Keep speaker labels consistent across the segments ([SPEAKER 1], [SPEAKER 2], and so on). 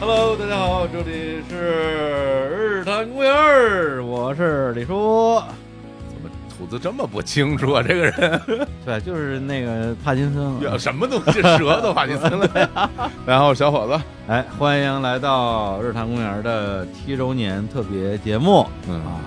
[SPEAKER 1] Hello，大家好，这里是日坛公园儿，我是李叔。
[SPEAKER 2] 怎么吐字这么不清楚啊？这个人
[SPEAKER 1] 对，就是那个帕金森啊嘛。
[SPEAKER 2] 有 什么东西舌头帕金森 了呀？然后小伙子，
[SPEAKER 1] 哎，欢迎来到日坛公园儿的七周年特别节目、
[SPEAKER 2] 嗯
[SPEAKER 1] 啊！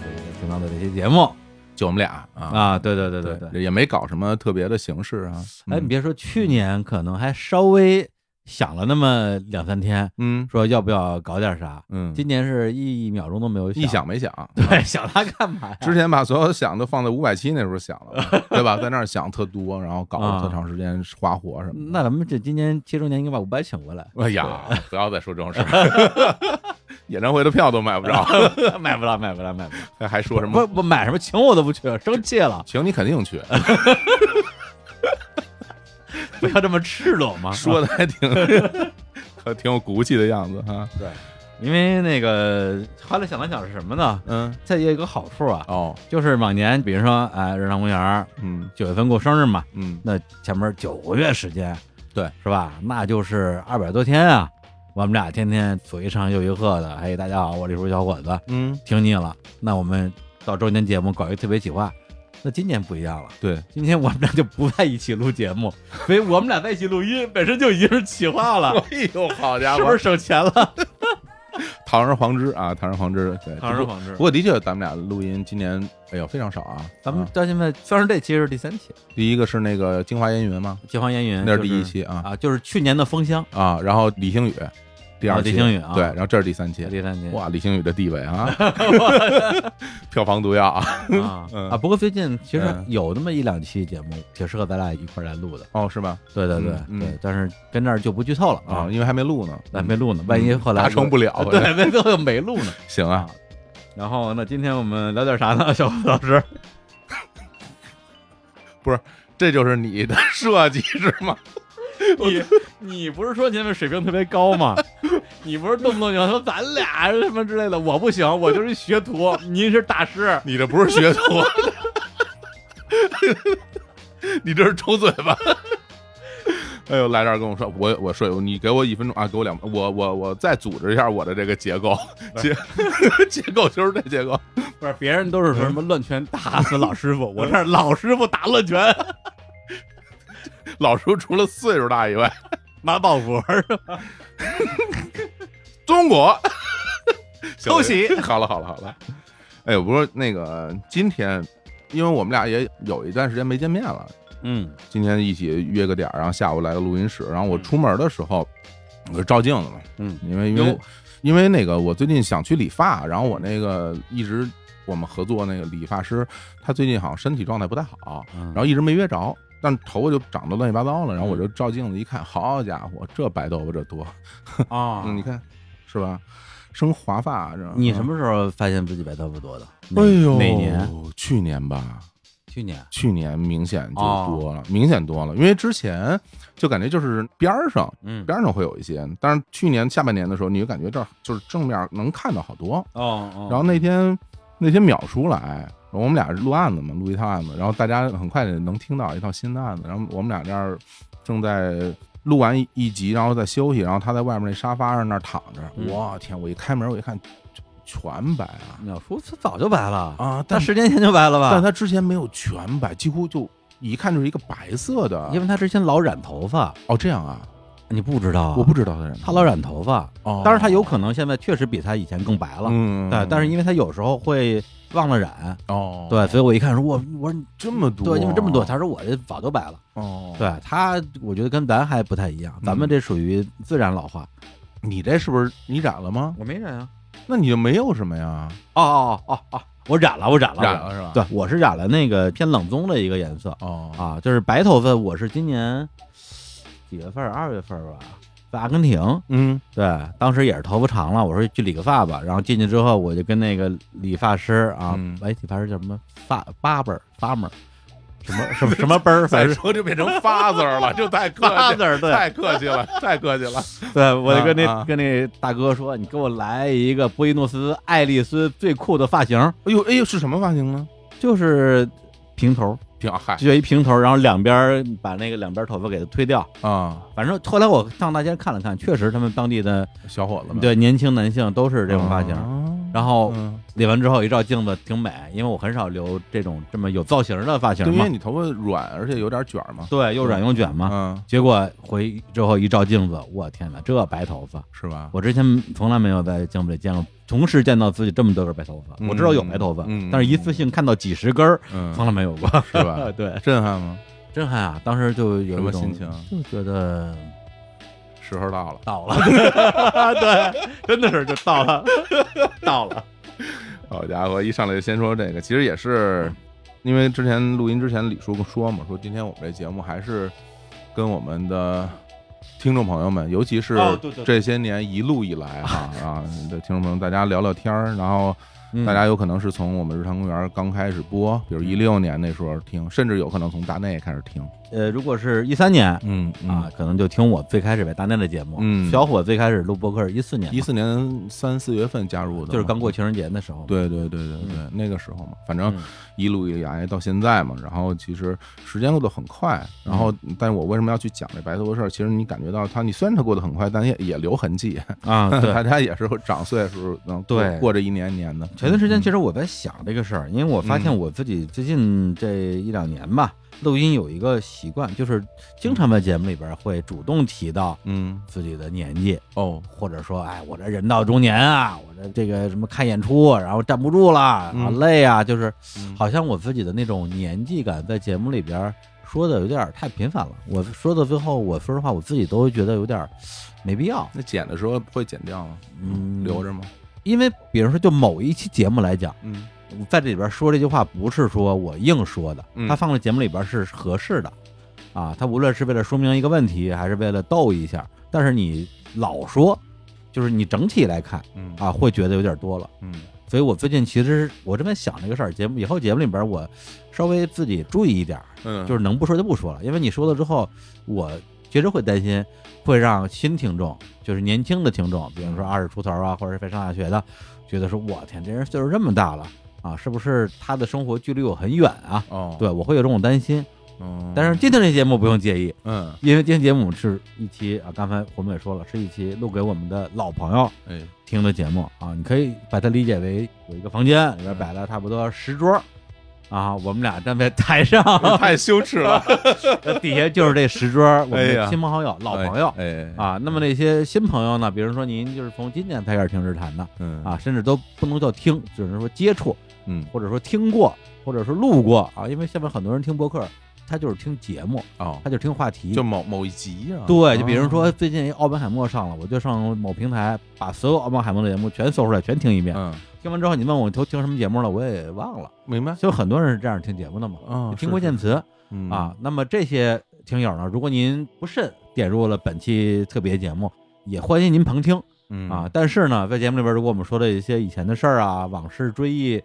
[SPEAKER 1] 这个听到的这些节目
[SPEAKER 2] 就我们俩啊，
[SPEAKER 1] 啊，对对对对对。
[SPEAKER 2] 也没搞什么特别的形式啊。
[SPEAKER 1] 哎，你别说，去年可能还稍微想了那么两三天，
[SPEAKER 2] 嗯
[SPEAKER 1] 说要不要搞点啥。
[SPEAKER 2] 嗯，
[SPEAKER 1] 今年是一秒钟都没有
[SPEAKER 2] 一想没想，
[SPEAKER 1] 对，想它干嘛呀？
[SPEAKER 2] 之前把所有想的放在五百七那时候想了， 对吧？在那儿想特多，然后搞了特长时间花活什么的。
[SPEAKER 1] 那咱们这今年七周年应该把伍佰请过来，
[SPEAKER 2] 哎呀，不要再说这种事儿， 演唱会的票都买不 着，
[SPEAKER 1] 买不了，买不了，买不了。
[SPEAKER 2] 还还说什么
[SPEAKER 1] 不？不买什么，请我都不去，生气了，
[SPEAKER 2] 行，你肯定去，
[SPEAKER 1] 不要这么赤裸啊嘛。
[SPEAKER 2] 说的还挺 可挺有骨气的样子哈。
[SPEAKER 1] 对，因为那个后来想了想是什么呢？
[SPEAKER 2] 嗯，
[SPEAKER 1] 这也有个好处啊，
[SPEAKER 2] 哦，
[SPEAKER 1] 就是往年，比如说哎，日常公园
[SPEAKER 2] 嗯
[SPEAKER 1] 九月份过生日嘛，
[SPEAKER 2] 嗯，
[SPEAKER 1] 那前面九个月时间，
[SPEAKER 2] 对，
[SPEAKER 1] 是吧？那就是二百多天啊，我们俩天天左一唱右一和的。哎嘿，大家好，我李叔小伙子，
[SPEAKER 2] 嗯，
[SPEAKER 1] 听腻了，那我们到周年节目搞一个特别企划。那今年不一样了。
[SPEAKER 2] 对，
[SPEAKER 1] 今天我们俩就不在一起录节目， 所以我们俩在一起录音本身就已经是企划了，
[SPEAKER 2] 哎呦，好家
[SPEAKER 1] 是不
[SPEAKER 2] 伙
[SPEAKER 1] 是，省钱了？
[SPEAKER 2] 堂而皇之啊，堂而皇之，对，不过
[SPEAKER 1] 皇之
[SPEAKER 2] 不，过的确，咱们俩录音今年，哎呦，非常少啊。
[SPEAKER 1] 咱们
[SPEAKER 2] 啊
[SPEAKER 1] 到现在虽然这期是第三期
[SPEAKER 2] 第一个是那个《京华烟云》嘛，
[SPEAKER 1] 《金黄烟云》，
[SPEAKER 2] 那是第一
[SPEAKER 1] 就是
[SPEAKER 2] 期啊
[SPEAKER 1] 啊，就是去年的封箱，
[SPEAKER 2] 啊，哦然后李星宇，第二
[SPEAKER 1] 啊
[SPEAKER 2] 期
[SPEAKER 1] 李星宇啊
[SPEAKER 2] 对，然后这是第三期，
[SPEAKER 1] 第三期
[SPEAKER 2] 哇，李星宇的地位 啊，票房毒药啊。
[SPEAKER 1] 啊
[SPEAKER 2] 嗯
[SPEAKER 1] 啊！不过最近其实
[SPEAKER 2] 嗯
[SPEAKER 1] 有那么一两期节目挺适合咱俩一块儿来录的，
[SPEAKER 2] 哦，是吧？
[SPEAKER 1] 对对对
[SPEAKER 2] 嗯
[SPEAKER 1] 对
[SPEAKER 2] 嗯，
[SPEAKER 1] 但是跟这儿就不剧透了
[SPEAKER 2] 啊，，因为还没录呢，嗯
[SPEAKER 1] 咱没录呢，万一后来
[SPEAKER 2] 达成不了
[SPEAKER 1] 啊 对，没最后没录呢。
[SPEAKER 2] 行啊，
[SPEAKER 1] 然后那今天我们聊点啥呢，小伙子老师？
[SPEAKER 2] 这就是你的设计是吗？
[SPEAKER 1] 你你不是说你们水平特别高吗？你不是动不动就说咱俩什么之类的，我不行，我就是学徒，您是大师。
[SPEAKER 2] 你这不是学徒， 你这是抽嘴巴。哎呦，来这儿跟我说，我我说你给我一分钟啊，给我两，我我我再组织一下我的这个结构结 结构就是这结构，
[SPEAKER 1] 不是，别人都是说什么乱拳打死老师傅，我这儿老师傅打乱拳，
[SPEAKER 2] 老叔除了岁数大以外，
[SPEAKER 1] 马保国是吧？
[SPEAKER 2] 中国行
[SPEAKER 1] 偷袭
[SPEAKER 2] 好了好了好了，哎呦，不是那个今天，因为我们俩也有一段时间没见面了，
[SPEAKER 1] 嗯
[SPEAKER 2] 今天一起约个点儿，然后下午来个录音室，然后我出门的时候，我就照镜子嘛，
[SPEAKER 1] 嗯，
[SPEAKER 2] 因为因为
[SPEAKER 1] 哟
[SPEAKER 2] 因为那个我最近想去理发，然后我那个一直我们合作那个理发师，他最近好像身体状态不太好，
[SPEAKER 1] 然
[SPEAKER 2] 然后一直没约着。但头就长得乱七八糟了，然后我就照镜子一看，好家伙，这白头发这多，
[SPEAKER 1] 啊
[SPEAKER 2] 嗯，你看，是吧？生华发这，
[SPEAKER 1] 你什么时候发现自己白头发多的？哪
[SPEAKER 2] 哎呦，
[SPEAKER 1] 哪年？？
[SPEAKER 2] 去年吧，
[SPEAKER 1] 去年。
[SPEAKER 2] 去年明显就
[SPEAKER 1] 哦
[SPEAKER 2] 多了，明显多了，因为之前就感觉就是边儿上
[SPEAKER 1] 嗯
[SPEAKER 2] 边儿上会有一些，但是去年下半年的时候，你就感觉这儿就是正面能看到好多。
[SPEAKER 1] 哦哦
[SPEAKER 2] 然后那天那天秒叔来，我们俩是录案子嘛，录一套案子，然后大家很快就能听到一套新的案子，然后我们俩这儿正在。录完一一集，然后再休息，然后他在外面那沙发上那儿躺着，
[SPEAKER 1] 嗯
[SPEAKER 2] 我天！我一开门，我一看，全白啊
[SPEAKER 1] 那我说他早就白了，
[SPEAKER 2] 啊！
[SPEAKER 1] 他
[SPEAKER 2] 但
[SPEAKER 1] 十年前就白了吧？
[SPEAKER 2] 但他之前没有全白，几乎就一看就是一个白色的
[SPEAKER 1] 因。为他之前老染头发，
[SPEAKER 2] 哦，这样啊，
[SPEAKER 1] 你不知道啊？
[SPEAKER 2] 我不知道他染头发。
[SPEAKER 1] 他老染头发，
[SPEAKER 2] 哦，
[SPEAKER 1] 当然，他有可能现在确实比他以前更白了，
[SPEAKER 2] 嗯，
[SPEAKER 1] 对。但是因
[SPEAKER 2] 为
[SPEAKER 1] 为他有时候会忘了染，
[SPEAKER 2] 哦，
[SPEAKER 1] 对，所以我一看说，我我说你
[SPEAKER 2] 这么多，
[SPEAKER 1] 对，因为这么多，他说我这早就白了。
[SPEAKER 2] 哦，，嗯
[SPEAKER 1] 对他，我觉得跟咱还不太一样，咱们这属于自然老化。
[SPEAKER 2] 你这是不是你染了吗？
[SPEAKER 1] 我没染啊。
[SPEAKER 2] 那你就没有什么呀？
[SPEAKER 1] 哦哦哦哦，我染了，我染了，我
[SPEAKER 2] 了是吧
[SPEAKER 1] 对，我是染了那个偏冷棕的一个颜色
[SPEAKER 2] 哦
[SPEAKER 1] 啊，就是白头发。我是今年几月份儿？二月份儿吧，在阿根廷。
[SPEAKER 2] 嗯
[SPEAKER 1] 对，当时也是头发长了，我说去理个发吧。然后进去之后，我就跟那个理发师啊，
[SPEAKER 2] 嗯
[SPEAKER 1] 哎，理发师叫什么发巴本发门，什么什么什么奔儿，反正
[SPEAKER 2] 说就变成发字儿了，就 太客
[SPEAKER 1] 八字儿。 对
[SPEAKER 2] 客气了，太客气了。
[SPEAKER 1] 对，我就跟那、
[SPEAKER 2] 啊啊
[SPEAKER 1] 跟那大哥说，你给我来一个波伊诺斯艾利斯最酷的发型，
[SPEAKER 2] 哎呦哎呦，是什么发型呢？
[SPEAKER 1] 就是平头
[SPEAKER 2] 挺嗨
[SPEAKER 1] 就一平头，然后两边儿把那个两边头发给它推掉。
[SPEAKER 2] 啊，
[SPEAKER 1] 反正后来我上大街看了看，确实他们当地的
[SPEAKER 2] 小伙子们
[SPEAKER 1] 对年轻男性都是这种发型。
[SPEAKER 2] 型，
[SPEAKER 1] 然后
[SPEAKER 2] 嗯
[SPEAKER 1] 理完之后一照镜子挺美，因为我很少留这种这么有造型的发型
[SPEAKER 2] 对，因
[SPEAKER 1] 嘛
[SPEAKER 2] 为，你头发软，而且有点卷嘛，
[SPEAKER 1] 对，又软又卷嘛。
[SPEAKER 2] 嗯，
[SPEAKER 1] 结果回之后一照镜子，我天哪，这白头发！
[SPEAKER 2] 是吧？
[SPEAKER 1] 我之前从来没有在镜子里见过，同时见到自己这么多根白头发。
[SPEAKER 2] 嗯
[SPEAKER 1] 我知道有白头发，
[SPEAKER 2] 嗯
[SPEAKER 1] 但是一次性看到几十根儿，
[SPEAKER 2] 嗯，
[SPEAKER 1] 从来没有过。
[SPEAKER 2] 是吧？
[SPEAKER 1] 对，
[SPEAKER 2] 震撼吗？
[SPEAKER 1] 震撼啊！当时就有
[SPEAKER 2] 什
[SPEAKER 1] 一
[SPEAKER 2] 么
[SPEAKER 1] 种
[SPEAKER 2] 心情？啊
[SPEAKER 1] 就觉得
[SPEAKER 2] 时候到了
[SPEAKER 1] 到了，对，真的是就到了，到了。
[SPEAKER 2] 好家伙，一上来就先说这个，其实也是因为之前录音之前李叔跟我说嘛，说今天我们这节目还是跟我们的听众朋友们，尤其是
[SPEAKER 1] 哦对对对
[SPEAKER 2] 这些年一路以来哈 啊的听众朋友，大家聊聊天儿，然后
[SPEAKER 1] 嗯
[SPEAKER 2] 大家有可能是从我们日常公园刚开始播，比如一六年那时候听，甚至有可能从大内开始听，
[SPEAKER 1] 呃，如果是一三年
[SPEAKER 2] 嗯
[SPEAKER 1] 啊，，可能就听我最开始在大内的节目。
[SPEAKER 2] 嗯
[SPEAKER 1] 小伙最开始录播客是一四年嘛，
[SPEAKER 2] 一四年三四月份加入的嘛，
[SPEAKER 1] 就是刚过情人节的时候。，
[SPEAKER 2] 对对对对对，那个时候嘛，反正
[SPEAKER 1] 嗯
[SPEAKER 2] 一路以来到现在嘛，然后其实时间过得很快，然后
[SPEAKER 1] 嗯
[SPEAKER 2] 但我为什么要去讲这白头发事儿？其实你感觉到他，你虽然他过得很快，但也也留痕迹，
[SPEAKER 1] 啊， 对，
[SPEAKER 2] 大家也是会长岁数，能过
[SPEAKER 1] 对
[SPEAKER 2] 过这一年一年的。嗯
[SPEAKER 1] 前段时间其实我在想这个事儿，因为我发现我自己最近这一两年吧，录音有一个习惯，就是经常在节目里边会主动提到
[SPEAKER 2] 嗯
[SPEAKER 1] 自己的年纪，
[SPEAKER 2] 哦
[SPEAKER 1] 或者说，哎，我这人到中年啊，我这这个什么看演出，然后站不住了，
[SPEAKER 2] 嗯
[SPEAKER 1] 好累啊，就是
[SPEAKER 2] 嗯
[SPEAKER 1] 好像我自己的那种年纪感在节目里边说的有点太频繁了。我说到最后，我说实话，我自己都觉得有点没必要，
[SPEAKER 2] 那剪的时候会剪掉吗？
[SPEAKER 1] 嗯，
[SPEAKER 2] 留着吗？
[SPEAKER 1] 因为比如说就某一期节目来讲。
[SPEAKER 2] 嗯
[SPEAKER 1] 在这里边说这句话不是说我硬说的，
[SPEAKER 2] 嗯
[SPEAKER 1] 他放在节目里边是合适的，啊，他无论是为了说明一个问题，还是为了逗一下，但是你老说，就是你整体来看
[SPEAKER 2] 嗯
[SPEAKER 1] 啊，会觉得有点多了。
[SPEAKER 2] 嗯
[SPEAKER 1] 所以我最近其实我这边想这个事儿，节目以后节目里边我稍微自己注意一点儿，
[SPEAKER 2] 嗯，
[SPEAKER 1] 就是能不说就不说了，因为你说了之后，我确实会担心会让新听众，就是年轻的听众，比
[SPEAKER 2] 嗯
[SPEAKER 1] 如说二十出头啊，或者是上大学的，觉得说我天，这人岁数这么大了啊，是不是他的生活距离我很远啊？
[SPEAKER 2] 哦
[SPEAKER 1] 对，我会有这种担心。
[SPEAKER 2] 嗯，
[SPEAKER 1] 但是今天这节目不用介意，
[SPEAKER 2] 嗯
[SPEAKER 1] 因为今天节目是一期啊，刚才我们也说了，是一期录给我们的老朋友
[SPEAKER 2] 哎
[SPEAKER 1] 听的节目啊，你可以把它理解为有一个房间
[SPEAKER 2] 嗯
[SPEAKER 1] 里边摆了差不多十桌。啊，我们俩站在台上，
[SPEAKER 2] 太羞耻了，
[SPEAKER 1] 那底下就是这十桌我们
[SPEAKER 2] 哎
[SPEAKER 1] 的
[SPEAKER 2] 呀
[SPEAKER 1] 亲朋好友、老朋友
[SPEAKER 2] 哎哎
[SPEAKER 1] 啊。那么那些新朋友呢，比如说您就是从今年才开始听日坛的
[SPEAKER 2] 嗯
[SPEAKER 1] 啊，甚至都不能叫听，只能说接触，
[SPEAKER 2] 嗯
[SPEAKER 1] 或者说听过，或者说路过啊。因为现在很多人听播客，他就是听节目，
[SPEAKER 2] 哦
[SPEAKER 1] 他，就是听话题
[SPEAKER 2] 就。某某一集啊，
[SPEAKER 1] 对，就比如
[SPEAKER 2] 哦
[SPEAKER 1] 说最近奥本海默上了，我就上某平台把所有奥本海默的节目全搜出来，全听一遍。
[SPEAKER 2] 嗯，
[SPEAKER 1] 听完之后，你问我都听什么节目了，我也忘了。
[SPEAKER 2] 明白
[SPEAKER 1] 就很多人是这样听节目的嘛，
[SPEAKER 2] 啊
[SPEAKER 1] 就听关键词，
[SPEAKER 2] 嗯
[SPEAKER 1] 啊。那么这些听友呢，如果您不慎点入了本期特别节目，也欢迎您旁听
[SPEAKER 2] 嗯
[SPEAKER 1] 啊。但是呢，在节目里边，如果我们说的一些以前的事儿啊、往事追忆，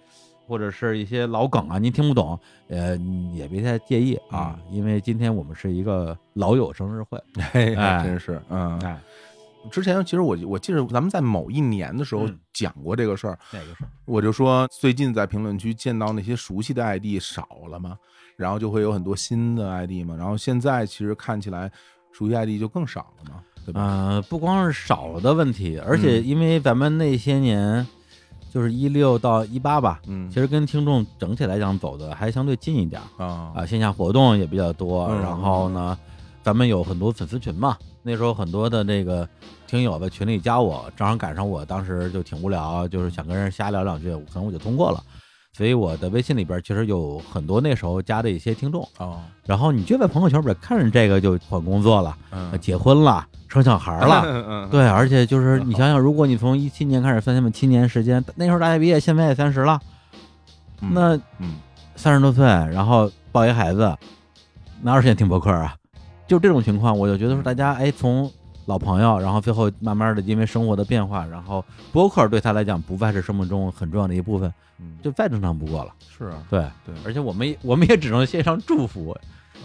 [SPEAKER 1] 或者是一些老梗啊，您听不懂，呃，也别太介意啊，
[SPEAKER 2] 嗯
[SPEAKER 1] 因为今天我们是一个老友生日会，
[SPEAKER 2] 嘿，
[SPEAKER 1] 哎
[SPEAKER 2] 还真是，嗯，
[SPEAKER 1] 哎，
[SPEAKER 2] 之前其实我我记得咱们在某一年的时候
[SPEAKER 1] 嗯
[SPEAKER 2] 讲过这个事儿，
[SPEAKER 1] 那个是
[SPEAKER 2] 我就说最近在评论区见到那些熟悉的 ID 少了嘛，然后就会有很多新的 ID 嘛，然后现在其实看起来熟悉 ID 就更少了嘛，对吧？
[SPEAKER 1] 呃，不光是少了的问题，而且
[SPEAKER 2] 嗯
[SPEAKER 1] 因为咱们那些年，就是一六到一八吧，
[SPEAKER 2] 嗯，
[SPEAKER 1] 其实跟听众整体来讲走的还相对近一点儿。
[SPEAKER 2] 啊
[SPEAKER 1] 啊，线下活动也比较多，
[SPEAKER 2] 嗯
[SPEAKER 1] 然后呢，咱们有很多粉丝群嘛，那时候很多的这个听友在群里加我，正好赶上我当时就挺无聊，就是想跟人瞎聊两句，可能我就通过了，所以我的微信里边其实有很多那时候加的一些听众，
[SPEAKER 2] 啊，
[SPEAKER 1] 然后你就在朋友圈里边看着这个就换工作了，
[SPEAKER 2] 嗯，
[SPEAKER 1] 结婚了，生小孩
[SPEAKER 2] 玩
[SPEAKER 1] 了。
[SPEAKER 2] 了，
[SPEAKER 1] 对，而且就是你想想，如果你从一七年开始算，下面七年时间，那时候大学毕业，现在也三十了，
[SPEAKER 2] 嗯
[SPEAKER 1] 那
[SPEAKER 2] 嗯，
[SPEAKER 1] 三十多岁，然后抱一孩子，哪有时间听博客啊？就这种情况，我就觉得说大家哎，从老朋友，然后最后慢慢的因为生活的变化，然后博客对他来讲不再是生命中很重要的一部分，
[SPEAKER 2] 嗯，
[SPEAKER 1] 就再正常不过了。
[SPEAKER 2] 是啊，
[SPEAKER 1] 对，
[SPEAKER 2] 对，
[SPEAKER 1] 而且我们也我们也只能献上祝福。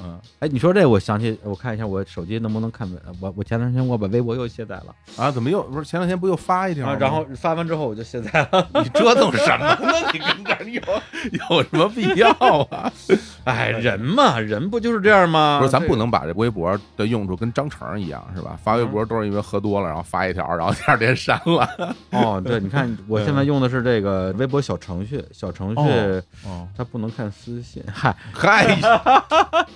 [SPEAKER 2] 嗯
[SPEAKER 1] 哎，你说这，我想起我看一下我手机能不能看，我我前段时间我把微博又卸载了，啊
[SPEAKER 2] 啊，怎么又不是前两天不又发一条吗，
[SPEAKER 1] 然后发完之后我就卸载了。
[SPEAKER 2] 你折腾什么呢？你跟这儿有有什么必要啊？
[SPEAKER 1] 哎，人嘛，人不就是这样吗？
[SPEAKER 2] 不是，咱
[SPEAKER 1] 这
[SPEAKER 2] 不能把这微博的用处跟章程一样，是吧？发微博都是因为喝多了，然后发一条，然后第二天删了。
[SPEAKER 1] 哦，对，你看我现在用的是这个微博小程序，小程序
[SPEAKER 2] 哦哦，
[SPEAKER 1] 它不能看私信，嗨，
[SPEAKER 2] 嗨，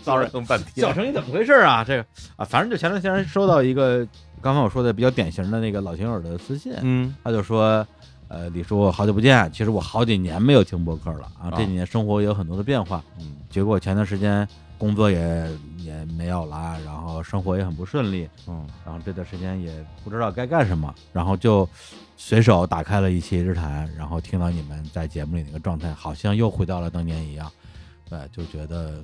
[SPEAKER 1] 早上
[SPEAKER 2] 弄半
[SPEAKER 1] 小
[SPEAKER 2] 天，
[SPEAKER 1] 程序怎么回事啊？这个啊，反正就前段时间收到一个刚才我说的比较典型的那个老听友的私信，
[SPEAKER 2] 嗯，
[SPEAKER 1] 他就说，呃，李叔，好久不见，其实我好几年没有听播客了啊，这几年生活也有很多的变化，
[SPEAKER 2] 嗯，
[SPEAKER 1] 结果前段时间工作也也没有啦，然后生活也很不顺利，
[SPEAKER 2] 嗯，
[SPEAKER 1] 然后这段时间也不知道该干什么，然后就随手打开了一期日谈，然后听到你们在节目里那个状态，好像又回到了当年一样，对，就觉得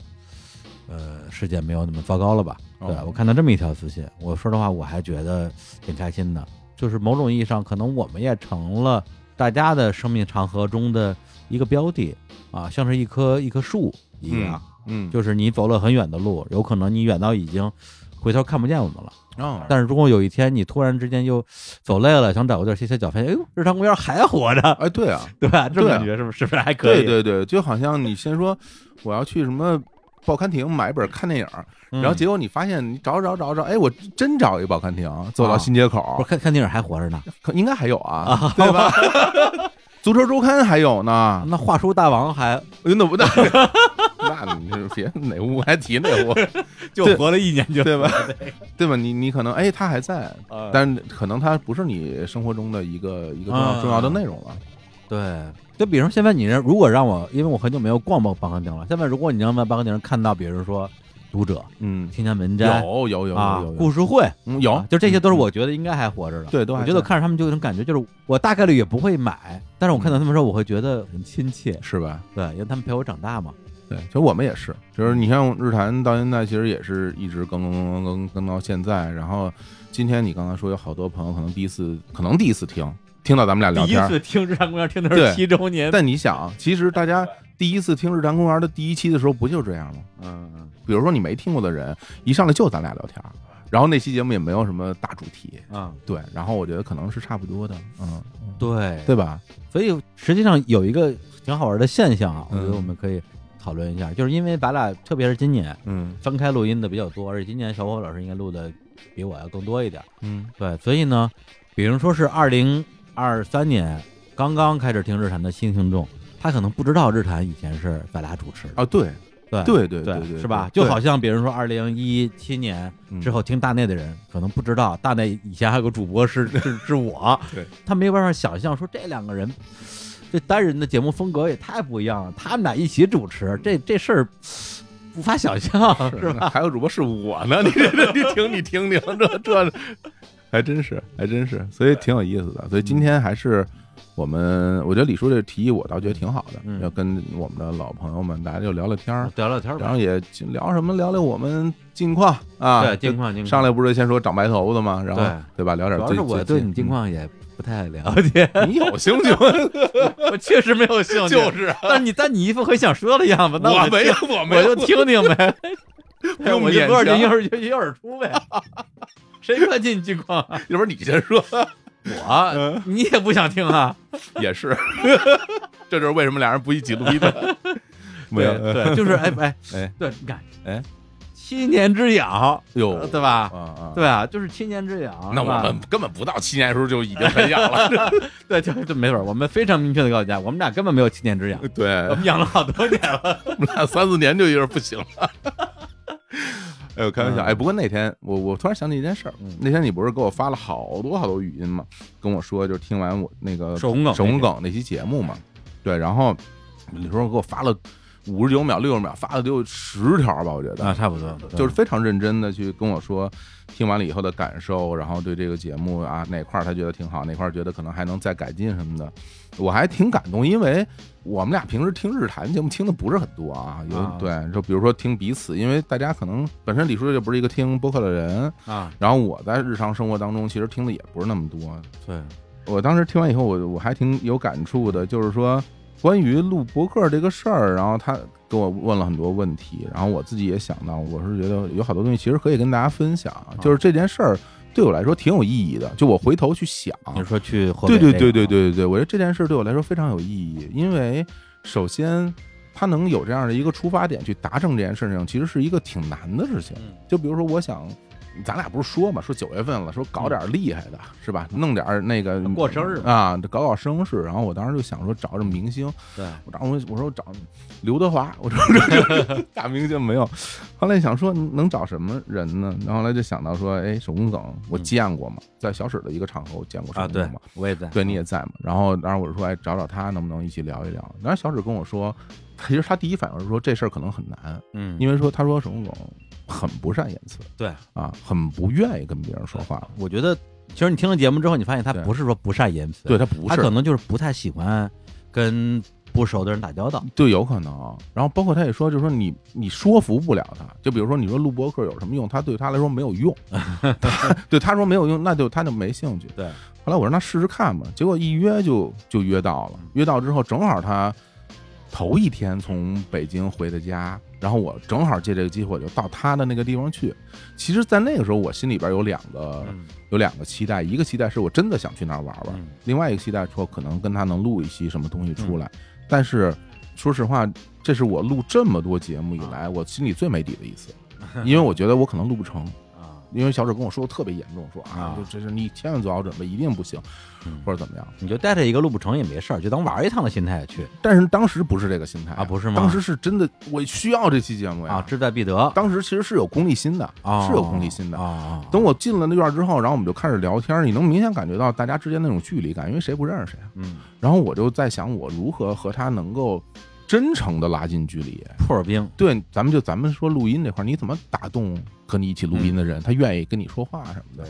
[SPEAKER 1] 呃世界没有那么糟糕了吧？对，
[SPEAKER 2] 哦
[SPEAKER 1] 我看到这么一条私信，我说的话我还觉得挺开心的，就是某种意义上，可能我们也成了大家的生命长河中的一个标的啊，像是一棵一棵树一样。
[SPEAKER 2] 嗯，
[SPEAKER 1] 就是你走了很远的路，有可能你远到已经回头看不见我们了。
[SPEAKER 2] 哦
[SPEAKER 1] 但是如果有一天你突然之间又走累了，想找个地儿歇歇脚，发现哎呦，日常公园还活着，
[SPEAKER 2] 哎，对啊，
[SPEAKER 1] 对吧？这种
[SPEAKER 2] 对啊
[SPEAKER 1] 感觉是不是是不是还可以？
[SPEAKER 2] 对对对，就好像你先说我要去什么。报刊亭买一本看电影，
[SPEAKER 1] 嗯
[SPEAKER 2] 然后结果你发现你找找找找，哎，我真找一报刊亭，走到
[SPEAKER 1] 啊
[SPEAKER 2] 新街
[SPEAKER 1] 不
[SPEAKER 2] 口
[SPEAKER 1] 是，看看电影还活着呢。
[SPEAKER 2] 可应该还有啊， 对吧？ 足球周刊还有呢，
[SPEAKER 1] 那画书大王还
[SPEAKER 2] 哎那不那 那你就别哪屋还提哪屋，
[SPEAKER 3] 就
[SPEAKER 2] 对
[SPEAKER 3] 活了一年就
[SPEAKER 2] 对吧？对吧？你你可能哎，他还在，
[SPEAKER 1] 嗯
[SPEAKER 3] 呃
[SPEAKER 2] 但可能他不是你生活中的一个一个重要
[SPEAKER 1] 嗯
[SPEAKER 2] 重要的内容了。
[SPEAKER 1] 对。就比如说，现在你让如果让我，因为我很久没有逛报报刊亭了。现在如果你让在报刊亭看到，比如说读者、
[SPEAKER 2] 嗯，
[SPEAKER 1] 青年文摘
[SPEAKER 2] 有有有
[SPEAKER 1] 啊
[SPEAKER 2] 有有、
[SPEAKER 1] 故事会，
[SPEAKER 2] 嗯有嗯
[SPEAKER 1] 啊，就这些都是我觉得应该还活着的。
[SPEAKER 2] 对都还
[SPEAKER 1] 我觉得
[SPEAKER 2] 在
[SPEAKER 1] 看着他们就有种感觉，就是我大概率也不会买，但是我看到他们时候，我会觉得很亲切，
[SPEAKER 2] 是吧？
[SPEAKER 1] 对，因为他们陪我长大嘛。
[SPEAKER 2] 对，其实我们也是，就是你像日坛到现在，其实也是一直更更更更更到现在。然后今天你刚才说有好多朋友可能第一次，可能第一次听听到咱们俩聊
[SPEAKER 3] 第一
[SPEAKER 2] 天儿，
[SPEAKER 3] 次听日坛公园听的
[SPEAKER 2] 对
[SPEAKER 3] 是七周年，
[SPEAKER 2] 但你想，啊其实大家第一次听日坛公园的第一期的时候，不就是这样吗？
[SPEAKER 1] 嗯嗯
[SPEAKER 2] 比如说你没听过的人，一上来就咱俩聊天儿，然后那期节目也没有什么大主题，
[SPEAKER 1] 啊，
[SPEAKER 2] 对，然后我觉得可能是差不多的，嗯，
[SPEAKER 1] 对，
[SPEAKER 2] 对吧？
[SPEAKER 1] 所以实际上有一个挺好玩的现象啊，我觉得
[SPEAKER 2] 嗯
[SPEAKER 1] 我们可以讨论一下，就是因为咱俩特别是今年
[SPEAKER 2] 嗯
[SPEAKER 1] 分开录音的比较多，而且今年小伙老师应该录的比我要更多一点，
[SPEAKER 2] 嗯
[SPEAKER 1] 对，所以呢，比如说是二零二三年刚刚开始听日坛的新听众，他可能不知道日坛以前是咱俩主持的，
[SPEAKER 2] 啊，对
[SPEAKER 1] 对
[SPEAKER 2] 对对
[SPEAKER 1] 对
[SPEAKER 2] 对，
[SPEAKER 1] 是吧？
[SPEAKER 2] 对嗯
[SPEAKER 1] 就好像比如说二零一七年之后听大内的人，可能不知道大内以前还有个主播是是是我，
[SPEAKER 2] 对
[SPEAKER 1] 他没有办法想象说这两个人。这单人的节目风格也太不一样了，他们俩一起主持，这这事儿无法想象，啊是
[SPEAKER 2] 是
[SPEAKER 1] 吧？
[SPEAKER 2] 吧？还有主播是我呢，你这 这你听你听听，这这还真是还真是，所以挺有意思的。所以今天还是我们，我觉得李叔这提议我倒觉得挺好的，
[SPEAKER 1] 嗯
[SPEAKER 2] 要跟我们的老朋友们大家就聊聊天儿，
[SPEAKER 1] 聊聊天儿
[SPEAKER 2] 然
[SPEAKER 1] 吧
[SPEAKER 2] 后，也聊什么聊聊我们近况啊，
[SPEAKER 1] 对，近况近况。
[SPEAKER 2] 上来不是先说长白头的吗？然后
[SPEAKER 1] 对
[SPEAKER 2] 对吧？聊点
[SPEAKER 1] 主要
[SPEAKER 2] 最
[SPEAKER 1] 是我
[SPEAKER 2] 最
[SPEAKER 1] 对
[SPEAKER 2] 近
[SPEAKER 1] 你近嗯况也不太了解，
[SPEAKER 2] 嗯 你有兴 趣吗？
[SPEAKER 3] 我确实没有兴趣。
[SPEAKER 2] 就，是
[SPEAKER 3] 但是你但你一副很想说的样子， 那
[SPEAKER 2] 我
[SPEAKER 3] 就
[SPEAKER 2] 没有，我没
[SPEAKER 3] 我就
[SPEAKER 2] 有，
[SPEAKER 3] 听听 呗，
[SPEAKER 2] 不用
[SPEAKER 3] 我就
[SPEAKER 2] 勉
[SPEAKER 3] 多少年
[SPEAKER 2] 强
[SPEAKER 3] 一耳一一耳出呗。谁关心你近况啊？
[SPEAKER 2] 要不然你先说，
[SPEAKER 3] 我你也不想听啊？
[SPEAKER 2] 也是， 这就是为什么俩人不一起录 音的。没有，
[SPEAKER 3] 对， 对就是哎哎
[SPEAKER 2] 哎，
[SPEAKER 3] 对，你看
[SPEAKER 2] 哎，
[SPEAKER 3] 七年之痒，
[SPEAKER 2] 哟
[SPEAKER 3] 呃对吧？
[SPEAKER 2] 啊啊，
[SPEAKER 3] 对啊，就是七年之痒。
[SPEAKER 2] 那
[SPEAKER 3] 是
[SPEAKER 2] 我
[SPEAKER 1] 啊
[SPEAKER 3] 吧
[SPEAKER 2] 们根本不到七年的时候就已经很痒了，
[SPEAKER 3] 对，就就没准儿，我们非常明确的告诉大家，我们俩根本没有七年之 痒，
[SPEAKER 2] 对
[SPEAKER 3] 我，们养了好多年 了。
[SPEAKER 2] 我们俩三四年就有点不行了。 哎呦，开
[SPEAKER 3] 嗯
[SPEAKER 2] 玩笑！哎，不过那天我我突然想起一件事儿，那天你不是给我发了好多好多语音吗？跟我说就是听完我那个
[SPEAKER 3] 手工梗
[SPEAKER 2] 手工梗那期节目嘛，对，然后你说给我发了五十九秒、六十秒，发了得有十条吧，我觉得
[SPEAKER 1] 啊，差不多，对
[SPEAKER 2] 就是非常认真的去跟我说听完了以后的感受，然后对这个节目啊哪块儿他觉得挺好，哪块儿觉得可能还能再改进什么的，我还挺感动，因为我们俩平时听日坛节目听的不是很多啊，有、
[SPEAKER 3] 啊
[SPEAKER 2] 对，就比如说听彼此，因为大家可能本身李叔就不是一个听播客的人，
[SPEAKER 3] 啊，
[SPEAKER 2] 然后我在日常生活当中其实听的也不是那么多，
[SPEAKER 1] 对，
[SPEAKER 2] 我当时听完以后，我我还挺有感触的，就是说关于录博客这个事儿，然后他给我问了很多问题，然后我自己也想到，我是觉得有好多东西其实可以跟大家分享，啊就是这件事儿对我来说挺有意义的，就我回头去想，啊
[SPEAKER 1] 你说去河
[SPEAKER 2] 对
[SPEAKER 1] 北
[SPEAKER 2] 对
[SPEAKER 1] 这个
[SPEAKER 2] 对对对对，我觉得这件事对我来说非常有意义，因为首先。他能有这样的一个出发点去达成这件事情，其实是一个挺难的事情。
[SPEAKER 1] 嗯
[SPEAKER 2] 就比如说，我想，咱俩不是说嘛，说九月份了，说搞点厉害的，是吧？弄点儿那个
[SPEAKER 1] 嗯过生日嘛
[SPEAKER 2] 啊，搞搞生日。然后我当时就想说，找这明星，
[SPEAKER 1] 对，
[SPEAKER 2] 我找我我说我找刘德华，我说这这 大明星没有。后来想说能找什么人呢？然后后来就想到说，哎，手工梗我
[SPEAKER 1] 嗯
[SPEAKER 2] 见过嘛，在小史的一个场合我见过手
[SPEAKER 1] 啊，
[SPEAKER 2] 工
[SPEAKER 1] 对嗯
[SPEAKER 2] 梗嘛，，
[SPEAKER 1] 我也在，
[SPEAKER 2] 对，你也在嘛。然后当时我就说，哎，找找他能不能一起聊一聊。然后小史跟我说，其实他第一反应是说这事儿可能很难，
[SPEAKER 1] 嗯，
[SPEAKER 2] 因为说他说手工梗很不善言辞
[SPEAKER 1] 对，
[SPEAKER 2] 啊，很不愿意跟别人说话。
[SPEAKER 1] 我觉得其实你听了节目之后，你发现他
[SPEAKER 2] 对
[SPEAKER 1] 不是说不善言辞，
[SPEAKER 2] 对他不
[SPEAKER 1] 他
[SPEAKER 2] 是
[SPEAKER 1] 可，能就是不太喜欢跟不熟的人打交道。
[SPEAKER 2] 对，有可能。然后包括他也说，就是说你你说服不了他，就比如说你说录播客有什么用，他对他来说没有 用，他对他说没有用，那就他就没兴趣。
[SPEAKER 1] 对，
[SPEAKER 2] 后来我说那试试看吧，结果一约就就约到
[SPEAKER 1] 嗯
[SPEAKER 2] 了，约到之后正好他头一天从北京回的家，然后我正好借这个机会就到他的那个地方去。其实，在那个时候我心里边有两个
[SPEAKER 1] 嗯
[SPEAKER 2] 有两个期待，一个期待是我真的想去那儿玩玩，
[SPEAKER 1] 嗯
[SPEAKER 2] 另外一个期待说可能跟他能录一期什么东西出来，但是说实话，这是我录这么多节目以
[SPEAKER 1] 啊
[SPEAKER 2] 来我心里最没底的一次，因为我觉得我可能录不成，
[SPEAKER 1] 啊，
[SPEAKER 2] 因为小哲跟我说得特别严重，说啊
[SPEAKER 1] 啊，
[SPEAKER 2] 就这是你千万做好准备，一定不行
[SPEAKER 1] 嗯，
[SPEAKER 2] 或者怎么样。
[SPEAKER 1] 你就带着一个录不成也没事儿，就当玩一趟的心态去
[SPEAKER 2] 但是当时不是这个心态
[SPEAKER 1] 啊不是吗
[SPEAKER 2] 当时是真的，我需要这期节目
[SPEAKER 1] 啊，
[SPEAKER 2] 呀。
[SPEAKER 1] 志在必得啊，
[SPEAKER 2] 当时其实是有功利心的，是有功利心的
[SPEAKER 1] 啊。啊。
[SPEAKER 2] 等我进了那院儿之后，然后我们就开始聊天儿，你能明显感觉到大家之间那种距离感，因为谁不认识谁啊。
[SPEAKER 1] 嗯，
[SPEAKER 2] 然后我就在想，我如何和他能够真诚的拉近距离。
[SPEAKER 1] 破尔冰，
[SPEAKER 2] 对，咱们就咱们说录音这块儿，你怎么打动和你一起录音的人，他愿意跟你说话什么的。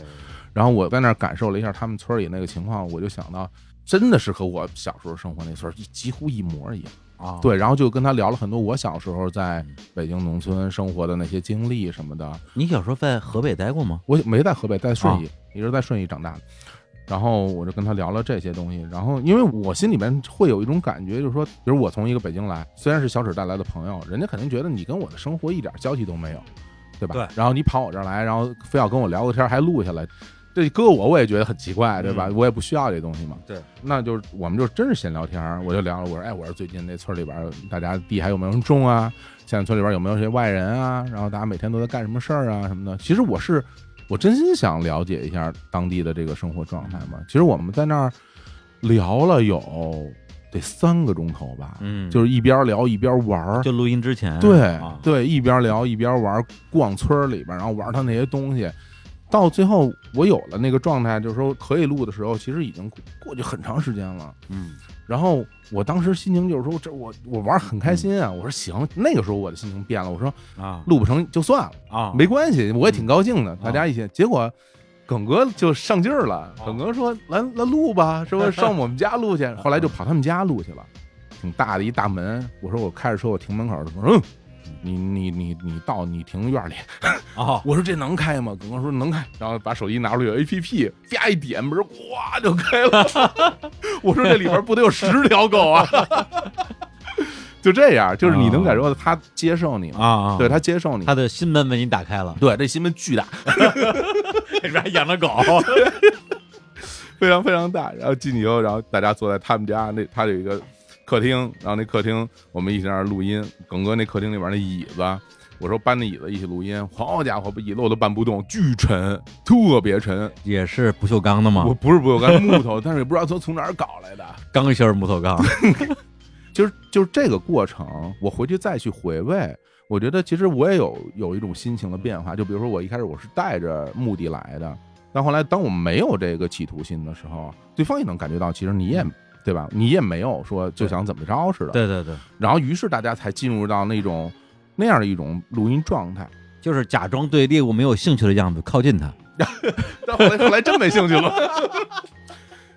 [SPEAKER 2] 然后我在那儿感受了一下他们村儿里那个情况，我就想到，真的是和我小时候生活那村儿几乎一模一样。
[SPEAKER 1] 啊，
[SPEAKER 2] 对，然后就跟他聊了很多我小时候在北京农村生活的那些经历什么的。
[SPEAKER 1] 你小时候在河北待过吗？
[SPEAKER 2] 我没在河北，在顺义，
[SPEAKER 1] 啊
[SPEAKER 2] 一直在顺义长大的。然后我就跟他聊了这些东西，然后因为我心里面会有一种感觉，就是说，比如我从一个北京来，虽然是小史带来的朋友，人家肯定觉得你跟我的生活一点交集都没有，对吧？
[SPEAKER 1] 对
[SPEAKER 2] 然后你跑我这儿来，然后非要跟我聊个天儿，还录下来，这搁我我也觉得很奇怪，对吧？
[SPEAKER 1] 嗯
[SPEAKER 2] 我也不需要这东西嘛。
[SPEAKER 1] 对，
[SPEAKER 2] 那就是我们就真是闲聊天儿，我就聊了，我说，哎，我说最近那村里边儿大家地还有没有人种啊？现在村里边有没有些外人啊？然后大家每天都在干什么事儿啊什么的？其实我是我真心想了解一下当地的这个生活状态嘛。其实我们在那儿聊了有得三个钟头吧，
[SPEAKER 1] 嗯，
[SPEAKER 2] 就是一边聊一边玩儿。
[SPEAKER 1] 就录音之前，
[SPEAKER 2] 对
[SPEAKER 1] 啊
[SPEAKER 2] 对，一边聊一边玩，逛村儿里边，然后玩他那些东西。到最后，我有了那个状态，就是说可以录的时候，其实已经过过去很长时间了。
[SPEAKER 1] 嗯
[SPEAKER 2] 然后我当时心情就是说，这我我玩儿很开心啊。
[SPEAKER 1] 嗯
[SPEAKER 2] 我说行，那个时候我的心情变了，我说
[SPEAKER 1] 啊
[SPEAKER 2] 录不成就算了，
[SPEAKER 1] 啊，
[SPEAKER 2] 没关系，我也挺高兴的，大
[SPEAKER 1] 啊
[SPEAKER 2] 家一起。结果耿哥就上劲儿了，耿哥说来来录吧，说上我们家 录去，后来就跑他们家录去了，挺大的一大门。我说我开着车我停门口儿，我说嗯。你你你你到你停院里，
[SPEAKER 1] 啊，
[SPEAKER 2] 我说这能开吗？耿哥说能开，然后把手机拿出来有 A P P，啪一点门，哗就开了。 我说这里边不得有十条狗啊！就这样，就是你能感受到他接受你嘛，
[SPEAKER 1] 啊，啊
[SPEAKER 2] 对他接受你，
[SPEAKER 1] 他的心门为你打开了，
[SPEAKER 2] 对这新闻巨大，
[SPEAKER 3] 里边还养了狗，
[SPEAKER 2] 非常非常大。然后进去以后，然后大家坐在他们家那，他有一个客厅，然后那客厅我们一起在那儿录音。耿哥那客厅里边那椅子，我说搬那椅子一起录音，好家伙，椅子我都搬不动，巨沉，特别沉。
[SPEAKER 1] 也是不锈钢的吗
[SPEAKER 2] 我？不是不锈钢木头，但是也不知道他从哪儿搞来的。
[SPEAKER 1] 钢芯儿木头 钢，
[SPEAKER 2] 就是就是这个过程，我回去再去回味，我觉得其实我也有有一种心情的变化。就比如说我一开始我是带着目的来的，但后来当我没有这个企图心的时候，对方也能感觉到，其实你也对吧？你也没有说就想怎么着似的。。
[SPEAKER 1] 对对对，
[SPEAKER 2] 然后于是大家才进入到那种那样的一种录音状态。
[SPEAKER 1] 就是假装对猎物没有兴趣的样子靠近他，
[SPEAKER 2] 但后来后来真没兴趣了。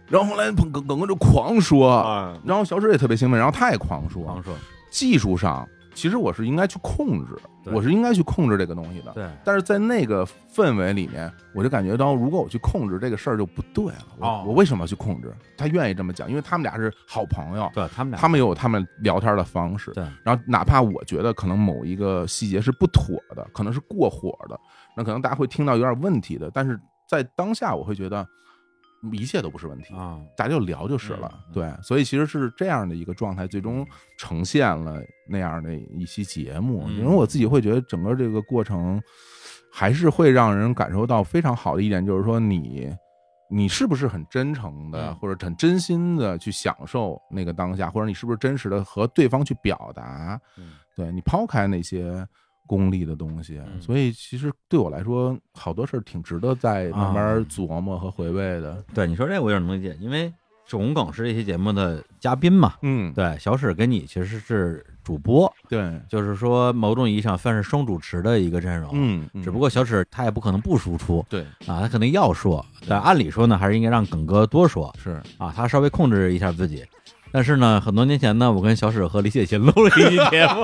[SPEAKER 2] 然后后来耿耿哥就狂说，
[SPEAKER 3] 啊，
[SPEAKER 2] 然后小史也特别兴奋，然后他也狂说，
[SPEAKER 1] 王硕，
[SPEAKER 2] 技术上，其实我是应该去控制，
[SPEAKER 1] 对
[SPEAKER 2] 我是应该去控制这个东西的。
[SPEAKER 1] 对，
[SPEAKER 2] 但是在那个氛围里面，我就感觉到，如果我去控制这个事儿就不对了。我、
[SPEAKER 1] 哦
[SPEAKER 2] 我为什么要去控制？他愿意这么讲，因为他们俩是好朋友，
[SPEAKER 1] 对他们俩，
[SPEAKER 2] 他们有他们聊天的方式。
[SPEAKER 1] 对，
[SPEAKER 2] 然后哪怕我觉得可能某一个细节是不妥的，可能是过火的，那可能大家会听到有点问题的，但是在当下我会觉得一切都不是问题，
[SPEAKER 1] 啊，
[SPEAKER 2] 大家就聊就是了
[SPEAKER 1] 嗯。
[SPEAKER 2] 对，所以其实是这样的一个状态，最终呈现了那样的一期节目。
[SPEAKER 1] 嗯
[SPEAKER 2] 因为我自己会觉得整个这个过程还是会让人感受到非常好的一点，就是说你。你是不是很真诚的，
[SPEAKER 1] 嗯
[SPEAKER 2] 或者很真心的去享受那个当下，或者你是不是真实的和对方去表达？
[SPEAKER 1] 嗯
[SPEAKER 2] 对你抛开那些功利的东西，
[SPEAKER 1] 嗯
[SPEAKER 2] 所以其实对我来说，好多事儿挺值得再慢
[SPEAKER 1] 啊
[SPEAKER 2] 慢琢磨和回味的。
[SPEAKER 1] 对你说这我有点能理解，因为种梗是这期节目的嘉宾嘛。
[SPEAKER 2] 嗯，
[SPEAKER 1] 对，小史跟你其实是主播，
[SPEAKER 2] 对，
[SPEAKER 1] 就是说某种意义上算是双主持的一个阵容。
[SPEAKER 2] 嗯，
[SPEAKER 1] 只不过小史他也不可能不输出
[SPEAKER 2] 对
[SPEAKER 1] 啊，他肯定要说，但按理说呢，还是应该让耿哥多说
[SPEAKER 2] 是
[SPEAKER 1] 啊，他稍微控制一下自己。但是呢，很多年前呢，我跟小史和李雪琴 录了一期节目，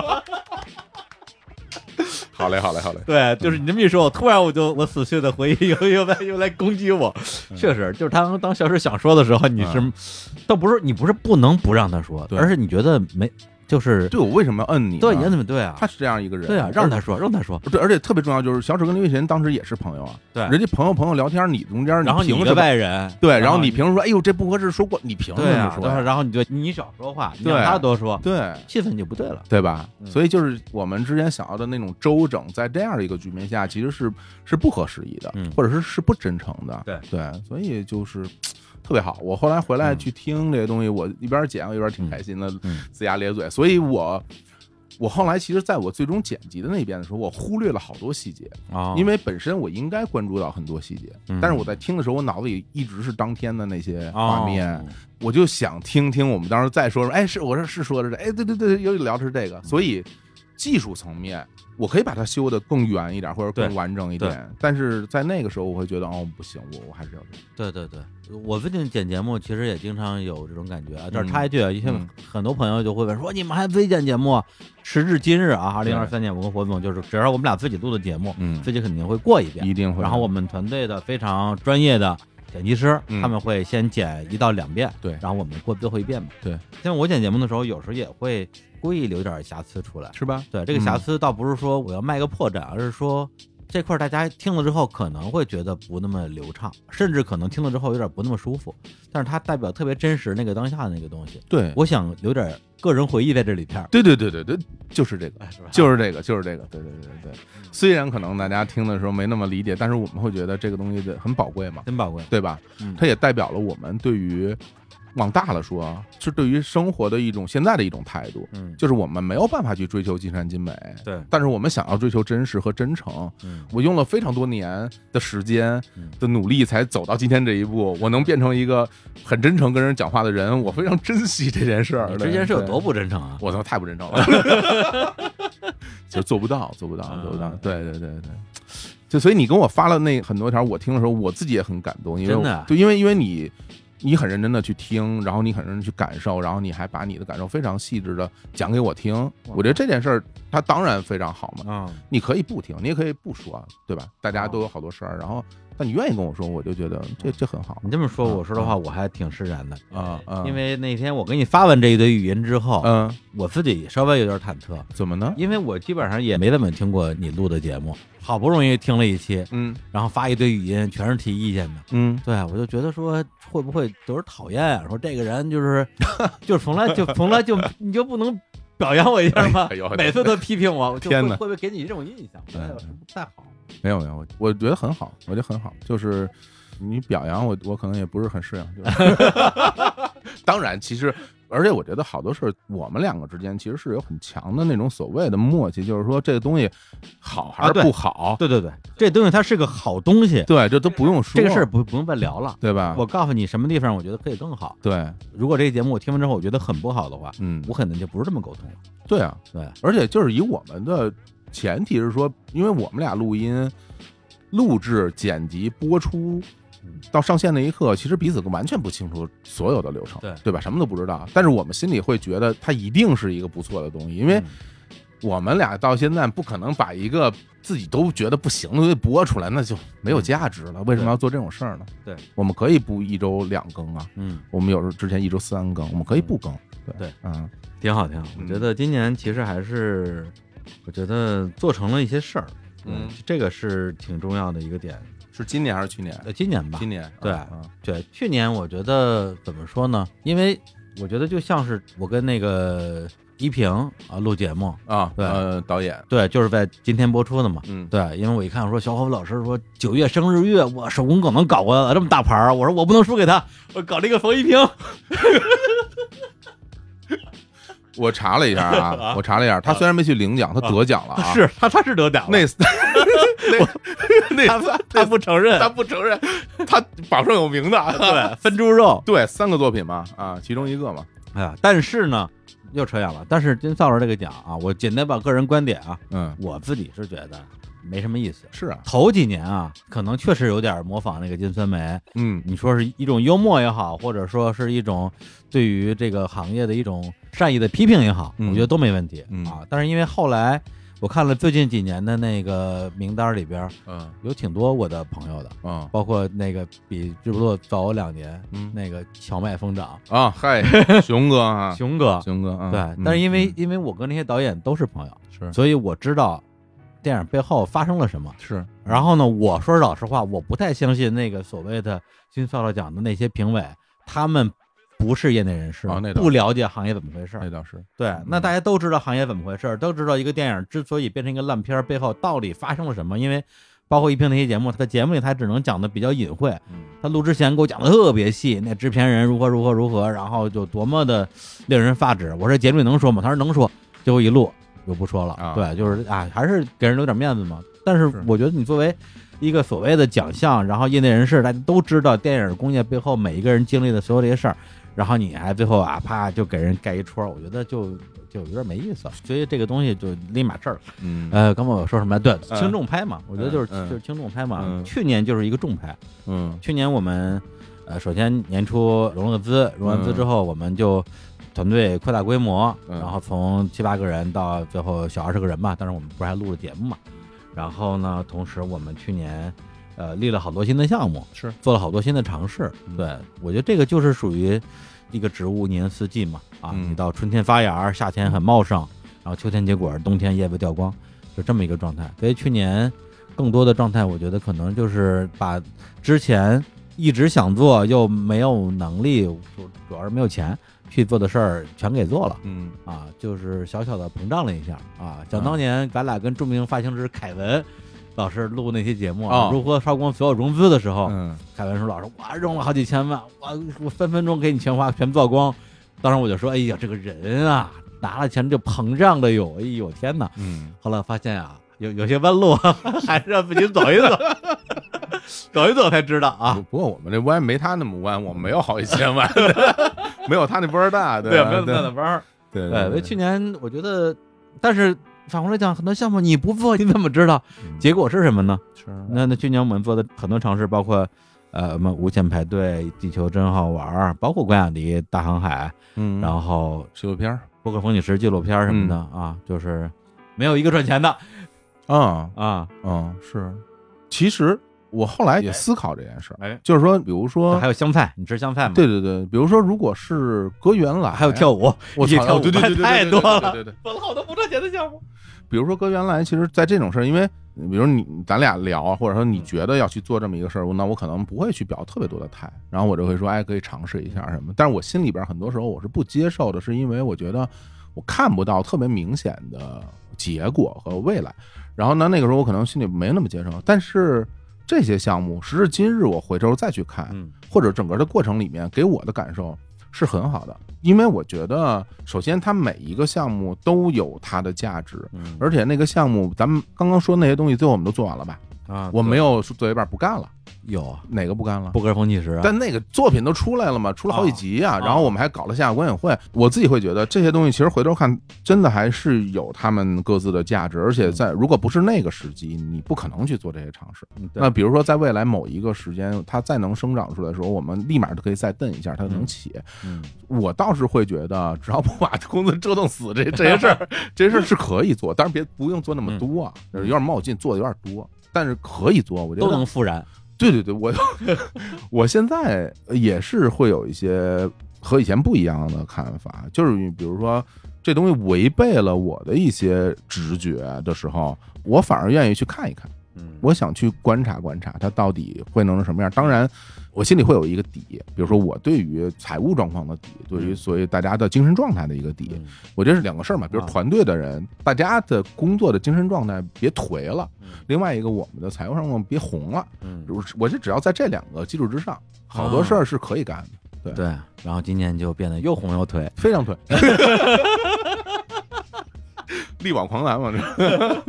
[SPEAKER 2] 好嘞，好嘞，好嘞，
[SPEAKER 3] 对，就是你这么一说，我突然我就我死去的回忆又又来又来攻击我，确实就是他当小史想说的时候，你是
[SPEAKER 2] 嗯
[SPEAKER 1] 倒不是你不是不能不让他说，
[SPEAKER 2] 对
[SPEAKER 1] 而是你觉得没就是
[SPEAKER 2] 对我为什么要摁你呢？
[SPEAKER 1] 对你怎么对啊？
[SPEAKER 2] 他是这样一个人，
[SPEAKER 1] 对啊，让
[SPEAKER 2] 而。
[SPEAKER 1] 他说，让他说，
[SPEAKER 2] 对，而且特别重要就是小史跟刘雨辰当时也是朋友啊，
[SPEAKER 1] 对
[SPEAKER 2] 人家朋友朋友聊天，你中间
[SPEAKER 1] 然后你
[SPEAKER 2] 凭
[SPEAKER 1] 一
[SPEAKER 2] 什
[SPEAKER 1] 个
[SPEAKER 2] 么？
[SPEAKER 1] 外人，
[SPEAKER 2] 对，然后你凭什么说？哎呦，这不合适，说过你凭什
[SPEAKER 1] 对
[SPEAKER 2] 么
[SPEAKER 1] 啊，
[SPEAKER 2] 说
[SPEAKER 1] 然后
[SPEAKER 2] 呀？
[SPEAKER 1] 然后你就你少说话，你
[SPEAKER 2] 对
[SPEAKER 1] 让他多说，
[SPEAKER 2] 对，
[SPEAKER 1] 气氛就不对了。
[SPEAKER 2] 对吧？
[SPEAKER 1] 嗯
[SPEAKER 2] 所以就是我们之前想要的那种周整，在这样的一个局面下，其实是是不合时宜的，
[SPEAKER 1] 嗯
[SPEAKER 2] 或者是是不真诚的。
[SPEAKER 1] 对
[SPEAKER 2] 对，所以就是嘖特别好。我后来回来
[SPEAKER 1] 嗯
[SPEAKER 2] 去听这些东西，我一边剪我一边挺开心的，
[SPEAKER 1] 嗯
[SPEAKER 2] 龇牙咧嘴。所以我我后来其实在我最终剪辑的那边的时候，我忽略了好多细节，
[SPEAKER 1] 啊
[SPEAKER 2] 因
[SPEAKER 1] 为
[SPEAKER 2] 为本身我应该关注到很多细节，
[SPEAKER 1] 嗯哦
[SPEAKER 2] 但是我在听的时候，我脑子里一直是当天的那些画面。我就想听听我们当时再说说，哎，是我说是说的是，哎，对对对，又聊的是这
[SPEAKER 1] 嗯
[SPEAKER 2] 个，所以技术层面我可以把它修的更圆一点，或者更
[SPEAKER 1] 对
[SPEAKER 2] 完整一
[SPEAKER 1] 对
[SPEAKER 2] 点，但是在那个时候我会觉得，哦，不行，我我还是要这样
[SPEAKER 1] 对对对，我最近剪节目其实也经常有这种感觉啊。这儿
[SPEAKER 2] 嗯
[SPEAKER 1] 插一句啊，因为
[SPEAKER 2] 嗯
[SPEAKER 1] 很多朋友就会问说，你们还非剪节目啊？时至今日啊，二
[SPEAKER 2] 对
[SPEAKER 1] 零二三年，我跟火总就是，只要我们俩自己录的节目，
[SPEAKER 2] 嗯
[SPEAKER 1] 自己肯定会过一遍，
[SPEAKER 2] 一定会。
[SPEAKER 1] 然后我们团队的非常专业的剪辑师，
[SPEAKER 2] 嗯
[SPEAKER 1] 他们会先剪一到两遍，
[SPEAKER 2] 对
[SPEAKER 1] 然后我们过最后一遍嘛。
[SPEAKER 2] 对，
[SPEAKER 1] 像我剪节目的时候，有时候也会故意留点瑕疵出来。
[SPEAKER 2] 是吧？
[SPEAKER 1] 对，这个瑕疵倒不是说我要卖个破绽，而是说这块儿大家听了之后可能会觉得不那么流畅，甚至可能听了之后有点不那么舒服。但是它代表特别真实那个当下的那个东西，
[SPEAKER 2] 对，
[SPEAKER 1] 我想留点个人回忆在这里边儿。
[SPEAKER 2] 对对对对对，就是这个，
[SPEAKER 1] 哎是吧
[SPEAKER 2] 就是这个，就是这个，对对对对对。虽然可能大家听的时候没那么理解，但是我们会觉得这个东西的很宝贵嘛，
[SPEAKER 1] 真宝贵。
[SPEAKER 2] 对吧？
[SPEAKER 1] 嗯，
[SPEAKER 2] 它也代表了我们对于往大了说，是对于生活的一种现在的一种态度。
[SPEAKER 1] 嗯，
[SPEAKER 2] 就是我们没有办法去追求尽善尽美，
[SPEAKER 1] 对，
[SPEAKER 2] 但是我们想要追求真实和真诚。
[SPEAKER 1] 嗯
[SPEAKER 2] 我用了非常多年的时间
[SPEAKER 1] 嗯
[SPEAKER 2] 的努力，才走到今天这一步。我能变成一个很真诚跟人讲话的人，我非常珍惜这件事儿。
[SPEAKER 1] 你之前是有
[SPEAKER 2] 对
[SPEAKER 1] 多？不真诚啊？
[SPEAKER 2] 我操，太不真诚了， 就做不到，做不到，
[SPEAKER 1] 嗯
[SPEAKER 2] 做不到。对对对对。就所以你跟我发了那很多条，我听的时候我自己也很感动，因为
[SPEAKER 1] 真的啊
[SPEAKER 2] 对，因为因为你你很认真的去听，然后你很认真地去感受，然后你还把你的感受非常细致的讲给我听，我觉得这件事儿它当然非常好嘛，
[SPEAKER 1] 嗯，
[SPEAKER 2] 你可以不听，你也可以不说，对吧？大家都有好多事儿，然后但你愿意跟我说，我就觉得这这很好
[SPEAKER 1] 你这么说，
[SPEAKER 2] 嗯
[SPEAKER 1] 我说的话我还挺释然的，
[SPEAKER 2] 啊啊，
[SPEAKER 1] 因为那天我给你发完这一堆语音之后，
[SPEAKER 2] 嗯，
[SPEAKER 1] 我自己稍微有点忐忑，
[SPEAKER 2] 怎么呢？
[SPEAKER 1] 因为我基本上也没怎么听过你录的节目，好不容易听了一期，
[SPEAKER 2] 嗯
[SPEAKER 1] 然后发一堆语音，全是提意见的。
[SPEAKER 2] 嗯，
[SPEAKER 1] 对，啊我就觉得说会不会有点讨厌啊？说这个人就是 就是从来就从来就你就不能表扬我一下吗
[SPEAKER 2] 哎呦？
[SPEAKER 1] 每次都批评我，我就
[SPEAKER 2] 天
[SPEAKER 1] 会
[SPEAKER 2] 哪
[SPEAKER 1] 会不会给你这种印象？
[SPEAKER 2] 嗯
[SPEAKER 1] 哎呦是不太好。
[SPEAKER 2] 没有没有，我我觉得很好，我觉得很好，就是你表扬我，我可能也不是很适应。就是当然，其实而且我觉得好多事儿，我们两个之间其实是有很强的那种所谓的默契，就是说这个东西好还
[SPEAKER 1] 啊
[SPEAKER 2] 是
[SPEAKER 1] 对
[SPEAKER 2] 不好，
[SPEAKER 1] 对对对，这东西它是个好东西，
[SPEAKER 2] 对这都不用说
[SPEAKER 1] 这个事儿，不不用再聊了。
[SPEAKER 2] 对吧？
[SPEAKER 1] 我告诉你什么地方我觉得可以更好。
[SPEAKER 2] 对，
[SPEAKER 1] 如果这个节目我听完之后我觉得很不好的话，
[SPEAKER 2] 嗯，
[SPEAKER 1] 我可能就不是这么沟通了。
[SPEAKER 2] 对啊，
[SPEAKER 1] 对，
[SPEAKER 2] 而且就是以我们的前提是说，因为我们俩录音、录制、剪辑、播出
[SPEAKER 1] 嗯
[SPEAKER 2] 到上线那一刻，其实彼此完全不清楚所有的流程，
[SPEAKER 1] 对
[SPEAKER 2] 吧？什么都不知道，但是我们心里会觉得它一定是一个不错的东西，因为
[SPEAKER 1] 嗯
[SPEAKER 2] 我们俩到现在不可能把一个自己都觉得不行的东西播出来，那就没有价值了。为什么要做这种事儿呢？
[SPEAKER 1] 对，
[SPEAKER 2] 我们可以不一周两更啊，
[SPEAKER 1] 嗯，
[SPEAKER 2] 我们有时候之前一周三更，我们可以不更。
[SPEAKER 1] 对，
[SPEAKER 2] 嗯，
[SPEAKER 1] 挺好，挺好。我
[SPEAKER 2] 嗯
[SPEAKER 1] 觉得今年其实还是，我觉得做成了一些事儿，
[SPEAKER 2] 嗯
[SPEAKER 1] 对，这个是挺重要的一个点。
[SPEAKER 2] 是今年还是去年？
[SPEAKER 1] 呃，今年吧，
[SPEAKER 2] 今年
[SPEAKER 1] 对
[SPEAKER 2] 啊啊
[SPEAKER 1] 对，去年我觉得怎么说呢？因为我觉得就像是我跟那个依萍啊录节目，
[SPEAKER 2] 啊，
[SPEAKER 1] 对
[SPEAKER 2] 呃，导演，
[SPEAKER 1] 对，就是在今天播出的嘛。
[SPEAKER 2] 嗯，
[SPEAKER 1] 对，因为我一看说小伙老师说九月生日月，我手工梗能搞过来这么大牌儿，啊我说我不能输给他，我搞了一个冯一平。
[SPEAKER 2] 我查了一下啊， 我查了一下，他虽然没去领奖，他得奖了 啊，
[SPEAKER 3] 是他他是得奖了，
[SPEAKER 2] 那 那那
[SPEAKER 3] 他他不承认
[SPEAKER 2] 他，不承认，他榜上有名的，啊
[SPEAKER 3] 对分猪肉，
[SPEAKER 2] 对，三个作品嘛，啊，其中一个嘛，
[SPEAKER 1] 哎呀，但是呢，又扯远了。但是金扫帚这个奖啊，我简单把个人观点啊，
[SPEAKER 2] 嗯，
[SPEAKER 1] 我自己是觉得没什么意思。
[SPEAKER 2] 是啊，
[SPEAKER 1] 头几年啊，可能确实有点模仿那个金酸梅，
[SPEAKER 2] 嗯
[SPEAKER 1] 你说是一种幽默也好，或者说是一种对于这个行业的一种善意的批评也好，
[SPEAKER 2] 嗯
[SPEAKER 1] 我觉得都没问题、
[SPEAKER 2] 嗯
[SPEAKER 1] 啊。但是因为后来我看了最近几年的那个名单里边，
[SPEAKER 2] 嗯
[SPEAKER 1] 有挺多我的朋友的，
[SPEAKER 2] 嗯
[SPEAKER 1] 包括那个比日不落早两年
[SPEAKER 2] 嗯
[SPEAKER 1] 那个荞麦疯长
[SPEAKER 2] 啊， 嗨，熊哥啊，
[SPEAKER 1] 熊哥，
[SPEAKER 2] 熊哥啊，
[SPEAKER 1] 对
[SPEAKER 2] 嗯，
[SPEAKER 1] 但是因为
[SPEAKER 2] 嗯
[SPEAKER 1] 因为我跟那些导演都是朋友，
[SPEAKER 2] 是
[SPEAKER 1] 所以我知道电影背后发生了什么。
[SPEAKER 2] 是，
[SPEAKER 1] 然后呢，我说老实话，我不太相信那个所谓的金扫帚奖的那些评委，他们不是业内人士，
[SPEAKER 2] 啊那倒
[SPEAKER 1] 不了解行业怎么回事
[SPEAKER 2] 那嗯
[SPEAKER 1] 儿。
[SPEAKER 2] 倒是，
[SPEAKER 1] 对，那大家都知道行业怎么回事儿，都知道一个电影之所以变成一个烂片儿，背后到底发生了什么。因为包括一平那些节目，他在节目里他只能讲的比较隐晦，
[SPEAKER 2] 嗯
[SPEAKER 1] 他录之前给我讲的特别细，那制片人如何如何如何，然后就多么的令人发指。我说节目里能说吗？他说能说，结果一录就不说了。
[SPEAKER 2] 啊
[SPEAKER 1] 对，就是啊，还是给人留点面子嘛。但是
[SPEAKER 2] 是
[SPEAKER 1] 我觉得你作为一个所谓的奖项，然后业内人士大家都知道电影工业背后每一个人经历的所有这些事儿，然后你还最后啊啪就给人盖一戳，我觉得就就有点没意思。所以这个东西就立马这儿了。
[SPEAKER 2] 嗯
[SPEAKER 1] 呃，刚刚我说什么来？对，
[SPEAKER 2] 嗯
[SPEAKER 1] 轻重拍嘛，我觉得就是
[SPEAKER 2] 嗯嗯
[SPEAKER 1] 就是轻重拍嘛。
[SPEAKER 2] 嗯
[SPEAKER 1] 去年就是一个重拍。
[SPEAKER 2] 嗯
[SPEAKER 1] 去年我们呃，首先年初融了资，融完资之后，我们就团队扩大规模，
[SPEAKER 2] 嗯
[SPEAKER 1] 然后从七八个人到最后小二十个人吧。当时我们不是还录了节目嘛？然后呢，同时我们去年呃立了好多新的项目，
[SPEAKER 2] 是
[SPEAKER 1] 做了好多新的尝试。
[SPEAKER 2] 嗯
[SPEAKER 1] 对我觉得这个就是属于一个植物一年四季嘛，啊，
[SPEAKER 2] 嗯
[SPEAKER 1] 你到春天发芽儿，夏天很茂盛，然后秋天结果，冬天叶子掉光，就这么一个状态。所以去年更多的状态，我觉得可能就是把之前一直想做又没有能力，主主要是没有钱去做的事儿，全给做了。
[SPEAKER 2] 嗯
[SPEAKER 1] 啊，就是小小的膨胀了一下啊。想当年，咱俩跟著名发型师凯文老师录那期节目啊
[SPEAKER 2] 哦
[SPEAKER 1] 如何烧光所有融资的时候，
[SPEAKER 2] 嗯
[SPEAKER 1] 凯文说：“老师，我融了好几千万，我我分分钟给你全花全做光。”当时我就说：“哎呀，这个人啊，拿了钱就膨胀的哟，哎呦天哪
[SPEAKER 2] 嗯！”
[SPEAKER 1] 后来发现啊，有有些弯路啊 还是要自己走一走， 走一走才知道啊
[SPEAKER 2] 不。不过我们这弯没他那么弯，我们没有好几千万，没有他那波儿大，
[SPEAKER 3] 对，
[SPEAKER 2] 啊
[SPEAKER 3] 没有
[SPEAKER 2] 对
[SPEAKER 3] 那么玩儿，
[SPEAKER 2] 对
[SPEAKER 1] 对，所以去年我觉得，但是反过来讲，很多项目你不做，你怎么知道
[SPEAKER 2] 嗯
[SPEAKER 1] 结果是什么呢？
[SPEAKER 2] 是
[SPEAKER 1] 那那去年我们做的很多尝试，包括呃，我们无限排队、地球真好玩儿，包括关雅迪、大航海，
[SPEAKER 2] 嗯，
[SPEAKER 1] 然后
[SPEAKER 2] 纪录片儿
[SPEAKER 1] 包括风景石纪录片儿什么的、
[SPEAKER 2] 嗯
[SPEAKER 1] 啊，就是没有一个赚钱的
[SPEAKER 2] 啊
[SPEAKER 1] 啊，
[SPEAKER 2] 嗯，是。其实我后来也思考这件事儿，
[SPEAKER 3] 哎，
[SPEAKER 2] 就是说，比如说
[SPEAKER 1] 还，有香菜，你吃香菜吗？
[SPEAKER 2] 对，哎对对，比如说，如果是搁原来，
[SPEAKER 1] 还有跳 舞，
[SPEAKER 2] 我
[SPEAKER 1] 一
[SPEAKER 2] 操，
[SPEAKER 1] 跳舞
[SPEAKER 2] 对对对对对
[SPEAKER 1] 太
[SPEAKER 2] 对
[SPEAKER 1] 多
[SPEAKER 2] 对
[SPEAKER 1] 了
[SPEAKER 2] 对对对，
[SPEAKER 3] 做了好多不赚钱的项目，
[SPEAKER 2] 比如说搁原来，其实，在这种事儿，因为比如你咱俩聊，啊或者说你觉得要去做这么一个事儿，那我可能不会去表特别多的态，然后我就会说，哎，可以尝试一下什么。但是我心里边很多时候我是不接受的，是因为我觉得我看不到特别明显的结果和未来。然后呢，那个时候我可能心里没那么接受，但是这些项目时至今日，我回头再去看，
[SPEAKER 1] 嗯
[SPEAKER 2] 或者整个的过程里面给我的感受是很好的，因为我觉得首先它每一个项目都有它的价值，
[SPEAKER 1] 嗯
[SPEAKER 2] 而且那个项目咱们刚刚说那些东西，最后我们都做完了吧？
[SPEAKER 1] 啊，
[SPEAKER 2] 我没
[SPEAKER 1] 有
[SPEAKER 2] 有说做一半不干了，
[SPEAKER 1] 有
[SPEAKER 2] 哪个不干了？
[SPEAKER 1] 不跟风啊纪石，
[SPEAKER 2] 但那个作品都出来了嘛，出了好几集啊，
[SPEAKER 1] 啊
[SPEAKER 2] 然后我们还搞了线下观影会。我自己会觉得这些东西其实回头看，真的还是有他们各自的价值，而且在如果不是那个时机，你不可能去做这些尝试。
[SPEAKER 1] 嗯对
[SPEAKER 2] 那比如说，在未来某一个时间，它再能生长出来的时候，我们立马就可以再蹬一下，它能起。
[SPEAKER 1] 嗯
[SPEAKER 2] 我倒是会觉得，只要不把工资折腾死，这这些 事儿，这些事儿是可以做，但是别不用做那么多啊，就是有点冒进，做的有点多，但是可以做。我觉
[SPEAKER 1] 嗯都
[SPEAKER 2] 得
[SPEAKER 1] 能，复燃，
[SPEAKER 2] 对对对，我 我现在也是会有一些和以前不一样的看法，就是比如说这东西违背了我的一些直觉的时候，我反而愿意去看一看。
[SPEAKER 1] 嗯，
[SPEAKER 2] 我想去观察观察它到底会弄成什么样。当然，我心里会有一个底，比如说我对于财务状况的底，对于所谓大家的精神状态的一个底，
[SPEAKER 1] 嗯
[SPEAKER 2] 我觉得是两个事儿嘛。比如
[SPEAKER 1] 啊
[SPEAKER 2] 团队的人，大家的工作的精神状态别颓了
[SPEAKER 1] 嗯；
[SPEAKER 2] 另外一个，我们的财务状况别红了。
[SPEAKER 1] 嗯
[SPEAKER 2] 我我就只要在这两个基础之上，好
[SPEAKER 1] 啊
[SPEAKER 2] 多事儿是可以干的，
[SPEAKER 1] 对，然后今年就变得又红又颓，
[SPEAKER 2] 非常推。力挽狂澜嘛，这，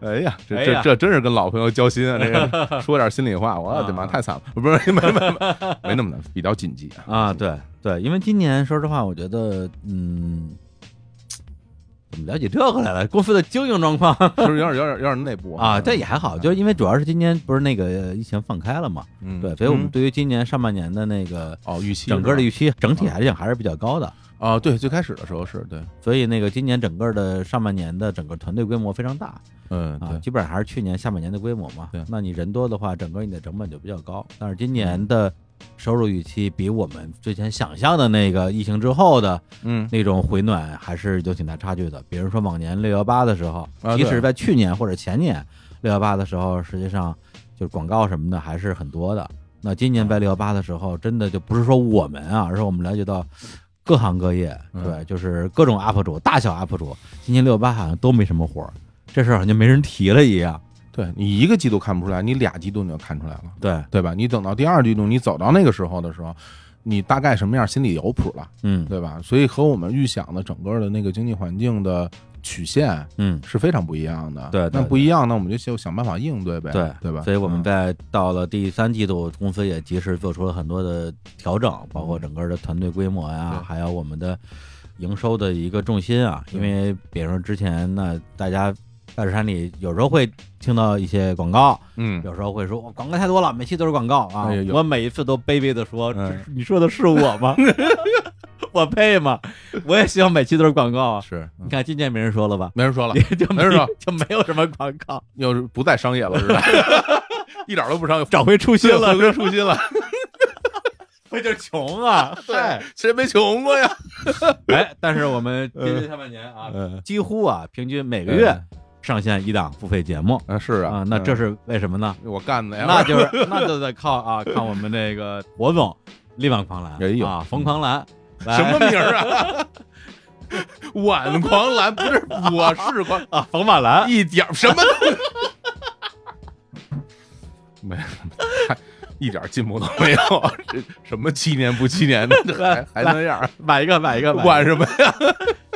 [SPEAKER 2] 哎呀，这
[SPEAKER 3] 哎呀
[SPEAKER 2] 这这真是跟老朋友交心啊！这个说点心里话，我的妈，太惨了， 不是没没没没那么难，比较紧急啊。
[SPEAKER 1] 啊，对对，因为今年说实话，我觉得，嗯，怎么聊起这个来了？公司的经营状况
[SPEAKER 2] 就是有点有点有点内部
[SPEAKER 1] 啊，这也还好，就是因为主要是今年不是那个呃疫情放开了嘛，
[SPEAKER 2] 嗯
[SPEAKER 1] 对，所以我们
[SPEAKER 2] 嗯
[SPEAKER 1] 对于今年上半年的那个
[SPEAKER 2] 哦预期
[SPEAKER 1] 整个的
[SPEAKER 2] 是
[SPEAKER 1] 预期，整体
[SPEAKER 2] 嗯
[SPEAKER 1] 来讲还是比较高的。
[SPEAKER 2] 吧哦对，最开始的时候是对，
[SPEAKER 1] 所以那个今年整个的上半年的整个团队规模非常大
[SPEAKER 2] 嗯
[SPEAKER 1] 啊，
[SPEAKER 2] 对，
[SPEAKER 1] 基本上还是去年下半年的规模嘛
[SPEAKER 2] 对。嗯
[SPEAKER 1] 那你人多的话，整个你的成本就比较高。但是今年的收入预期比我们之前想象的那个疫情之后的
[SPEAKER 2] 嗯
[SPEAKER 1] 那种回暖还是有挺大差距的。比如说往年六幺八的时候
[SPEAKER 2] 啊，
[SPEAKER 1] 即
[SPEAKER 2] 对
[SPEAKER 1] 使在去年或者前年六幺八的时候，实际上就是广告什么的还是很多的。那今年在六幺八的时候，真的就不是说我们啊，而是我们了解到各行各业，
[SPEAKER 2] 嗯
[SPEAKER 1] 对，就是各种 UP 主、大小 UP 主，今年六幺八好像都没什么活儿，这事儿好像没人提了一样。
[SPEAKER 2] 对你一个季度看不出来，你俩季度你就看出来了。
[SPEAKER 1] 对，
[SPEAKER 2] 对吧？你等到第二季度，你走到那个时候的时候，你大概什么样心里有谱了，
[SPEAKER 1] 嗯
[SPEAKER 2] 对吧？所以和我们预想的整个的那个经济环境的曲线
[SPEAKER 1] 嗯。
[SPEAKER 2] 是非常不一样的。
[SPEAKER 1] 对对对
[SPEAKER 2] 那不一样，那我们就就想办法应对呗，
[SPEAKER 1] 对
[SPEAKER 2] 对吧？嗯
[SPEAKER 1] 所以我们在到了第三季度，公司也及时做出了很多的调整，包括整个的团队规模呀
[SPEAKER 2] 嗯对，
[SPEAKER 1] 还有我们的营收的一个重心啊。因
[SPEAKER 2] 对
[SPEAKER 1] 为比如说之前呢，大家在这山里有时候会听到一些广告，
[SPEAKER 2] 嗯，
[SPEAKER 1] 有时候会说哇广告太多了，每期都是广告啊
[SPEAKER 2] 哎呀。有
[SPEAKER 1] 我每一次都卑微的说
[SPEAKER 2] 嗯，
[SPEAKER 1] 你说的是我 吗？我配吗？我也希望每期都是广告啊。
[SPEAKER 2] 是嗯
[SPEAKER 1] 你看今年没人说了 吧？
[SPEAKER 2] 没人说了，
[SPEAKER 1] 就
[SPEAKER 2] 没人说
[SPEAKER 1] 就没有什么广告，
[SPEAKER 2] 要是不再商业了，是 吧？一点都不商业，
[SPEAKER 1] 找回初心了，
[SPEAKER 2] 回归初心了。
[SPEAKER 1] 我就是穷啊！
[SPEAKER 2] 对，谁没穷过呀？
[SPEAKER 1] 哎，但是我们今年下半年啊，
[SPEAKER 2] 嗯，
[SPEAKER 1] 几乎啊平均每个月上线一档付费节目
[SPEAKER 2] 啊是
[SPEAKER 1] 啊哎
[SPEAKER 2] 啊，，
[SPEAKER 1] 那这
[SPEAKER 2] 嗯
[SPEAKER 1] 是为什么呢？
[SPEAKER 2] 我干的呀。
[SPEAKER 1] 那就是那就得靠 啊，看我们这个火总力挽狂澜，
[SPEAKER 2] 哎呦
[SPEAKER 1] 啊，冯狂澜，来
[SPEAKER 2] 什么名儿啊？ 挽狂澜不是，我是狂，
[SPEAKER 1] 啊？冯马澜，
[SPEAKER 2] 一点儿什么都 没，还一点儿进步都没有。这什么七年不七年的，这还还那样儿？
[SPEAKER 1] 买一个，买一个，买一个
[SPEAKER 2] 管什么呀？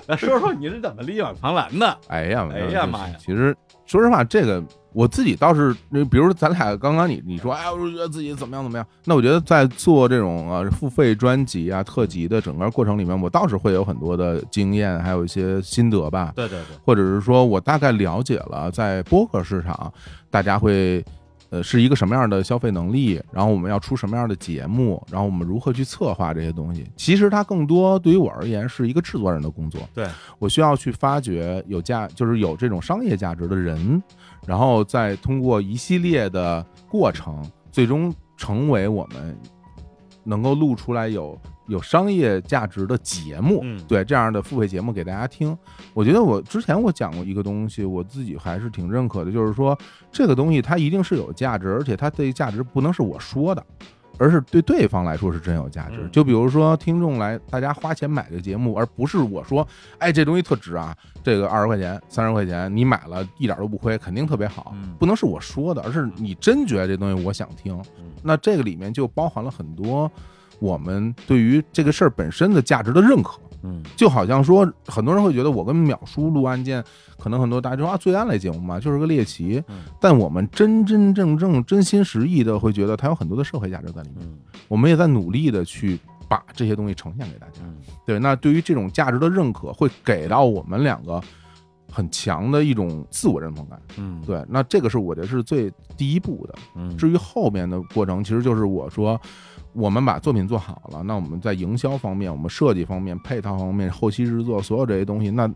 [SPEAKER 1] 来说说你是怎么力挽狂澜的？
[SPEAKER 2] 哎呀，
[SPEAKER 1] 哎呀妈呀
[SPEAKER 2] 其实说实话，这个我自己倒是，那比如说咱俩刚刚你你说，哎，我就觉得自己怎么样怎么样。那我觉得在做这种呃付费专辑啊、特辑的整个过程里面，我倒是会有很多的经验，还有一些心得吧。
[SPEAKER 1] 对对对，
[SPEAKER 2] 或者是说我大概了解了在播客市场，大家会呃是一个什么样的消费能力，然后我们要出什么样的节目，然后我们如何去策划这些东西。其实它更多对于我而言是一个制作人的工作，
[SPEAKER 1] 对
[SPEAKER 2] 我需要去发掘有价，就是有这种商业价值的人，然后再通过一系列的过程，最终成为我们能够录出来有有商业价值的节目。
[SPEAKER 1] 嗯
[SPEAKER 2] 对这样的付费节目给大家听。我觉得我之前我讲过一个东西，我自己还是挺认可的，就是说这个东西它一定是有价值，而且它的价值不能是我说的。而是对对方来说是真有价值
[SPEAKER 1] 嗯。
[SPEAKER 2] 就比如说听众来，大家花钱买这节目，而不是我说，哎，这东西特值啊，这个二十块钱、三十块钱，你买了一点都不亏，肯定特别好
[SPEAKER 1] 嗯。
[SPEAKER 2] 不能是我说的，而是你真觉得这东西我想听
[SPEAKER 1] 嗯。
[SPEAKER 2] 那这个里面就包含了很多我们对于这个事儿本身的价值的认可。
[SPEAKER 1] 嗯
[SPEAKER 2] 就好像说，很多人会觉得我跟淼叔录案件，可能很多大家就说啊，罪案类节目嘛，就是个猎奇
[SPEAKER 1] 嗯。
[SPEAKER 2] 但我们真真正正、真心实意的会觉得它有很多的社会价值在里面。
[SPEAKER 1] 嗯
[SPEAKER 2] 我们也在努力的去把这些东西呈现给大家。
[SPEAKER 1] 嗯，
[SPEAKER 2] 对，那对于这种价值的认可，会给到我们两个很强的一种自我认同感。
[SPEAKER 1] 嗯，
[SPEAKER 2] 对，那这个是我觉得是最第一步的。
[SPEAKER 1] 嗯，
[SPEAKER 2] 至于后面的过程，其实就是我说，我们把作品做好了，那我们在营销方面、我们设计方面、配套方面、后期制作所有这些东西，那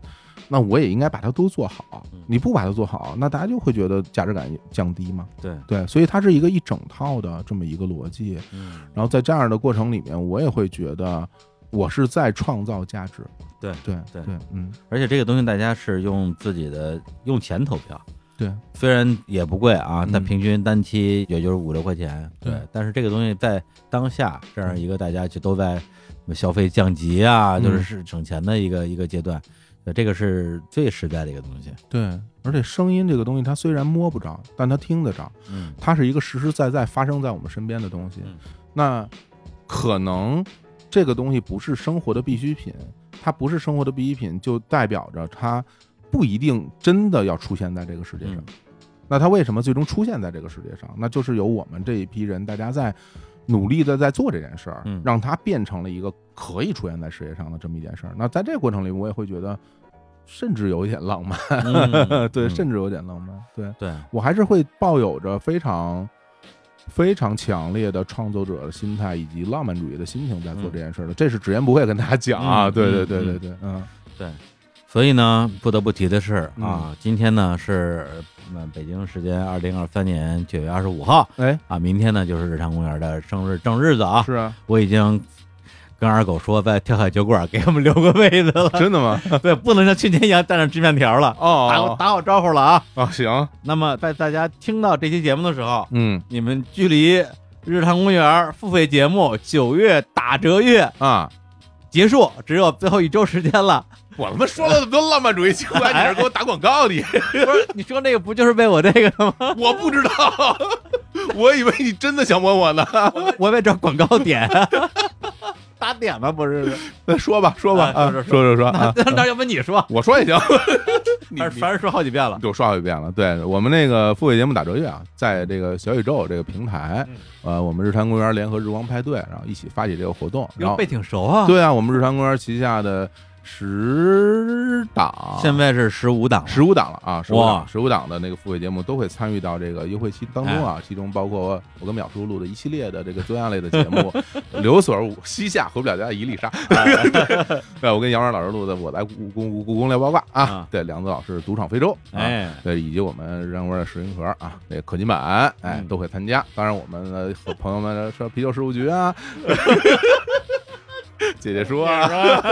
[SPEAKER 2] 那我也应该把它都做好
[SPEAKER 1] 嗯。
[SPEAKER 2] 你不把它做好，那大家就会觉得价值感降低嘛。
[SPEAKER 1] 对，
[SPEAKER 2] 对，所以它是一个一整套的这么一个逻辑。
[SPEAKER 1] 嗯
[SPEAKER 2] 然后在这样的过程里面，我也会觉得我是在创造价值。
[SPEAKER 1] 对
[SPEAKER 2] 对
[SPEAKER 1] 对
[SPEAKER 2] 对，嗯，
[SPEAKER 1] 而且这个东西大家是用自己的用钱投票，
[SPEAKER 2] 对，
[SPEAKER 1] 虽然也不贵啊
[SPEAKER 2] 嗯，
[SPEAKER 1] 但平均单期也就是五六块钱。
[SPEAKER 2] 对
[SPEAKER 1] 但是这个东西在当下这样一个大家就都在消费降级啊，
[SPEAKER 2] 嗯
[SPEAKER 1] 就是是省钱的一个一个阶段，呃这个是最实在的一个东西。
[SPEAKER 2] 对，而且声音这个东西，它虽然摸不着，但它听得着，
[SPEAKER 1] 嗯
[SPEAKER 2] 它是一个实实在在发生在我们身边的东西。
[SPEAKER 1] 嗯
[SPEAKER 2] 那可能这个东西不是生活的必需品，它不是生活的必需品，就代表着它不一定真的要出现在这个世界上。
[SPEAKER 1] 嗯
[SPEAKER 2] 那它为什么最终出现在这个世界上？那就是有我们这一批人，大家在努力的在做这件事儿
[SPEAKER 1] 嗯，
[SPEAKER 2] 让它变成了一个可以出现在世界上的这么一件事儿。那在这个过程里，我也会觉得，甚至有一点浪漫，
[SPEAKER 1] 嗯
[SPEAKER 2] 对，
[SPEAKER 1] 嗯
[SPEAKER 2] 甚至有点浪漫，对
[SPEAKER 1] 对，
[SPEAKER 2] 我还是会抱有着非常。非常强烈的创作者的心态以及浪漫主义的心情在做这件事儿的，这是直言不讳跟大家讲啊！
[SPEAKER 1] 嗯
[SPEAKER 2] 对对
[SPEAKER 1] 嗯
[SPEAKER 2] 对对
[SPEAKER 1] 嗯
[SPEAKER 2] 对，嗯
[SPEAKER 1] 对，所以呢，不得不提的是啊，今天呢是嗯北京时间二零二三年九月二十五号
[SPEAKER 2] 哎，
[SPEAKER 1] 啊，明天呢就是日常公园的生日正日子啊，
[SPEAKER 2] 是啊，
[SPEAKER 1] 我已经。跟二狗说，在跳海酒馆给我们留个位子 了。
[SPEAKER 2] 真的吗？
[SPEAKER 1] 对，不能像去年一样站着吃面条了，打好
[SPEAKER 2] 哦
[SPEAKER 1] 打好招呼了啊。
[SPEAKER 2] 哦，行，
[SPEAKER 1] 那么在大家听到这期节目的时候，
[SPEAKER 2] 嗯
[SPEAKER 1] 你们距离日坛公园付费节目九月打折月
[SPEAKER 2] 啊，
[SPEAKER 1] 结束只有最后一周时间了。
[SPEAKER 2] 我他妈说了都浪漫主义情怀，你是给我打广告你？
[SPEAKER 1] 不是你说这个不就是为我这个 的吗？
[SPEAKER 2] 我不知道，我以为你真的想问我呢。
[SPEAKER 1] 我为找广告 点，打点吧，不是？
[SPEAKER 2] 那说吧，说吧，
[SPEAKER 1] 啊
[SPEAKER 2] 啊
[SPEAKER 1] 说
[SPEAKER 2] 说
[SPEAKER 1] 说
[SPEAKER 2] 说说啊，
[SPEAKER 1] 那要不你说，
[SPEAKER 2] 我说也行。你哦
[SPEAKER 1] 反正反正说好几遍了。
[SPEAKER 2] 就刷一遍了。对我们那个付费节目打折月啊，在这个小宇宙这个平台
[SPEAKER 3] 嗯，
[SPEAKER 2] 呃，我们日坛公园联合日光派对，然后一起发起这个活动。然
[SPEAKER 1] 哟，
[SPEAKER 2] 后
[SPEAKER 1] 背挺熟啊。，
[SPEAKER 2] 对啊，我们日坛公园旗下的十档，
[SPEAKER 1] 现在是十五档了。
[SPEAKER 2] 十五档了啊，十五
[SPEAKER 1] 哇
[SPEAKER 2] 档，十五档的那个付费节目都会参与到这个优惠期当中
[SPEAKER 1] 哎
[SPEAKER 2] 啊，其中包括我跟淼叔录的一系列的这个专案类的节目，《流所五西夏回不了家的一粒沙》
[SPEAKER 1] 哎
[SPEAKER 2] 对， 对，我跟杨然老师录的《我来故宫故宫聊八卦》啊
[SPEAKER 1] 啊，
[SPEAKER 2] 对，梁子老师《赌场非洲》啊，
[SPEAKER 1] 哎，
[SPEAKER 2] 对，以及我们人文的石云盒啊，这可金版，哎，
[SPEAKER 1] 嗯
[SPEAKER 2] 都会参加。当然，我们的和朋友们说啤酒事务局啊， 姐姐说啊，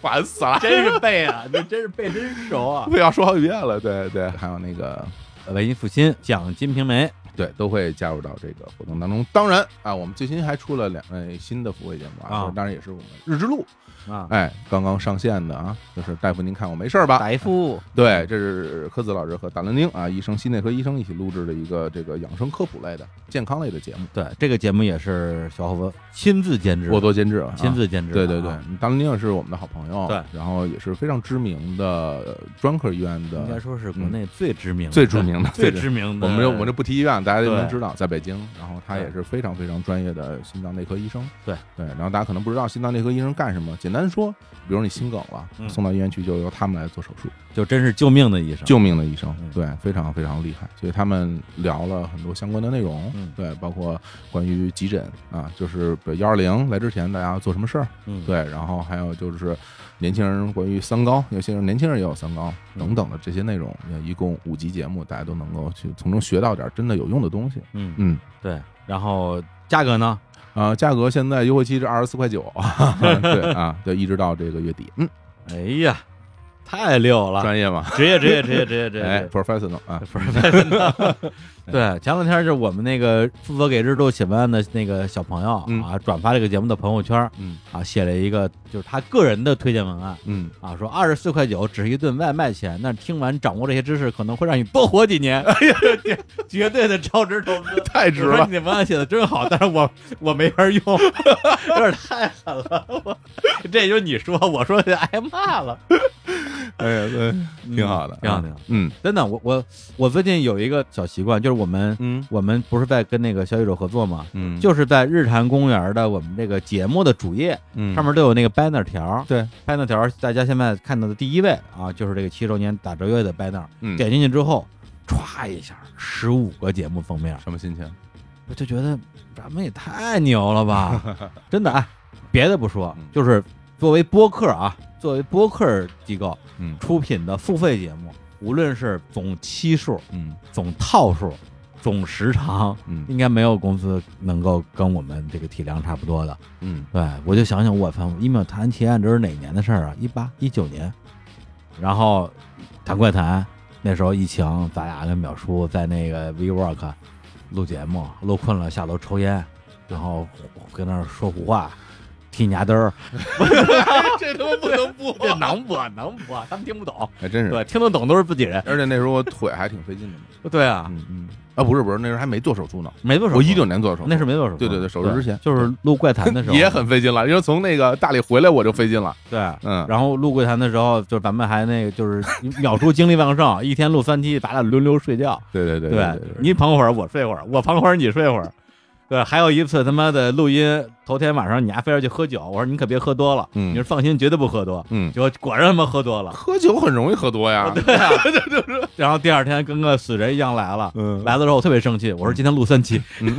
[SPEAKER 2] 烦死了，
[SPEAKER 1] 真是背啊，你真是背真熟啊。
[SPEAKER 2] 非要说好几遍了。对对，还有那个
[SPEAKER 1] 文艺复兴讲《金瓶梅》，
[SPEAKER 2] 对，都会加入到这个活动当中。当然啊，我们最新还出了两位新的付费节目
[SPEAKER 1] 啊
[SPEAKER 2] 啊，就是当然也是我们日之路，
[SPEAKER 1] 啊，
[SPEAKER 2] 哎，刚刚上线的啊，就是大夫您看我没事儿吧？
[SPEAKER 1] 白夫，
[SPEAKER 2] 对，这是柯子老师和达伦丁啊，医生心内科医生一起录制的一个这个养生科普类的健康类的节目。
[SPEAKER 1] 对，这个节目也是小伙子亲自监制的，
[SPEAKER 2] 沃多监制了啊，
[SPEAKER 1] 亲自监制的
[SPEAKER 2] 对
[SPEAKER 1] 啊，
[SPEAKER 2] 对对，达伦丁也是我们的好朋友，
[SPEAKER 1] 对，
[SPEAKER 2] 然后也是非常知名的呃专科医院
[SPEAKER 1] 应该
[SPEAKER 2] 的
[SPEAKER 1] 说是国内最知名的、
[SPEAKER 2] 嗯最著名的
[SPEAKER 1] 最
[SPEAKER 2] 知。
[SPEAKER 1] 知名的。
[SPEAKER 2] 我们这我们这不提医院，大家就能
[SPEAKER 1] 对
[SPEAKER 2] 知道，在北京，然后他
[SPEAKER 1] 对
[SPEAKER 2] 也是非常非常专业的心脏内科医生。
[SPEAKER 1] 对
[SPEAKER 2] 对，然后大家可能不知道心脏内科医生干什么，简单说，比如你心梗了，
[SPEAKER 1] 嗯
[SPEAKER 2] 送到医院去就由他们来做手术，
[SPEAKER 1] 就真是救命的医生，
[SPEAKER 2] 救命的医生
[SPEAKER 1] 嗯，
[SPEAKER 2] 对，非常非常厉害。所以他们聊了很多相关的内容
[SPEAKER 1] 嗯，
[SPEAKER 2] 对，包括关于急诊啊，就是幺二零来之前大家要做什么事儿，
[SPEAKER 1] 嗯，
[SPEAKER 2] 对，然后还有就是年轻人关于三高，有些人年轻人也有三高等等的这些内容，也一共五集节目，大家都能够去从中学到点儿真的有用的东西。
[SPEAKER 1] 嗯嗯
[SPEAKER 2] 嗯，
[SPEAKER 1] 对。然后价格呢？
[SPEAKER 2] 啊、价格现在优惠期是二十四块九，对啊，对，一直到这个月底。嗯，
[SPEAKER 1] 哎呀，太溜了，
[SPEAKER 2] 专业嘛，
[SPEAKER 1] 职啊业职业职业职业职
[SPEAKER 2] 哎
[SPEAKER 1] 业。
[SPEAKER 2] ，professional 啊，
[SPEAKER 1] 不是真的， 对，前两天是我们那个负责给日度写文案的那个小朋友
[SPEAKER 2] 嗯
[SPEAKER 1] 啊，转发这个节目的朋友圈
[SPEAKER 2] 嗯
[SPEAKER 1] 啊，写了一个就是他个人的推荐文案，
[SPEAKER 2] 嗯，
[SPEAKER 1] 啊，说二十四块九只是一顿外卖钱，但是听完掌握这些知识，可能会让你多活几年。哎呀，绝对的超值投资。
[SPEAKER 2] 太值
[SPEAKER 1] 我说
[SPEAKER 2] 了
[SPEAKER 1] 你，的文案写的真好，但是我我没法用， 有点太狠了。我这也就是你说，我说就挨骂了， 嗯
[SPEAKER 2] 哎呀，对，挺好的，
[SPEAKER 1] 挺好
[SPEAKER 2] 啊
[SPEAKER 1] 挺好。
[SPEAKER 2] 嗯
[SPEAKER 1] 真的，我我我最近有一个小习惯，就是我们、
[SPEAKER 2] 嗯
[SPEAKER 1] 我们不是在跟那个小宇宙合作嘛，
[SPEAKER 2] 嗯，
[SPEAKER 1] 就是在日坛公园的我们这个节目的主页
[SPEAKER 2] 嗯
[SPEAKER 1] 上面都有那个 banner 条，
[SPEAKER 2] 对
[SPEAKER 1] banner 条，大家现在看到的第一位啊，就是这个七周年打折月的 banner。
[SPEAKER 2] 嗯，
[SPEAKER 1] 点进去之后，歘一下，十五个节目封面，
[SPEAKER 2] 什么心情？
[SPEAKER 1] 我就觉得咱们也太牛了 吧！真的，哎，别的不说，
[SPEAKER 2] 嗯
[SPEAKER 1] 就是作为播客啊，作为播客机构
[SPEAKER 2] 嗯
[SPEAKER 1] 出品的付费节目，无论是总期数、
[SPEAKER 2] 嗯
[SPEAKER 1] 总套数、总时长，
[SPEAKER 2] 嗯
[SPEAKER 1] 应该没有公司能够跟我们这个体量差不多的。
[SPEAKER 2] 嗯，
[SPEAKER 1] 对，我就想想，我操，一秒谈奇案这是哪年的事儿啊？一八一九年，然后谈怪谈，那时候疫情，咱俩跟淼叔在那个 WeWork 录节目，录困了下楼抽烟，然后跟那儿说胡话，踢你牙灯儿，
[SPEAKER 3] 这他妈不能播，这能播能播，他们听不懂。
[SPEAKER 2] 还真是。
[SPEAKER 3] 对，听得懂都是自己人。
[SPEAKER 2] 而且那时候我腿还挺费劲的嘛，
[SPEAKER 3] 对啊，
[SPEAKER 2] 嗯嗯，啊不是不是，那时候还没做手术呢，
[SPEAKER 1] 没多少。
[SPEAKER 2] 我一九年做的手术，
[SPEAKER 1] 那是没多少。
[SPEAKER 2] 对对对手术之前
[SPEAKER 1] 就是录怪谈的时候
[SPEAKER 2] 也很费劲了，因为从那个大理回来我就费劲了，
[SPEAKER 1] 对。
[SPEAKER 2] 嗯，
[SPEAKER 1] 然后录怪谈的时候，就咱们还那个，就是秒叔精力旺盛， 一天录三期，咱俩轮流睡觉。
[SPEAKER 2] 对对对
[SPEAKER 1] 对
[SPEAKER 2] 对，
[SPEAKER 1] 你捧会儿我睡会儿，我捧会儿你睡会儿。对，还有一次他妈的录音，头天晚上你还非要去喝酒，我说你可别喝多了，
[SPEAKER 2] 嗯
[SPEAKER 1] 你说放心，绝对不喝多。
[SPEAKER 2] 嗯，
[SPEAKER 1] 结果果然他妈喝多 了，
[SPEAKER 2] 喝酒很容易喝多呀，
[SPEAKER 1] 对啊，然后第二天跟个死人一样来了，
[SPEAKER 2] 嗯
[SPEAKER 1] 来的时候我特别生气，我说今天录三期，
[SPEAKER 2] 嗯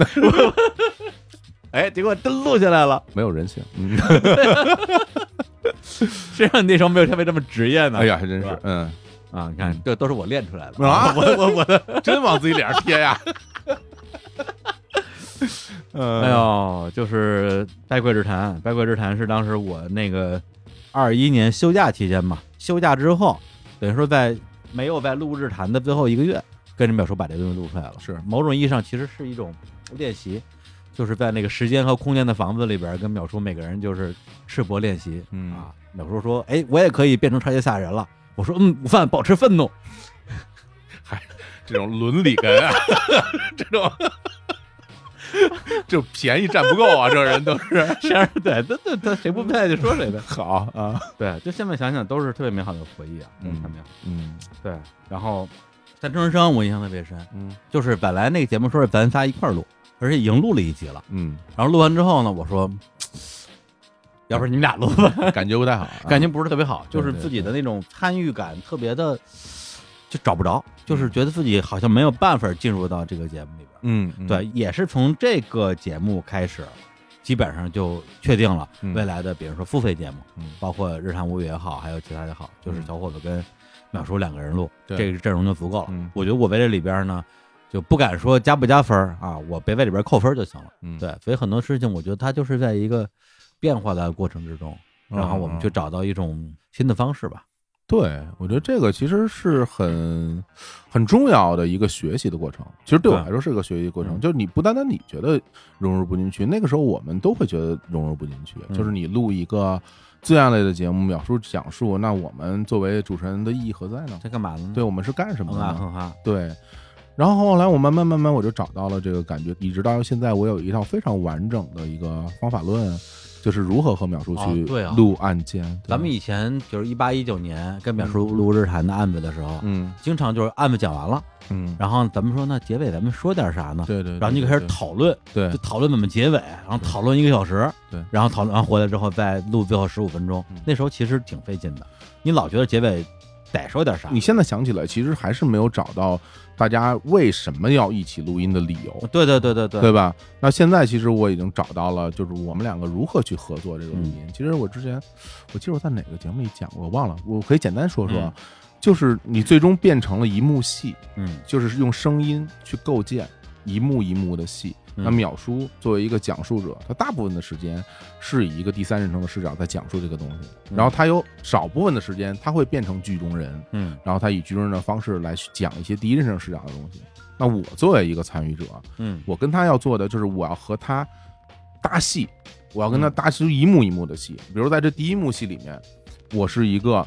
[SPEAKER 1] 哎，结果真录下来了，
[SPEAKER 2] 没有人性，嗯，
[SPEAKER 1] 谁让你那时候没有像为这么职业呢？
[SPEAKER 2] 哎呀，还真
[SPEAKER 1] 是
[SPEAKER 2] 是
[SPEAKER 1] 吧，
[SPEAKER 2] 嗯，
[SPEAKER 1] 啊，你看这都是我练出来的
[SPEAKER 2] 啊
[SPEAKER 1] 我我我的，
[SPEAKER 2] 真往自己脸上 贴呀，嗯，
[SPEAKER 1] 哎，呦，就是《拜跪之谈》，《拜跪之谈》是当时我那个二一年休假期间嘛，休假之后，等于说在没有在录日谈的最后一个月，跟着淼叔把这东西录出来了。
[SPEAKER 2] 是
[SPEAKER 1] 某种意义上其实是一种练习，就是在那个时间和空间的房子里边，跟淼叔每个人就是赤膊练习。
[SPEAKER 2] 嗯
[SPEAKER 1] 啊，淼叔说：“哎，我也可以变成超级赛亚人了。”我说：“嗯，午饭保持愤 怒。
[SPEAKER 2] 这种伦理根啊， 这种。 就便宜占不够啊！这人都是”
[SPEAKER 1] 谁让对，这这这谁不配就说谁呗。
[SPEAKER 2] 好啊，
[SPEAKER 1] 对，就现在想想都是特别美好的回忆啊，
[SPEAKER 2] 嗯
[SPEAKER 1] 特别美好。
[SPEAKER 2] 嗯
[SPEAKER 1] 对，然后在郑人生我印象特别深，
[SPEAKER 2] 嗯
[SPEAKER 1] 就是本来那个节目说是咱仨一块儿录，而且已经录了一集了。
[SPEAKER 2] 嗯，
[SPEAKER 1] 然后录完之后呢，我说，要不然你们俩录吧，
[SPEAKER 2] 感觉不太好啊，
[SPEAKER 1] 感觉不是特别好，
[SPEAKER 2] 对
[SPEAKER 1] 就是自己的那种参与感特别的就找不着，就是觉得自己好像没有办法进入到这个节目里边。
[SPEAKER 2] 嗯，嗯
[SPEAKER 1] 对，，也是从这个节目开始，基本上就确定了
[SPEAKER 2] 嗯
[SPEAKER 1] 未来的，比如说付费节目，
[SPEAKER 2] 嗯
[SPEAKER 1] 包括日常无语也好，还有其他也好，就是
[SPEAKER 2] 嗯
[SPEAKER 1] 小伙子跟淼叔两个人录，
[SPEAKER 2] 对
[SPEAKER 1] 这个阵容就足够了。
[SPEAKER 2] 嗯
[SPEAKER 1] 我觉得我在这里边呢，就不敢说加不加分儿啊，我别在里边扣分儿就行了。
[SPEAKER 2] 嗯
[SPEAKER 1] 对，所以很多事情，我觉得它就是在一个变化的过程之中，然后我们
[SPEAKER 2] 嗯
[SPEAKER 1] 去找到一种新的方式吧。
[SPEAKER 2] 对，我觉得这个其实是很很重要的一个学习的过程。其实对我
[SPEAKER 1] 对
[SPEAKER 2] 来说是个学习过程，
[SPEAKER 1] 嗯
[SPEAKER 2] 就是你不单单你觉得融入不进去，那个时候我们都会觉得融入不进去。
[SPEAKER 1] 嗯
[SPEAKER 2] 就是你录一个自然类的节目，描述讲述，那我们作为主持人的意义何在呢？
[SPEAKER 1] 在干嘛呢？
[SPEAKER 2] 对，我们是干什么
[SPEAKER 1] 嗯
[SPEAKER 2] 的
[SPEAKER 1] 啊，
[SPEAKER 2] 呢？
[SPEAKER 1] 哼哈，
[SPEAKER 2] 对。然后后来我慢慢慢慢我就找到了这个感觉，一直到现在我有一套非常完整的一个方法论，就是如何和淼叔
[SPEAKER 1] 哦
[SPEAKER 2] 去
[SPEAKER 1] 对啊
[SPEAKER 2] 录案件。对
[SPEAKER 1] 咱们以前就是一八一九年跟淼叔录日谈的案子的时候，
[SPEAKER 2] 嗯
[SPEAKER 1] 经常就是案子讲完了，
[SPEAKER 2] 嗯，
[SPEAKER 1] 然后咱们说那结尾咱们说点啥呢？
[SPEAKER 2] 对对，对
[SPEAKER 1] 然后就开
[SPEAKER 2] 对
[SPEAKER 1] 始讨论，
[SPEAKER 2] 对
[SPEAKER 1] 就讨论怎么结尾，然后讨论一个小时，
[SPEAKER 2] 对
[SPEAKER 1] 然后讨论完回来之后再录最后十五分钟
[SPEAKER 2] 嗯，
[SPEAKER 1] 那时候其实挺费劲的，你老觉得结尾得说点啥，
[SPEAKER 2] 你现在想起来，其实还是没有找到大家为什么要一起录音的理由，
[SPEAKER 1] 对对对对对
[SPEAKER 2] 对吧？那现在其实我已经找到了，就是我们两个如何去合作这个录音。其实我之前，我记得我在哪个节目里讲过，我忘了，我可以简单说说。
[SPEAKER 1] 嗯
[SPEAKER 2] 就是你最终变成了一幕戏，
[SPEAKER 1] 嗯
[SPEAKER 2] 就是用声音去构建一幕一幕的戏。
[SPEAKER 1] 嗯
[SPEAKER 2] 那淼叔作为一个讲述者，他大部分的时间是以一个第三人称的视角在讲述这个东西，
[SPEAKER 1] 嗯
[SPEAKER 2] 然后他有少部分的时间，他会变成剧中人，
[SPEAKER 1] 嗯
[SPEAKER 2] 然后他以剧中人的方式来去讲一些第一人称视角的东西。那我作为一个参与者，
[SPEAKER 1] 嗯
[SPEAKER 2] 我跟他要做的就是我要和他搭戏，我要跟
[SPEAKER 1] 嗯
[SPEAKER 2] 他搭出一幕一幕的戏。比如在这第一幕戏里面，我是一个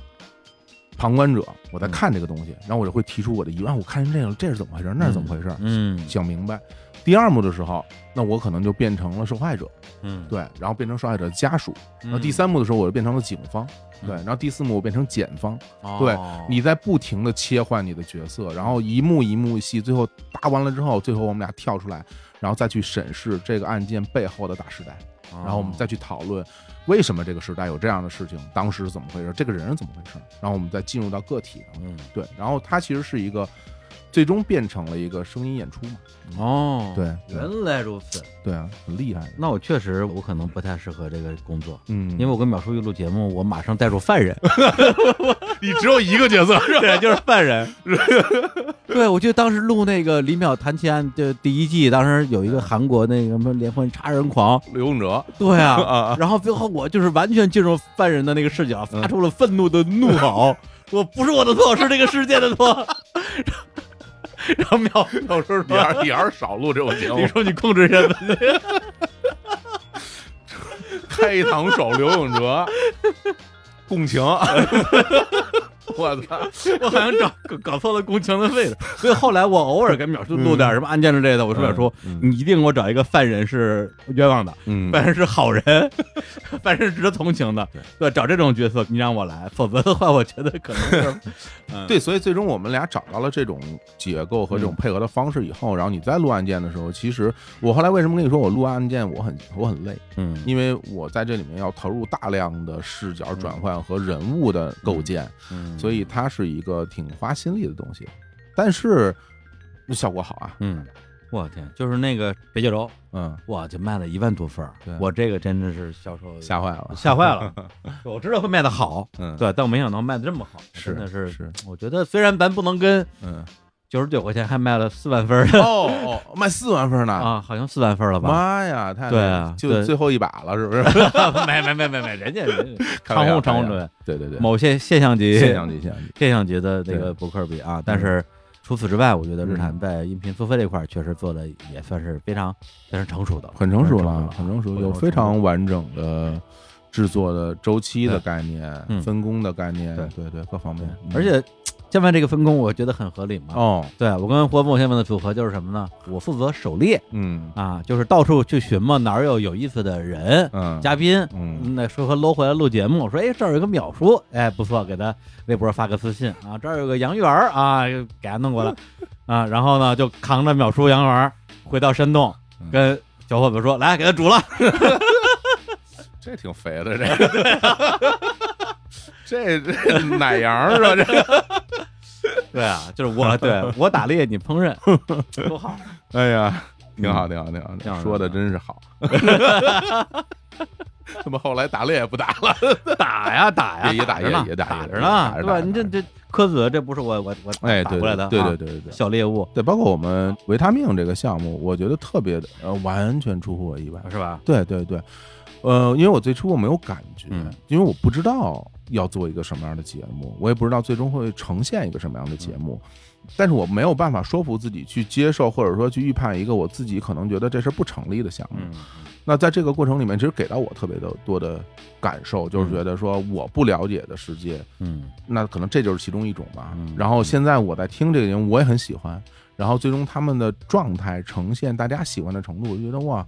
[SPEAKER 2] 旁观者，我在看这个东西，然后我就会提出我的疑问，啊我看成这样，这是怎么回事？那是怎么回事？
[SPEAKER 1] 嗯
[SPEAKER 2] 想明白。第二幕的时候，那我可能就变成了受害者，
[SPEAKER 1] 嗯，
[SPEAKER 2] 对，然后变成受害者的家属。
[SPEAKER 1] 嗯
[SPEAKER 2] 那第三幕的时候，我就变成了警方，对，
[SPEAKER 1] 嗯
[SPEAKER 2] 然后第四幕我变成检方，
[SPEAKER 1] 哦
[SPEAKER 2] 对你在不停的切换你的角色，然后一幕一幕戏，最后搭完了之后，最后我们俩跳出来，然后再去审视这个案件背后的大时代，
[SPEAKER 1] 哦
[SPEAKER 2] 然后我们再去讨论为什么这个时代有这样的事情，当时是怎么回事，这个人是怎么回事，然后我们再进入到个体，
[SPEAKER 1] 嗯
[SPEAKER 2] 对，然后它其实是一个最终变成了一个声音演出嘛，
[SPEAKER 1] 哦，
[SPEAKER 2] 嗯对对
[SPEAKER 1] 原来如此，
[SPEAKER 2] 对啊，很厉害的，
[SPEAKER 1] 那我确实我可能不太适合这个工作。
[SPEAKER 2] 嗯，
[SPEAKER 1] 因为我跟淼叔一录节目，我马上带入犯人，
[SPEAKER 2] 你只有一个角色，
[SPEAKER 1] 对，就是犯 人。对，我记得当时录那个李淼谈奇案的第一季，当时有一个韩国那个什么连环杀人狂，
[SPEAKER 2] 刘永 哲，
[SPEAKER 1] 对啊，
[SPEAKER 2] 啊，
[SPEAKER 1] 然后最后我就是完全进入犯人的那个视角，
[SPEAKER 2] 嗯
[SPEAKER 1] 发出了愤怒的怒吼，我不是我的错，是这个世界的错。
[SPEAKER 3] 然后妙妙叔
[SPEAKER 2] 你
[SPEAKER 3] 说
[SPEAKER 2] 要是你要是少录这种节：“目
[SPEAKER 3] 你，说你控制一下自己。
[SPEAKER 2] 开膛手刘永 哲，共 情，我操，”
[SPEAKER 3] 我好像找搞搞错了宫墙的位置，所以后来我偶尔给淼叔录
[SPEAKER 1] 嗯
[SPEAKER 3] 点什么案件之类的，我说淼叔，
[SPEAKER 2] 嗯
[SPEAKER 3] 你一定给我找一个犯人是冤枉的，
[SPEAKER 2] 嗯
[SPEAKER 3] 犯人是 好人，犯人是值得同情的，对，找这种角色你让我来，否则的话，我觉得可能是，嗯，
[SPEAKER 2] 对，所以最终我们俩找到了这种结构和这种配合的方式以后，然后你再录案件的时候，其实我后来为什么跟你说我录案件我很我很累，
[SPEAKER 1] 嗯
[SPEAKER 2] 因为我在这里面要投入大量的视角转换和人物的构建，
[SPEAKER 1] 嗯，
[SPEAKER 2] 所以它是一个挺花心力的东西，但是效果好啊，
[SPEAKER 1] 嗯，我天，就是那个北九州，
[SPEAKER 2] 嗯，
[SPEAKER 1] 我就卖了一万多份儿
[SPEAKER 2] 对，
[SPEAKER 1] 我这个真的是销售
[SPEAKER 2] 吓坏了，
[SPEAKER 1] 吓坏 了，我知道会卖的好，
[SPEAKER 2] 嗯，，
[SPEAKER 1] 对，但我没想到卖的这么好，
[SPEAKER 2] 是
[SPEAKER 1] 真的
[SPEAKER 2] 是，
[SPEAKER 1] 我觉得虽然咱不能跟
[SPEAKER 2] 嗯，
[SPEAKER 1] 九十九块钱还卖了四万分儿
[SPEAKER 2] 哦哦，卖四万份呢，
[SPEAKER 1] 啊，好像四万分儿了吧？
[SPEAKER 2] 妈呀，太
[SPEAKER 1] 对啊
[SPEAKER 2] 就
[SPEAKER 1] 对
[SPEAKER 2] 最后一把了，是不 是？
[SPEAKER 1] 没没没没没， 人家人家
[SPEAKER 2] 开
[SPEAKER 1] 长
[SPEAKER 2] 玩笑
[SPEAKER 1] 虹长虹
[SPEAKER 2] 开玩
[SPEAKER 1] 对
[SPEAKER 2] 对对对，
[SPEAKER 1] 某些现象级
[SPEAKER 2] 现象级现象级，
[SPEAKER 1] 现象级的那个博客比
[SPEAKER 2] 嗯
[SPEAKER 1] 啊，但是。除此之外，我觉得日产在音频付费这块儿确实做的也算是非常非常成熟的了，
[SPEAKER 2] 很成熟
[SPEAKER 1] 了
[SPEAKER 2] 了，
[SPEAKER 1] 啊，
[SPEAKER 2] 很成熟，
[SPEAKER 1] 非
[SPEAKER 2] 有
[SPEAKER 1] 熟
[SPEAKER 2] 非常完整的制作的周期的
[SPEAKER 1] 对
[SPEAKER 2] 概念、
[SPEAKER 1] 嗯
[SPEAKER 2] 分工的概念，
[SPEAKER 1] 对
[SPEAKER 2] 对对，各方面，嗯
[SPEAKER 1] 而且现在这个分工，我觉得很合理嘛。
[SPEAKER 2] 哦，
[SPEAKER 1] 对我跟活蹦先问的组合就是什么呢？我负责狩猎
[SPEAKER 2] 嗯
[SPEAKER 1] 啊，就是到处去寻嘛，哪儿有有意思的人、
[SPEAKER 2] 嗯，
[SPEAKER 1] 嘉宾。
[SPEAKER 2] 嗯
[SPEAKER 1] 那说和搂回来录节目，说哎这儿有个淼叔，哎不错，给他微博发个私信啊，这儿有个杨元儿啊，给他弄过来啊，然后呢就扛着淼叔杨元儿回到山洞
[SPEAKER 2] 嗯，
[SPEAKER 1] 跟小伙子说来给他煮 了，
[SPEAKER 2] 这挺肥的，这 个，这这奶羊是吧？这，
[SPEAKER 1] 对啊，就是我对我打猎你烹饪， 多好，
[SPEAKER 2] 哎呀，挺好，挺好，挺好
[SPEAKER 1] 挺好
[SPEAKER 2] 说的真是好。 他妈后来打猎也不打了，
[SPEAKER 1] 打呀打呀，
[SPEAKER 2] 也也打
[SPEAKER 1] 着呢
[SPEAKER 2] 也也打也
[SPEAKER 1] 着呢，
[SPEAKER 2] 打着
[SPEAKER 1] 对
[SPEAKER 2] 打
[SPEAKER 1] 吧？
[SPEAKER 2] 着
[SPEAKER 1] 你这
[SPEAKER 2] 打
[SPEAKER 1] 这柯子，这不是我我我
[SPEAKER 2] 哎，
[SPEAKER 1] 打
[SPEAKER 2] 对
[SPEAKER 1] 过来的，
[SPEAKER 2] 对
[SPEAKER 1] 啊
[SPEAKER 2] 对对对对。
[SPEAKER 1] 小猎物
[SPEAKER 2] 对，包括我们维他命这个项目，我觉得特别的，呃，完全出乎我意外。
[SPEAKER 1] 是吧？
[SPEAKER 2] 对对对，呃，因为我最初我没有感觉，
[SPEAKER 1] 嗯
[SPEAKER 2] 因为我不知道要做一个什么样的节目，我也不知道最终会呈现一个什么样的
[SPEAKER 1] 嗯
[SPEAKER 2] 节目，但是我没有办法说服自己去接受，或者说去预判一个我自己可能觉得这事儿不成立的项目。
[SPEAKER 1] 嗯，
[SPEAKER 2] 那在这个过程里面，其实给到我特别的多的感受，就是觉得说我不了解的世界，
[SPEAKER 1] 嗯
[SPEAKER 2] 那可能这就是其中一种吧
[SPEAKER 1] 嗯。
[SPEAKER 2] 然后现在我在听这个节目，我也很喜欢。然后最终他们的状态呈现大家喜欢的程度，我觉得哇，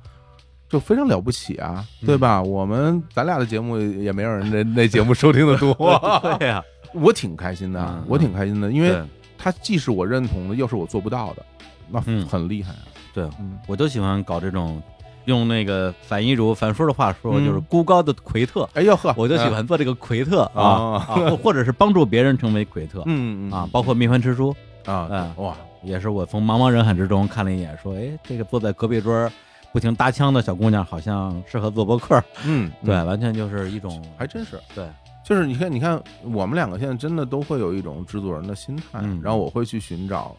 [SPEAKER 2] 就非常了不起啊，
[SPEAKER 1] 嗯
[SPEAKER 2] 对吧？我们咱俩的节目也没有人那那节目收听的多，
[SPEAKER 1] 对 呀，
[SPEAKER 2] 我挺开心的啊
[SPEAKER 1] 嗯，
[SPEAKER 2] 我挺开心的，因为
[SPEAKER 1] 对
[SPEAKER 2] 它既是我认同的，又是我做不到的，那
[SPEAKER 1] 嗯
[SPEAKER 2] 很厉害啊。
[SPEAKER 1] 对
[SPEAKER 2] 嗯，
[SPEAKER 1] 我就喜欢搞这种，用那个樊一茹樊叔的话说，
[SPEAKER 2] 嗯
[SPEAKER 1] 就是孤高的奎特，
[SPEAKER 2] 哎呦呵，
[SPEAKER 1] 我就喜欢做这个奎特啊，
[SPEAKER 2] 啊，
[SPEAKER 1] 啊或或者是帮助别人成为奎特
[SPEAKER 2] 嗯嗯
[SPEAKER 1] 啊，包括蜜獾吃书，
[SPEAKER 2] 啊
[SPEAKER 1] 嗯
[SPEAKER 2] 哇，
[SPEAKER 1] 也是我从茫茫人海之中看了一眼，说，哎，这个坐在隔壁桌儿不停搭腔的小姑娘，好像适合做播客，
[SPEAKER 2] 嗯，
[SPEAKER 1] 对，完全就是一种
[SPEAKER 2] 还真是。
[SPEAKER 1] 对，
[SPEAKER 2] 就是你看，你看，我们两个现在真的都会有一种制作人的心态，
[SPEAKER 1] 嗯
[SPEAKER 2] 然后我会去寻找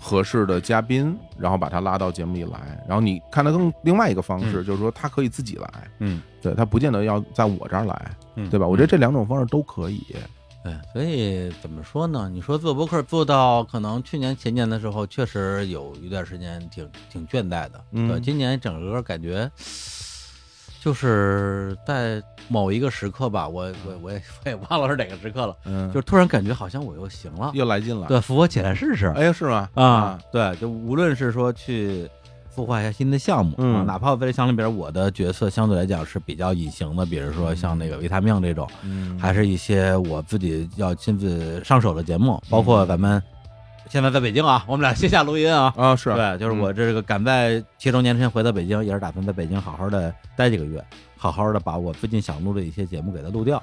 [SPEAKER 2] 合适的嘉宾，然后把他拉到节目里来。然后你看他更另外一个方式，就是说他可以自己来，
[SPEAKER 1] 嗯，
[SPEAKER 2] 对他不见得要在我这儿来，
[SPEAKER 1] 嗯
[SPEAKER 2] 对吧？我觉得这两种方式都可以。
[SPEAKER 1] 对，所以怎么说呢？你说做博客做到可能去年前年的时候，确实有一段时间挺挺倦怠的。
[SPEAKER 2] 嗯
[SPEAKER 1] 对，今年整个感觉就是在某一个时刻吧，我我我也我也忘了是哪个时刻了，
[SPEAKER 2] 嗯，
[SPEAKER 1] 就突然感觉好像我又行了，
[SPEAKER 2] 又来劲了。，
[SPEAKER 1] 对，复活起来试试
[SPEAKER 2] 哎呀，是吗？
[SPEAKER 1] 啊，，对，就无论是说去。孵化一下新的项目，
[SPEAKER 2] 嗯
[SPEAKER 1] 啊哪怕我在这项目里边，我的角色相对来讲是比较隐形的，比如说像那个维他命这种，
[SPEAKER 2] 嗯，
[SPEAKER 1] 还是一些我自己要亲自上手的节目，包括
[SPEAKER 2] 嗯
[SPEAKER 1] 咱们现在在北京啊，我们俩线下录音啊，
[SPEAKER 2] 啊是，
[SPEAKER 1] 对，就是我这个赶在七周年之前回到北京，也是打算在北京好好的待几个月，好好的把我最近想录的一些节目给它录掉。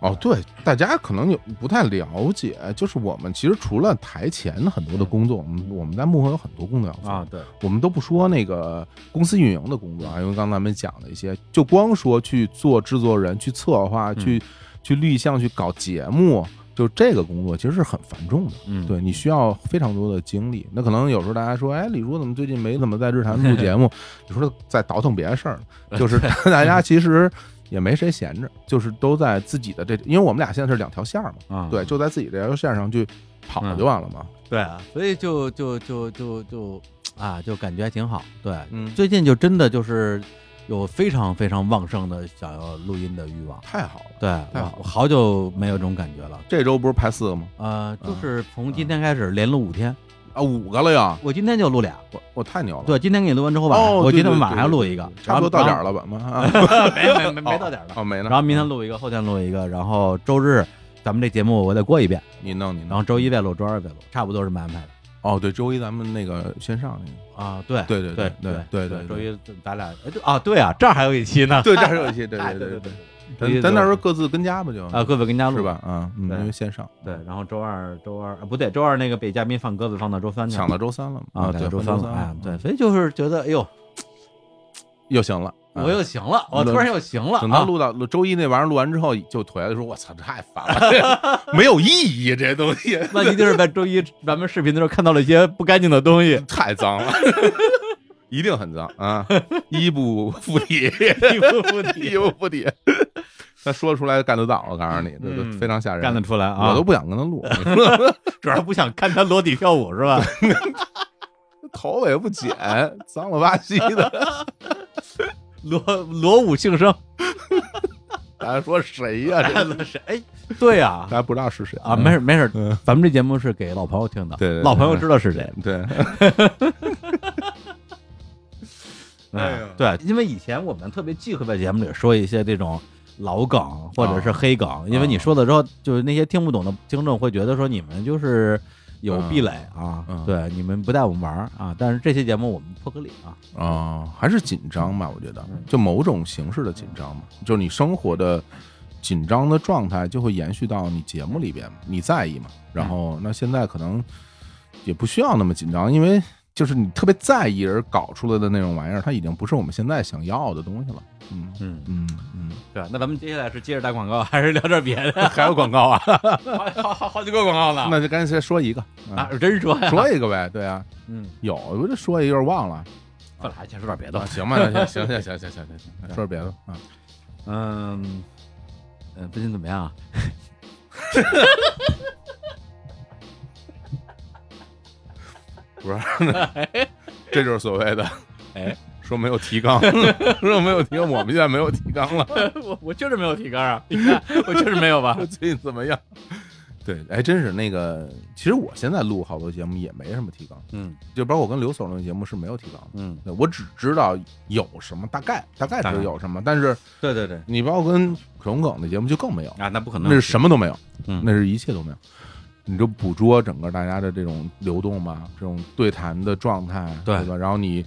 [SPEAKER 2] 哦，对，大家可能有不太了解，就是我们其实除了台前的很多的工作，我们我们在幕后有很多工作要做，
[SPEAKER 1] 对，
[SPEAKER 2] 我们都不说那个公司运营的工作啊，因为刚才咱们讲了一些，就光说去做制作人、去策划、去去立项、去搞节目，就这个工作其实是很繁重的。
[SPEAKER 1] 嗯，
[SPEAKER 2] 对你需要非常多的精力，那可能有时候大家说，哎，李叔怎么最近没怎么在日坛录节目？你说他在倒腾别的事儿呢，就是 大家其实也没谁闲着，就是都在自己的这，因为我们俩现在是两条线儿嘛，
[SPEAKER 1] 啊，
[SPEAKER 2] 对，就在自己这条线上去跑就完了嘛。
[SPEAKER 3] 对啊，
[SPEAKER 1] 所以就就就就就啊，就感觉还挺好。对，
[SPEAKER 2] 嗯
[SPEAKER 1] 最近就真的就是有非常非常旺盛的想要录音的欲望。
[SPEAKER 2] 太好了。
[SPEAKER 1] 对，
[SPEAKER 2] 太
[SPEAKER 1] 我
[SPEAKER 2] 好
[SPEAKER 1] 我好久没有这种感觉了。
[SPEAKER 2] 这周不是排四个吗？
[SPEAKER 1] 呃，就
[SPEAKER 2] 嗯
[SPEAKER 1] 是从今天开始连录五天，
[SPEAKER 2] 啊，五个了呀！
[SPEAKER 1] 我今天就录俩。
[SPEAKER 2] 我我太牛了。
[SPEAKER 1] 对，今天给你录完之后晚上，
[SPEAKER 2] 哦，
[SPEAKER 1] 我今
[SPEAKER 2] 对
[SPEAKER 1] 天
[SPEAKER 2] 对
[SPEAKER 1] 晚上
[SPEAKER 2] 对
[SPEAKER 1] 录
[SPEAKER 2] 对
[SPEAKER 1] 一个
[SPEAKER 2] 对，差不多到点儿了吧？妈啊，
[SPEAKER 1] 了，没没没没到点儿了。
[SPEAKER 2] 哦没呢。
[SPEAKER 1] 然后明天录一个，后天录一个，然后周日咱们这节目我得过一遍，
[SPEAKER 2] 你弄你弄，
[SPEAKER 1] 然后周一再录，周二再录，差不多是这么安排的。
[SPEAKER 2] 哦，对，周一咱们那个线上 那个，
[SPEAKER 1] 啊，对
[SPEAKER 2] 对对
[SPEAKER 1] 对
[SPEAKER 2] 对
[SPEAKER 1] 对
[SPEAKER 2] 对
[SPEAKER 1] 周
[SPEAKER 2] 对
[SPEAKER 1] 一咱俩哎对啊，对啊，这儿还有一期呢。
[SPEAKER 2] 对，这儿有一些， 对
[SPEAKER 1] 哎
[SPEAKER 2] 对
[SPEAKER 1] 对
[SPEAKER 2] 对，
[SPEAKER 1] 周一
[SPEAKER 2] 咱咱到时候
[SPEAKER 1] 就
[SPEAKER 2] 各自跟家吧，就
[SPEAKER 1] 啊，各位跟家录
[SPEAKER 2] 是？吧？啊，嗯，
[SPEAKER 1] 对
[SPEAKER 2] 因为线上
[SPEAKER 1] 对，然后周二周二啊不对，周二那个北嘉宾放鸽子放到周三去了
[SPEAKER 2] 抢到周三了嘛
[SPEAKER 1] 啊，
[SPEAKER 2] 对，
[SPEAKER 1] 对周
[SPEAKER 2] 换
[SPEAKER 1] 三
[SPEAKER 2] 三
[SPEAKER 1] 了哎，对，所以就是觉得哎呦，
[SPEAKER 2] 又行了，啊
[SPEAKER 1] 我又行了，我突然又行了
[SPEAKER 2] 嗯等他
[SPEAKER 1] 啊。
[SPEAKER 2] 录到周一那玩意儿录完之后就颓了，就说我操，太烦了， 这没有意义，这东西，
[SPEAKER 1] 那一定是在周一咱们视频的时候看到了一些不干净的东西
[SPEAKER 2] 太脏了。一定很脏啊！衣不蔽体，
[SPEAKER 1] 衣服不
[SPEAKER 2] 衣
[SPEAKER 1] 提，
[SPEAKER 2] 不覆体。他说出来干得到，我告诉你，这
[SPEAKER 3] 嗯
[SPEAKER 2] 都非常吓人。
[SPEAKER 1] 干得出来啊！
[SPEAKER 2] 我都不想跟他录，
[SPEAKER 1] 主要不想看他裸体跳舞是吧？
[SPEAKER 2] 头尾不剪，脏了吧唧的。
[SPEAKER 1] 裸裸舞性 生，
[SPEAKER 2] 大家说谁呀、这
[SPEAKER 1] 那是哎，对呀、
[SPEAKER 2] 大家不知道是谁
[SPEAKER 1] 啊，没事没事
[SPEAKER 2] 嗯，
[SPEAKER 1] 咱们这节目是给老朋友听的，
[SPEAKER 2] 对对对嗯
[SPEAKER 1] 老朋友知道是谁。
[SPEAKER 2] 对，哎呀
[SPEAKER 1] 对，因为以前我们特别忌讳在节目里说一些这种老梗或者是黑梗，因为你说了之后，就是那些听不懂的听众会觉得说你们就是有壁垒啊
[SPEAKER 2] 嗯嗯，
[SPEAKER 1] 对，你们不带我们玩儿啊。但是这些节目我们破个例啊，
[SPEAKER 2] 啊、还是紧张吧，我觉得
[SPEAKER 1] 嗯，
[SPEAKER 2] 就某种形式的紧张嘛，就是你生活的紧张的状态就会延续到你节目里边嘛，你在意嘛。然后那现在可能也不需要那么紧张，因为就是你特别在意而搞出来的那种玩意儿，它已经不是我们现在想要的东西了。嗯
[SPEAKER 1] 嗯，
[SPEAKER 2] 嗯嗯，
[SPEAKER 1] 对。那咱们接下来是接着打广告，还是聊点别的？
[SPEAKER 2] 还有广告啊？
[SPEAKER 1] 好好好好几个广告呢
[SPEAKER 2] 那就干脆说一个
[SPEAKER 1] 啊，，真说呀，
[SPEAKER 2] 说一个呗，对啊。
[SPEAKER 1] 嗯，
[SPEAKER 2] 有，我就说一个忘了。
[SPEAKER 1] 算了，还先说点别的
[SPEAKER 2] 啊，。行吧，那行行行行行行 行，说点别的啊。
[SPEAKER 1] 嗯，呃，最近怎么样 啊？
[SPEAKER 2] 不是， 这就是所谓的，
[SPEAKER 1] 哎，
[SPEAKER 2] 说没有提纲，说没有提纲，我们现在没有提纲了。
[SPEAKER 3] 我我确实没有提纲啊，你看我确实没有吧？
[SPEAKER 2] 最近怎么样？对，哎，真是那个，其实我现在录好多节目也没什么提纲，
[SPEAKER 1] 嗯
[SPEAKER 2] 就包括我跟刘总录节目是没有提纲的。
[SPEAKER 1] 嗯，
[SPEAKER 2] 对我只知道有什么，大概大概知道有什么，但是
[SPEAKER 1] 对对对，
[SPEAKER 2] 你包括跟熊梗的节目就更没有，
[SPEAKER 1] 啊，那不可能，
[SPEAKER 2] 那是什么都没有，
[SPEAKER 1] 嗯
[SPEAKER 2] 那是一切都没有。你就捕捉整个大家的这种流动吧，这种对谈的状态，
[SPEAKER 1] 对
[SPEAKER 2] 对吧？然后你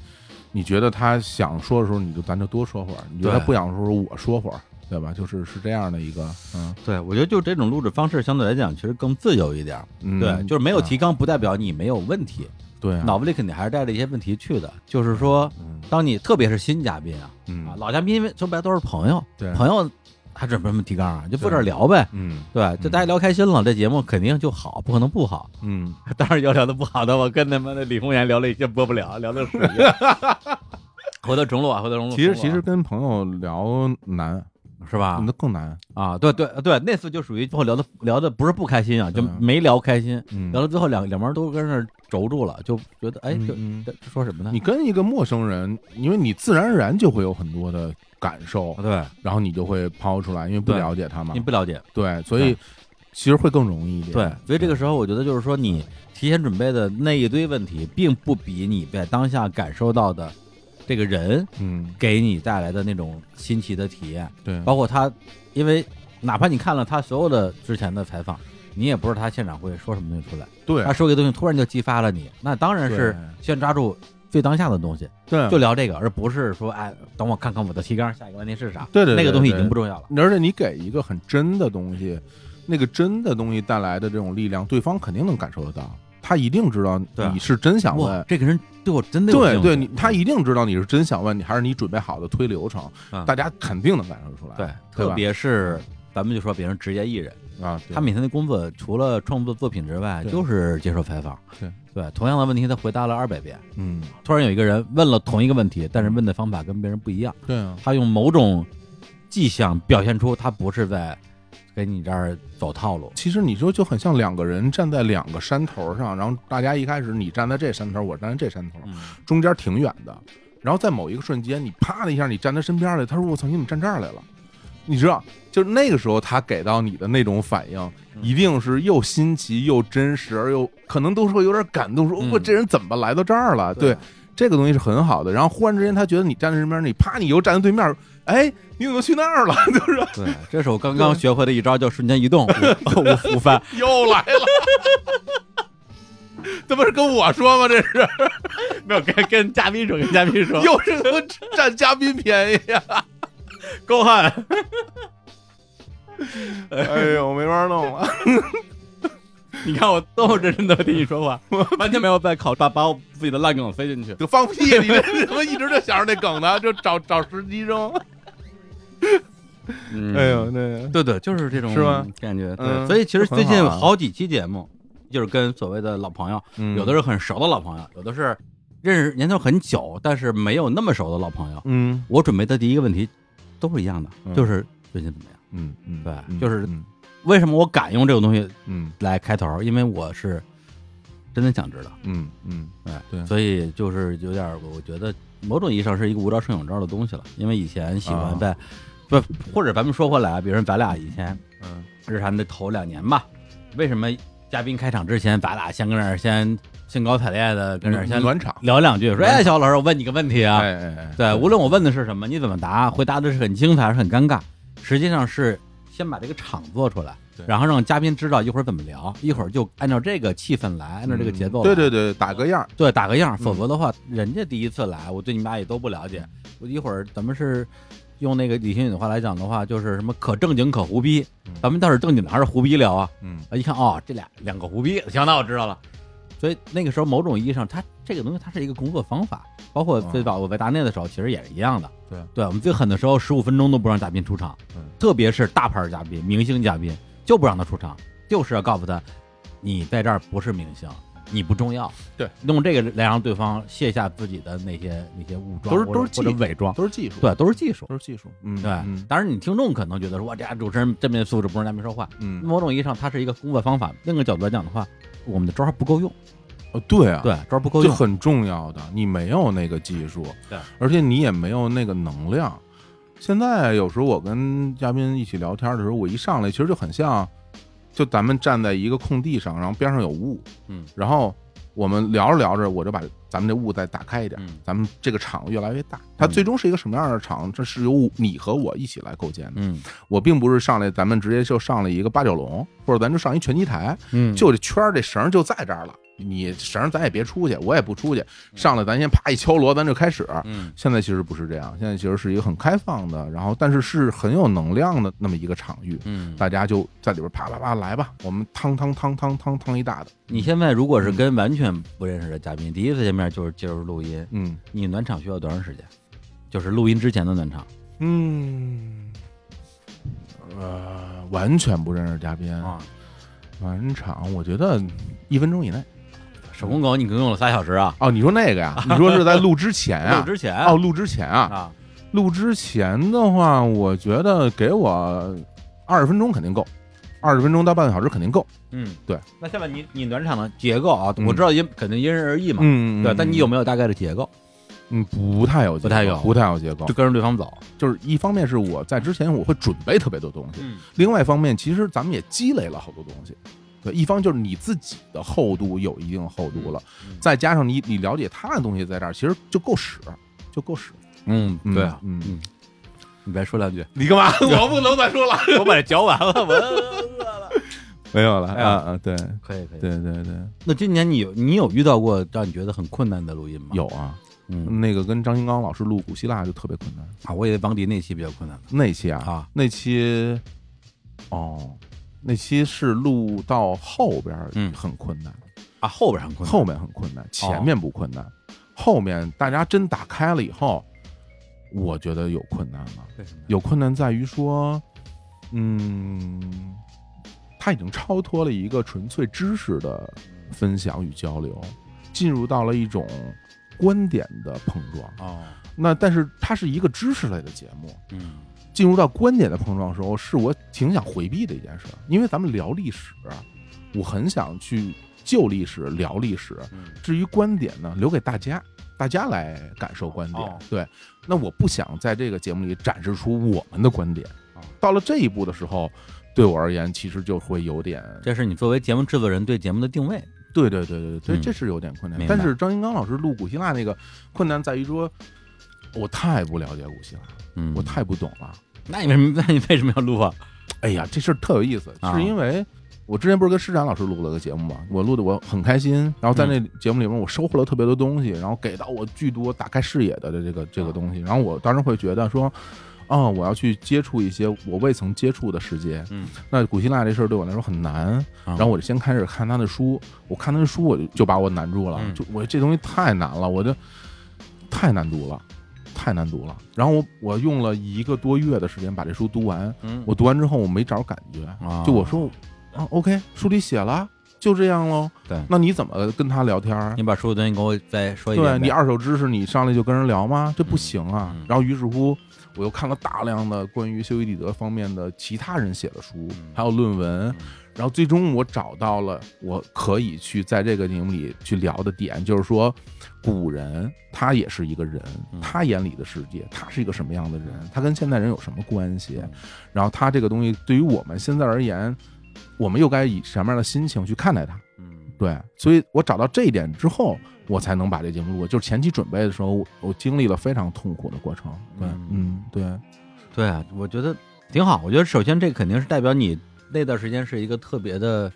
[SPEAKER 2] 你觉得他想说的时候，你就咱就多说会儿；你觉得他
[SPEAKER 1] 对
[SPEAKER 2] 不想说的时候，我说会儿，对吧？就是是这样的一个，嗯
[SPEAKER 1] 对，我觉得就这种录制方式相对来讲，其实更自由一点儿。
[SPEAKER 2] 嗯，
[SPEAKER 1] 对，就是没有提
[SPEAKER 2] 啊
[SPEAKER 1] 纲，不代表你没有问题，
[SPEAKER 2] 对啊，
[SPEAKER 1] 脑子里肯定还是带着一些问题去的。就是说，
[SPEAKER 2] 嗯
[SPEAKER 1] 当你特别是新嘉宾啊，啊，
[SPEAKER 2] 嗯
[SPEAKER 1] 老嘉宾因为说白了都是朋友，
[SPEAKER 2] 对
[SPEAKER 1] 朋友还准备什么提纲啊？就坐这儿聊呗。
[SPEAKER 2] 嗯
[SPEAKER 1] 对，就大家聊开心了，这节目肯定就好，不可能不好。
[SPEAKER 2] 嗯，
[SPEAKER 1] 当然要聊的不好的，我跟他妈的李红岩聊了一些播不了，聊的是。 回头重录啊，回头重录。
[SPEAKER 2] 其实
[SPEAKER 1] 重
[SPEAKER 2] 其嗯
[SPEAKER 1] 录啊
[SPEAKER 2] 实跟朋友聊难，
[SPEAKER 1] 是吧
[SPEAKER 2] 那？更难，
[SPEAKER 1] 啊，对对对，那次就属于最后聊的聊的不是不开心啊，就
[SPEAKER 2] 对啊
[SPEAKER 1] 没聊开心，
[SPEAKER 2] 嗯
[SPEAKER 1] 聊，到最后两两边都跟那儿轴住了，就觉得哎，
[SPEAKER 2] 嗯
[SPEAKER 1] 这
[SPEAKER 2] 嗯
[SPEAKER 1] 这这说什么呢
[SPEAKER 2] 你？跟一个陌生人，因为你自然而然就会有很多的感受，
[SPEAKER 1] 啊对，
[SPEAKER 2] 然后你就会抛出来，因为不
[SPEAKER 1] 对
[SPEAKER 2] 了解他嘛
[SPEAKER 1] 你，不了解，
[SPEAKER 2] 对，所以其实会更容易一点。
[SPEAKER 1] 对，所以这个时候我觉得就是说，你提前准备的那一堆问题，并不比你在当下感受到的这个人
[SPEAKER 2] 嗯，
[SPEAKER 1] 给你带来的那种新奇的体验，
[SPEAKER 2] 对，
[SPEAKER 1] 包括他，因为哪怕你看了他所有的之前的采访，你也不知道他现场会说什么东西出来，
[SPEAKER 2] 对
[SPEAKER 1] 他，说一个东西突然就激发了你，那当然是
[SPEAKER 2] 对
[SPEAKER 1] 先抓住最当下的东西。
[SPEAKER 2] 对，
[SPEAKER 1] 就聊这个，而不是说哎，等我看看我的提纲，下一个问题是啥？
[SPEAKER 2] 对对对
[SPEAKER 1] 那个东西已
[SPEAKER 2] 对
[SPEAKER 1] 经不重要了。
[SPEAKER 2] 而且你给一个很真的东西，那个真的东西带来的这种力量，对方肯定能感受得到，他一定知道
[SPEAKER 1] 对啊
[SPEAKER 2] 你是真想
[SPEAKER 1] 哇
[SPEAKER 2] 问，。
[SPEAKER 1] 这个人对我真的有
[SPEAKER 2] 对
[SPEAKER 1] 兴趣
[SPEAKER 2] 对，你他一定知道你是真想问你，还是你准备好的推流程
[SPEAKER 1] 嗯，
[SPEAKER 2] 大家肯定能感受出来。
[SPEAKER 1] 对，
[SPEAKER 2] 对
[SPEAKER 1] 特
[SPEAKER 2] 吧
[SPEAKER 1] 别是咱们就说别人职业艺人，
[SPEAKER 2] 啊，对
[SPEAKER 1] 他每天的工作除了创作作品之外，
[SPEAKER 2] 对
[SPEAKER 1] 就是接受采访。
[SPEAKER 2] 对
[SPEAKER 1] 同样的问题他回答了二百遍。
[SPEAKER 2] 嗯，
[SPEAKER 1] 突然有一个人问了同一个问题，但是问的方法跟别人不一样，
[SPEAKER 2] 对啊，
[SPEAKER 1] 他用某种迹象表现出他不是在给你这儿走套路。
[SPEAKER 2] 其实你说就很像两个人站在两个山头上，然后大家一开始你站在这山头，我站在这山头，
[SPEAKER 1] 嗯，
[SPEAKER 2] 中间挺远的，然后在某一个瞬间，你啪的一下，你站他身边来，他说：“我操，你怎么站这儿来了？”你知道，就是那个时候他给到你的那种反应，
[SPEAKER 1] 嗯
[SPEAKER 2] 一定是又新奇又真实，而又可能都是会有点感动，说：“
[SPEAKER 1] 嗯
[SPEAKER 2] 我这人怎么来到这儿了？”对，这个东西是很好的。然后忽然之间，他觉得你站在身边，你啪，你又站在对面，哎，你怎么去那儿了？ 就是
[SPEAKER 1] 对，这是我刚刚学会的一招，叫瞬间移动 五五番。
[SPEAKER 2] 又来了，这不是跟我说吗？这是
[SPEAKER 3] 没有跟跟嘉宾说，跟嘉宾
[SPEAKER 1] 啊
[SPEAKER 3] 说，
[SPEAKER 2] 又是他妈占嘉宾便宜啊呀、
[SPEAKER 3] 高汉，
[SPEAKER 2] 哎呦，我没法弄了。
[SPEAKER 3] 你看我多么认真的听你说话，完全没有在考把把我自己的烂梗塞进去。
[SPEAKER 2] 就放屁！你这 他妈一直就想着那梗呢，就找找时机扔。
[SPEAKER 3] 嗯，
[SPEAKER 2] 哎呦，，那
[SPEAKER 1] 对对，就是这种
[SPEAKER 2] 是吗
[SPEAKER 1] 感觉。对，
[SPEAKER 2] 嗯
[SPEAKER 1] 所以其实最近
[SPEAKER 2] 很
[SPEAKER 1] 有
[SPEAKER 2] 好啊
[SPEAKER 1] 好几期节目，就是跟所谓的老朋友，
[SPEAKER 3] 嗯
[SPEAKER 1] 有的
[SPEAKER 2] 是
[SPEAKER 1] 是很熟的老朋友，有的是认识年头很久，但是没有那么熟的老朋友。
[SPEAKER 2] 嗯
[SPEAKER 1] 我准备的第一个问题都是一样的，
[SPEAKER 2] 嗯
[SPEAKER 1] 就是最近怎么样？
[SPEAKER 2] 嗯嗯
[SPEAKER 1] 对
[SPEAKER 2] 嗯
[SPEAKER 1] 就是
[SPEAKER 2] 嗯
[SPEAKER 1] 为什么我敢用这种东西
[SPEAKER 2] 嗯
[SPEAKER 1] 来开头？因为我是真的想知道，
[SPEAKER 2] 嗯嗯
[SPEAKER 1] 哎，
[SPEAKER 2] 对
[SPEAKER 1] 所以就是有点儿，我觉得某种意义上是一个无招胜有招的东西了。因为以前喜欢
[SPEAKER 2] 啊
[SPEAKER 1] 在，不，或者咱们说回来啊，比如说咱俩以前
[SPEAKER 2] 嗯
[SPEAKER 1] 日坛的头两年吧，为什么嘉宾开场之前，咱俩先跟那儿先兴高采烈的跟那儿
[SPEAKER 2] 嗯，
[SPEAKER 1] 先
[SPEAKER 2] 暖场。
[SPEAKER 1] 聊两句，说
[SPEAKER 2] 嗯
[SPEAKER 1] 哎，小老师，我问你个问题啊，
[SPEAKER 2] 哎哎哎，
[SPEAKER 1] 对，无论我问的是什么，你怎么答，回答的是很精彩还是很尴尬，实际上是先把这个场做出来
[SPEAKER 2] 对，
[SPEAKER 1] 然后让嘉宾知道一会儿怎么聊，一会儿就按照这个气氛来，按照这个节奏来、
[SPEAKER 2] 嗯对对对，打个样儿。
[SPEAKER 1] 对，打个样儿，
[SPEAKER 2] 嗯
[SPEAKER 1] 否则的话，人家第一次来，我对你们俩也都不了解，
[SPEAKER 2] 嗯
[SPEAKER 1] 我一会儿咱们是。用那个李星宇的话来讲的话，就是什么可正经可胡逼
[SPEAKER 2] 嗯，
[SPEAKER 1] 咱们倒是正经的还是胡逼聊啊？
[SPEAKER 2] 嗯
[SPEAKER 1] 啊，一看哦，这俩两个胡逼，行，那我知道了。所以那个时候，某种意义上，它这个东西它是一个工作方法，包括最早我在大内的时候，其实也是一样的。
[SPEAKER 2] 嗯对
[SPEAKER 1] 对，我们最狠的时候，十五分钟都不让嘉宾出场，
[SPEAKER 2] 嗯
[SPEAKER 1] 特别是大牌嘉宾、明星嘉宾，就不让他出场，就是要告诉他，你在这儿不是明星，你不重要。
[SPEAKER 2] 对，
[SPEAKER 1] 用这个来让对方卸下自己的那些那些武装，
[SPEAKER 2] 都是
[SPEAKER 1] 或者
[SPEAKER 2] 都是
[SPEAKER 1] 或者
[SPEAKER 2] 技
[SPEAKER 1] 伪装，
[SPEAKER 2] 嗯都是技术，
[SPEAKER 1] 对，都是技术。
[SPEAKER 2] 都是技术。嗯，
[SPEAKER 1] 对，
[SPEAKER 2] 嗯
[SPEAKER 1] 当然你听众可能觉得说，哇，这俩主持人正面素质不让嘉宾说话，
[SPEAKER 2] 嗯，
[SPEAKER 1] 某种意义上，它是一个工作方法。另一个角度来讲的话，我们的招儿不够用，
[SPEAKER 2] 哦，对啊，
[SPEAKER 1] 对，招儿不够
[SPEAKER 2] 这
[SPEAKER 1] 用，
[SPEAKER 2] 很重要的，你没有那个技术，
[SPEAKER 1] 对，
[SPEAKER 2] 而且你也没有那个能量。现在有时候我跟嘉宾一起聊天的时候，我一上来其实就很像，就咱们站在一个空地上，然后边上有雾，
[SPEAKER 1] 嗯，
[SPEAKER 2] 然后我们聊着聊着，我就把咱们这雾再打开一点，
[SPEAKER 1] 嗯
[SPEAKER 2] 咱们这个场越来越大。它最终是一个什么样的场？这是由你和我一起来构建的。
[SPEAKER 1] 嗯
[SPEAKER 2] 我并不是上来咱们直接就上了一个八角笼，或者咱就上一拳击台，
[SPEAKER 1] 嗯
[SPEAKER 2] 就这圈儿这绳儿就在这儿了，你绳儿咱也别出去，我也不出去，上来咱先啪一敲锣，咱就开始。
[SPEAKER 1] 嗯
[SPEAKER 2] 现在其实不是这样，现在其实是一个很开放的，然后但是是很有能量的那么一个场域，
[SPEAKER 1] 嗯。
[SPEAKER 2] 大家就在里边啪啪啪来吧，我们汤汤汤汤汤汤一大的，
[SPEAKER 1] 你现在如果是跟完全不认识的嘉宾，第一次见面就是接入录音，
[SPEAKER 2] 嗯
[SPEAKER 1] 你暖场需要多长时间？就是录音之前的暖场
[SPEAKER 2] 嗯，呃，完全不认识嘉宾，
[SPEAKER 1] 啊。
[SPEAKER 2] 暖场我觉得一分钟以内。
[SPEAKER 1] 手工狗，你可用了仨小时啊，
[SPEAKER 2] 哦，你说那个 呀？你说是在录之前
[SPEAKER 1] 哎录
[SPEAKER 2] 啊？
[SPEAKER 1] 之前
[SPEAKER 2] 哦，录之前啊，
[SPEAKER 1] 啊，
[SPEAKER 2] 录之前的话，我觉得给我二十分钟肯定够，二十分钟到半个小时肯定够。
[SPEAKER 1] 嗯，
[SPEAKER 2] 对。
[SPEAKER 1] 那下面你你暖场的结构啊，
[SPEAKER 2] 嗯
[SPEAKER 1] 我知道因肯定因人而异嘛，
[SPEAKER 2] 嗯
[SPEAKER 1] 对。但你有没有大概的结构？
[SPEAKER 2] 嗯不太有结构
[SPEAKER 1] 不太有
[SPEAKER 2] 不太有结构
[SPEAKER 1] 就，跟着对方走，
[SPEAKER 2] 就是一方面是我在之前我会准备特别多东西，
[SPEAKER 1] 嗯
[SPEAKER 2] 另外一方面其实咱们也积累了好多东西。对，一方就是你自己的厚度有一定厚度了，
[SPEAKER 1] 嗯嗯
[SPEAKER 2] 再加上你你了解他的东西在这儿，其实就够使，就够使。
[SPEAKER 1] 嗯，对啊，
[SPEAKER 2] 嗯嗯
[SPEAKER 1] 嗯，你别说两句，
[SPEAKER 2] 你干嘛？我不能再说了，
[SPEAKER 1] 我把这嚼完了，我。
[SPEAKER 2] 没有了
[SPEAKER 1] 哎呀
[SPEAKER 2] 啊啊！对
[SPEAKER 1] 可以可以。
[SPEAKER 2] 对对对，
[SPEAKER 1] 那今年你有你有遇到过让你觉得很困难的录音吗？，
[SPEAKER 2] 有啊，
[SPEAKER 1] 嗯
[SPEAKER 2] 那个跟张金刚老师录古希腊就特别困难。
[SPEAKER 1] 啊，我以为邦迪那期比较困难呢
[SPEAKER 2] 那期啊，
[SPEAKER 1] 啊，
[SPEAKER 2] 那期哦，那期是录到后边儿
[SPEAKER 1] 嗯
[SPEAKER 2] 很困难，
[SPEAKER 1] 啊后边很困难，哦
[SPEAKER 2] 后面很困难，前面不困难，后面大家真打开了以后，我觉得有困难了。
[SPEAKER 1] 为什么呀？
[SPEAKER 2] 有困难在于说，嗯，他已经超脱了一个纯粹知识的分享与交流，进入到了一种观点的碰撞。
[SPEAKER 1] 哦，
[SPEAKER 2] 那但是它是一个知识类的节目，
[SPEAKER 1] 嗯
[SPEAKER 2] 进入到观点的碰撞的时候，是我挺想回避的一件事儿，因为咱们聊历史，我很想去就历史聊历史。
[SPEAKER 1] 嗯
[SPEAKER 2] 至于观点呢，留给大家，大家来感受观点。
[SPEAKER 3] 哦
[SPEAKER 2] 对，那我不想在这个节目里展示出我们的观点
[SPEAKER 3] 哦。
[SPEAKER 2] 到了这一步的时候，对我而言，其实就会有点，
[SPEAKER 1] 这是你作为节目制作人对节目的定位。
[SPEAKER 2] 对对对对对，
[SPEAKER 1] 嗯
[SPEAKER 2] 这是有点困难。
[SPEAKER 1] 明白
[SPEAKER 2] 但是张金刚老师录古希腊那个困难在于说，我太不了解古希腊，
[SPEAKER 1] 嗯，
[SPEAKER 2] 我太不懂了。
[SPEAKER 1] 那你为什么？ 那你为什么要录啊？
[SPEAKER 2] 哎呀，这事儿特有意思，
[SPEAKER 1] 啊
[SPEAKER 2] 是因为我之前不是跟施展老师录了个节目嘛，我录的我很开心，然后
[SPEAKER 1] 嗯
[SPEAKER 2] 在那节目里面我收获了特别多东西，然后给到我巨多打开视野的这个这个东
[SPEAKER 1] 啊
[SPEAKER 2] 西，然后我当时会觉得说。啊、我要去接触一些我未曾接触的世界。
[SPEAKER 1] 嗯，啊
[SPEAKER 2] 那古希腊这事儿对我来说很难，
[SPEAKER 1] 然
[SPEAKER 2] 然后我就先开始看他的书，我看他的书我就就把我难住了，
[SPEAKER 1] 嗯
[SPEAKER 2] 就我这东西太难了，我这太难读了，太难读了。然后我我用了一个多月的时间把这书读完，
[SPEAKER 1] 嗯
[SPEAKER 2] 我读完之后我没找感觉，
[SPEAKER 1] 啊
[SPEAKER 2] 就我说啊，OK，书里写了，就这样喽。
[SPEAKER 1] 对
[SPEAKER 2] 那你怎么跟他聊天儿？
[SPEAKER 1] 你把所有东西给我再说一遍
[SPEAKER 2] 对啊
[SPEAKER 1] 呗。
[SPEAKER 2] 你二手知识，你上来就跟人聊吗？这不行啊
[SPEAKER 1] 嗯嗯。
[SPEAKER 2] 然后于是乎，我又看了大量的关于修昔底德方面的其他人写的书
[SPEAKER 1] 嗯，
[SPEAKER 2] 还有论文
[SPEAKER 1] 嗯。
[SPEAKER 2] 然后最终我找到了我可以去在这个节目里去聊的点，就是说，古人他也是一个人
[SPEAKER 1] 嗯，
[SPEAKER 2] 他眼里的世界，他是一个什么样的人？他跟现代人有什么关系
[SPEAKER 1] 嗯？
[SPEAKER 2] 然后他这个东西对于我们现在而言，我们又该以什么样的心情去看待它？
[SPEAKER 1] 嗯
[SPEAKER 2] 对，所以我找到这一点之后，我才能把这节目录过。就是前期准备的时候，我我经历了非常痛苦的过程。对，
[SPEAKER 1] 嗯
[SPEAKER 2] 嗯，对，
[SPEAKER 1] 对啊，我觉得挺好。我觉得首先这肯定是代表你那段时间是一个特别的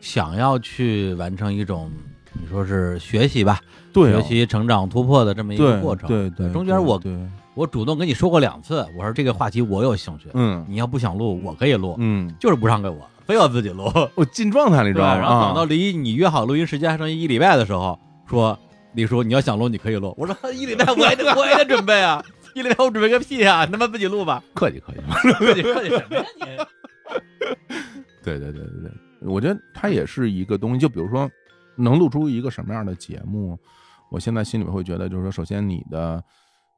[SPEAKER 1] 想要去完成一种你说是学习吧，
[SPEAKER 2] 对哦，
[SPEAKER 1] 学习成长突破的这么一个
[SPEAKER 2] 对
[SPEAKER 1] 过程。
[SPEAKER 2] 对对，
[SPEAKER 1] 中间
[SPEAKER 2] 对
[SPEAKER 1] 我
[SPEAKER 2] 对，
[SPEAKER 1] 我主动跟你说过两次，我说这个话题我有兴趣，
[SPEAKER 2] 嗯
[SPEAKER 1] 你要不想录我可以录，
[SPEAKER 2] 嗯，
[SPEAKER 1] 就是不让给我，非要自己录。
[SPEAKER 2] 我进状态了，你知
[SPEAKER 1] 对，
[SPEAKER 2] 道吗？
[SPEAKER 1] 然后等到
[SPEAKER 2] 啊
[SPEAKER 1] 离你约好录音时间还剩一礼拜的时候，说李叔你要想录你可以录，我说一礼拜我也得我也得准备啊， 一礼拜我准备个屁啊，你他妈自己录 吧，
[SPEAKER 2] 客气客气。
[SPEAKER 1] 客气客气什么呀你？
[SPEAKER 2] 对对对对对，我觉得它也是一个东西。就比如说，能录出一个什么样的节目，我现在心里面会觉得，就是说，首先你的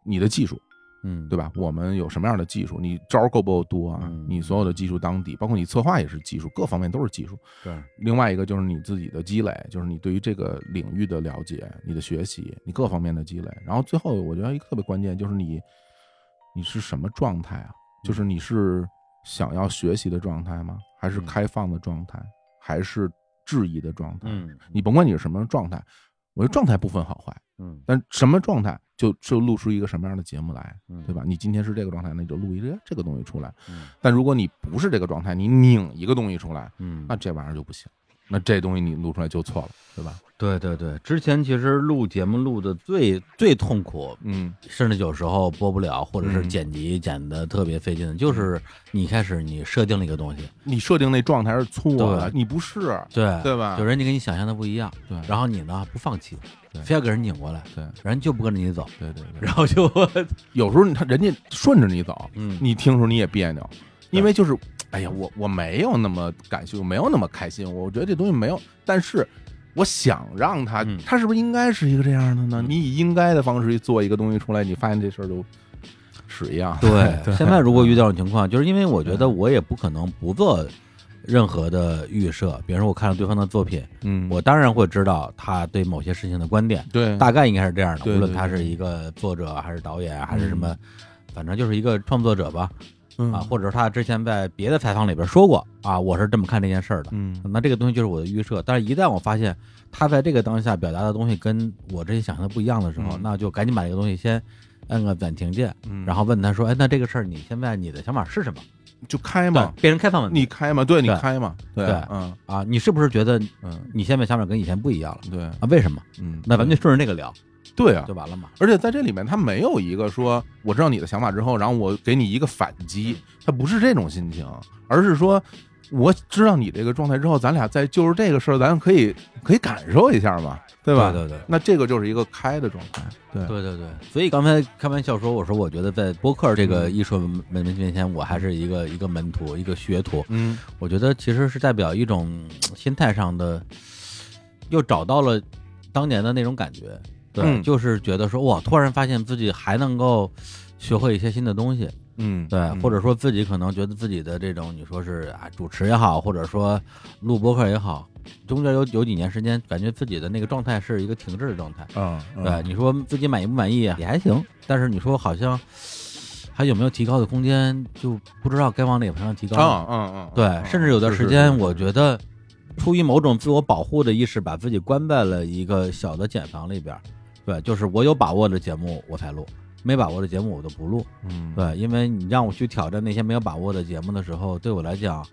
[SPEAKER 2] 你的技术。
[SPEAKER 1] 嗯，
[SPEAKER 2] 对吧？我们有什么样的技术？你招儿够不够多啊
[SPEAKER 1] 嗯？
[SPEAKER 2] 你所有的技术当底，包括你策划也是技术，各方面都是技术。
[SPEAKER 1] 对，
[SPEAKER 2] 另外一个就是你自己的积累，就是你对于这个领域的了解、你的学习、你各方面的积累。然后最后，我觉得一个特别关键就是你，你是什么状态啊？就是你是想要学习的状态吗？还是
[SPEAKER 1] 嗯嗯
[SPEAKER 2] 开放的状态？还是质疑的状态？
[SPEAKER 1] 嗯
[SPEAKER 2] 你甭管你是什么状态，我觉得状态不分好坏，
[SPEAKER 1] 嗯
[SPEAKER 2] 但什么状态就就录出一个什么样的节目来。
[SPEAKER 1] 嗯
[SPEAKER 2] 对？吧？你今天是这个状态，那你就录一个这个东西出来。
[SPEAKER 1] 嗯
[SPEAKER 2] 但如果你不是这个状态，你拧一个东西出来，
[SPEAKER 1] 嗯
[SPEAKER 2] 那这玩意儿就不行。那这东西你录出来就错了，对吧？
[SPEAKER 1] 对对对，之前其实录节目录的最最痛苦，
[SPEAKER 2] 嗯，
[SPEAKER 1] 甚至有时候播不了，或者是
[SPEAKER 2] 嗯
[SPEAKER 1] 剪辑剪的特别费劲，就是你一开始你设定了一个东西，
[SPEAKER 2] 你设定那状态是错的，
[SPEAKER 1] 对
[SPEAKER 2] 你不是，
[SPEAKER 1] 对
[SPEAKER 2] 对啊吧
[SPEAKER 1] 就人家跟你想象的不一样，
[SPEAKER 2] 对
[SPEAKER 1] 然后你呢不放弃
[SPEAKER 2] 对，
[SPEAKER 1] 非要给人拧过来，
[SPEAKER 2] 对
[SPEAKER 1] 人就不跟着你走，
[SPEAKER 2] 对对对。
[SPEAKER 1] 然后就
[SPEAKER 2] 有时候你看人家顺着你走，
[SPEAKER 1] 嗯
[SPEAKER 2] 你听的时候你也别扭，因为就是，哎呀，我我没有那么感性，没有那么开心，我觉得这东西没有，但是。我想让他
[SPEAKER 1] 嗯，
[SPEAKER 2] 他是不是应该是一个这样的呢？
[SPEAKER 1] 嗯
[SPEAKER 2] 你以应该的方式去做一个东西出来，你发现这事儿就屎一样。
[SPEAKER 1] 对
[SPEAKER 2] 对
[SPEAKER 1] 现在如果遇到这种情况，就是因为我觉得我也不可能不做任何的预设，比如说我看了对方的作品，
[SPEAKER 2] 嗯，
[SPEAKER 1] 我当然会知道他对某些事情的观点，
[SPEAKER 2] 对
[SPEAKER 1] 大概应该是这样的。
[SPEAKER 2] 对
[SPEAKER 1] 无论
[SPEAKER 2] 对
[SPEAKER 1] 他
[SPEAKER 2] 对嗯
[SPEAKER 1] 是一个作者还是导演还是什么，反正就是一个创作者吧，啊，或者他之前在别的采访里边说过啊，我是这么看这件事儿的。
[SPEAKER 2] 嗯
[SPEAKER 1] 那这个东西就是我的预设，但是一旦我发现他在这个当下表达的东西跟我之前想象的不一样的时候，
[SPEAKER 2] 嗯
[SPEAKER 1] 那就赶紧把这个东西先按个暂停键，
[SPEAKER 2] 嗯
[SPEAKER 1] 然后问他说：“哎，那这个事儿你现在你的想法是什么
[SPEAKER 2] 就开？”嘛，
[SPEAKER 1] 对，变成开放问题
[SPEAKER 2] 你开嘛，对你
[SPEAKER 1] 嗯对
[SPEAKER 2] 开嘛，对
[SPEAKER 1] 对
[SPEAKER 2] 嗯
[SPEAKER 1] 啊，你是不是觉得
[SPEAKER 2] 嗯，
[SPEAKER 1] 你现在想法跟以前不一样了
[SPEAKER 2] 对，
[SPEAKER 1] 啊？为什么？
[SPEAKER 2] 嗯，
[SPEAKER 1] 那咱们就顺着那个聊
[SPEAKER 2] 对啊
[SPEAKER 1] 就。完了嘛。
[SPEAKER 2] 而且在这里面，他没有一个说我知道你的想法之后，然后我给你一个反击，他不是这种心情，而是说我知道你这个状态之后，咱俩再就是这个事儿，咱可以可以感受一下嘛，对吧？
[SPEAKER 1] 对对对
[SPEAKER 2] 那这个就是一个开的状态，对
[SPEAKER 1] 对对对，所以刚才开玩笑说，我说我觉得在播客这个
[SPEAKER 2] 嗯
[SPEAKER 1] 艺术文文明面前，我还是一个一个门徒，一个学徒。
[SPEAKER 2] 嗯
[SPEAKER 1] 我觉得其实是代表一种嗯心态上的，又找到了当年的那种感觉。对，
[SPEAKER 2] 嗯
[SPEAKER 1] 就是觉得说哇，突然发现自己还能够学会一些新的东西，
[SPEAKER 2] 嗯，
[SPEAKER 1] 对，
[SPEAKER 2] 嗯
[SPEAKER 1] 或者说自己可能觉得自己的这种你说是啊主持也好，或者说录播客也好，中间有有几年时间，感觉自己的那个状态是一个停滞的状态。
[SPEAKER 2] 嗯，嗯
[SPEAKER 1] 对，，你说自己满意不满意也还行，但是你说好像还有没有提高的空间，就不知道该往哪方向提高了。
[SPEAKER 2] 嗯嗯嗯，
[SPEAKER 1] 对，
[SPEAKER 2] 嗯
[SPEAKER 1] 甚至有段
[SPEAKER 2] 是
[SPEAKER 1] 时
[SPEAKER 2] 是
[SPEAKER 1] 间，
[SPEAKER 2] 是
[SPEAKER 1] 我觉得出于某种自我保护的意识，把自己关在了一个小的茧房里边儿。对，就是我有把握的节目我才录，没把握的节目我就不录。
[SPEAKER 2] 嗯，
[SPEAKER 1] 对，因为你让我去挑战那些没有把握的节目的时候，对我来讲，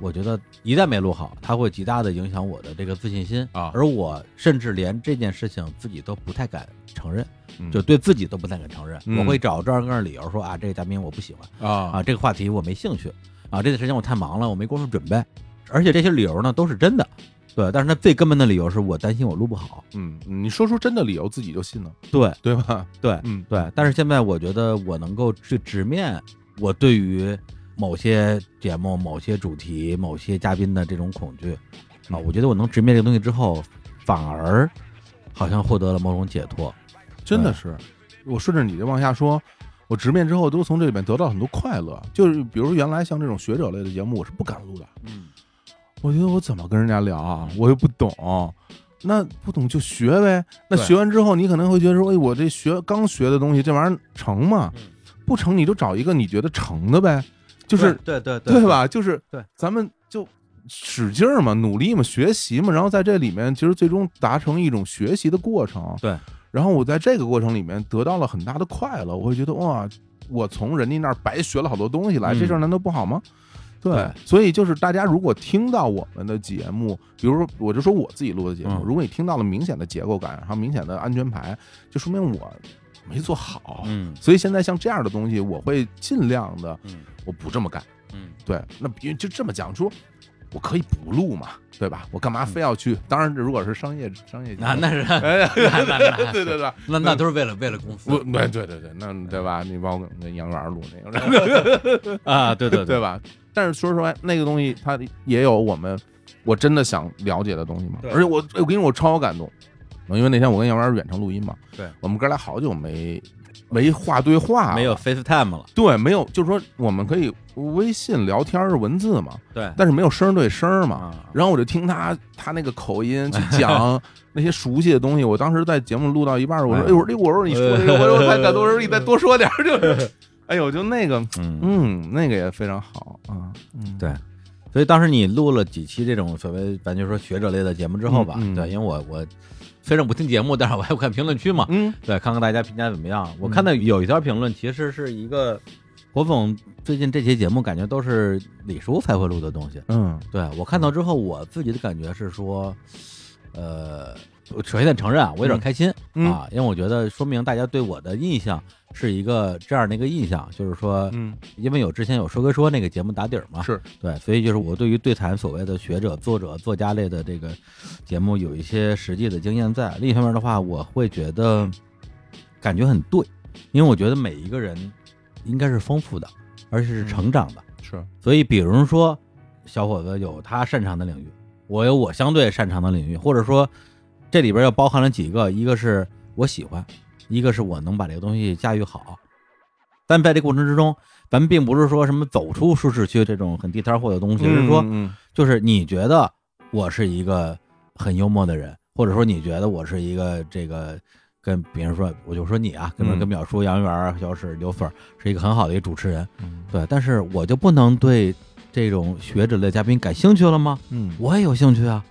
[SPEAKER 1] 我觉得一旦没录好，它会极大的影响我的这个自信心
[SPEAKER 2] 啊
[SPEAKER 1] 而我甚至连这件事情自己都不太敢承认，
[SPEAKER 2] 嗯
[SPEAKER 1] 就对自己都不太敢承认。
[SPEAKER 2] 嗯
[SPEAKER 1] 我会找这样各样的理由说啊，这个嘉宾我不喜欢。
[SPEAKER 2] 啊
[SPEAKER 1] 啊，这个话题我没兴趣啊，这段时间我太忙了，我没工夫准备，而且这些理由呢都是真的，对，但是它最根本的理由是我担心我录不好，
[SPEAKER 2] 嗯，你说出真的理由，自己就信了，
[SPEAKER 1] 对
[SPEAKER 2] 对吧？
[SPEAKER 1] 对
[SPEAKER 2] 嗯，
[SPEAKER 1] 对，但是现在我觉得我能够去直面我对于某些节目、某些主题、某些嘉宾的这种恐惧啊，
[SPEAKER 2] 嗯
[SPEAKER 1] 我觉得我能直面这个东西之后，反而好像获得了某种解脱，
[SPEAKER 2] 真的是。我顺着你这往下说，我直面之后都从这里面得到很多快乐。就是比如原来像这种学者类的节目，我是不敢录的。
[SPEAKER 1] 嗯，
[SPEAKER 2] 我觉得我怎么跟人家聊啊？我又不懂。那不懂就学呗。那学完之后，你可能会觉得说：“哎，我这学刚学的东西，这玩意儿成吗？
[SPEAKER 1] 嗯
[SPEAKER 2] 不成，你就找一个你觉得成的呗。”就是
[SPEAKER 1] 对对
[SPEAKER 2] 对？吧？就是
[SPEAKER 1] 对，
[SPEAKER 2] 咱们就使劲儿嘛，努力嘛，学习嘛，然后在这里面，其实最终达成一种学习的过程。
[SPEAKER 1] 对，
[SPEAKER 2] 然后我在这个过程里面得到了很大的快乐，我会觉得哇，我从人家那儿白学了好多东西来，
[SPEAKER 1] 嗯
[SPEAKER 2] 这事儿难道不好吗？对
[SPEAKER 1] 对，
[SPEAKER 2] 所以就是大家如果听到我们的节目，比如说我就说我自己录的节目
[SPEAKER 1] 嗯，
[SPEAKER 2] 如果你听到了明显的结构感，还有明显的安全牌，就说明我没做好。
[SPEAKER 1] 嗯
[SPEAKER 2] 所以现在像这样的东西，我会尽量的，
[SPEAKER 1] 嗯
[SPEAKER 2] 我不这么干。
[SPEAKER 1] 嗯
[SPEAKER 2] 对，那别就这么讲说，我可以不录嘛，对吧？我干嘛非要去？当然，如果是商业商业，
[SPEAKER 1] 嗯啊那那是
[SPEAKER 2] 哎呀，
[SPEAKER 1] 那那那
[SPEAKER 2] 对 对对，
[SPEAKER 1] 那那都是为了为了公司
[SPEAKER 2] 我对对对对，那对吧？你包括跟杨元录 那个，
[SPEAKER 1] 啊，对对
[SPEAKER 2] 对吧？但是说实话，那个东西它也有我们我真的想了解的东西嘛。
[SPEAKER 1] 对
[SPEAKER 2] 而且我哎我跟你说，我超感动，因为那天我跟杨元远程录音嘛，
[SPEAKER 1] 对
[SPEAKER 2] 我们哥俩好久没没话对话了，
[SPEAKER 1] 没有 FaceTime 了，
[SPEAKER 2] 对，没有，就是说我们可以微信聊天是文字嘛，
[SPEAKER 1] 对。
[SPEAKER 2] 但是没有声儿对声儿嘛。
[SPEAKER 1] 啊
[SPEAKER 2] 然后我就听他他那个口音去 讲那些熟悉的东西。我当时在节目录到一半儿，我说：“
[SPEAKER 1] 哎
[SPEAKER 2] 哎呦，哎呦我说你说这个，我说太感动，我说你再多说点 儿。”就是，哎呦，就那个，
[SPEAKER 1] 嗯，
[SPEAKER 2] 嗯，那个也非常好啊。嗯，
[SPEAKER 1] 对所以当时你录了几期这种所谓咱就说学者类的节目之后吧，
[SPEAKER 2] 嗯嗯
[SPEAKER 1] 对，因为我我虽然不听节目，但是我还会看评论区嘛，
[SPEAKER 2] 嗯
[SPEAKER 1] 对，看看大家评价怎么样。我看到有一条评论，其实是一个火讽最近这期节目感觉都是李叔才会录的东西。
[SPEAKER 2] 嗯
[SPEAKER 1] 对我看到之后，我自己的感觉是说，呃，我首先得承认啊，我有点开心、
[SPEAKER 2] 嗯
[SPEAKER 1] 啊，因为我觉得说明大家对我的印象是一个这样的一个印象，就是说，
[SPEAKER 2] 嗯
[SPEAKER 1] 因为有之前有说归说那个节目打底儿嘛，
[SPEAKER 2] 是
[SPEAKER 1] 对，所以就是我对于对谈所谓的学者、作者、作家类的这个节目有一些实际的经验在。另一方面的话，我会觉得感觉很对，因为我觉得每一个人应该是丰富的，而且是成长的。
[SPEAKER 2] 是
[SPEAKER 1] 所以，比如说，小伙子有他擅长的领域，我有我相对擅长的领域，或者说，这里边又包含了几个，一个是我喜欢，一个是我能把这个东西驾驭好。但在这过程之中，咱们并不是说什么走出舒适区这种很地摊货的东西，而是说，
[SPEAKER 2] 嗯
[SPEAKER 1] 就是你觉得我是一个很幽默的人，或者说你觉得我是一个这个跟别人说，我就说你啊，跟
[SPEAKER 2] 嗯
[SPEAKER 1] 跟淼叔、杨元儿、小史、刘粉儿是一个很好的一个主持人，
[SPEAKER 2] 嗯
[SPEAKER 1] 对，但是我就不能对这种学者类嘉宾感兴趣了吗？
[SPEAKER 2] 嗯
[SPEAKER 1] 我也有兴趣啊。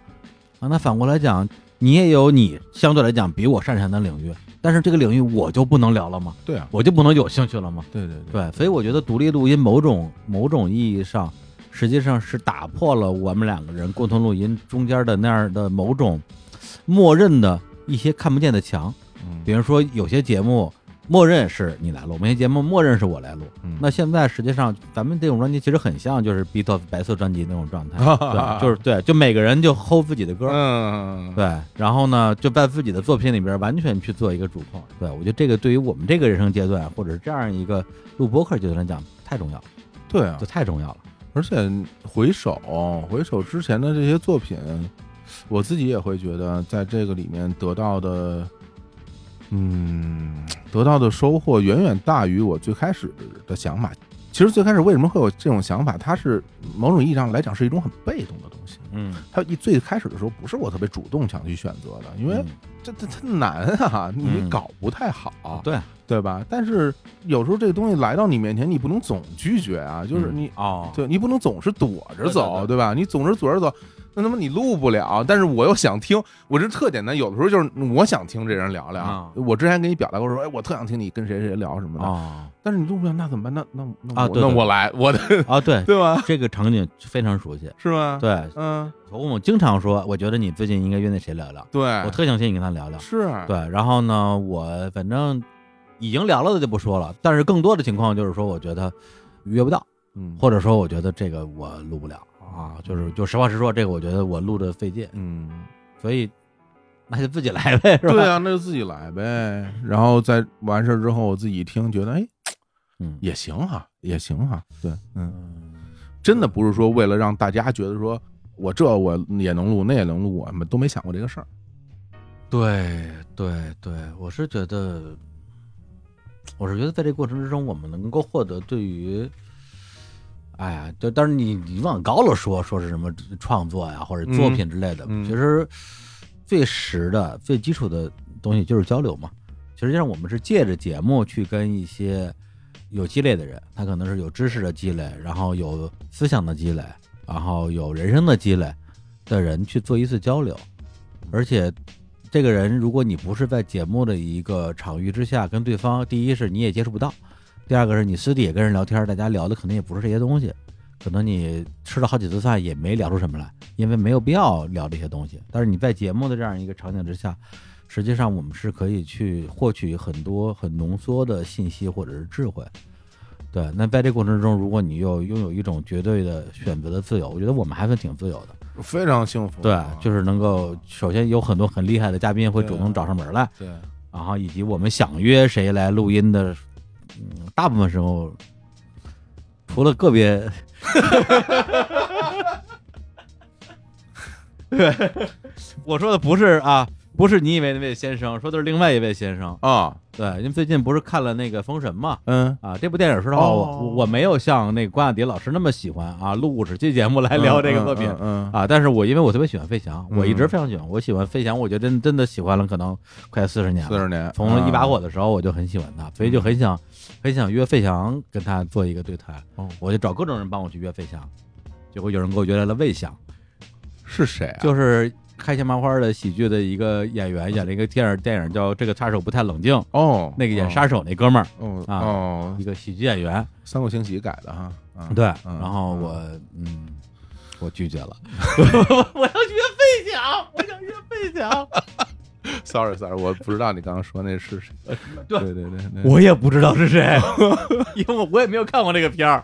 [SPEAKER 1] 啊，那反过来讲，你也有你相对来讲比我擅长的领域，但是这个领域我就不能聊了吗？
[SPEAKER 2] 对啊，
[SPEAKER 1] 我就不能有兴趣了吗？
[SPEAKER 2] 对对对，
[SPEAKER 1] 对，所以我觉得独立录音某种某种意义上，实际上是打破了我们两个人共同录音中间的那样的某种默认的一些看不见的墙。
[SPEAKER 2] 嗯
[SPEAKER 1] 比如说有些节目默认是你来录，某些节目默认是我来录。
[SPEAKER 2] 嗯
[SPEAKER 1] 那现在实际上咱们这种专辑其实很像就是 Beatles 白色专辑那种状态， 对，就是对，就每个人就 hold 自己的歌。
[SPEAKER 2] 嗯
[SPEAKER 1] 对，然后呢，就在自己的作品里边完全去做一个主控。对我觉得这个对于我们这个人生阶段，或者是这样一个录播客阶段来讲，太重要了，
[SPEAKER 2] 对啊
[SPEAKER 1] 就，太重要了。
[SPEAKER 2] 而且回首回首之前的这些作品，我自己也会觉得在这个里面得到的嗯，得到的收获远远大于我最开始的想法。其实最开始为什么会有这种想法？它是某种意义上来讲是一种很被动的东西。
[SPEAKER 1] 嗯，
[SPEAKER 2] 它一最开始的时候不是我特别主动想去选择的，因为
[SPEAKER 1] 嗯
[SPEAKER 2] 这这它难啊，你
[SPEAKER 1] 嗯
[SPEAKER 2] 搞不太好，
[SPEAKER 1] 对，
[SPEAKER 2] 对吧？但是有时候这个东西来到你面前，你不能总拒绝啊，就是
[SPEAKER 1] 嗯
[SPEAKER 2] 你
[SPEAKER 1] 哦，
[SPEAKER 2] 对你不能总是躲着
[SPEAKER 1] 对
[SPEAKER 2] 走，
[SPEAKER 1] 对
[SPEAKER 2] 对吧？你总是躲着走，那他妈你录不了。但是我又想听，我这特简单。有的时候就是我想听这人聊聊
[SPEAKER 1] 啊。
[SPEAKER 2] 我之前给你表达过说，哎，我特想听你跟谁谁聊什么的。
[SPEAKER 1] 哦
[SPEAKER 2] 但是你录不了，那怎么办？那那那
[SPEAKER 1] 啊
[SPEAKER 2] 我
[SPEAKER 1] 对
[SPEAKER 2] 那
[SPEAKER 1] 对
[SPEAKER 2] 我来，我的
[SPEAKER 1] 啊，对，
[SPEAKER 2] 对吧？
[SPEAKER 1] 这个场景非常熟悉。
[SPEAKER 2] 是吗？，
[SPEAKER 1] 对，
[SPEAKER 2] 嗯，
[SPEAKER 1] 我们经常说，我觉得你最近应该约那谁聊聊，
[SPEAKER 2] 对，
[SPEAKER 1] 我特想听你跟他聊聊。
[SPEAKER 2] 是，啊
[SPEAKER 1] 对，然后呢，我反正已经聊了的就不说了，但是更多的情况就是说，我觉得约不到，
[SPEAKER 2] 嗯，
[SPEAKER 1] 或者说我觉得这个我录不了啊，就是就实话实说，这个我觉得我录着费劲，
[SPEAKER 2] 嗯，
[SPEAKER 1] 所以那就自己来呗，是吧？
[SPEAKER 2] 对啊，那就自己来呗。然后在完事儿之后，我自己一听，觉得哎
[SPEAKER 1] 嗯，
[SPEAKER 2] 也行哈，也行哈，对，嗯。
[SPEAKER 1] 嗯，
[SPEAKER 2] 真的不是说为了让大家觉得说我这我也能录，那也能录，我们都没想过这个事儿。
[SPEAKER 1] 对对对，我是觉得，我是觉得在这过程之中，我们能够获得对于。哎呀，就但是你你往高了说，说是什么创作呀，或者作品之类的，
[SPEAKER 2] 嗯嗯
[SPEAKER 1] 其实最实的、最基础的东西就是交流嘛。其实际上我们是借着节目去跟一些有积累的人，他可能是有知识的积累，然后有思想的积累，然后有人生的积累的人去做一次交流。而且，这个人如果你不是在节目的一个场域之下跟对方，第一是你也接触不到，第二个是你私底下跟人聊天，大家聊的可能也不是这些东西，可能你吃了好几次饭也没聊出什么来，因为没有必要聊这些东西。但是你在节目的这样一个场景之下，实际上我们是可以去获取很多很浓缩的信息或者是智慧。对，那在这过程中，如果你又拥有一种绝对的选择的自由，我觉得我们还算挺自由的。
[SPEAKER 2] 非常幸福
[SPEAKER 1] 对，就是能够首先有很多很厉害的嘉宾会主动找上门来，
[SPEAKER 2] 对，
[SPEAKER 1] 然啊后以及我们想约谁来录音的，嗯，大部分时候除了个别， 我说的不是啊，不是你以为那位先生，说的是另外一位先生。
[SPEAKER 2] 啊，
[SPEAKER 1] 对，因为最近不是看了那个《封神》嘛。
[SPEAKER 2] 嗯，
[SPEAKER 1] 啊，这部电影说实话，
[SPEAKER 2] 哦
[SPEAKER 1] 我我我没有像那个关雅迪老师那么喜欢啊，录五十期节目来聊这个作品，
[SPEAKER 2] 嗯，
[SPEAKER 1] 啊，但是我因为我特别喜欢飞翔，我一直
[SPEAKER 2] 嗯
[SPEAKER 1] 非常喜欢，我喜欢飞翔，我觉得真真的喜欢了，可能快四十年
[SPEAKER 2] 四
[SPEAKER 1] 了。
[SPEAKER 2] 十年，啊
[SPEAKER 1] 从一把火的时候我就很喜欢他，所以就很想很想约费翔跟他做一个对谈
[SPEAKER 2] 嗯哦，
[SPEAKER 1] 我就找各种人帮我去约费翔，结果有人给我约来了魏翔，
[SPEAKER 2] 是谁啊？
[SPEAKER 1] 就是开心麻花的喜剧的一个演员，演了一个电影电影叫《这个杀手不太冷静》，
[SPEAKER 2] 哦，
[SPEAKER 1] 那个演杀手那哥们儿，
[SPEAKER 2] 哦
[SPEAKER 1] 啊
[SPEAKER 2] 哦
[SPEAKER 1] 一，个喜剧演员，
[SPEAKER 2] 三国清洗改的哈，嗯
[SPEAKER 1] 对，
[SPEAKER 2] 嗯
[SPEAKER 1] 然后
[SPEAKER 2] 嗯
[SPEAKER 1] 我嗯，我拒绝了， 我要约费翔，我想约费翔。
[SPEAKER 2] ，sorry sorry，我不知道你刚刚说那是谁，对
[SPEAKER 1] 对
[SPEAKER 2] 对对对，
[SPEAKER 1] 我也不知道是谁， 因为我我也没有看过这个片儿。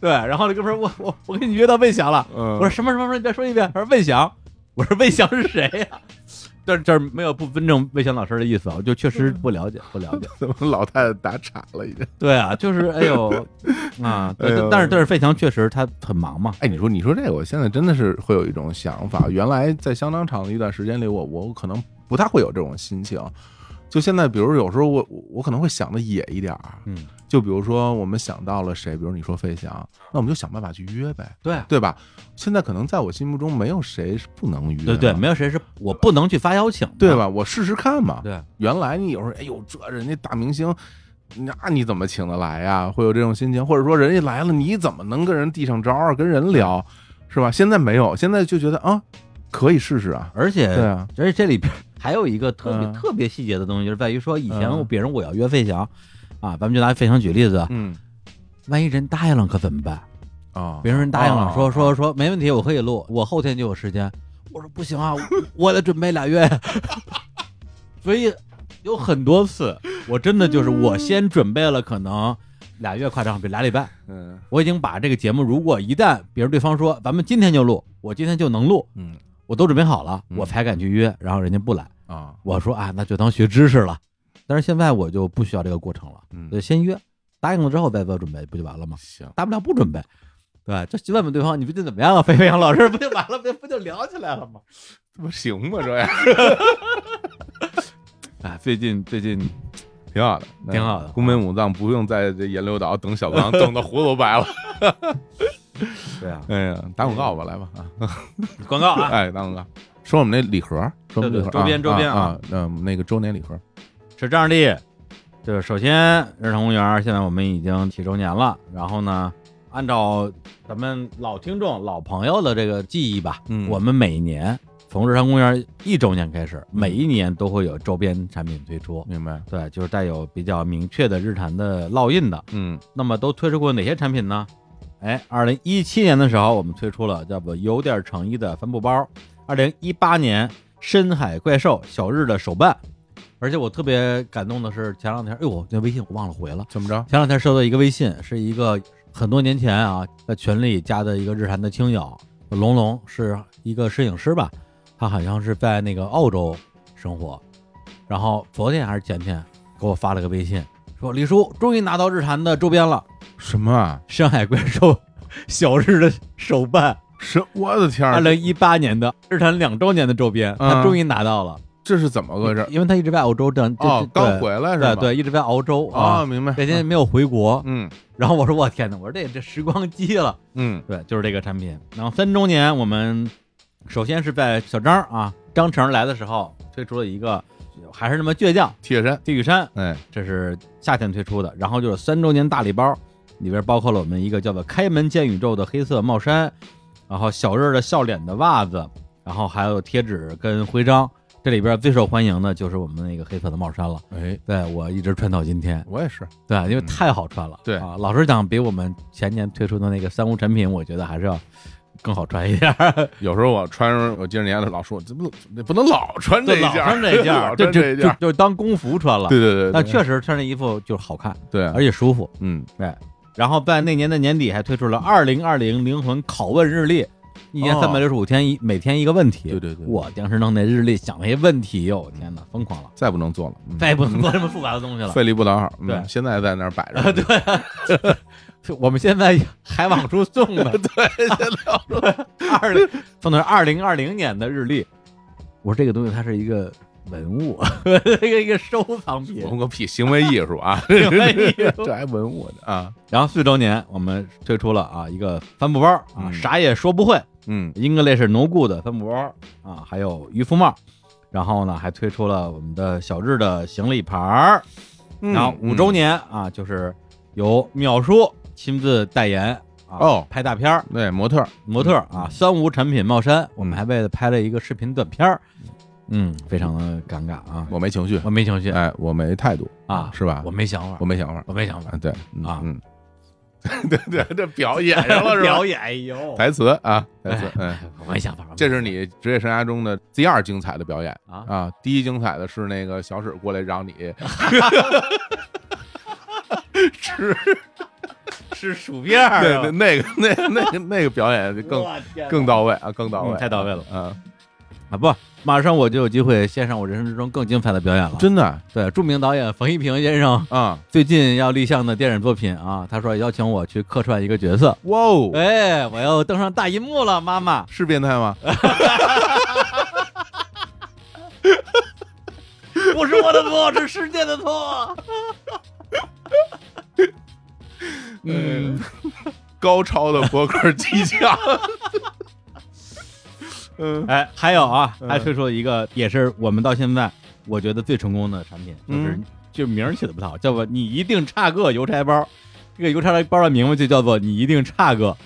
[SPEAKER 1] 对，然后那哥们儿，我我我给你约到魏翔了。
[SPEAKER 2] 嗯
[SPEAKER 1] 我说什么什么什么，你再说一遍。他说魏翔，我说魏翔是谁啊呀、 但是这儿没有不尊重魏翔老师的意思啊，我就确实不了 解，不了解。
[SPEAKER 2] 怎么老太太打岔了已经？
[SPEAKER 1] 对啊，就是哎 呦啊，对
[SPEAKER 2] 哎呦
[SPEAKER 1] 但是但是费翔确实他很忙嘛，
[SPEAKER 2] 哎，你说你说这个，我现在真的是会有一种想法。原来在相当长的一段时间里，我我可能不太会有这种心情。就现在，比如有时候我我我可能会想的野一点儿，
[SPEAKER 1] 嗯，
[SPEAKER 2] 就比如说我们想到了谁，比如你说费翔，那我们就想办法去约呗，
[SPEAKER 1] 对啊
[SPEAKER 2] 对吧？现在可能在我心目中没有谁是不能约的，
[SPEAKER 1] 对啊对，没有谁是我不能去发邀请的，
[SPEAKER 2] 对吧？我试试看嘛。
[SPEAKER 1] 对，
[SPEAKER 2] 原来你有时候，哎呦，这人家大明星，那你怎么请得来呀？会有这种心情，或者说人家来了，你怎么能跟人递上招儿，跟人
[SPEAKER 1] 嗯
[SPEAKER 2] 聊，是吧？现在没有，现在就觉得啊，可以试试啊。
[SPEAKER 1] 而且
[SPEAKER 2] 对啊，
[SPEAKER 1] 而且这里边还有一个特别、
[SPEAKER 2] 嗯
[SPEAKER 1] 特别细节的东西，就是在于说，以前我
[SPEAKER 2] 嗯
[SPEAKER 1] 比如我要约费翔，啊，咱们就拿费翔举例子，
[SPEAKER 2] 嗯
[SPEAKER 1] 万一人答应了可怎么办？
[SPEAKER 2] 啊，
[SPEAKER 1] 比如嗯人答应了，
[SPEAKER 2] 哦
[SPEAKER 1] 说说说没问题，我可以录，我后天就有时间。我说不行啊，我我得准备俩月。 所以有很多次，我真的就是我先准备了，可能俩月夸张，比如俩礼拜，
[SPEAKER 2] 嗯
[SPEAKER 1] 我已经把这个节目，如果一旦比如对方说咱们今天就录，我今天就能录，
[SPEAKER 2] 嗯
[SPEAKER 1] 我都准备好了，
[SPEAKER 2] 嗯
[SPEAKER 1] 我才敢去约，然后人家不来。
[SPEAKER 2] 啊
[SPEAKER 1] 我说啊，那就当学知识了。但是现在我就不需要这个过程了，
[SPEAKER 2] 嗯
[SPEAKER 1] 就先约，答应了之后再做准备，不就完了吗？
[SPEAKER 2] 行，
[SPEAKER 1] 大不了不准备，对，就问问对方你最近怎么样啊？飞 飞扬老师不就完了，不不就聊起来了吗？
[SPEAKER 2] 不行吧这样？
[SPEAKER 1] 哎，最近最近
[SPEAKER 2] 挺好的，
[SPEAKER 1] 嗯挺好的
[SPEAKER 2] 宫本武藏不用在这研流岛等小刚，等的胡子都白了。
[SPEAKER 1] 对啊，
[SPEAKER 2] 哎呀，打广告吧，来吧啊！
[SPEAKER 1] 广告啊，
[SPEAKER 2] 哎，打广告，说我们那礼盒，说我们
[SPEAKER 1] 对对
[SPEAKER 2] 礼盒
[SPEAKER 1] 周边
[SPEAKER 2] 啊
[SPEAKER 1] 周边啊
[SPEAKER 2] 啊，嗯，那个周年礼盒，
[SPEAKER 1] 是这样的，就是首先日常公园现在我们已经几周年了，然后呢，按照咱们老听众、老朋友的这个记忆吧，
[SPEAKER 2] 嗯
[SPEAKER 1] 我们每年从日常公园一周年开始，每一年都会有周边产品推出。
[SPEAKER 2] 明白？
[SPEAKER 1] 对，就是带有比较明确的日常的烙印的。
[SPEAKER 2] 嗯，
[SPEAKER 1] 那么都推出过哪些产品呢？哎，二零一七年的时候，我们推出了叫做“有点诚意”的帆布包；二零一八年深海怪兽小日的手办。而且我特别感动的是，前两天，哎呦，那微信我忘了回了。
[SPEAKER 2] 怎么着？
[SPEAKER 1] 前两天收到一个微信，是一个很多年前啊，在群里加的一个日韩的听友龙龙，是一个摄影师吧，他好像是在那个澳洲生活，然后昨天还是前天给我发了个微信，说李叔终于拿到日韩的周边了，
[SPEAKER 2] 什么啊？
[SPEAKER 1] 深海怪兽 小日的手办，
[SPEAKER 2] 什？我的天
[SPEAKER 1] 二
[SPEAKER 2] 儿，
[SPEAKER 1] 零一八年的日韩两周年的周边，他
[SPEAKER 2] 嗯
[SPEAKER 1] 终于拿到了，
[SPEAKER 2] 这是怎么回事？
[SPEAKER 1] 因为他一直在澳洲这样，这
[SPEAKER 2] 哦
[SPEAKER 1] 这，
[SPEAKER 2] 刚
[SPEAKER 1] 对
[SPEAKER 2] 回来是吧？
[SPEAKER 1] 对对，一直在澳洲
[SPEAKER 2] 啊，
[SPEAKER 1] 啊，
[SPEAKER 2] 明白。
[SPEAKER 1] 这些没有回国，
[SPEAKER 2] 嗯
[SPEAKER 1] 然后我说我天哪，我说这这时光机了，
[SPEAKER 2] 嗯
[SPEAKER 1] 对，就是这个产品。然后三周年，我们首先是在小张啊张成来的时候推出了一个，还是那么倔强，
[SPEAKER 2] 铁山，
[SPEAKER 1] 地狱山，
[SPEAKER 2] 哎，
[SPEAKER 1] 这是夏天推出的。然后就是三周年大礼包，里边包括了我们一个叫做“开门见宇宙”的黑色帽衫，然后小日的笑脸的袜子，然后还有贴纸跟徽章。这里边最受欢迎的就是我们那个黑色的帽衫了，
[SPEAKER 2] 哎，
[SPEAKER 1] 对我一直穿到今天。
[SPEAKER 2] 我也是，
[SPEAKER 1] 对，因为
[SPEAKER 2] 嗯
[SPEAKER 1] 太好穿了。
[SPEAKER 2] 对
[SPEAKER 1] 啊，老实讲，比我们前年推出的那个三无产品，我觉得还是要更好穿一点儿。
[SPEAKER 2] 有时候我穿上，我记着年的老说，我这不这不能老穿这
[SPEAKER 1] 对，
[SPEAKER 2] 一
[SPEAKER 1] 老
[SPEAKER 2] 件
[SPEAKER 1] 穿
[SPEAKER 2] 儿，
[SPEAKER 1] 这件
[SPEAKER 2] 老
[SPEAKER 1] 儿，就
[SPEAKER 2] 穿这一
[SPEAKER 1] 就
[SPEAKER 2] 件
[SPEAKER 1] 就就
[SPEAKER 2] 儿，
[SPEAKER 1] 当工服穿了。
[SPEAKER 2] 对对对，
[SPEAKER 1] 但
[SPEAKER 2] 对
[SPEAKER 1] 确实穿这衣服就是好看，
[SPEAKER 2] 对啊，
[SPEAKER 1] 而且舒服。
[SPEAKER 2] 嗯，
[SPEAKER 1] 对，然后在那年的年底还推出了二零二零灵魂拷问日历，一年
[SPEAKER 2] 哦
[SPEAKER 1] 三百六十五天，一每天一个问题。
[SPEAKER 2] 对对对
[SPEAKER 1] 我当时弄那日历想那些问题，哟，天哪，疯狂了，
[SPEAKER 2] 再不能做了，嗯
[SPEAKER 1] 再也不能做这么复杂的东西了。
[SPEAKER 2] 费力不讨好。嗯
[SPEAKER 1] 对
[SPEAKER 2] 现在在那儿摆着
[SPEAKER 1] 啊，
[SPEAKER 2] 呢，
[SPEAKER 1] 对啊，我们现在还往出送呢。对， 现在二 送的是二零二零年的日历。我说这个东西它是一个文物， 一个一个收藏品。
[SPEAKER 2] 文个屁，行为艺术 啊，
[SPEAKER 1] 行为艺术
[SPEAKER 2] 这还文物呢啊，
[SPEAKER 1] 然后四周年，我们推出了啊一个帆布包啊，
[SPEAKER 2] 嗯
[SPEAKER 1] 啥也说不会，
[SPEAKER 2] 嗯，
[SPEAKER 1] 英格 s 是农顾的帆布包啊，还有渔夫帽。然后呢，还推出了我们的小日的行李牌儿。
[SPEAKER 2] 嗯
[SPEAKER 1] 然后五周
[SPEAKER 2] 年
[SPEAKER 1] 年啊，就是由淼叔亲自代言啊，
[SPEAKER 2] 哦
[SPEAKER 1] 拍大片儿，
[SPEAKER 2] 对模特儿，
[SPEAKER 1] 模特儿啊，三无产品帽衫，我们还为了拍了一个视频短片儿，嗯，非常的尴尬啊，
[SPEAKER 2] 我没情绪，
[SPEAKER 1] 我没情绪
[SPEAKER 2] 哎，我没态度
[SPEAKER 1] 啊，
[SPEAKER 2] 是吧
[SPEAKER 1] 我？没想法
[SPEAKER 2] 我，没想法
[SPEAKER 1] 我没想法
[SPEAKER 2] 啊，， 对嗯
[SPEAKER 1] 啊
[SPEAKER 2] 嗯，对对，这表演上了 是吧
[SPEAKER 1] 表？演，哎呦，
[SPEAKER 2] 台词啊，台词，嗯。
[SPEAKER 1] 我没想法，我没想法
[SPEAKER 2] 这是你职业生涯中的第二精彩的表演
[SPEAKER 1] 啊
[SPEAKER 2] 啊！第一精彩的是那个小史过来 嚷你吃，
[SPEAKER 1] 吃薯片儿
[SPEAKER 2] 对
[SPEAKER 1] 啊，
[SPEAKER 2] 对，那个那那个那个表演就更
[SPEAKER 3] 我天哪
[SPEAKER 2] 更到位啊，更到位，
[SPEAKER 1] 嗯太到位了
[SPEAKER 2] 啊！
[SPEAKER 1] 啊不，马上我就有机会献上我人生之中更精彩的表演了。
[SPEAKER 2] 真的
[SPEAKER 1] 对，著名导演冯一平先生
[SPEAKER 2] 啊！
[SPEAKER 1] 最近要立项的电影作品啊，他说邀请我去客串一个角色，
[SPEAKER 2] 哇哦，
[SPEAKER 1] 哎，我要登上大银幕了，妈妈。
[SPEAKER 2] 是变态吗？
[SPEAKER 1] 不是我的错，是世界的 错。嗯，
[SPEAKER 2] 高超的博客技 巧，嗯
[SPEAKER 1] 哎，还有啊，
[SPEAKER 2] 嗯
[SPEAKER 1] 还推出了一个，也是我们到现在我觉得最成功的产品，就是
[SPEAKER 2] 嗯
[SPEAKER 1] 就名儿起的不太好，叫做“你一定差个邮差包”。这个邮差包的名字就叫做“你一定差
[SPEAKER 2] 哦
[SPEAKER 1] 个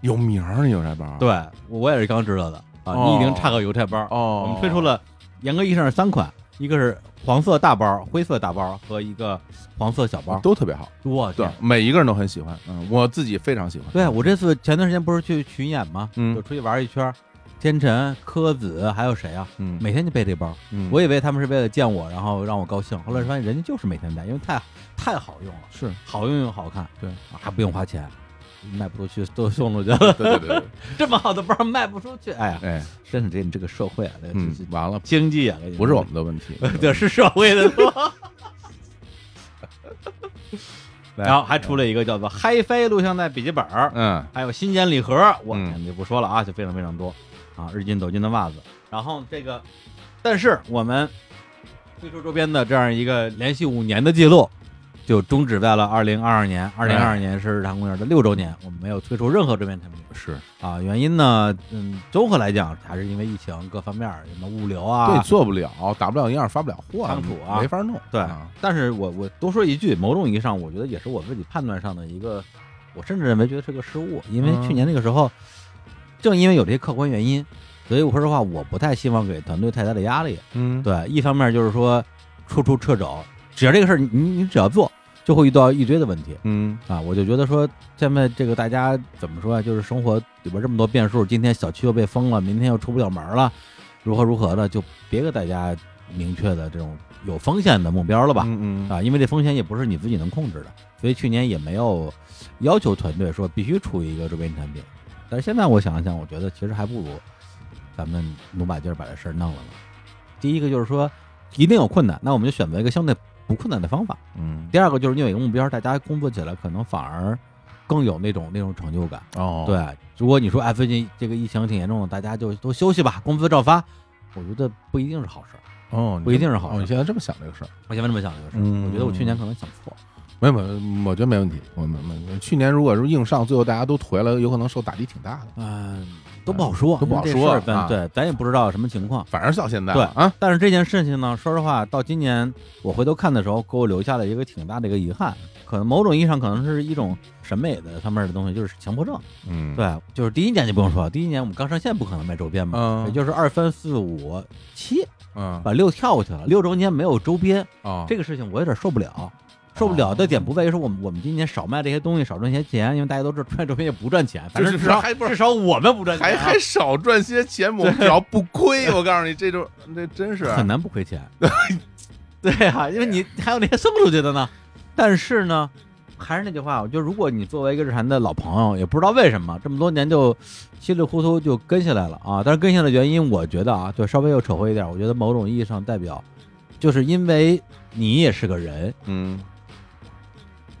[SPEAKER 2] 有名儿，有这包，
[SPEAKER 1] 对，我我也是刚知道的啊，
[SPEAKER 2] 哦
[SPEAKER 1] 你已经差个邮差包。
[SPEAKER 2] 哦，
[SPEAKER 1] 我们推出了，严格意义上是三款，一个是黄色大包、灰色大包和一个黄色小包。
[SPEAKER 2] 都特别好，
[SPEAKER 1] 我
[SPEAKER 2] 对
[SPEAKER 1] 天，，
[SPEAKER 2] 每一个人都很喜欢，嗯，我自己非常喜欢，
[SPEAKER 1] 嗯对我这次前段时间不是去巡演吗？
[SPEAKER 2] 嗯
[SPEAKER 1] 就出去玩一圈儿，天辰、柯子还有谁啊？
[SPEAKER 2] 嗯，
[SPEAKER 1] 每天就背这包，
[SPEAKER 2] 嗯
[SPEAKER 1] 我以为他们是为了见我，然后让我高兴。后来发现人家就是每天带，因为太太好用了，
[SPEAKER 2] 是
[SPEAKER 1] 好用又好看，
[SPEAKER 2] 对嗯
[SPEAKER 1] 啊，还不用花钱，卖不出去都送出去了。
[SPEAKER 2] 对对对对，
[SPEAKER 1] 这么好的包卖不出去，哎呀，
[SPEAKER 2] 哎，
[SPEAKER 1] 真是这你这个社会啊，这个
[SPEAKER 2] 嗯，完了，
[SPEAKER 1] 经济啊，这个
[SPEAKER 2] 不是我，们的问题， 嗯
[SPEAKER 1] 对，是社会 的错。
[SPEAKER 2] 来
[SPEAKER 1] 然后还出了一个叫做 HiFi 录像带笔记本儿，
[SPEAKER 2] 嗯
[SPEAKER 1] 还有新年礼盒，我天就不说了啊，就非常非常多啊，日进斗金的袜子。然后这个，但是我们非洲周边的这样一个连续五年的记录，就终止在了二零二二年。二零二二年是日坛公园的六周年，我们没有推出任何周边产品
[SPEAKER 2] 是
[SPEAKER 1] 啊。原因呢，嗯，综合来讲，还是因为疫情各方面儿，什么物流
[SPEAKER 2] 对
[SPEAKER 1] 啊，
[SPEAKER 2] 做不了，打不了样，发不了货，
[SPEAKER 1] 仓储啊
[SPEAKER 2] 没法弄。
[SPEAKER 1] 对
[SPEAKER 2] 啊
[SPEAKER 1] 但是我我多说一句，某种意义上，我觉得也是我自己判断上的一个，我甚至认为觉得是个失误，因为
[SPEAKER 2] 嗯
[SPEAKER 1] 去年那个时候，正因为有这些客观原因，所以我说实话，我不太希望给团队太大的压力。
[SPEAKER 2] 嗯，
[SPEAKER 1] 对，一方面就是说处处掣肘，只要这个事儿你你你只要做，就会遇到一堆的问题
[SPEAKER 2] 嗯，
[SPEAKER 1] 啊。我就觉得说，现在这个大家怎么说啊，就是生活里边这么多变数，今天小区又被封了，明天又出不了门了，如何如何的，就别给大家明确的这种有风险的目标了吧。
[SPEAKER 2] 嗯嗯
[SPEAKER 1] 啊，因为这风险也不是你自己能控制的，所以去年也没有要求团队说必须出一个周边产品。但是现在我想一想，我觉得其实还不如咱们努把劲儿把这事儿弄了呢。第一个就是说，一定有困难，那我们就选择一个相对不困难的方法。
[SPEAKER 2] 嗯，
[SPEAKER 1] 第二个就是你有一个目标，大家工作起来可能反而更有那种那种成就感。
[SPEAKER 2] 哦，
[SPEAKER 1] 对，如果你说哎，最近这个疫情挺严重的，大家就都休息吧，工资照发，我觉得不一定是好事儿。
[SPEAKER 2] 哦，你
[SPEAKER 1] 不一定
[SPEAKER 2] 这
[SPEAKER 1] 是好事
[SPEAKER 2] 哦你现在这么想这个事儿，
[SPEAKER 1] 我现在这么想这个事儿，
[SPEAKER 2] 嗯
[SPEAKER 1] 我觉得我去年可能想错了。
[SPEAKER 2] 没有没有，我觉得没问题。我们我们去年如果是硬上，最后大家都颓了，有可能受打击挺大的。
[SPEAKER 1] 嗯，都不好说，
[SPEAKER 2] 都不好
[SPEAKER 1] 因为这
[SPEAKER 2] 说
[SPEAKER 1] 事儿咱
[SPEAKER 2] 啊
[SPEAKER 1] 对，咱也不知道什么情况。
[SPEAKER 2] 反而是到现在
[SPEAKER 1] 对
[SPEAKER 2] 啊，
[SPEAKER 1] 但是这件事情呢，说实话，到今年我回头看的时候，给我留下了一个挺大的一个遗憾。可能某种意义上，可能是一种审美的方面的东西，就是强迫症。
[SPEAKER 2] 嗯，
[SPEAKER 1] 对，就是第一年就不用说，第一年我们刚上线，不可能卖周边嘛，
[SPEAKER 2] 嗯
[SPEAKER 1] 也就是二三四五七，
[SPEAKER 2] 嗯
[SPEAKER 1] 把六跳过去了，六周年没有周边，
[SPEAKER 2] 哦，
[SPEAKER 1] 这个事情我有点受不
[SPEAKER 2] 嗯
[SPEAKER 1] 了。受不了的点不在于说我们我们今年少卖这些东西，少赚些钱，因为大家都知道卖周边也不赚钱，反正
[SPEAKER 2] 就是
[SPEAKER 1] 至少
[SPEAKER 2] 还不是
[SPEAKER 3] 至少我们不赚钱
[SPEAKER 2] 还
[SPEAKER 3] 啊、
[SPEAKER 2] 还少赚些钱，我们只要不亏，我告诉你，这就这真是
[SPEAKER 1] 很难不亏 钱。啊对啊，因为你还有那些送出去的呢。但是呢，还是那句话，我觉得如果你作为一个日韩的老朋友，也不知道为什么这么多年就稀里糊涂就跟下来了啊。但是跟下来的原因，我觉得啊，就稍微又扯回一点，我觉得某种意义上代表，就是因为你也是个人，
[SPEAKER 2] 嗯，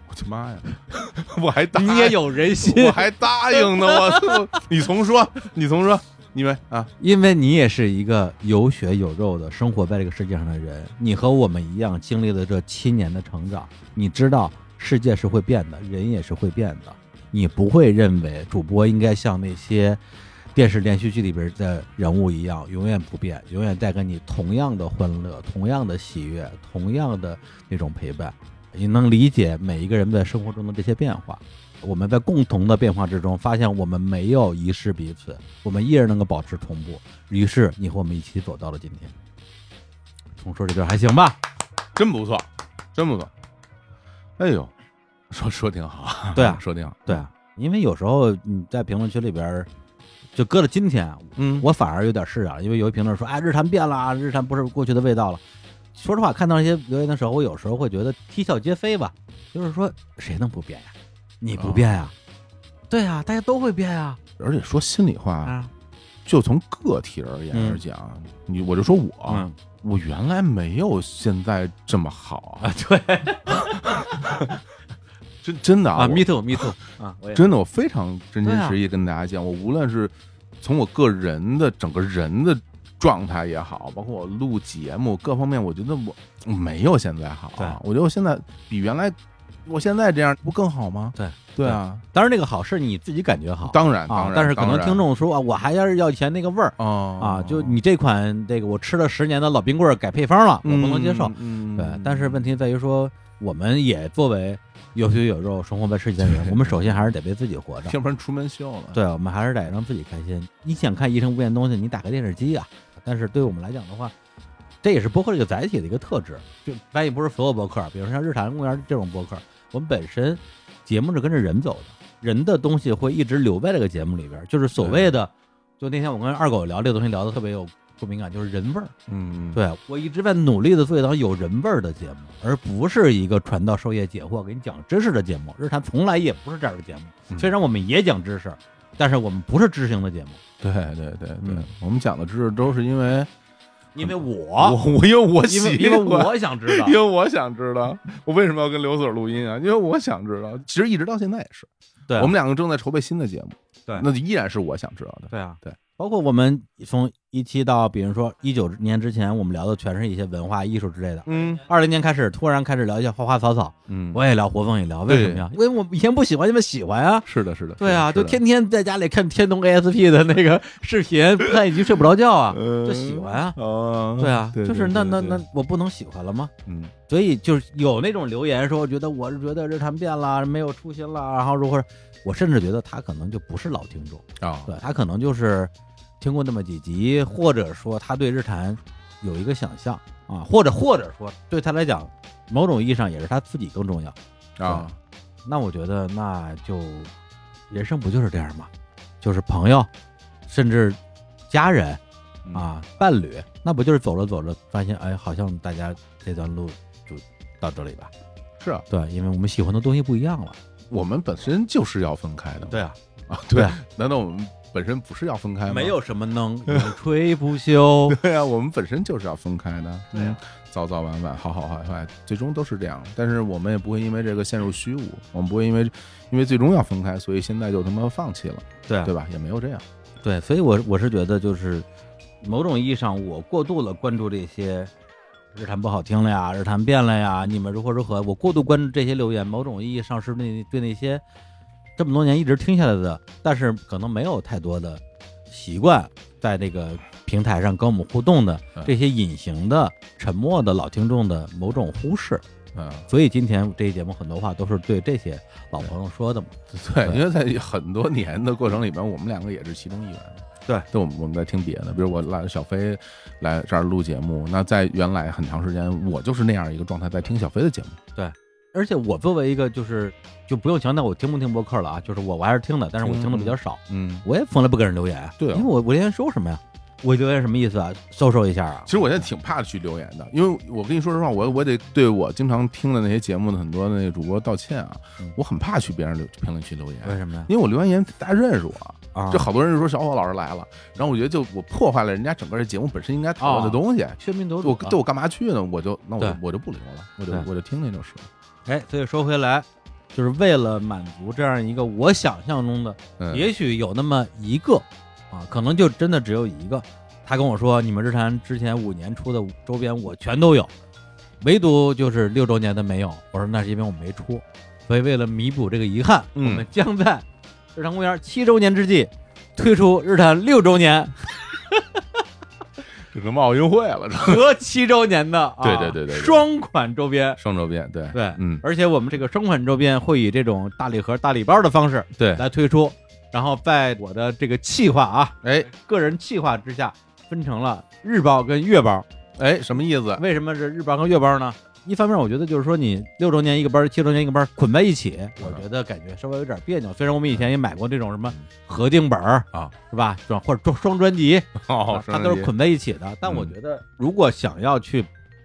[SPEAKER 2] 我的妈呀， 我还答应
[SPEAKER 3] 你也，有人心，
[SPEAKER 2] 我还答应呢，我操！你从说，你从说，你们啊，
[SPEAKER 1] 因为你也是一个有血有肉的生活在这个世界上的人，你和我们一样经历了这七年的成长，你知道世界是会变的，人也是会变的。你不会认为主播应该像那些电视连续剧里边的人物一样，永远不变，永远带给你同样的欢乐、同样的喜悦、同样的那种陪伴。你能理解每一个人在生活中的这些变化。我们在共同的变化之中，发现我们没有遗失彼此，我们依然能够保持同步。于是你和我们一起走到了今天。重说这段还行吧？
[SPEAKER 2] 真不错，真不错。哎呦，说说挺好，
[SPEAKER 1] 对啊
[SPEAKER 2] 说挺好，
[SPEAKER 1] 对啊，因为有时候你在评论区里边儿，就搁了今天啊，
[SPEAKER 2] 嗯，
[SPEAKER 1] 我反而有点释然，因为有一评论说，哎，日坛变了啊，日坛不是过去的味道了。说实话，看到那些留言的时候，我有时候会觉得啼笑皆非吧，就是说谁能不变呀？你不变呀？对呀、大家都会变呀。
[SPEAKER 2] 而且说心里话，
[SPEAKER 1] 啊，
[SPEAKER 2] 就从个体而言而讲，你我就说我，
[SPEAKER 1] 嗯
[SPEAKER 2] 我原来没有现在这么好
[SPEAKER 1] 嗯
[SPEAKER 2] 啊，
[SPEAKER 1] 对
[SPEAKER 2] 真真的
[SPEAKER 1] 啊
[SPEAKER 2] 我
[SPEAKER 1] ，me too，me too 啊，我也
[SPEAKER 2] 真的我非常真
[SPEAKER 1] 对
[SPEAKER 2] 心
[SPEAKER 1] 啊
[SPEAKER 2] 实意跟大家讲，我无论是从我个人的整个人的状态也好，包括我录节目各方面，我觉得我我没有现在好
[SPEAKER 1] 对
[SPEAKER 2] 啊，我觉得我现在比原来我现在这样不更好吗？
[SPEAKER 1] 对
[SPEAKER 2] 对啊，
[SPEAKER 1] 当然，这个好是你自己感觉好，
[SPEAKER 2] 当然当
[SPEAKER 1] 啊
[SPEAKER 2] 然，，
[SPEAKER 1] 但是可
[SPEAKER 2] 当
[SPEAKER 1] 能
[SPEAKER 2] 然
[SPEAKER 1] 听众说啊，我还要是要以前那个味儿
[SPEAKER 2] 哦
[SPEAKER 1] 啊，就你这款这个我吃了十年的老冰棍儿改配方了，我不能接受。，
[SPEAKER 2] 嗯
[SPEAKER 1] 对，但是问题在于说，我们也作为有血有肉生活在世界的人，我们首先还是得为自己活着。
[SPEAKER 2] 要不然出门秀了，
[SPEAKER 1] 对，嗯我们还是得让自己开心。你想看一成不变的东西，你打开电视机啊。但是对我们来讲的话，这也是播客这个载体的一个特质。就咱也不是所有播客，比如说像日坛公园这种播客，我们本身节目是跟着人走的，人的东西会一直留在这个节目里边儿，就是所谓的。就那天我跟二狗聊这个东西，聊的特别有共鸣感，就是人味儿。
[SPEAKER 2] 嗯，嗯，
[SPEAKER 1] 对我一直在努力的做一档有人味儿的节目，而不是一个传道授业解惑、给你讲知识的节目。日坛从来也不是这样的节目，
[SPEAKER 2] 嗯
[SPEAKER 1] 虽然我们也讲知识，但是我们不是知识型的节目，
[SPEAKER 2] 对对对对
[SPEAKER 1] 嗯，
[SPEAKER 2] 我们讲的知识都是因为
[SPEAKER 1] 因为
[SPEAKER 2] 我
[SPEAKER 1] 啊我，
[SPEAKER 2] 嗯我因为我
[SPEAKER 1] 因为
[SPEAKER 2] 喜
[SPEAKER 1] 因为
[SPEAKER 2] 欢
[SPEAKER 1] 我想知道
[SPEAKER 2] 因，为我想知道我为什么要跟刘所录音啊？因为我想知道，其实一直到现在也是，
[SPEAKER 1] 对啊
[SPEAKER 2] 我们两个正在筹备新的节目，
[SPEAKER 1] 对
[SPEAKER 2] 那依然是我想知道的，
[SPEAKER 1] 对啊，
[SPEAKER 2] 对。
[SPEAKER 1] 包括我们从一期到比如说一九年之前，我们聊的全是一些文化艺术之类的。
[SPEAKER 2] 嗯
[SPEAKER 1] 二零年开始，突然开始聊一些花花草草，
[SPEAKER 2] 嗯，
[SPEAKER 1] 我也聊活凤，也聊，为什么呀？因为我以前不喜欢，现在喜欢啊。
[SPEAKER 2] 是的，是的，
[SPEAKER 1] 对啊，
[SPEAKER 2] 是
[SPEAKER 1] 就
[SPEAKER 2] 的
[SPEAKER 1] 天天在家里看天童 ASP 的那个视频，看已经睡不着觉啊，就喜欢啊。
[SPEAKER 2] 哦，
[SPEAKER 1] 对啊，
[SPEAKER 2] 对
[SPEAKER 1] 就是那那，
[SPEAKER 2] 对对
[SPEAKER 1] 那
[SPEAKER 2] 对
[SPEAKER 1] 我不能喜欢了吗？
[SPEAKER 2] 嗯
[SPEAKER 1] 所以就是有那种留言说，我觉得我是觉得日坛变了，没有初心了，然后如何？我甚至觉得他可能就不是老听众，
[SPEAKER 2] 啊，
[SPEAKER 1] 对他可能就是听过那么几集，或者说他对日坛有一个想象啊，或者或者说对他来讲，某种意义上也是他自己更重要。
[SPEAKER 2] 啊，
[SPEAKER 1] 那我觉得那就人生不就是这样吗？就是朋友，甚至家人
[SPEAKER 2] 嗯，
[SPEAKER 1] 啊，伴侣，那不就是走着走着发现，哎，好像大家这段路就到这里吧？
[SPEAKER 2] 是啊，
[SPEAKER 1] 对，因为我们喜欢的东西不一样了。
[SPEAKER 2] 我们本身就是要分开的嘛，
[SPEAKER 1] 啊，
[SPEAKER 2] 啊，
[SPEAKER 1] 对
[SPEAKER 2] 对
[SPEAKER 1] 啊，
[SPEAKER 2] 难道我们本身不是要分开吗？
[SPEAKER 1] 哎没，有 什么能永垂不休。
[SPEAKER 2] 对啊，我们本身就是要分开的，
[SPEAKER 1] 对啊
[SPEAKER 2] 嗯，早早晚晚，好好坏坏，最终都是这样。但是我们也不会因为这个陷入虚无，我们不会因为因为最终要分开，所以现在就他妈放弃了，
[SPEAKER 1] 对啊
[SPEAKER 2] 对吧？也没有这样，
[SPEAKER 1] 对，所以我我是觉得，就是某种意义上，我过度了关注这些日谈不好听了呀，日谈变了呀，你们如何如何，我过度关注这些留言，某种意义上是那对那些这么多年一直听下来的，但是可能没有太多的习惯在这个平台上跟我们互动的
[SPEAKER 2] 嗯
[SPEAKER 1] 这些隐形的、沉默的老听众的某种忽视。
[SPEAKER 2] 嗯。
[SPEAKER 1] 所以今天这一节目很多话都是对这些老朋友说的嘛。
[SPEAKER 2] 对，
[SPEAKER 1] 对
[SPEAKER 2] 因为在很多年的过程里边，我们两个也是其中一员。
[SPEAKER 1] 对，
[SPEAKER 2] 就我们我们在听别的，比如我拉小飞来这儿录节目，那在原来很长时间，我就是那样一个状态，在听小飞的节目。
[SPEAKER 1] 而且我作为一个就是就不用强调我听不听播客了啊，就是我我还是听的，但是我听的比较少，
[SPEAKER 2] 嗯，
[SPEAKER 1] 我也从来不跟人留言啊，
[SPEAKER 2] 对啊
[SPEAKER 1] 因为我我留言说什么呀？我留言什么意思啊？收收一下啊
[SPEAKER 2] 其？实我现在挺怕去留言的，因为我跟你说实话，我我得对我经常听的那些节目的很多那主播道歉啊
[SPEAKER 1] 嗯，
[SPEAKER 2] 我很怕去别人留评论区留言，
[SPEAKER 1] 为什么呀？
[SPEAKER 2] 因为我留完言大家认识我。
[SPEAKER 1] 啊，
[SPEAKER 2] 就好多人就说小伙老师来了，然后我觉得就我破坏了人家整个这节目本身应该讨论的
[SPEAKER 1] 哦
[SPEAKER 2] 东西，
[SPEAKER 1] 喧宾夺主
[SPEAKER 2] 我
[SPEAKER 1] 啊。
[SPEAKER 2] 对我干嘛去呢？我就那我就
[SPEAKER 1] 对
[SPEAKER 2] 我就不留了，我就
[SPEAKER 1] 对
[SPEAKER 2] 我就听那就是。
[SPEAKER 1] 哎，所以说回来，就是为了满足这样一个我想象中的，
[SPEAKER 2] 嗯，
[SPEAKER 1] 也许有那么一个啊，可能就真的只有一个。他跟我说，你们日坛之前五年出的周边我全都有，唯独就是六周年的没有。我说那是因为我没出，所以为了弥补这个遗憾，
[SPEAKER 2] 嗯
[SPEAKER 1] 我们将在日坛公园七周年之际推出日坛六周年
[SPEAKER 2] 这跟奥运会了，这
[SPEAKER 1] 和七周年的、啊、
[SPEAKER 2] 对对对对对
[SPEAKER 1] 双款周边。
[SPEAKER 2] 双周边对
[SPEAKER 1] 对，
[SPEAKER 2] 嗯
[SPEAKER 1] 而且我们这个双款周边会以这种大礼盒、大礼包的方式
[SPEAKER 2] 对，
[SPEAKER 1] 来推出，然后在我的这个计划啊，
[SPEAKER 2] 哎
[SPEAKER 1] 个人计划之下分成了日包跟月包。
[SPEAKER 2] 哎什么意思？
[SPEAKER 1] 为什么是日包跟月包呢？一方面，我觉得就是说你六周年一个班，七周年一个班捆在一起，我觉得感觉稍微有点别扭。虽然我们以前也买过这种什么合订本儿
[SPEAKER 2] 嗯啊，
[SPEAKER 1] 是吧？装或者装双专辑，
[SPEAKER 2] 哦
[SPEAKER 1] 啊，它都是
[SPEAKER 2] 捆
[SPEAKER 1] 捆在一起
[SPEAKER 2] 嗯
[SPEAKER 1] 的。但我觉得，如果想要去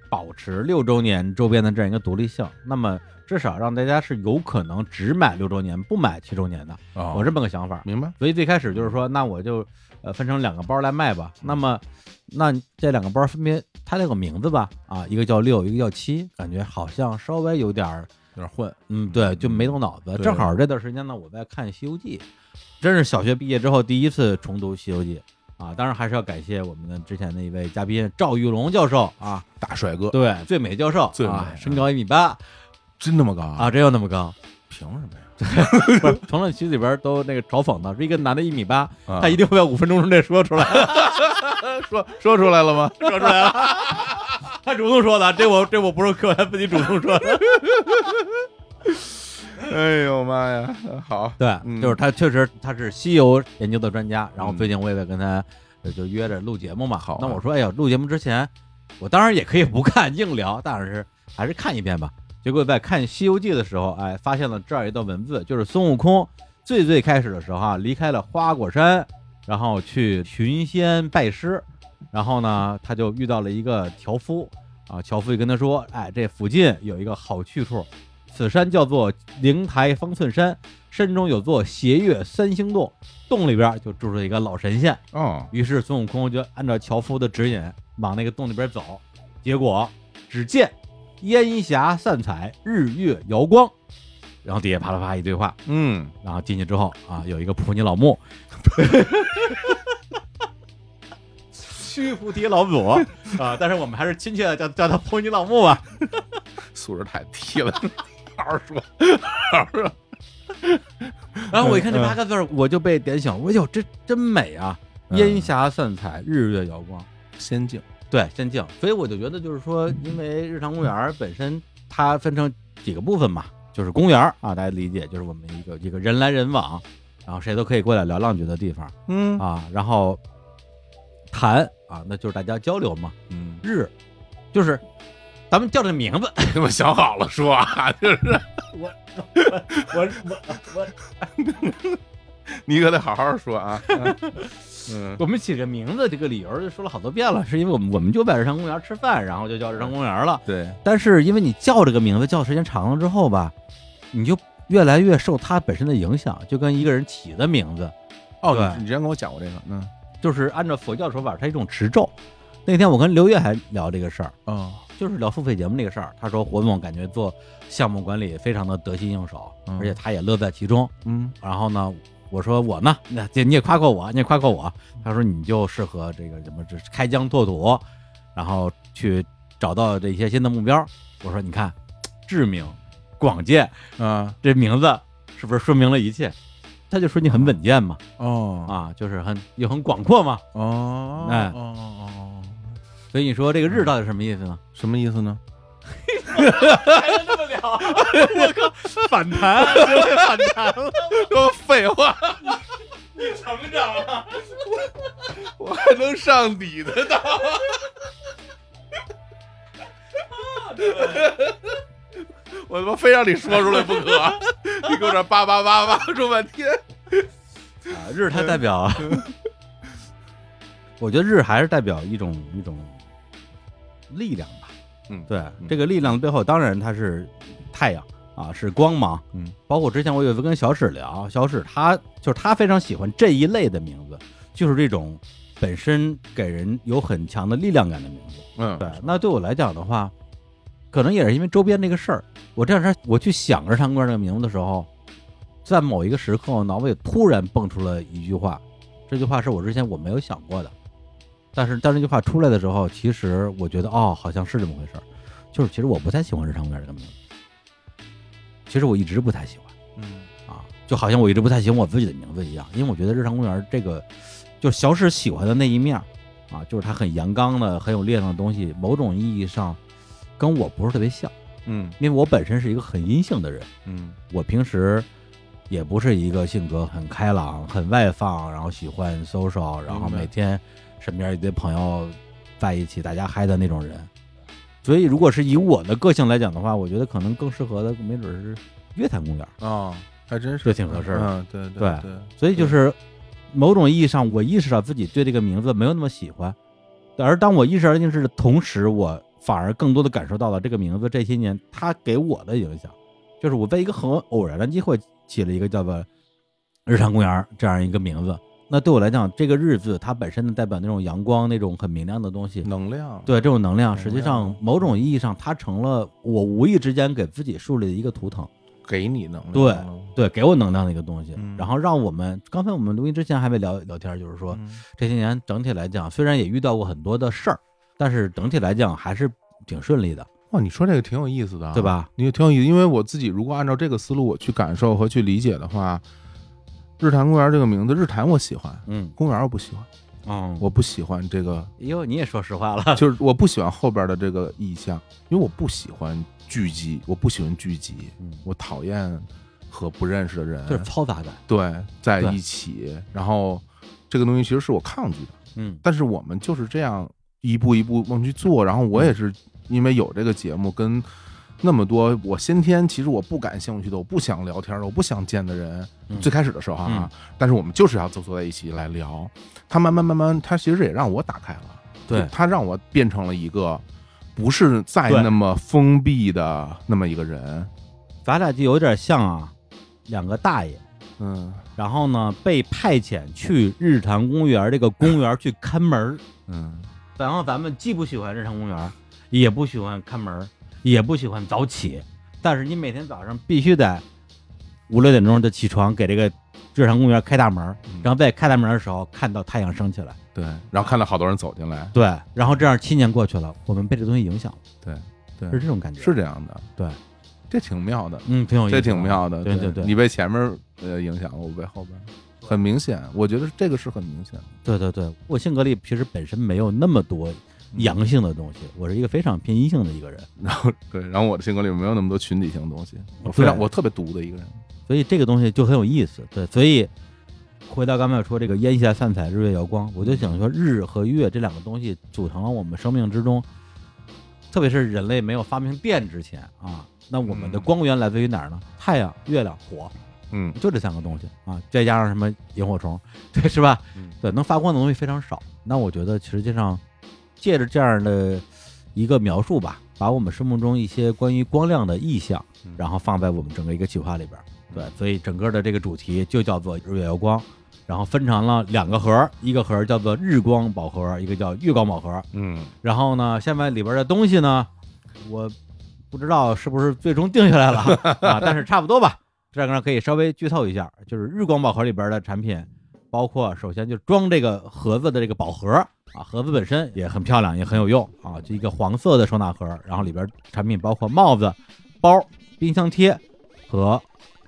[SPEAKER 1] 保持六周年周边的这样一个独立性，那么至少让大家是有可能只买六周年，不买七周年的。
[SPEAKER 2] 啊，
[SPEAKER 1] 我这么个想法。
[SPEAKER 2] 明白
[SPEAKER 1] 所以最开始就是说，那我就呃分成两个包来卖吧。那么，那这两个包分别它得有名字吧？啊，一个叫六，一个叫七，感觉好像稍微有点儿，
[SPEAKER 2] 有点混，
[SPEAKER 1] 嗯，对，就没动脑子。
[SPEAKER 2] 对
[SPEAKER 1] 正好这段时间呢，我在看《西游记》，真是小学毕业之后第一次重读《西游记》啊。当然还是要感谢我们的之前的一位嘉宾赵玉龙教授啊，
[SPEAKER 2] 大帅哥，
[SPEAKER 1] 对，最美教授，
[SPEAKER 2] 最美
[SPEAKER 1] 啊，身高一米八
[SPEAKER 2] 真那么高
[SPEAKER 1] 啊，？真有那么高。
[SPEAKER 2] 凭什么呀？
[SPEAKER 1] 不是评论区里边都那个嘲讽的，说一个男的一米八，
[SPEAKER 2] 啊
[SPEAKER 1] 他一定会在五分钟之内说出来。
[SPEAKER 2] 说 说出来了吗？
[SPEAKER 1] 说出来了，他主动说的，这我这我不是客观，自己主动说的。
[SPEAKER 2] 哎呦妈呀，好，嗯
[SPEAKER 1] 对，就是他确实他是西游研究的专家，然后
[SPEAKER 2] 嗯
[SPEAKER 1] 最近我也在跟他呃就约着录节目嘛。
[SPEAKER 2] 好啊
[SPEAKER 1] 那我说，哎呀，录节目之前，我当然也可以不看硬聊，但是还是看一遍吧。结果在看《西游记》的时候，哎，发现了这样一段文字，就是孙悟空最最开始的时候啊，离开了花果山，然后去寻仙拜师，然后呢，他就遇到了一个樵夫啊，樵夫就跟他说，哎，这附近有一个好去处，此山叫做灵台方寸山，山中有座斜月三星洞，洞里边就住着一个老神仙。
[SPEAKER 2] 哦，
[SPEAKER 1] 于是孙悟空就按照樵夫的指引往那个洞里边走，结果只见烟霞散彩，日月瑶光，然后底下啪啦啪啦一堆话，
[SPEAKER 2] 嗯，
[SPEAKER 1] 然后进去之 后啊，有一个普洱老木，
[SPEAKER 3] 须菩提 老祖啊、但是我们还是亲切的叫叫他波尼老木吧。
[SPEAKER 2] 素质太低 了，好好说。
[SPEAKER 1] 然后我一看这
[SPEAKER 2] 嗯
[SPEAKER 1] 八个字儿，我就被点醒，我哟，这真美啊！
[SPEAKER 2] 嗯
[SPEAKER 1] 烟霞散彩，日月瑶光，
[SPEAKER 2] 仙境，
[SPEAKER 1] 对，仙境。所以我就觉得，就是说，因为日常公园儿本身它分成几个部分嘛，就是公园儿啊，大家理解，就是我们一个一个人来人往，然后谁都可以过来聊两句的地方
[SPEAKER 2] 嗯
[SPEAKER 1] 啊，然后谈啊，那就是大家交流嘛。
[SPEAKER 2] 嗯，
[SPEAKER 1] 日就是咱们叫这名字，
[SPEAKER 2] 你们想好了说啊，就是
[SPEAKER 3] 我我我
[SPEAKER 2] 你可得好好说啊。嗯，
[SPEAKER 1] 我们起这名字这个理由就说了好多遍了，是因为我们我们就在日常公园吃饭，然后就叫日常公园了。
[SPEAKER 2] 对，
[SPEAKER 1] 但是因为你叫这个名字叫时间长了之后吧，你就越来越受它本身的影响，就跟一个人起的名字，
[SPEAKER 2] 哦，
[SPEAKER 1] 对
[SPEAKER 2] 你你之前跟我讲过这个，嗯，
[SPEAKER 1] 就是按照佛教说法，它一种持咒。那天我跟刘烨还聊这个事儿，
[SPEAKER 2] 哦，
[SPEAKER 1] 就是聊付费节目这个事儿。他说火总感觉做项目管理非常的得心应手，
[SPEAKER 2] 嗯
[SPEAKER 1] 而且他也乐在其中。
[SPEAKER 2] 嗯，
[SPEAKER 1] 然后呢，我说我呢，那姐你也夸过我，你也夸过我。他说你就适合这个什么，这开疆拓土，然后去找到这些新的目标。我说你看，志明、广健
[SPEAKER 2] 啊，
[SPEAKER 1] 这名字是不是说明了一切？他就说你很稳健嘛，
[SPEAKER 2] 哦，
[SPEAKER 1] 啊，就是很也很广阔嘛。
[SPEAKER 2] 哦，
[SPEAKER 1] 哎
[SPEAKER 2] 哦哦哦，
[SPEAKER 1] 所以你说这个日到底什么意思呢？
[SPEAKER 2] 什么意思 呢？
[SPEAKER 3] 还能这么聊？啊 我靠，反弹，
[SPEAKER 2] 啊
[SPEAKER 3] 绝对反弹了，
[SPEAKER 2] 说废话，
[SPEAKER 3] 你成长了。
[SPEAKER 2] 我还能上你的当？ 我他妈非让你说出来不 可！啊你给我这叭叭叭叭说半天，
[SPEAKER 1] 啊，日它代 表，我觉得日还是代表一种一种力量吧。
[SPEAKER 2] 嗯
[SPEAKER 1] 对，
[SPEAKER 2] 嗯
[SPEAKER 1] 这个力量的背后，当然它是太阳啊，是光芒。
[SPEAKER 2] 嗯，
[SPEAKER 1] 包括之前我有一次跟小史聊，小史他就是他非常喜欢这一类的名字，就是这种本身给人有很强的力量感的名字。
[SPEAKER 2] 嗯，
[SPEAKER 1] 对，那对我来讲的话，可能也是因为周边这个事儿。我这两天我去想着唱歌这个名字的时候，在某一个时刻，我脑子里突然蹦出了一句话，这句话是我之前我没有想过的。但是当这句话出来的时候，其实我觉得哦，好像是这么回事儿。就是其实我不太喜欢日常公园这个名字，其实我一直不太喜欢。
[SPEAKER 2] 嗯，
[SPEAKER 1] 啊，就好像我一直不太喜欢我自己的名字一样，因为我觉得日常公园这个，就是小史喜欢的那一面儿啊，就是它很阳刚的、很有力量的东西，某种意义上跟我不是特别像，
[SPEAKER 2] 嗯，
[SPEAKER 1] 因为我本身是一个很阴性的人，
[SPEAKER 2] 嗯，
[SPEAKER 1] 我平时也不是一个性格很开朗、很外放，然后喜欢 social，然后
[SPEAKER 2] 明白
[SPEAKER 1] 每天身边一堆朋友在一起大家嗨的那种人。所以，如果是以我的个性来讲的话，我觉得可能更适合的，没准是约谈公园。
[SPEAKER 2] 哦，还真是
[SPEAKER 1] 这挺合适的
[SPEAKER 2] 嗯，对
[SPEAKER 1] 对
[SPEAKER 2] 对，
[SPEAKER 1] 所以就是某种意义上，我意识到自己对这个名字没有那么喜欢，而当我意识到这件事的同时，我反而更多的感受到了这个名字这些年它给我的影响，就是我在一个很偶然的机会起了一个叫做“日常公园”这样一个名字。那对我来讲，这个“日”字它本身呢代表那种阳光、那种很明亮的东西，
[SPEAKER 2] 能量，
[SPEAKER 1] 对这种能量，
[SPEAKER 2] 能
[SPEAKER 1] 实际
[SPEAKER 2] 量
[SPEAKER 1] 上某种意义上，它成了我无意之间给自己树立的一个图腾。
[SPEAKER 2] 给你能量，
[SPEAKER 1] 对对，给我能量的一个东西。
[SPEAKER 2] 嗯
[SPEAKER 1] 然后让我们刚才我们录音之前还没聊聊天，就是说、
[SPEAKER 2] 嗯
[SPEAKER 1] 这些年整体来讲，虽然也遇到过很多的事儿，但是整体来讲还是挺顺利的，
[SPEAKER 2] 哇，你说这个挺有意思的啊，
[SPEAKER 1] 对吧？
[SPEAKER 2] 你也挺有意思，因为我自己如果按照这个思路我去感受和去理解的话，日坛公园这个名字，日坛我喜欢，
[SPEAKER 1] 嗯
[SPEAKER 2] 公园我不喜欢，
[SPEAKER 1] 嗯，
[SPEAKER 2] 我不喜欢这个，
[SPEAKER 1] 哟，你也说实话了，
[SPEAKER 2] 就是我不喜欢后边的这个意象，因为我不喜欢聚集，我不喜欢聚集，
[SPEAKER 1] 嗯，
[SPEAKER 2] 我讨厌和不认识的人
[SPEAKER 1] 就是嘈杂感，
[SPEAKER 2] 对在
[SPEAKER 1] 对
[SPEAKER 2] 一起，然后这个东西其实是我抗拒的，
[SPEAKER 1] 嗯
[SPEAKER 2] 但是我们就是这样一步一步往去做，然后
[SPEAKER 1] 嗯
[SPEAKER 2] 我也是因为有这个节目跟那么多我先天其实我不感兴趣的、我不想聊天的、我不想见的人，
[SPEAKER 1] 嗯
[SPEAKER 2] 最开始的时候啊，但是我们就是要坐坐在一起来聊，他慢慢慢慢，他其实也让我打开了，
[SPEAKER 1] 对
[SPEAKER 2] 就他让我变成了一个不是再
[SPEAKER 1] 对
[SPEAKER 2] 那么封闭的那么一个人，
[SPEAKER 1] 咱俩就有点像啊，两个大爷。
[SPEAKER 2] 嗯
[SPEAKER 1] 然后呢，被派遣去日坛公园这个公园去看门儿，
[SPEAKER 2] 嗯
[SPEAKER 1] 然后咱们既不喜欢日常公园，也不喜欢看门，也不喜欢早起，但是你每天早上必须得五六点钟就起床，给这个日坛公园开大门儿
[SPEAKER 2] 嗯，
[SPEAKER 1] 然后在开大门儿的时候看到太阳升起来。
[SPEAKER 2] 对，然后看到好多人走进来，
[SPEAKER 1] 对，然后这样七年过去了，我们被这东西影响了，
[SPEAKER 2] 对，
[SPEAKER 1] 是这种感觉，
[SPEAKER 2] 是这样的，
[SPEAKER 1] 对，
[SPEAKER 2] 这挺妙的，
[SPEAKER 1] 嗯，挺有意思
[SPEAKER 2] 这
[SPEAKER 1] 的，
[SPEAKER 2] 挺妙的，
[SPEAKER 1] 对
[SPEAKER 2] 对
[SPEAKER 1] 对对
[SPEAKER 2] 你被前面呃影响了，我被后边，很明显，我觉得这个是很明显的，
[SPEAKER 1] 对对对，我性格里其实本身没有那么多
[SPEAKER 2] 嗯
[SPEAKER 1] 阳性的东西，我是一个非常偏阴性的一个人，
[SPEAKER 2] 然后对，然后我的性格里没有那么多群体性的东西，我非常
[SPEAKER 1] 对嗯
[SPEAKER 2] 我特别独的一个人，
[SPEAKER 1] 所以这个东西就很有意思。对，所以回到刚才说这个烟霞散彩，日月瑶光，我就想说日和月这两个东西组成了我们生命之中，特别是人类没有发明电之前啊，那我们的
[SPEAKER 2] 嗯
[SPEAKER 1] 光源来自于哪儿呢？太阳、月亮、火，
[SPEAKER 2] 嗯
[SPEAKER 1] 就这三个东西啊，再加上什么萤火虫， 对，是吧？
[SPEAKER 2] 嗯
[SPEAKER 1] 对，能发光的东西非常少。那我觉得实际上借着这样的一个描述吧，把我们生命中一些关于光亮的意象
[SPEAKER 2] 嗯，
[SPEAKER 1] 然后放在我们整个一个企划里边儿。对
[SPEAKER 2] 嗯，
[SPEAKER 1] 所以整个的这个主题就叫做日月瑶光，然后分成了两个盒儿，一个盒儿叫做日光宝盒，一个叫月光宝盒。
[SPEAKER 2] 嗯，
[SPEAKER 1] 然后呢，下面里边的东西呢，我不知道是不是最终定下来了啊，但是差不多吧。这样呢，可以稍微剧透一下，就是日光宝盒里边的产品，包括首先就装这个盒子的这个宝盒啊，盒子本身也很漂亮，也很有用啊，就一个黄色的收纳盒，然后里边产品包括帽子、包、冰箱贴和。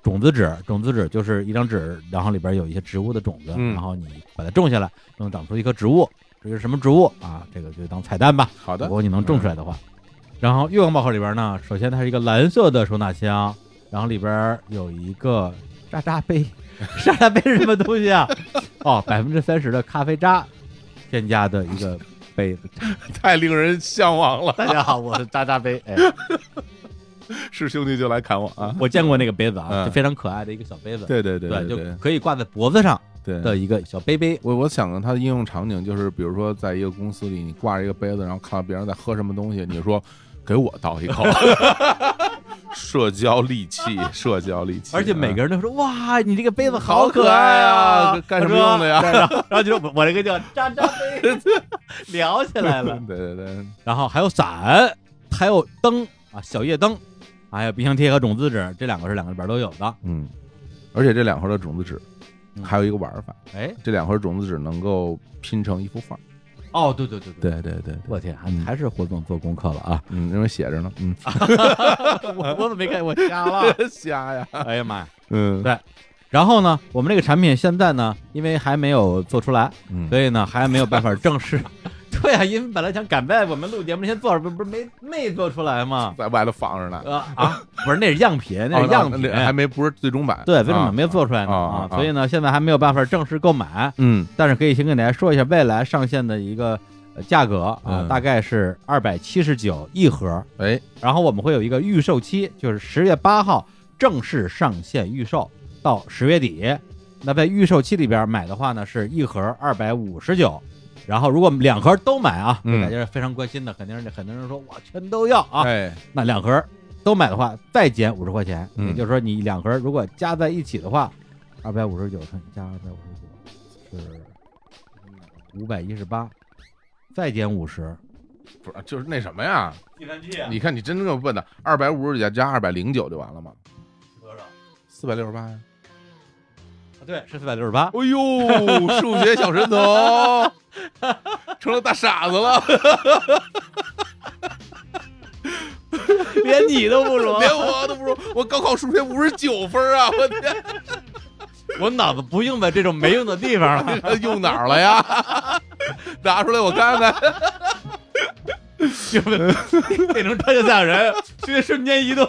[SPEAKER 1] 种子纸，种子纸就是一张纸，然后里边有一些植物的种子，
[SPEAKER 2] 嗯
[SPEAKER 1] 然后你把它种下来，就能长出一棵植物。这是什么植物啊？这个就当彩蛋吧。
[SPEAKER 2] 好
[SPEAKER 1] 如
[SPEAKER 2] 的，
[SPEAKER 1] 果你能种出来的话。嗯然后月光宝盒里边呢，首先它是一个蓝色的收纳箱，然后里边有一个渣渣 杯，渣渣杯是什么东西啊？哦，百分之三十的咖啡渣添加的一个杯子。
[SPEAKER 2] 太令人向往了，
[SPEAKER 1] 大家好，我是渣渣杯。 哎，
[SPEAKER 2] 是兄弟就来砍我 啊，
[SPEAKER 1] 我见过那个杯子啊，
[SPEAKER 2] 嗯
[SPEAKER 1] 就非常可爱的一个小杯子，
[SPEAKER 2] 对对对
[SPEAKER 1] 就
[SPEAKER 2] 对
[SPEAKER 1] 可以挂在脖子上
[SPEAKER 2] 对
[SPEAKER 1] 的一个小杯杯。
[SPEAKER 2] 我我想它的应用场景就是，比如说在一个公司里，你挂着一个杯子，然后看到别人在喝什么东西，你说给我倒 一口，社交利器，社交啊利器，
[SPEAKER 1] 而且每个人都说：“哇，你这个杯子
[SPEAKER 2] 好
[SPEAKER 1] 可
[SPEAKER 2] 可爱啊
[SPEAKER 1] 啊！”
[SPEAKER 2] 干干什么用的呀
[SPEAKER 1] 我说对 然后然后就说我我这个叫渣渣杯， 聊起来了
[SPEAKER 2] 嗯。 对对对，
[SPEAKER 1] 然后还有伞，还有灯啊，小夜灯，还有冰箱贴和种子纸，这两个是两个里边都有的。
[SPEAKER 2] 嗯，而且这两盒的种子纸
[SPEAKER 1] 嗯
[SPEAKER 2] 还有一个玩法，
[SPEAKER 1] 哎，
[SPEAKER 2] 这两盒种子纸能够拼成一幅画，
[SPEAKER 1] 哦，对对对，
[SPEAKER 2] 对对对，
[SPEAKER 1] 我天，还
[SPEAKER 2] 嗯
[SPEAKER 1] 还是活动做功课了啊！
[SPEAKER 2] 嗯，因为写着呢，嗯，
[SPEAKER 1] 我我怎么没看我瞎了？
[SPEAKER 2] 瞎呀，
[SPEAKER 1] 哎呀妈呀！
[SPEAKER 2] 嗯
[SPEAKER 1] 然后呢，我们这个产品现在呢，因为还没有做出来，
[SPEAKER 2] 嗯，
[SPEAKER 1] 所以呢还没有办法正式。 对啊，因为本来想赶在我们录节目之前做，不不是没没做出来嘛？
[SPEAKER 2] 在外头放着呢，
[SPEAKER 1] 啊啊，不是那是样品，那是样
[SPEAKER 2] 哦
[SPEAKER 1] 品，
[SPEAKER 2] 那还没不是最终版，
[SPEAKER 1] 对，为什么没有
[SPEAKER 2] 啊，
[SPEAKER 1] 做出来呢？
[SPEAKER 2] 啊啊啊
[SPEAKER 1] 所以呢，现在还没有办法正式购买。
[SPEAKER 2] 嗯
[SPEAKER 1] 但是可以先跟大家说一下未来上线的一个呃价格啊，
[SPEAKER 2] 嗯
[SPEAKER 1] 大概是二百七十九一盒，
[SPEAKER 2] 哎，
[SPEAKER 1] 然后我们会有一个预售期，就是十月八号正式上线预售到十月底。那在预售期里边买的话呢，是一盒二百五十九，然后如果两盒都买啊，
[SPEAKER 2] 嗯
[SPEAKER 1] 大家是非常关心的，肯定是很多人说哇全都要啊，
[SPEAKER 2] 哎，
[SPEAKER 1] 那两盒都买的话，再减五十块钱，
[SPEAKER 2] 嗯
[SPEAKER 1] 也就是说你两盒如果加在一起的话，二百五十九乘以加二百五十九是五百一十八，再减五十，
[SPEAKER 2] 不是就是那什么呀，
[SPEAKER 3] 计算器
[SPEAKER 2] 你看你真正问的，二百五十九加二百零九就完了吗？
[SPEAKER 3] 多少？
[SPEAKER 2] 四百六十八呀！
[SPEAKER 1] 对，是四百六十八。
[SPEAKER 2] 哎呦，数学小神童成了大傻子 了，
[SPEAKER 1] 连你都不如
[SPEAKER 2] 连我都不如。我高考数学五十九分啊！我天，
[SPEAKER 1] 我脑子不用在这种没用的地方了。
[SPEAKER 2] 这 用哪儿了呀？拿出来我看看。
[SPEAKER 1] 就是变成超级赛亚人，直接瞬间移动。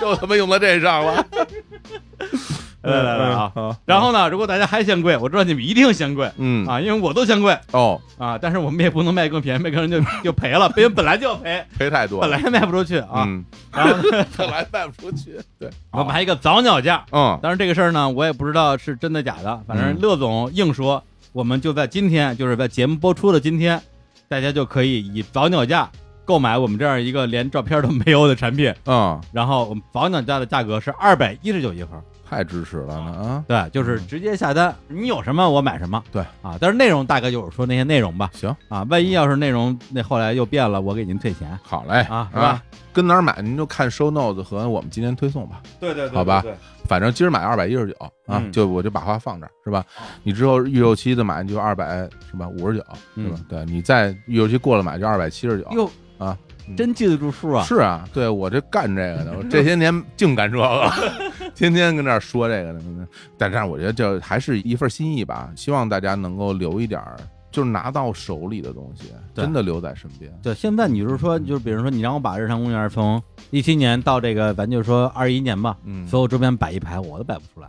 [SPEAKER 2] 就他妈用到这上了。嗯
[SPEAKER 1] 来来来啊！然后呢，如果大家还嫌贵，我知道你们一定嫌贵
[SPEAKER 2] 嗯
[SPEAKER 1] 啊，因为我都嫌贵
[SPEAKER 2] 哦，
[SPEAKER 1] 啊。但是我们也不能卖更便宜，卖更人就就赔了，因为本来就要 赔。
[SPEAKER 2] 赔太多
[SPEAKER 1] 本
[SPEAKER 2] 了。
[SPEAKER 1] 来卖不出去啊，
[SPEAKER 2] 嗯，
[SPEAKER 1] 然后呢
[SPEAKER 2] 本来卖不出去。对，
[SPEAKER 1] 我们还有一个早鸟价。
[SPEAKER 2] 嗯，
[SPEAKER 1] 当然这个事儿呢，我也不知道是真的假的，反正乐总硬说，我们就在今天，就是在节目播出的今天，大家就可以以早鸟价购买我们这样一个连照片都没有的产品。
[SPEAKER 2] 嗯，
[SPEAKER 1] 然后我们早鸟价的价格是二百一十九一盒，
[SPEAKER 2] 太支持了呢啊！
[SPEAKER 1] 对，就是直接下单，你有什么我买什么。
[SPEAKER 2] 对
[SPEAKER 1] 啊，但是内容大概就是说那些内容吧。
[SPEAKER 2] 行，
[SPEAKER 1] 啊，万一要是内容那后来又变了，我给您退钱。
[SPEAKER 2] 好嘞
[SPEAKER 1] 啊是吧
[SPEAKER 2] 跟哪儿买您就看 show notes 和我们今天推送吧。
[SPEAKER 3] 对对对，
[SPEAKER 2] 好吧
[SPEAKER 3] 对，对
[SPEAKER 2] 反正今儿买二百一十九啊，
[SPEAKER 3] 嗯
[SPEAKER 2] 就我就把话放这儿是吧？
[SPEAKER 1] 哦
[SPEAKER 2] 你之后预售期的买就二百是吧？五十九是
[SPEAKER 1] 嗯
[SPEAKER 2] 吧？对你再预售期过了买就二百七十九。
[SPEAKER 1] 哟
[SPEAKER 2] 啊，嗯
[SPEAKER 1] 真记得住数啊！
[SPEAKER 2] 是啊，对我这干这个的，我这些年净干这个， 天天跟那儿说这个呢。但但是我觉得这还是一份心意吧，希望大家能够留一点儿，就是拿到手里的东西，
[SPEAKER 1] 对
[SPEAKER 2] 真的留在身边。
[SPEAKER 1] 对，现在你就是说，就是比如说，你让我把日常公园从一七年到这个，咱就说二一年吧，
[SPEAKER 2] 嗯，
[SPEAKER 1] 所有周边摆一排，我都摆不出来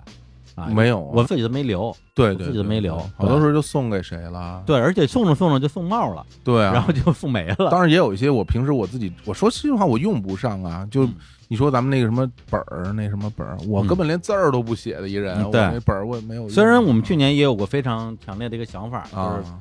[SPEAKER 1] 啊，
[SPEAKER 2] 没有啊
[SPEAKER 1] 我自己都没留。
[SPEAKER 2] 对对，
[SPEAKER 1] 自己
[SPEAKER 2] 对
[SPEAKER 1] 没留
[SPEAKER 2] 对好多时候就送给谁了？
[SPEAKER 1] 对，而且送着送着就送帽了，
[SPEAKER 2] 对
[SPEAKER 1] 然
[SPEAKER 2] 啊
[SPEAKER 1] 后。就送没了。
[SPEAKER 2] 当然也有一些，我平时我自己我说心里话，我用不上啊。就
[SPEAKER 1] 嗯
[SPEAKER 2] 你说咱们那个什么本儿，那什么本儿，我
[SPEAKER 1] 嗯
[SPEAKER 2] 根本连字儿都不写的一人，
[SPEAKER 1] 嗯
[SPEAKER 2] 我
[SPEAKER 1] 对
[SPEAKER 2] 那本儿我也没有用。
[SPEAKER 1] 虽然我们去年也有过非常强烈的一个想法，就是
[SPEAKER 2] 啊，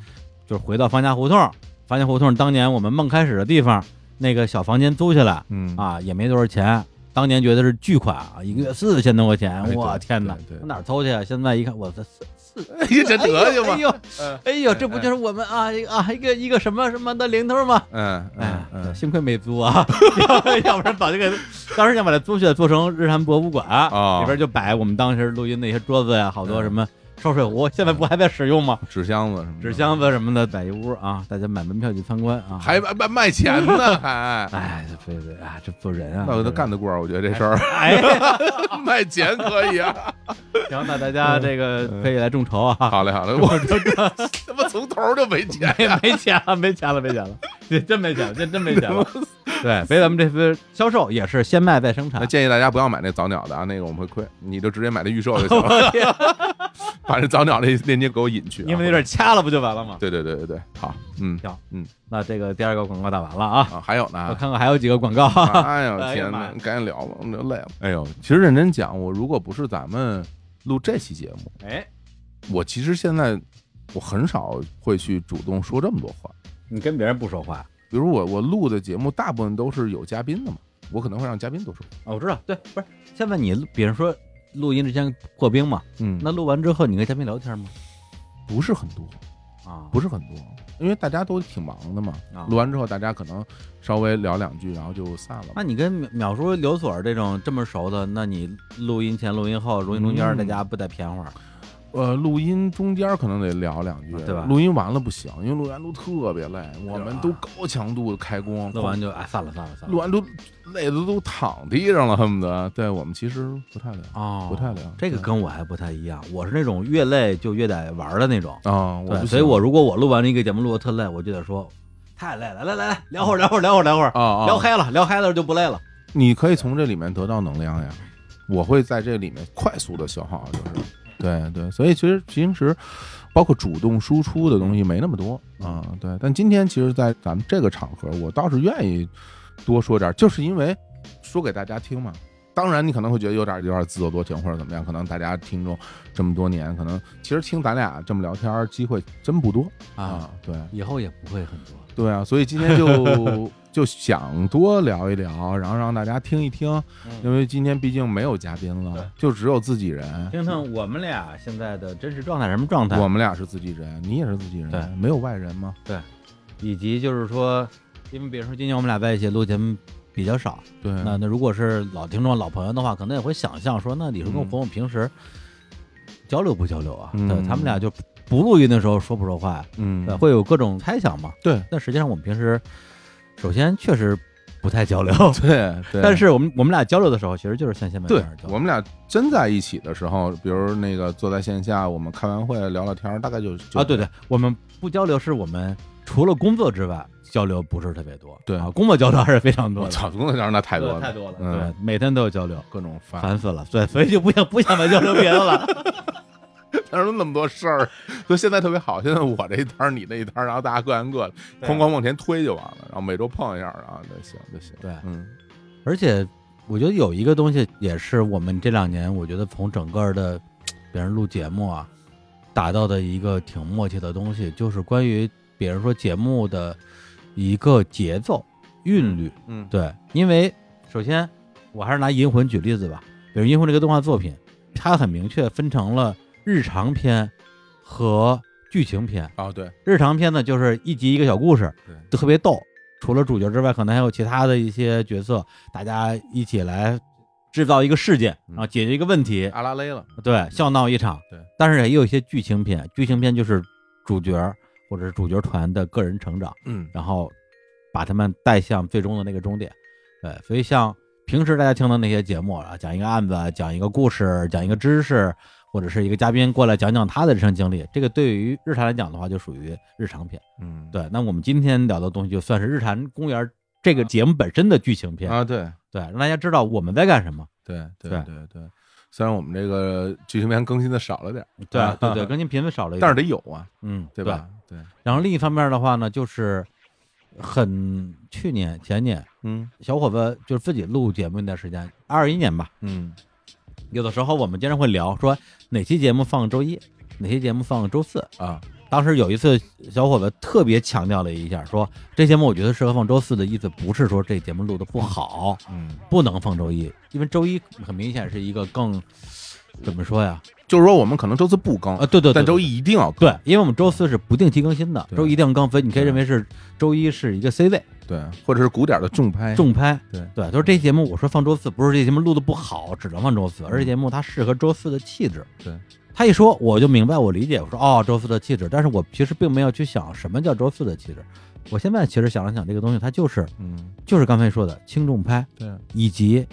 [SPEAKER 1] 就是回到方家胡同，方家胡同当年我们梦开始的地方，那个小房间租下来
[SPEAKER 2] 嗯，
[SPEAKER 1] 啊，也没多少钱。当年觉得是巨款啊，一个月四千多块钱，
[SPEAKER 2] 哎
[SPEAKER 1] 我
[SPEAKER 2] 对
[SPEAKER 1] 天哪
[SPEAKER 2] 对对，对
[SPEAKER 1] 我哪儿凑去啊？现在一看，我这四四，
[SPEAKER 2] 哎呀， 这德行
[SPEAKER 1] 哎
[SPEAKER 2] 吧，
[SPEAKER 1] 呦，
[SPEAKER 2] 嗯
[SPEAKER 1] 哎呦，这不就是我们啊一个啊一个一个什么什么的零头吗？
[SPEAKER 2] 嗯嗯
[SPEAKER 1] 哎，
[SPEAKER 2] 嗯
[SPEAKER 1] 幸亏没租啊，要 要不然把这个当时想把它租去，做成日韩博物馆
[SPEAKER 2] 哦
[SPEAKER 1] 里边就摆我们当时录音的一些桌子呀，好多
[SPEAKER 2] 嗯
[SPEAKER 1] 什么烧水壶，现在不还在使用吗？
[SPEAKER 2] 纸箱子什么的，
[SPEAKER 1] 纸箱子什么的摆一屋啊，大家买门票去参观啊。
[SPEAKER 2] 还卖卖卖钱 呢，还。
[SPEAKER 1] 哎，这非得啊，这做人啊，
[SPEAKER 2] 那我都干
[SPEAKER 1] 的。
[SPEAKER 2] 得过，我觉得这事儿
[SPEAKER 1] 哎，
[SPEAKER 2] 卖钱可以啊。
[SPEAKER 1] 行，那大家这个
[SPEAKER 2] 嗯
[SPEAKER 1] 可以来众筹啊。
[SPEAKER 2] 好嘞， 好嘞，我这他妈从头就没钱。啊
[SPEAKER 1] 没 没钱了，没钱了，没钱了， 这真没钱了，这真没钱了。
[SPEAKER 2] 哎
[SPEAKER 1] 对，所以咱们这次销售也是先卖再生产
[SPEAKER 2] 那。建议大家不要买那早鸟的啊，那个我们会亏，你就直接买那预售就行了。 把这早鸟那链接给我引去、啊，
[SPEAKER 1] 你们有点掐了，不就完了吗？
[SPEAKER 2] 对对对对对，好，嗯
[SPEAKER 1] 那这个第二个广告打完了啊，
[SPEAKER 2] 啊，还有
[SPEAKER 1] 我
[SPEAKER 2] 呢。
[SPEAKER 1] 看看还有几个广告。
[SPEAKER 2] 哎呦
[SPEAKER 1] 哎呀
[SPEAKER 2] 天
[SPEAKER 1] 妈
[SPEAKER 2] 哪
[SPEAKER 1] 呀，
[SPEAKER 2] 赶紧聊吧，我们就累了。哎呦，其实认真讲，我如果不是咱们录这期节目，
[SPEAKER 1] 哎，
[SPEAKER 2] 我其实现在我很少会去主动说这么多话。
[SPEAKER 1] 你跟别人不说话
[SPEAKER 2] 比如我我录的节目大部分都是有嘉宾的嘛，我可能会让嘉宾多说。
[SPEAKER 1] 啊？我知道，对，不是现在你比如说录音之前破冰嘛，
[SPEAKER 2] 嗯
[SPEAKER 1] 那录完之后你跟嘉宾聊天吗？
[SPEAKER 2] 不是很多，
[SPEAKER 1] 啊，
[SPEAKER 2] 不是很多，因为大家都挺忙的嘛。
[SPEAKER 1] 啊
[SPEAKER 2] 录完之后，大家可能稍微聊两句，然后就散了嘛。
[SPEAKER 1] 那你跟淼淼叔、刘所儿这种这么熟的，那你录音前、录音后、录音中间，
[SPEAKER 2] 嗯
[SPEAKER 1] 大家不得偏会儿？
[SPEAKER 2] 呃，录音中间可能得聊两句，
[SPEAKER 1] 啊对吧
[SPEAKER 2] 录音完了不行，因为录完都特别累，我们都高强度的开工，
[SPEAKER 1] 录完就哎，算了算了算
[SPEAKER 2] 录
[SPEAKER 1] 了。
[SPEAKER 2] 完都累的都躺地上了，恨不得。对我们其实不太聊
[SPEAKER 1] 哦，
[SPEAKER 2] 不太聊
[SPEAKER 1] 这个
[SPEAKER 2] 对
[SPEAKER 1] 跟我还不太一样，我是那种越累就越得玩儿的那种。
[SPEAKER 2] 啊，我
[SPEAKER 1] 对，
[SPEAKER 2] 不
[SPEAKER 1] 所以
[SPEAKER 2] 行
[SPEAKER 1] 我如果我录完了一个节目录的特累，我就得说太累了，来来来，聊会儿聊会儿聊会儿聊会儿，
[SPEAKER 2] 啊啊，
[SPEAKER 1] 聊嗨了聊嗨了就不累了。
[SPEAKER 2] 你可以从这里面得到能量呀。我会在这里面快速的消耗，就是，对对，所以其实平时包括主动输出的东西没那么多啊、对。但今天其实，在咱们这个场合，我倒是愿意多说点儿，就是因为说给大家听嘛。当然，你可能会觉得有点有点自作多情或者怎么样，可能大家听众这么多年，可能其实听咱俩这么聊天儿机会真不多啊，。对。
[SPEAKER 1] 以后也不会很多。
[SPEAKER 2] 对啊，所以今 天就就想多聊一聊，然后让大家听一听，因为今天毕竟没有嘉宾
[SPEAKER 1] 嗯对
[SPEAKER 2] 了，就只有自己人。
[SPEAKER 1] 听听我们俩现在的真实状态什么状态，
[SPEAKER 2] 我们俩是自己人，你也是自己人，
[SPEAKER 1] 对
[SPEAKER 2] 没有外人吗？
[SPEAKER 1] 以及就是说，因为比如说今年我们俩在一起录节目比较少，
[SPEAKER 2] 对，
[SPEAKER 1] 那那如果是老听众、老朋友的话，可能也会想象说，那李叔跟我
[SPEAKER 2] 嗯
[SPEAKER 1] 朋友平时交流不交流啊？
[SPEAKER 2] 嗯
[SPEAKER 1] 对他们俩就不录音的时候说不说话呀，
[SPEAKER 2] 嗯
[SPEAKER 1] 对，，会有各种猜想嘛。
[SPEAKER 2] 对
[SPEAKER 1] 但实际上我们平时首先确实不太交流，
[SPEAKER 2] 对对，
[SPEAKER 1] 但是我们我们俩交流的时候，其实就是像现在这
[SPEAKER 2] 对
[SPEAKER 1] 样交
[SPEAKER 2] 我
[SPEAKER 1] 流。
[SPEAKER 2] 们俩真在一起的时候，比如那个坐在线下，我们开完会聊聊天儿，大概就就
[SPEAKER 1] 啊，对对，我们不交流是我们除了工作之外交流不是特别多，
[SPEAKER 2] 对
[SPEAKER 1] 啊，工作交流还是非常多
[SPEAKER 2] 我
[SPEAKER 1] 的，
[SPEAKER 2] 操，工作量那太多了，
[SPEAKER 1] 太多了，
[SPEAKER 2] 嗯，
[SPEAKER 1] 对，每天都有交流，
[SPEAKER 2] 各种烦，
[SPEAKER 1] 烦死了，对，所以就不想不想再交流别的了。
[SPEAKER 2] 但是那么多事儿，所以现在特别好。现在我这一摊儿，你那一摊儿，然后大家各干各的，
[SPEAKER 3] 对
[SPEAKER 2] 哐哐往前推就完了，然后每周碰一下，然后就行就行。
[SPEAKER 1] 对
[SPEAKER 2] 嗯，
[SPEAKER 1] 而且我觉得有一个东西也是我们这两年，我觉得从整个的呃别人录节目啊，达到的一个挺默契的东西，就是关于别人说节目的一个节奏韵律。
[SPEAKER 2] 嗯
[SPEAKER 1] 对，因为首先我还是拿《银魂》举例子吧，比如《银魂》这个动画作品，它很明确分成了日常篇和剧情篇。
[SPEAKER 2] 哦，对，
[SPEAKER 1] 日常篇呢，就是一集一个小故事，
[SPEAKER 2] 对
[SPEAKER 1] 都特别逗。除了主角之外，可能还有其他的一些角色，大家一起来制造一个事件，
[SPEAKER 2] 嗯
[SPEAKER 1] 然后解决一个问题，
[SPEAKER 2] 阿拉蕾了，
[SPEAKER 1] 对，笑闹一场。
[SPEAKER 2] 对，
[SPEAKER 1] 但是也有一些剧情片，剧情片就是主角或者是主角团的个人成长，
[SPEAKER 2] 嗯，
[SPEAKER 1] 然后把他们带向最终的那个终点。对，所以像平时大家听的那些节目啊，讲一个案子，讲一个故事，讲一个知识，或者是一个嘉宾过来讲讲他的人生经历，这个对于日常来讲的话，就属于日常片。
[SPEAKER 2] 嗯，
[SPEAKER 1] 对，那我们今天聊的东西就算是《日坛公园》这个节目本身的剧情片，
[SPEAKER 2] 啊，对，
[SPEAKER 1] 对，让大家知道我们在干什么。
[SPEAKER 2] 对，对，
[SPEAKER 1] 对
[SPEAKER 2] 对，对。虽然我们这个剧情片更新的少了点儿，
[SPEAKER 1] 对
[SPEAKER 2] 啊
[SPEAKER 1] 对对，更新频次少了一点，
[SPEAKER 2] 但是得有啊，
[SPEAKER 1] 嗯，
[SPEAKER 2] 对吧？对，
[SPEAKER 1] 然后另一方面的话呢，就是很去年前年，
[SPEAKER 2] 嗯
[SPEAKER 1] 小伙子就是自己录节目那段时间，二一年吧，
[SPEAKER 2] 嗯，
[SPEAKER 1] 有的时候我们经常会聊说哪期节目放周一，哪期节目放周四。
[SPEAKER 2] 啊，
[SPEAKER 1] 当时有一次，小伙子特别强调了一下，说这节目我觉得适合放周四的意思，不是说这节目录的不好，
[SPEAKER 2] 嗯，
[SPEAKER 1] 不能放周一，因为周一很明显是一个更怎么说呀？
[SPEAKER 2] 就是说我们可能周四不更
[SPEAKER 1] 啊，，对对对，
[SPEAKER 2] 但周
[SPEAKER 1] 对
[SPEAKER 2] 一一定要更，
[SPEAKER 1] 对，因为我们周四是不定期更新的，
[SPEAKER 2] 对
[SPEAKER 1] 周一定更分，你可以
[SPEAKER 2] 对
[SPEAKER 1] 认为是周一是一个 C 位
[SPEAKER 2] 对，或者是古典的重拍，
[SPEAKER 1] 重拍。
[SPEAKER 2] 对
[SPEAKER 1] 对，就是这节目，我说放周四，不是这节目录的不好，只能放周四，而这节目它适合周四的气质。
[SPEAKER 2] 嗯对，
[SPEAKER 1] 他一说我就明白，我理解，我说哦，周四的气质，但是我其实并没有去想什么叫周四的气质。我现在其实想了想，这个东西它就是
[SPEAKER 2] 嗯，
[SPEAKER 1] 就是刚才说的轻重拍
[SPEAKER 2] 对，
[SPEAKER 1] 以及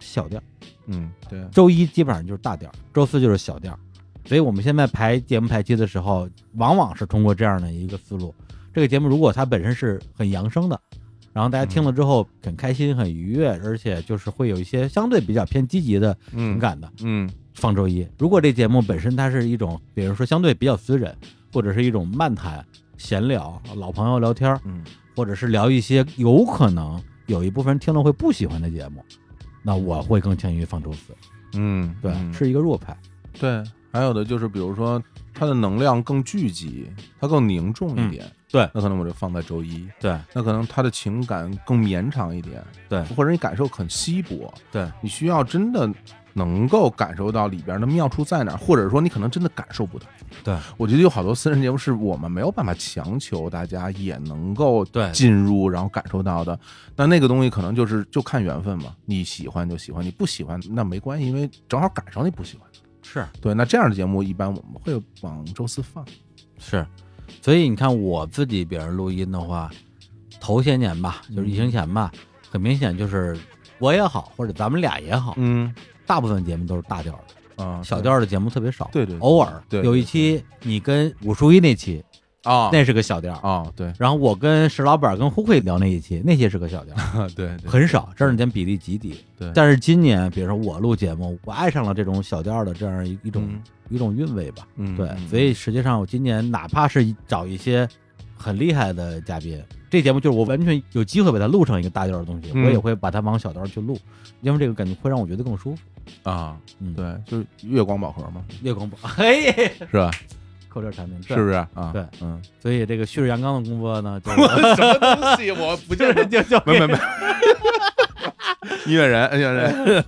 [SPEAKER 1] 小调。
[SPEAKER 2] 嗯，对，
[SPEAKER 1] 周一基本上就是大调儿，周四就是小调儿，所以我们现在排节目排期的时候，往往是通过这样的一个思路。这个节目如果它本身是很扬声的，然后大家听
[SPEAKER 2] 嗯
[SPEAKER 1] 了之后很开心、很愉悦，而且就是会有一些相对比较偏积极的情
[SPEAKER 2] 嗯，
[SPEAKER 1] 感的，
[SPEAKER 2] 嗯，
[SPEAKER 1] 放周一。如果这节目本身它是一种，比如说相对比较私人，或者是一种漫谈、闲聊、老朋友聊天儿，
[SPEAKER 2] 嗯，
[SPEAKER 1] 或者是聊一些有可能有一部分人听了会不喜欢的节目，那我会更倾向于放周四。
[SPEAKER 2] 嗯，
[SPEAKER 1] 对，
[SPEAKER 2] 嗯
[SPEAKER 1] 是一个弱派。
[SPEAKER 2] 对，还有的就是，比如说它的能量更聚集，它更凝重一点。
[SPEAKER 1] 对
[SPEAKER 2] 那可能我就放在周一。
[SPEAKER 1] 对
[SPEAKER 2] 那可能它的情感更绵长一点。
[SPEAKER 1] 对
[SPEAKER 2] 或者你感受很稀薄。
[SPEAKER 1] 对，
[SPEAKER 2] 你需要真的能够感受到里边的妙处在哪儿，或者说你可能真的感受不到。
[SPEAKER 1] 对，
[SPEAKER 2] 我觉得有好多私人节目是我们没有办法强求大家也能够
[SPEAKER 1] 对
[SPEAKER 2] 进入，然后感受到的。那那个东西可能就是就看缘分嘛，你喜欢就喜欢，你不喜欢那没关系，因为正好赶上你不喜欢。
[SPEAKER 1] 是
[SPEAKER 2] 对，那这样的节目一般我们会往周四放。
[SPEAKER 1] 是，所以你看我自己，比如录音的话，头些年吧，就是疫情前吧，很明显就是我也好，或者咱们俩也好，
[SPEAKER 2] 嗯
[SPEAKER 1] 大部分节目都是大调的，
[SPEAKER 2] 啊，
[SPEAKER 1] 小调的节目特别少。
[SPEAKER 2] 对对
[SPEAKER 1] 偶尔
[SPEAKER 2] 对
[SPEAKER 1] 有一期你跟武淑一那期，
[SPEAKER 2] 啊
[SPEAKER 1] 那是个小调。
[SPEAKER 2] 啊 对
[SPEAKER 1] 然后我跟石老板、跟胡慧聊那一期，那些是个小调，
[SPEAKER 2] 对对
[SPEAKER 1] 很少，这两年比例极低。
[SPEAKER 2] 对
[SPEAKER 1] 但是今年，比如说我录节目，我爱上了这种小调的这样一一种、
[SPEAKER 2] 嗯
[SPEAKER 1] 一种韵味吧。
[SPEAKER 2] 嗯
[SPEAKER 1] 对，
[SPEAKER 2] 嗯
[SPEAKER 1] 所以实际上我今年哪怕是找一些很厉害的嘉宾，这节目就是我完全有机会把它录成一个大调的东西，
[SPEAKER 2] 嗯
[SPEAKER 1] 我也会把它往小调去录，因为这个感觉会让我觉得更舒服。
[SPEAKER 2] 啊
[SPEAKER 1] 嗯，，
[SPEAKER 2] 对，就是月光宝盒嘛，
[SPEAKER 1] 月光宝，嘿，
[SPEAKER 2] 是吧？
[SPEAKER 1] 扣这产品
[SPEAKER 2] 是不是啊？
[SPEAKER 1] 对，
[SPEAKER 2] 嗯，
[SPEAKER 1] 所以这个旭日阳刚的工作呢，就
[SPEAKER 2] 什么 东西？我不
[SPEAKER 1] 就是就就
[SPEAKER 2] 没没没， 音乐人，音乐人，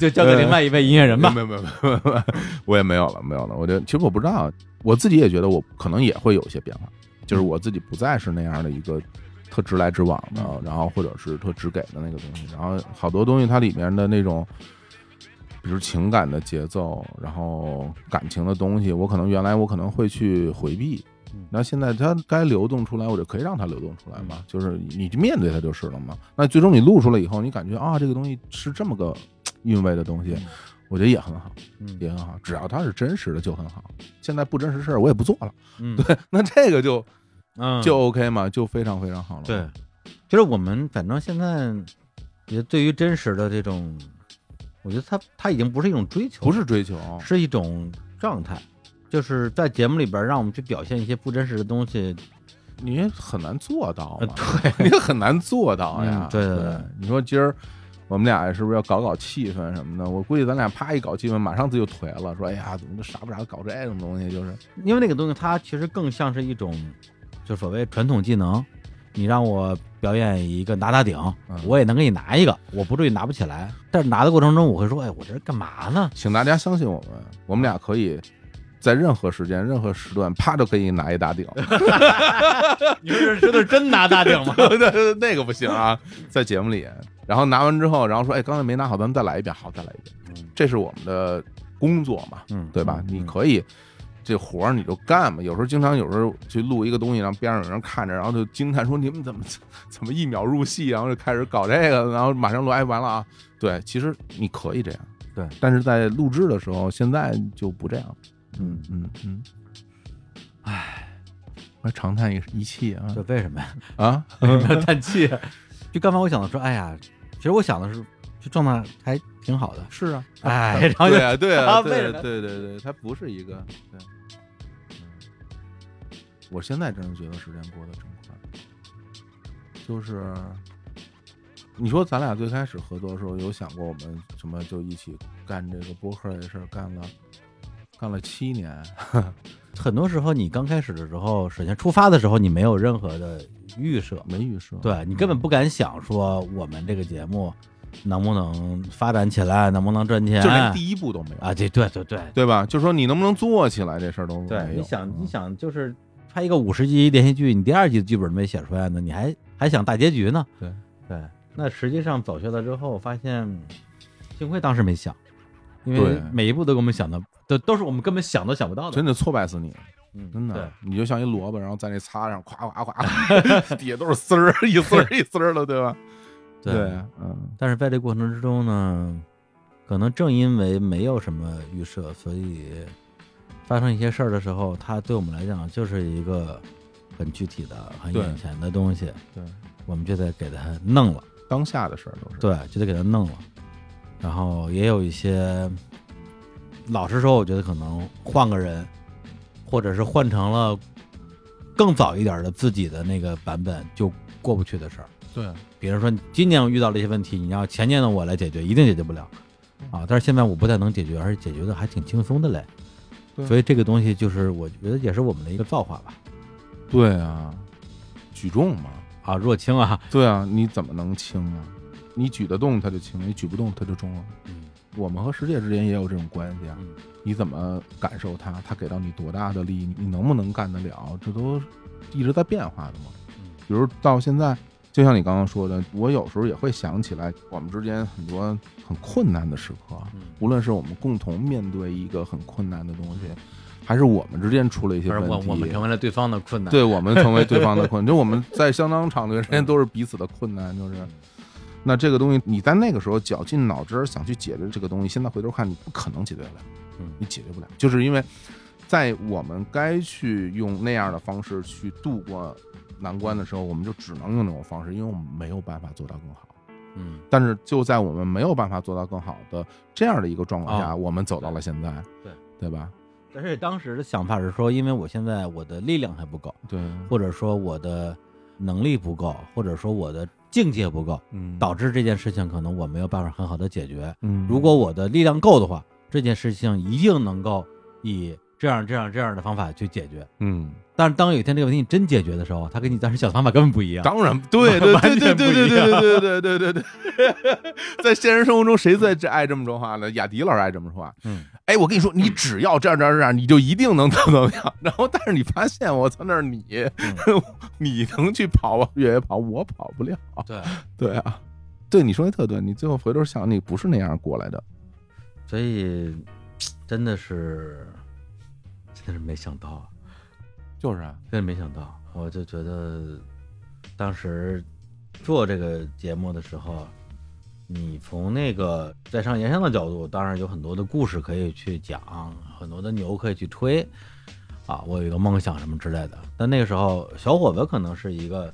[SPEAKER 1] 就交给另外一位音乐人吧。
[SPEAKER 2] 没有没有没有没有，我也没有了，没有了。我觉得其实我不知道，我自己也觉得我可能也会有一些变化，就是我自己不再是那样的一个特直来直往的，
[SPEAKER 1] 嗯
[SPEAKER 2] 然后或者是特直给的那个东西，然后好多东西它里面的那种。比如情感的节奏，然后感情的东西，我可能原来我可能会去回避
[SPEAKER 1] 嗯，
[SPEAKER 2] 那现在它该流动出来，我就可以让它流动出来嘛，就是你就面对它就是了嘛。那最终你录出来以后，你感觉啊，这个东西是这么个嘖韵味的东西，我觉得也很好，
[SPEAKER 1] 嗯
[SPEAKER 2] 也很好，只要它是真实的就很好。现在不真实事儿我也不做了，
[SPEAKER 1] 嗯，
[SPEAKER 2] 那这个就
[SPEAKER 1] 嗯，
[SPEAKER 2] 就 OK 嘛，就非常非常好了。
[SPEAKER 1] 对，就是我们反正现在也对于真实的这种，我觉得它它已经不是一种追求了，
[SPEAKER 2] 不是追求，
[SPEAKER 1] 是一种状态，就是在节目里边让我们去表现一些不真实的东西。
[SPEAKER 2] 你也很难做到
[SPEAKER 1] 呃
[SPEAKER 2] 嘛，
[SPEAKER 1] 对，
[SPEAKER 2] 你也很难做到呀
[SPEAKER 1] 嗯。对对
[SPEAKER 2] 对
[SPEAKER 1] 对
[SPEAKER 2] 你说今儿。我们俩是不是要搞搞气氛什么的？我估计咱俩啪一搞气氛，马上自己就颓了，说哎呀，怎么就傻不傻搞这种东西？就是
[SPEAKER 1] 因为那个东西它其实更像是一种，就所谓传统技能，你让我表演一个拿打顶
[SPEAKER 2] 嗯，
[SPEAKER 1] 我也能给你拿一个，我不至于拿不起来。但是拿的过程中，我会说，哎，我这是干嘛呢？
[SPEAKER 2] 请大家相信我们，我们俩可以在任何时间、任何时段，啪就给你拿一打顶。
[SPEAKER 3] 你说这这都是真拿大顶吗？
[SPEAKER 2] 那个不行啊，在节目里，然后拿完之后，然后说，哎，刚才没拿好，咱们再来一遍，好，再来一遍。
[SPEAKER 1] 嗯
[SPEAKER 2] 这是我们的工作嘛，
[SPEAKER 1] 嗯，
[SPEAKER 2] 对吧？
[SPEAKER 1] 嗯
[SPEAKER 2] 你可以这活儿你就干嘛。有时候经常有时候去录一个东西，然后边上有人看着，然后就惊叹说你们怎么 怎么一秒入戏，然后就开始搞这个，然后马上录，哎，完了啊。对，其实你可以这样，
[SPEAKER 1] 对
[SPEAKER 2] 但是在录制的时候，现在就不这样了。
[SPEAKER 1] 嗯，
[SPEAKER 2] 嗯嗯，唉，我长叹一一气啊
[SPEAKER 1] 这为什么呀？
[SPEAKER 2] 啊！
[SPEAKER 1] 叹气。就刚才我想的说，哎呀，其实我想的是，这状态还挺好的。
[SPEAKER 2] 是啊，
[SPEAKER 1] 哎，然后就
[SPEAKER 2] 对啊，对
[SPEAKER 1] 啊
[SPEAKER 2] 啊，
[SPEAKER 1] 为
[SPEAKER 2] 对
[SPEAKER 1] 什
[SPEAKER 2] 啊
[SPEAKER 1] 么
[SPEAKER 2] 对对对，它不是一个对。嗯我现在真的觉得时间过得真快，就是你说咱俩最开始合作的时候，有想过我们什么就一起干这个播客这事儿，干了干了七年，
[SPEAKER 1] 很多时候你刚开始的时候，首先出发的时候，你没有任何的预设，
[SPEAKER 2] 没预设，
[SPEAKER 1] 对你根本不敢想说我们这个节目能不能发展起来，能不能赚钱
[SPEAKER 2] 就连第一步都没有，
[SPEAKER 1] 啊？对对对对
[SPEAKER 2] 对吧？就说你能不能做起来这事儿都没有
[SPEAKER 1] 你想
[SPEAKER 2] 嗯
[SPEAKER 1] 你想就是拍一个五十集连续剧，你第二季的剧本都没写出来呢，你还还想大结局呢？
[SPEAKER 2] 对
[SPEAKER 1] 对，那实际上走下来之后，发现幸亏当时没想，因
[SPEAKER 2] 对
[SPEAKER 1] 为每一步都跟我们想的都都是我们根本想都想不到的，
[SPEAKER 2] 真的挫败死你，
[SPEAKER 1] 嗯
[SPEAKER 2] 真
[SPEAKER 1] 对
[SPEAKER 2] 的，你就像一萝卜，然后在那擦上，咵咵咵， 底下都是丝儿，一丝儿一丝儿的，对吧？
[SPEAKER 1] 对
[SPEAKER 2] 嗯，
[SPEAKER 1] 但是在这过程之中呢，可能正因为没有什么预设，所以发生一些事儿的时候，它对我们来讲就是一个很具体的、很
[SPEAKER 2] 对
[SPEAKER 1] 眼前的东西，
[SPEAKER 2] 对，
[SPEAKER 1] 我们就得给它弄了，
[SPEAKER 2] 当下的事儿都是。
[SPEAKER 1] 对，就得给它弄了。然后也有一些，老实说，我觉得可能换个人，或者是换成了更早一点的自己的那个版本，就过不去的事儿。
[SPEAKER 2] 对，
[SPEAKER 1] 比如说你今年我遇到了一些问题，你要前年的我来解决，一定解决不了啊。但是现在我不太能解决，而且解决的还挺轻松的嘞。
[SPEAKER 2] 对
[SPEAKER 1] 所以这个东西就是我觉得也是我们的一个造化吧。
[SPEAKER 2] 对啊，举重嘛，
[SPEAKER 1] 啊，若轻啊，
[SPEAKER 2] 对啊，你怎么能轻啊？你举得动它就轻，你举不动它就重了。
[SPEAKER 1] 嗯
[SPEAKER 2] 我们和世界之间也有这种关系啊
[SPEAKER 1] 嗯，
[SPEAKER 2] 你怎么感受它？它给到你多大的利益？你能不能干得了？这都一直在变化的嘛。
[SPEAKER 1] 嗯
[SPEAKER 2] 比如到现在，就像你刚刚说的，我有时候也会想起来我们之间很多很困难的时刻，啊
[SPEAKER 1] 嗯，
[SPEAKER 2] 无论是我们共同面对一个很困难的东西，还是我们之间出了一些
[SPEAKER 1] 而
[SPEAKER 2] 问
[SPEAKER 1] 我
[SPEAKER 2] 题，
[SPEAKER 1] 我们成为了对方的困难。
[SPEAKER 2] 对我们成为对方的困难，就我们在相当长的时间都是彼此的困难，
[SPEAKER 1] 嗯
[SPEAKER 2] 就是。那这个东西，你在那个时候绞尽脑汁儿想去解决这个东西，现在回头看，你不可能解决得了，
[SPEAKER 1] 嗯
[SPEAKER 2] 你解决不了，就是因为在我们该去用那样的方式去度过难关的时候，我们就只能用那种方式，因为我们没有办法做到更好。
[SPEAKER 1] 嗯，
[SPEAKER 2] 但是就在我们没有办法做到更好的这样的一个状况下，
[SPEAKER 1] 哦
[SPEAKER 2] 我们走到了现在，
[SPEAKER 1] 对
[SPEAKER 2] 对吧？
[SPEAKER 1] 但是当时的想法是说，因为我现在我的力量还不够，
[SPEAKER 2] 对，
[SPEAKER 1] 或者说我的能力不够，或者说我的境界不够，
[SPEAKER 2] 嗯，
[SPEAKER 1] 导致这件事情可能我没有办法很好的解决。
[SPEAKER 2] 嗯，
[SPEAKER 1] 如果我的力量够的话，这件事情一定能够以这样、这样、这样的方法去解决。
[SPEAKER 2] 嗯，
[SPEAKER 1] 但是当有一天这个问题真解决的时候，他跟你当时想的方法根本不一样。
[SPEAKER 2] 当 然，对对
[SPEAKER 1] 啊完
[SPEAKER 2] 对
[SPEAKER 1] 全
[SPEAKER 2] 对对对
[SPEAKER 1] 不一样
[SPEAKER 2] 对对对对对对， 在现实生活中，谁最这爱这么说话呢？雅迪老师爱这么说话。
[SPEAKER 1] 嗯，
[SPEAKER 2] 哎，我跟你说，你只要这样这样这样，你就一定能怎么怎么样。然后，但是你发现，我操，那是你，
[SPEAKER 1] 嗯
[SPEAKER 2] 你能去跑啊越野跑，我跑不了。
[SPEAKER 1] 对，
[SPEAKER 2] 对啊，对你说的特对，你最后回头想，你不是那样过来的。
[SPEAKER 1] 所以真的是，真的是没想到啊，
[SPEAKER 2] 就是啊，
[SPEAKER 1] 真的没想到。我就觉得，当时做这个节目的时候，你从那个在上盐商的角度，当然有很多的故事可以去讲，很多的牛可以去吹，啊，我有一个梦想什么之类的。但那个时候，小伙子可能是一个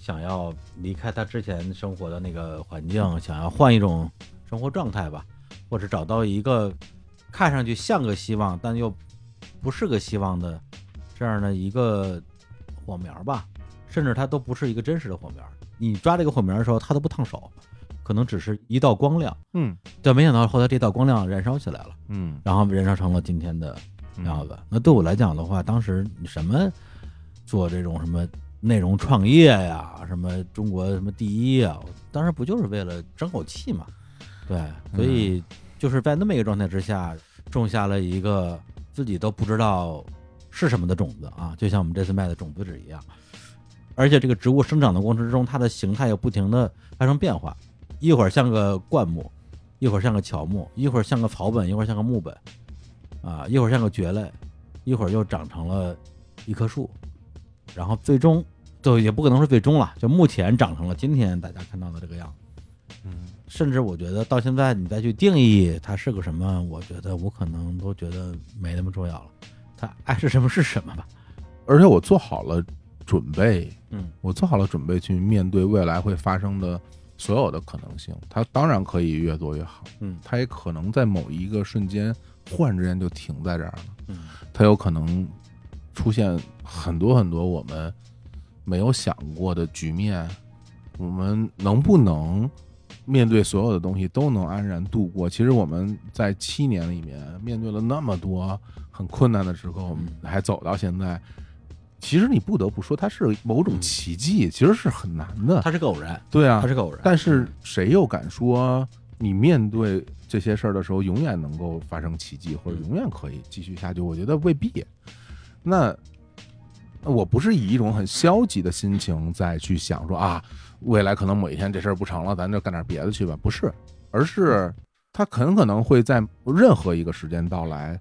[SPEAKER 1] 想要离开他之前生活的那个环境，想要换一种生活状态吧，或者找到一个看上去像个希望，但又不是个希望的这样的一个火苗吧，甚至它都不是一个真实的火苗。你抓这个火苗的时候，它都不烫手，可能只是一道光亮。
[SPEAKER 2] 嗯
[SPEAKER 1] 但没想到后来这道光亮燃烧起来了，
[SPEAKER 2] 嗯，
[SPEAKER 1] 然后燃烧成了今天的
[SPEAKER 2] 嗯
[SPEAKER 1] 样子。那对我来讲的话，当时你什么做这种什么内容创业呀，什么中国什么第一啊，当时不就是为了争口气嘛？对，所以就是在那么一个状态之下，种下了一个自己都不知道是什么的种子啊，就像我们这次卖的种子纸一样。而且这个植物生长的过程之中，它的形态又不停的发生变化，一会儿像个灌木，一会儿像个乔木，一会儿像个草本，一会儿像个木本，啊，一会儿像个蕨类，一会儿又长成了一棵树，然后最终就也不可能是最终了，就目前长成了今天大家看到的这个样子。
[SPEAKER 2] 嗯，
[SPEAKER 1] 甚至我觉得到现在你再去定义它是个什么，我觉得我可能都觉得没那么重要了。它爱是什么是什么吧。
[SPEAKER 2] 而且我做好了准备，
[SPEAKER 1] 嗯，
[SPEAKER 2] 我做好了准备去面对未来会发生的所有的可能性。它当然可以越做越好，
[SPEAKER 1] 嗯
[SPEAKER 2] 它也可能在某一个瞬间忽然之间就停在这儿了，
[SPEAKER 1] 嗯
[SPEAKER 2] 它有可能出现很多很多我们没有想过的局面。我们能不能面对所有的东西都能安然度过？其实我们在七年里面面对了那么多很困难的时刻，我们还走到现在。其实你不得不说，它是某种奇迹，其实是很难的。
[SPEAKER 1] 它是个偶然，
[SPEAKER 2] 对啊
[SPEAKER 1] 它，是个偶然。
[SPEAKER 2] 但是谁又敢说你面对这些事儿的时候，永远能够发生奇迹，或者永远可以继续下去？我觉得未必。那那我不是以一种很消极的心情再去想说啊，未来可能某一天这事儿不成了，咱就干点别的去吧，不是，而是它很可能会在任何一个时间到来，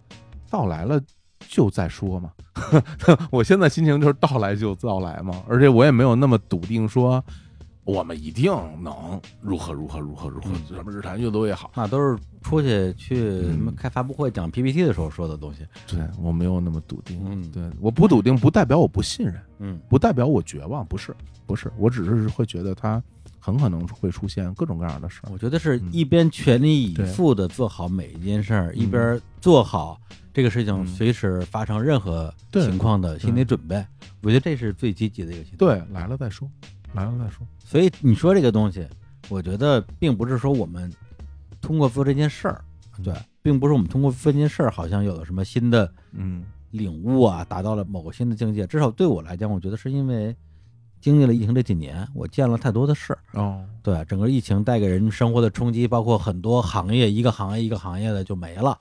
[SPEAKER 2] 到来了。就再说嘛， 我现在心情就是到来就到来嘛，而且我也没有那么笃定说我们一定能如何如何如何如何，
[SPEAKER 1] 嗯
[SPEAKER 2] 什么日坛越多越好。
[SPEAKER 1] 那都是出去去什么开发布会讲 PPT 的时候说的东西。
[SPEAKER 2] 对我没有那么笃定，
[SPEAKER 1] 嗯
[SPEAKER 2] 对我不笃定不代表我不信任，
[SPEAKER 1] 嗯
[SPEAKER 2] 不代表我绝望，不是不是，我只是会觉得它很可能会出现各种各样的事儿。
[SPEAKER 1] 我觉得是一边全力以
[SPEAKER 2] 对
[SPEAKER 1] 赴的做好每一件事儿，
[SPEAKER 2] 嗯
[SPEAKER 1] 一边做好这个事情
[SPEAKER 2] 嗯
[SPEAKER 1] 随时发生任何
[SPEAKER 2] 对
[SPEAKER 1] 情况的心理
[SPEAKER 2] 对
[SPEAKER 1] 准备。我觉得这是最积极的一个心态。
[SPEAKER 2] 对，来了再说，来了再说。
[SPEAKER 1] 所以你说这个东西，我觉得并不是说我们通过做这件事儿，对，并不是我们通过做这件事儿好像有了什么新的
[SPEAKER 2] 嗯
[SPEAKER 1] 领悟啊，达到了某个新的境界。至少对我来讲，我觉得是因为经历了疫情这几年，我见了太多的事儿。
[SPEAKER 2] 哦，
[SPEAKER 1] 对，整个疫情带给人生活的冲击，包括很多行业，一个行业一个行业的就没了，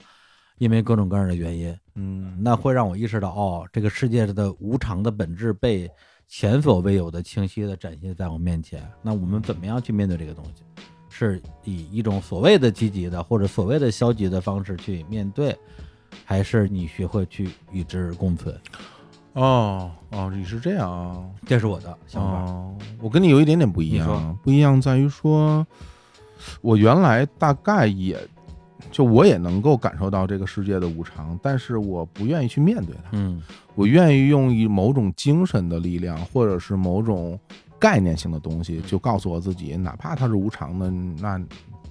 [SPEAKER 1] 因为各种各样的原因。
[SPEAKER 2] 嗯
[SPEAKER 1] 那会让我意识到，哦，这个世界的无常的本质被前所未有的清晰的展现在我面前。那我们怎么样去面对这个东西？是以一种所谓的积极的或者所谓的消极的方式去面对，还是你学会去与之共存？
[SPEAKER 2] 哦哦，你是这样啊？
[SPEAKER 1] 这是我的想法。
[SPEAKER 2] 哦，我跟你有一点点不一
[SPEAKER 1] 你
[SPEAKER 2] 样
[SPEAKER 1] 说，
[SPEAKER 2] 不一样在于说，我原来大概也就我也能够感受到这个世界的无常，但是我不愿意去面对它，
[SPEAKER 1] 嗯
[SPEAKER 2] 我愿意用以某种精神的力量，或者是某种概念性的东西，就告诉我自己，哪怕它是无常的，那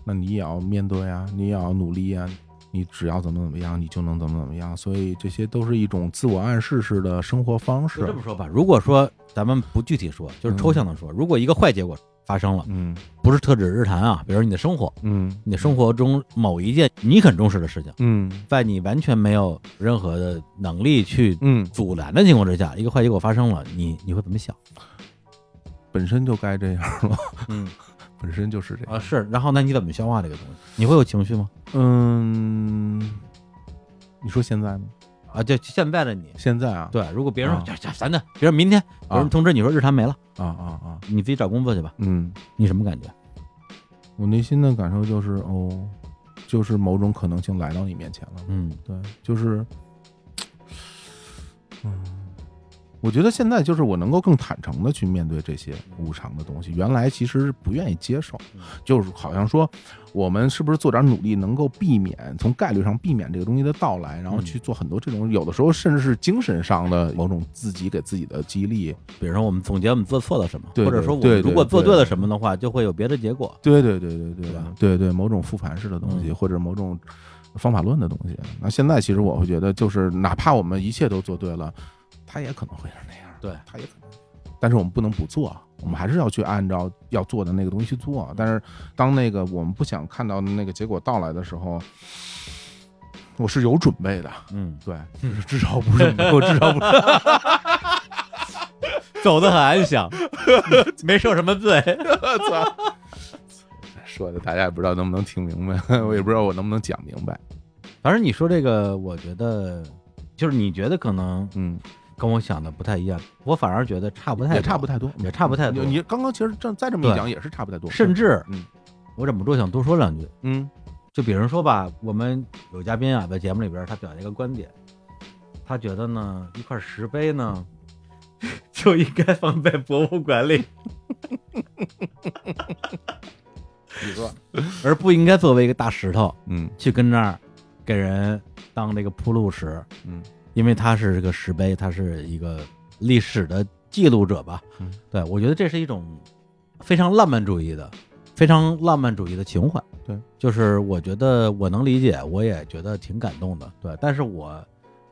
[SPEAKER 2] 那你也要面对啊，你也要努力啊。你只要怎么怎么样，你就能怎么怎么样，所以这些都是一种自我暗示式的生活方式
[SPEAKER 1] 就这。么说吧，嗯如果说咱们不具体说，就是抽象的说，如果一个坏结果发生了，
[SPEAKER 2] 嗯
[SPEAKER 1] 不是特指日坛啊，比如你的生活，
[SPEAKER 2] 嗯
[SPEAKER 1] 你的生活中某一件你很重视的事情。
[SPEAKER 2] 嗯
[SPEAKER 1] 在你完全没有任何的能力去
[SPEAKER 2] 嗯，
[SPEAKER 1] 阻拦的情况之下，一个坏结果发生了，你你会怎么想？
[SPEAKER 2] 本身就该这样了，
[SPEAKER 1] 嗯
[SPEAKER 2] 本身就是这样。
[SPEAKER 1] 啊是，然后那你怎么消化这个东西？你会有情绪吗？
[SPEAKER 2] 嗯，你说现在吗？
[SPEAKER 1] 啊，就现在的你，啊
[SPEAKER 2] 现在啊，
[SPEAKER 1] 对，如果别人说
[SPEAKER 2] 啊
[SPEAKER 1] 这这咱的，别人明天有人通知你说日常没了，
[SPEAKER 2] 啊啊啊，
[SPEAKER 1] 你自己找工作去吧，
[SPEAKER 2] 嗯，
[SPEAKER 1] 你什么感觉？
[SPEAKER 2] 我内心的感受就是，哦，就是某种可能性来到你面前了。
[SPEAKER 1] 嗯
[SPEAKER 2] 对，就是，嗯，我觉得现在就是我能够更坦诚的去面对这些无常的东西。原来其实是不愿意接受
[SPEAKER 1] 嗯，
[SPEAKER 2] 就是好像说我们是不是做点努力能够避免从概率上避免这个东西的到来，然后
[SPEAKER 1] 嗯
[SPEAKER 2] 去做很多这种有的时候甚至是精神上的某种自己给自己的激励。
[SPEAKER 1] 比如说我们总结我们做错了什么，
[SPEAKER 2] 对
[SPEAKER 1] 或者
[SPEAKER 2] 对
[SPEAKER 1] 说我
[SPEAKER 2] 对
[SPEAKER 1] 们
[SPEAKER 2] 对
[SPEAKER 1] 如果做
[SPEAKER 2] 对
[SPEAKER 1] 对了什么的话，就会有别的结果。
[SPEAKER 2] 对对对对对
[SPEAKER 1] 对吧
[SPEAKER 2] 对对，某种复盘式的东西，
[SPEAKER 1] 嗯
[SPEAKER 2] 或者某种方法论的东西。那现在其实我会觉得，就是哪怕我们一切都做对了，它也可能会是那样，
[SPEAKER 1] 对
[SPEAKER 2] 它也可能。但是我们不能不做，我们还是要去按照要做的那个东西去做。但是当那个我们不想看到的那个结果到来的时候，我是有准 备的。
[SPEAKER 1] 嗯，
[SPEAKER 2] 对，至少不是我至少不是。
[SPEAKER 3] 走得很安详，没受什么罪。
[SPEAKER 2] 我操！说的大家也不知道能不能听明白， 我也不知道我能不能讲明白。
[SPEAKER 1] 反正你说这个，我觉得就是你觉得可能
[SPEAKER 2] 嗯，
[SPEAKER 1] 跟我想的不太一样，我反而觉得差不太
[SPEAKER 2] 也
[SPEAKER 1] 多
[SPEAKER 2] 差不太多，
[SPEAKER 1] 也差不太多
[SPEAKER 2] 你你刚刚其实这再这么一讲，也是差不太多。
[SPEAKER 1] 甚至
[SPEAKER 2] 嗯
[SPEAKER 1] 我忍不住想多说两句。
[SPEAKER 2] 嗯
[SPEAKER 1] 就比如说吧，我们有嘉宾啊，在节目里边他表达一个观点，他觉得呢，一块石碑呢， 就应该放在博物馆里，
[SPEAKER 2] 你说，
[SPEAKER 1] 而不应该作为一个大石头
[SPEAKER 2] 嗯
[SPEAKER 1] 去跟那儿给人当这个铺路石，
[SPEAKER 2] 嗯
[SPEAKER 1] 因为它是这个石碑，它是一个历史的记录者吧。
[SPEAKER 2] 嗯
[SPEAKER 1] 对我觉得这是一种非常浪漫主义的、非常浪漫主义的情怀。
[SPEAKER 2] 对，
[SPEAKER 1] 就是我觉得我能理解，我也觉得挺感动的。对，但是我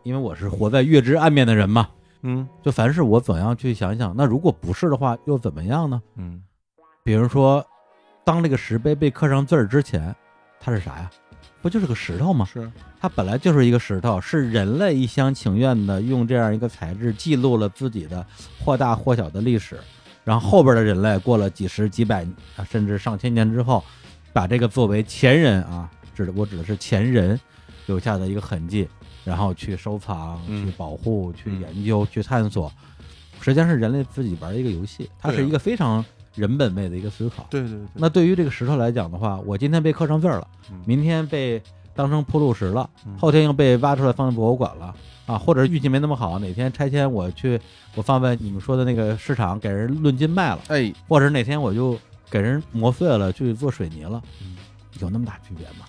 [SPEAKER 1] 因为我是活在月之暗面的人嘛，
[SPEAKER 2] 嗯
[SPEAKER 1] 就凡事我总要去想一想，那如果不是的话，又怎么样呢？
[SPEAKER 2] 嗯，
[SPEAKER 1] 比如说，当这个石碑被刻上字儿之前，它是啥呀？不就是个石头吗？
[SPEAKER 2] 是，
[SPEAKER 1] 它本来就是一个石头，是人类一厢情愿的用这样一个材质记录了自己的或大或小的历史，然后后边的人类过了几十几百啊甚至上千年之后，把这个作为前人啊，指的我指的是前人留下的一个痕迹，然后去收藏、
[SPEAKER 2] 嗯
[SPEAKER 1] 去保护、去
[SPEAKER 2] 嗯
[SPEAKER 1] 研究、去探索，实际上是人类自己玩的一个游戏，它
[SPEAKER 2] 对啊
[SPEAKER 1] 是一个非常人本位的一个思考。
[SPEAKER 2] 对对对，
[SPEAKER 1] 那对于这个石头来讲的话，我今天被刻上字儿了，
[SPEAKER 2] 嗯
[SPEAKER 1] 明天被当成铺路石了
[SPEAKER 2] 嗯，
[SPEAKER 1] 后天又被挖出来放在博物馆了啊，或者运气没那么好，哪天拆迁我去我放在你们说的那个市场给人论斤卖了，
[SPEAKER 2] 哎，
[SPEAKER 1] 或者哪天我就给人磨碎了去做水泥了
[SPEAKER 2] 嗯，
[SPEAKER 1] 有那么大区别吗？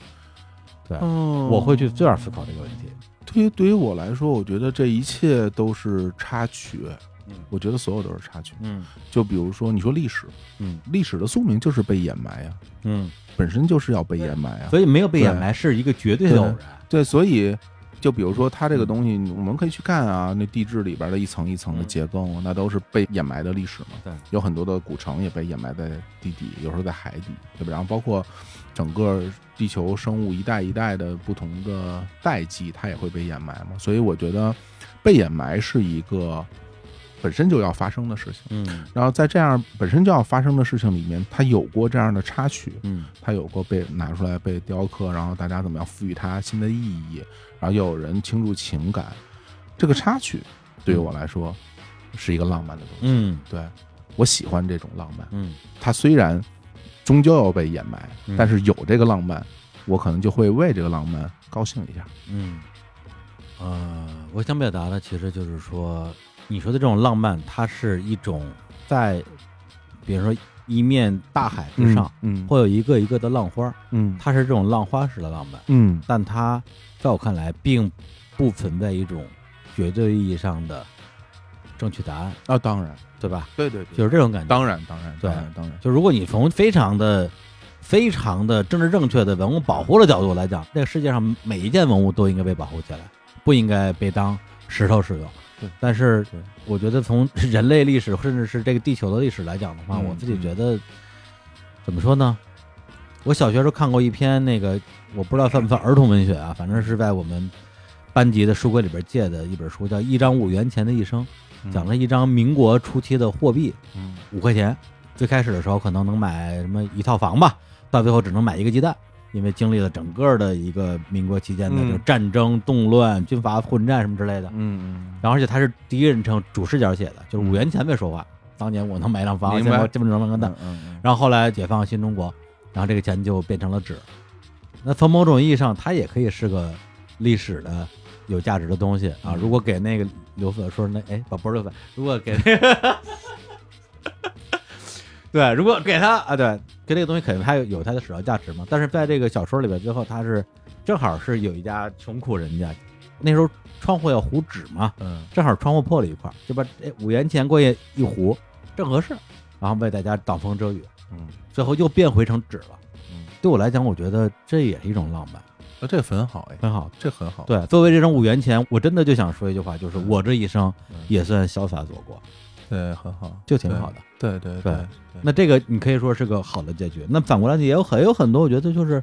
[SPEAKER 1] 对，
[SPEAKER 2] 哦
[SPEAKER 1] 嗯我会去这样思考这个问题。
[SPEAKER 2] 对于对于我来说，我觉得这一切都是插曲
[SPEAKER 1] 嗯。
[SPEAKER 2] 我觉得所有都是插曲。
[SPEAKER 1] 嗯
[SPEAKER 2] 就比如说，你说历史，
[SPEAKER 1] 嗯
[SPEAKER 2] 历史的宿命就是被掩埋呀，
[SPEAKER 1] 嗯，
[SPEAKER 2] 本身就是要被掩埋啊呀。
[SPEAKER 1] 所以没有被掩埋是一个绝对的偶然。
[SPEAKER 2] 对，所以就比如说它这个东西，我们可以去看啊，那地质里边的一层一层的结构，啊那都是被掩埋的历史嘛。
[SPEAKER 1] 对，
[SPEAKER 2] 有很多的古城也被掩埋在地底，有时候在海底，对吧？然后包括整个地球生物一代一代的不同的代际，它也会被掩埋嘛。所以我觉得被掩埋是一个本身就要发生的事情。
[SPEAKER 1] 嗯
[SPEAKER 2] 然后在这样本身就要发生的事情里面，它有过这样的插曲，
[SPEAKER 1] 嗯
[SPEAKER 2] 它有过被拿出来被雕刻，然后大家怎么样赋予它新的意义，然后又有人倾注情感，这个插曲对于我来说是一个浪漫的东西。
[SPEAKER 1] 嗯
[SPEAKER 2] 对我喜欢这种浪漫，
[SPEAKER 1] 嗯
[SPEAKER 2] 它虽然终究要被掩埋，
[SPEAKER 1] 嗯
[SPEAKER 2] 但是有这个浪漫，我可能就会为这个浪漫高兴一下。
[SPEAKER 1] 嗯，呃，我想表达的其实就是说，你说的这种浪漫，它是一种在，比如说一面大海之上，，
[SPEAKER 2] 嗯
[SPEAKER 1] 会有一个一个的浪花儿，
[SPEAKER 2] 嗯
[SPEAKER 1] 它是这种浪花式的浪漫，
[SPEAKER 2] 嗯
[SPEAKER 1] 但它在我看来，并不存在一种绝对意义上的正确答案，
[SPEAKER 2] 啊，当然，
[SPEAKER 1] 对吧？
[SPEAKER 2] 对对对，
[SPEAKER 1] 就是这种感觉。
[SPEAKER 2] 当然当然
[SPEAKER 1] 对
[SPEAKER 2] 当然当然，
[SPEAKER 1] 就如果你从非常的、非常的政治正确的文物保护的角度来讲，这个世界上每一件文物都应该被保护起来，不应该被当石头使用
[SPEAKER 2] 对。
[SPEAKER 1] 但是
[SPEAKER 2] 对，
[SPEAKER 1] 我觉得从人类历史，甚至是这个地球的历史来讲的话，
[SPEAKER 2] 嗯
[SPEAKER 1] 我自己觉得怎么说呢？我小学时候看过一篇那个，我不知道算不算儿童文学啊，反正是在我们班级的书柜里边借的一本书，叫《一张五元钱的一生》，讲了一张民国初期的货币，
[SPEAKER 2] 嗯
[SPEAKER 1] 五块钱，最开始的时候可能能买什么一套房吧，到最后只能买一个鸡蛋，因为经历了整个的一个民国期间的
[SPEAKER 2] 嗯
[SPEAKER 1] 这个战争、动乱、军阀混战什么之类的。
[SPEAKER 2] 嗯
[SPEAKER 1] 然后而且他是第一人称主视角写的，就是五元钱没说话。当年我能买一辆房，
[SPEAKER 2] 明
[SPEAKER 1] 现
[SPEAKER 2] 白
[SPEAKER 1] 在我这么能买个
[SPEAKER 2] 嗯
[SPEAKER 1] 蛋。
[SPEAKER 2] 嗯
[SPEAKER 1] 然后后来解放新中国，然后这个钱就变成了纸。那从某种意义上，它也可以是个历史的有价值的东西
[SPEAKER 2] 嗯
[SPEAKER 1] 啊。如果给那个刘粉说那哎，不不是刘粉，如果给那个，对，如果给他啊，对，跟这个东西肯定它有有它的史料价值嘛。但是在这个小说里边，最后他是正好是有一家穷苦人家，那时候窗户要糊纸嘛，
[SPEAKER 2] 嗯
[SPEAKER 1] 正好窗户破了一块儿，就把这五元钱过去一糊，正合适。然后为大家挡风遮雨，
[SPEAKER 2] 嗯
[SPEAKER 1] 最后又变回成纸了。
[SPEAKER 2] 嗯，
[SPEAKER 1] 对我来讲，我觉得这也是一种浪漫，
[SPEAKER 2] 那这很好哎，
[SPEAKER 1] 很好。
[SPEAKER 2] 这很好。
[SPEAKER 1] 对，作为这种五元钱，我真的就想说一句话，就是我这一生
[SPEAKER 2] 嗯
[SPEAKER 1] 也算潇洒走过，
[SPEAKER 2] 对，很好，
[SPEAKER 1] 就挺好的。
[SPEAKER 2] 对。对对
[SPEAKER 1] 对
[SPEAKER 2] 对，
[SPEAKER 1] 那这个你可以说是个好的结局。那反过来也有很有很多，我觉得就是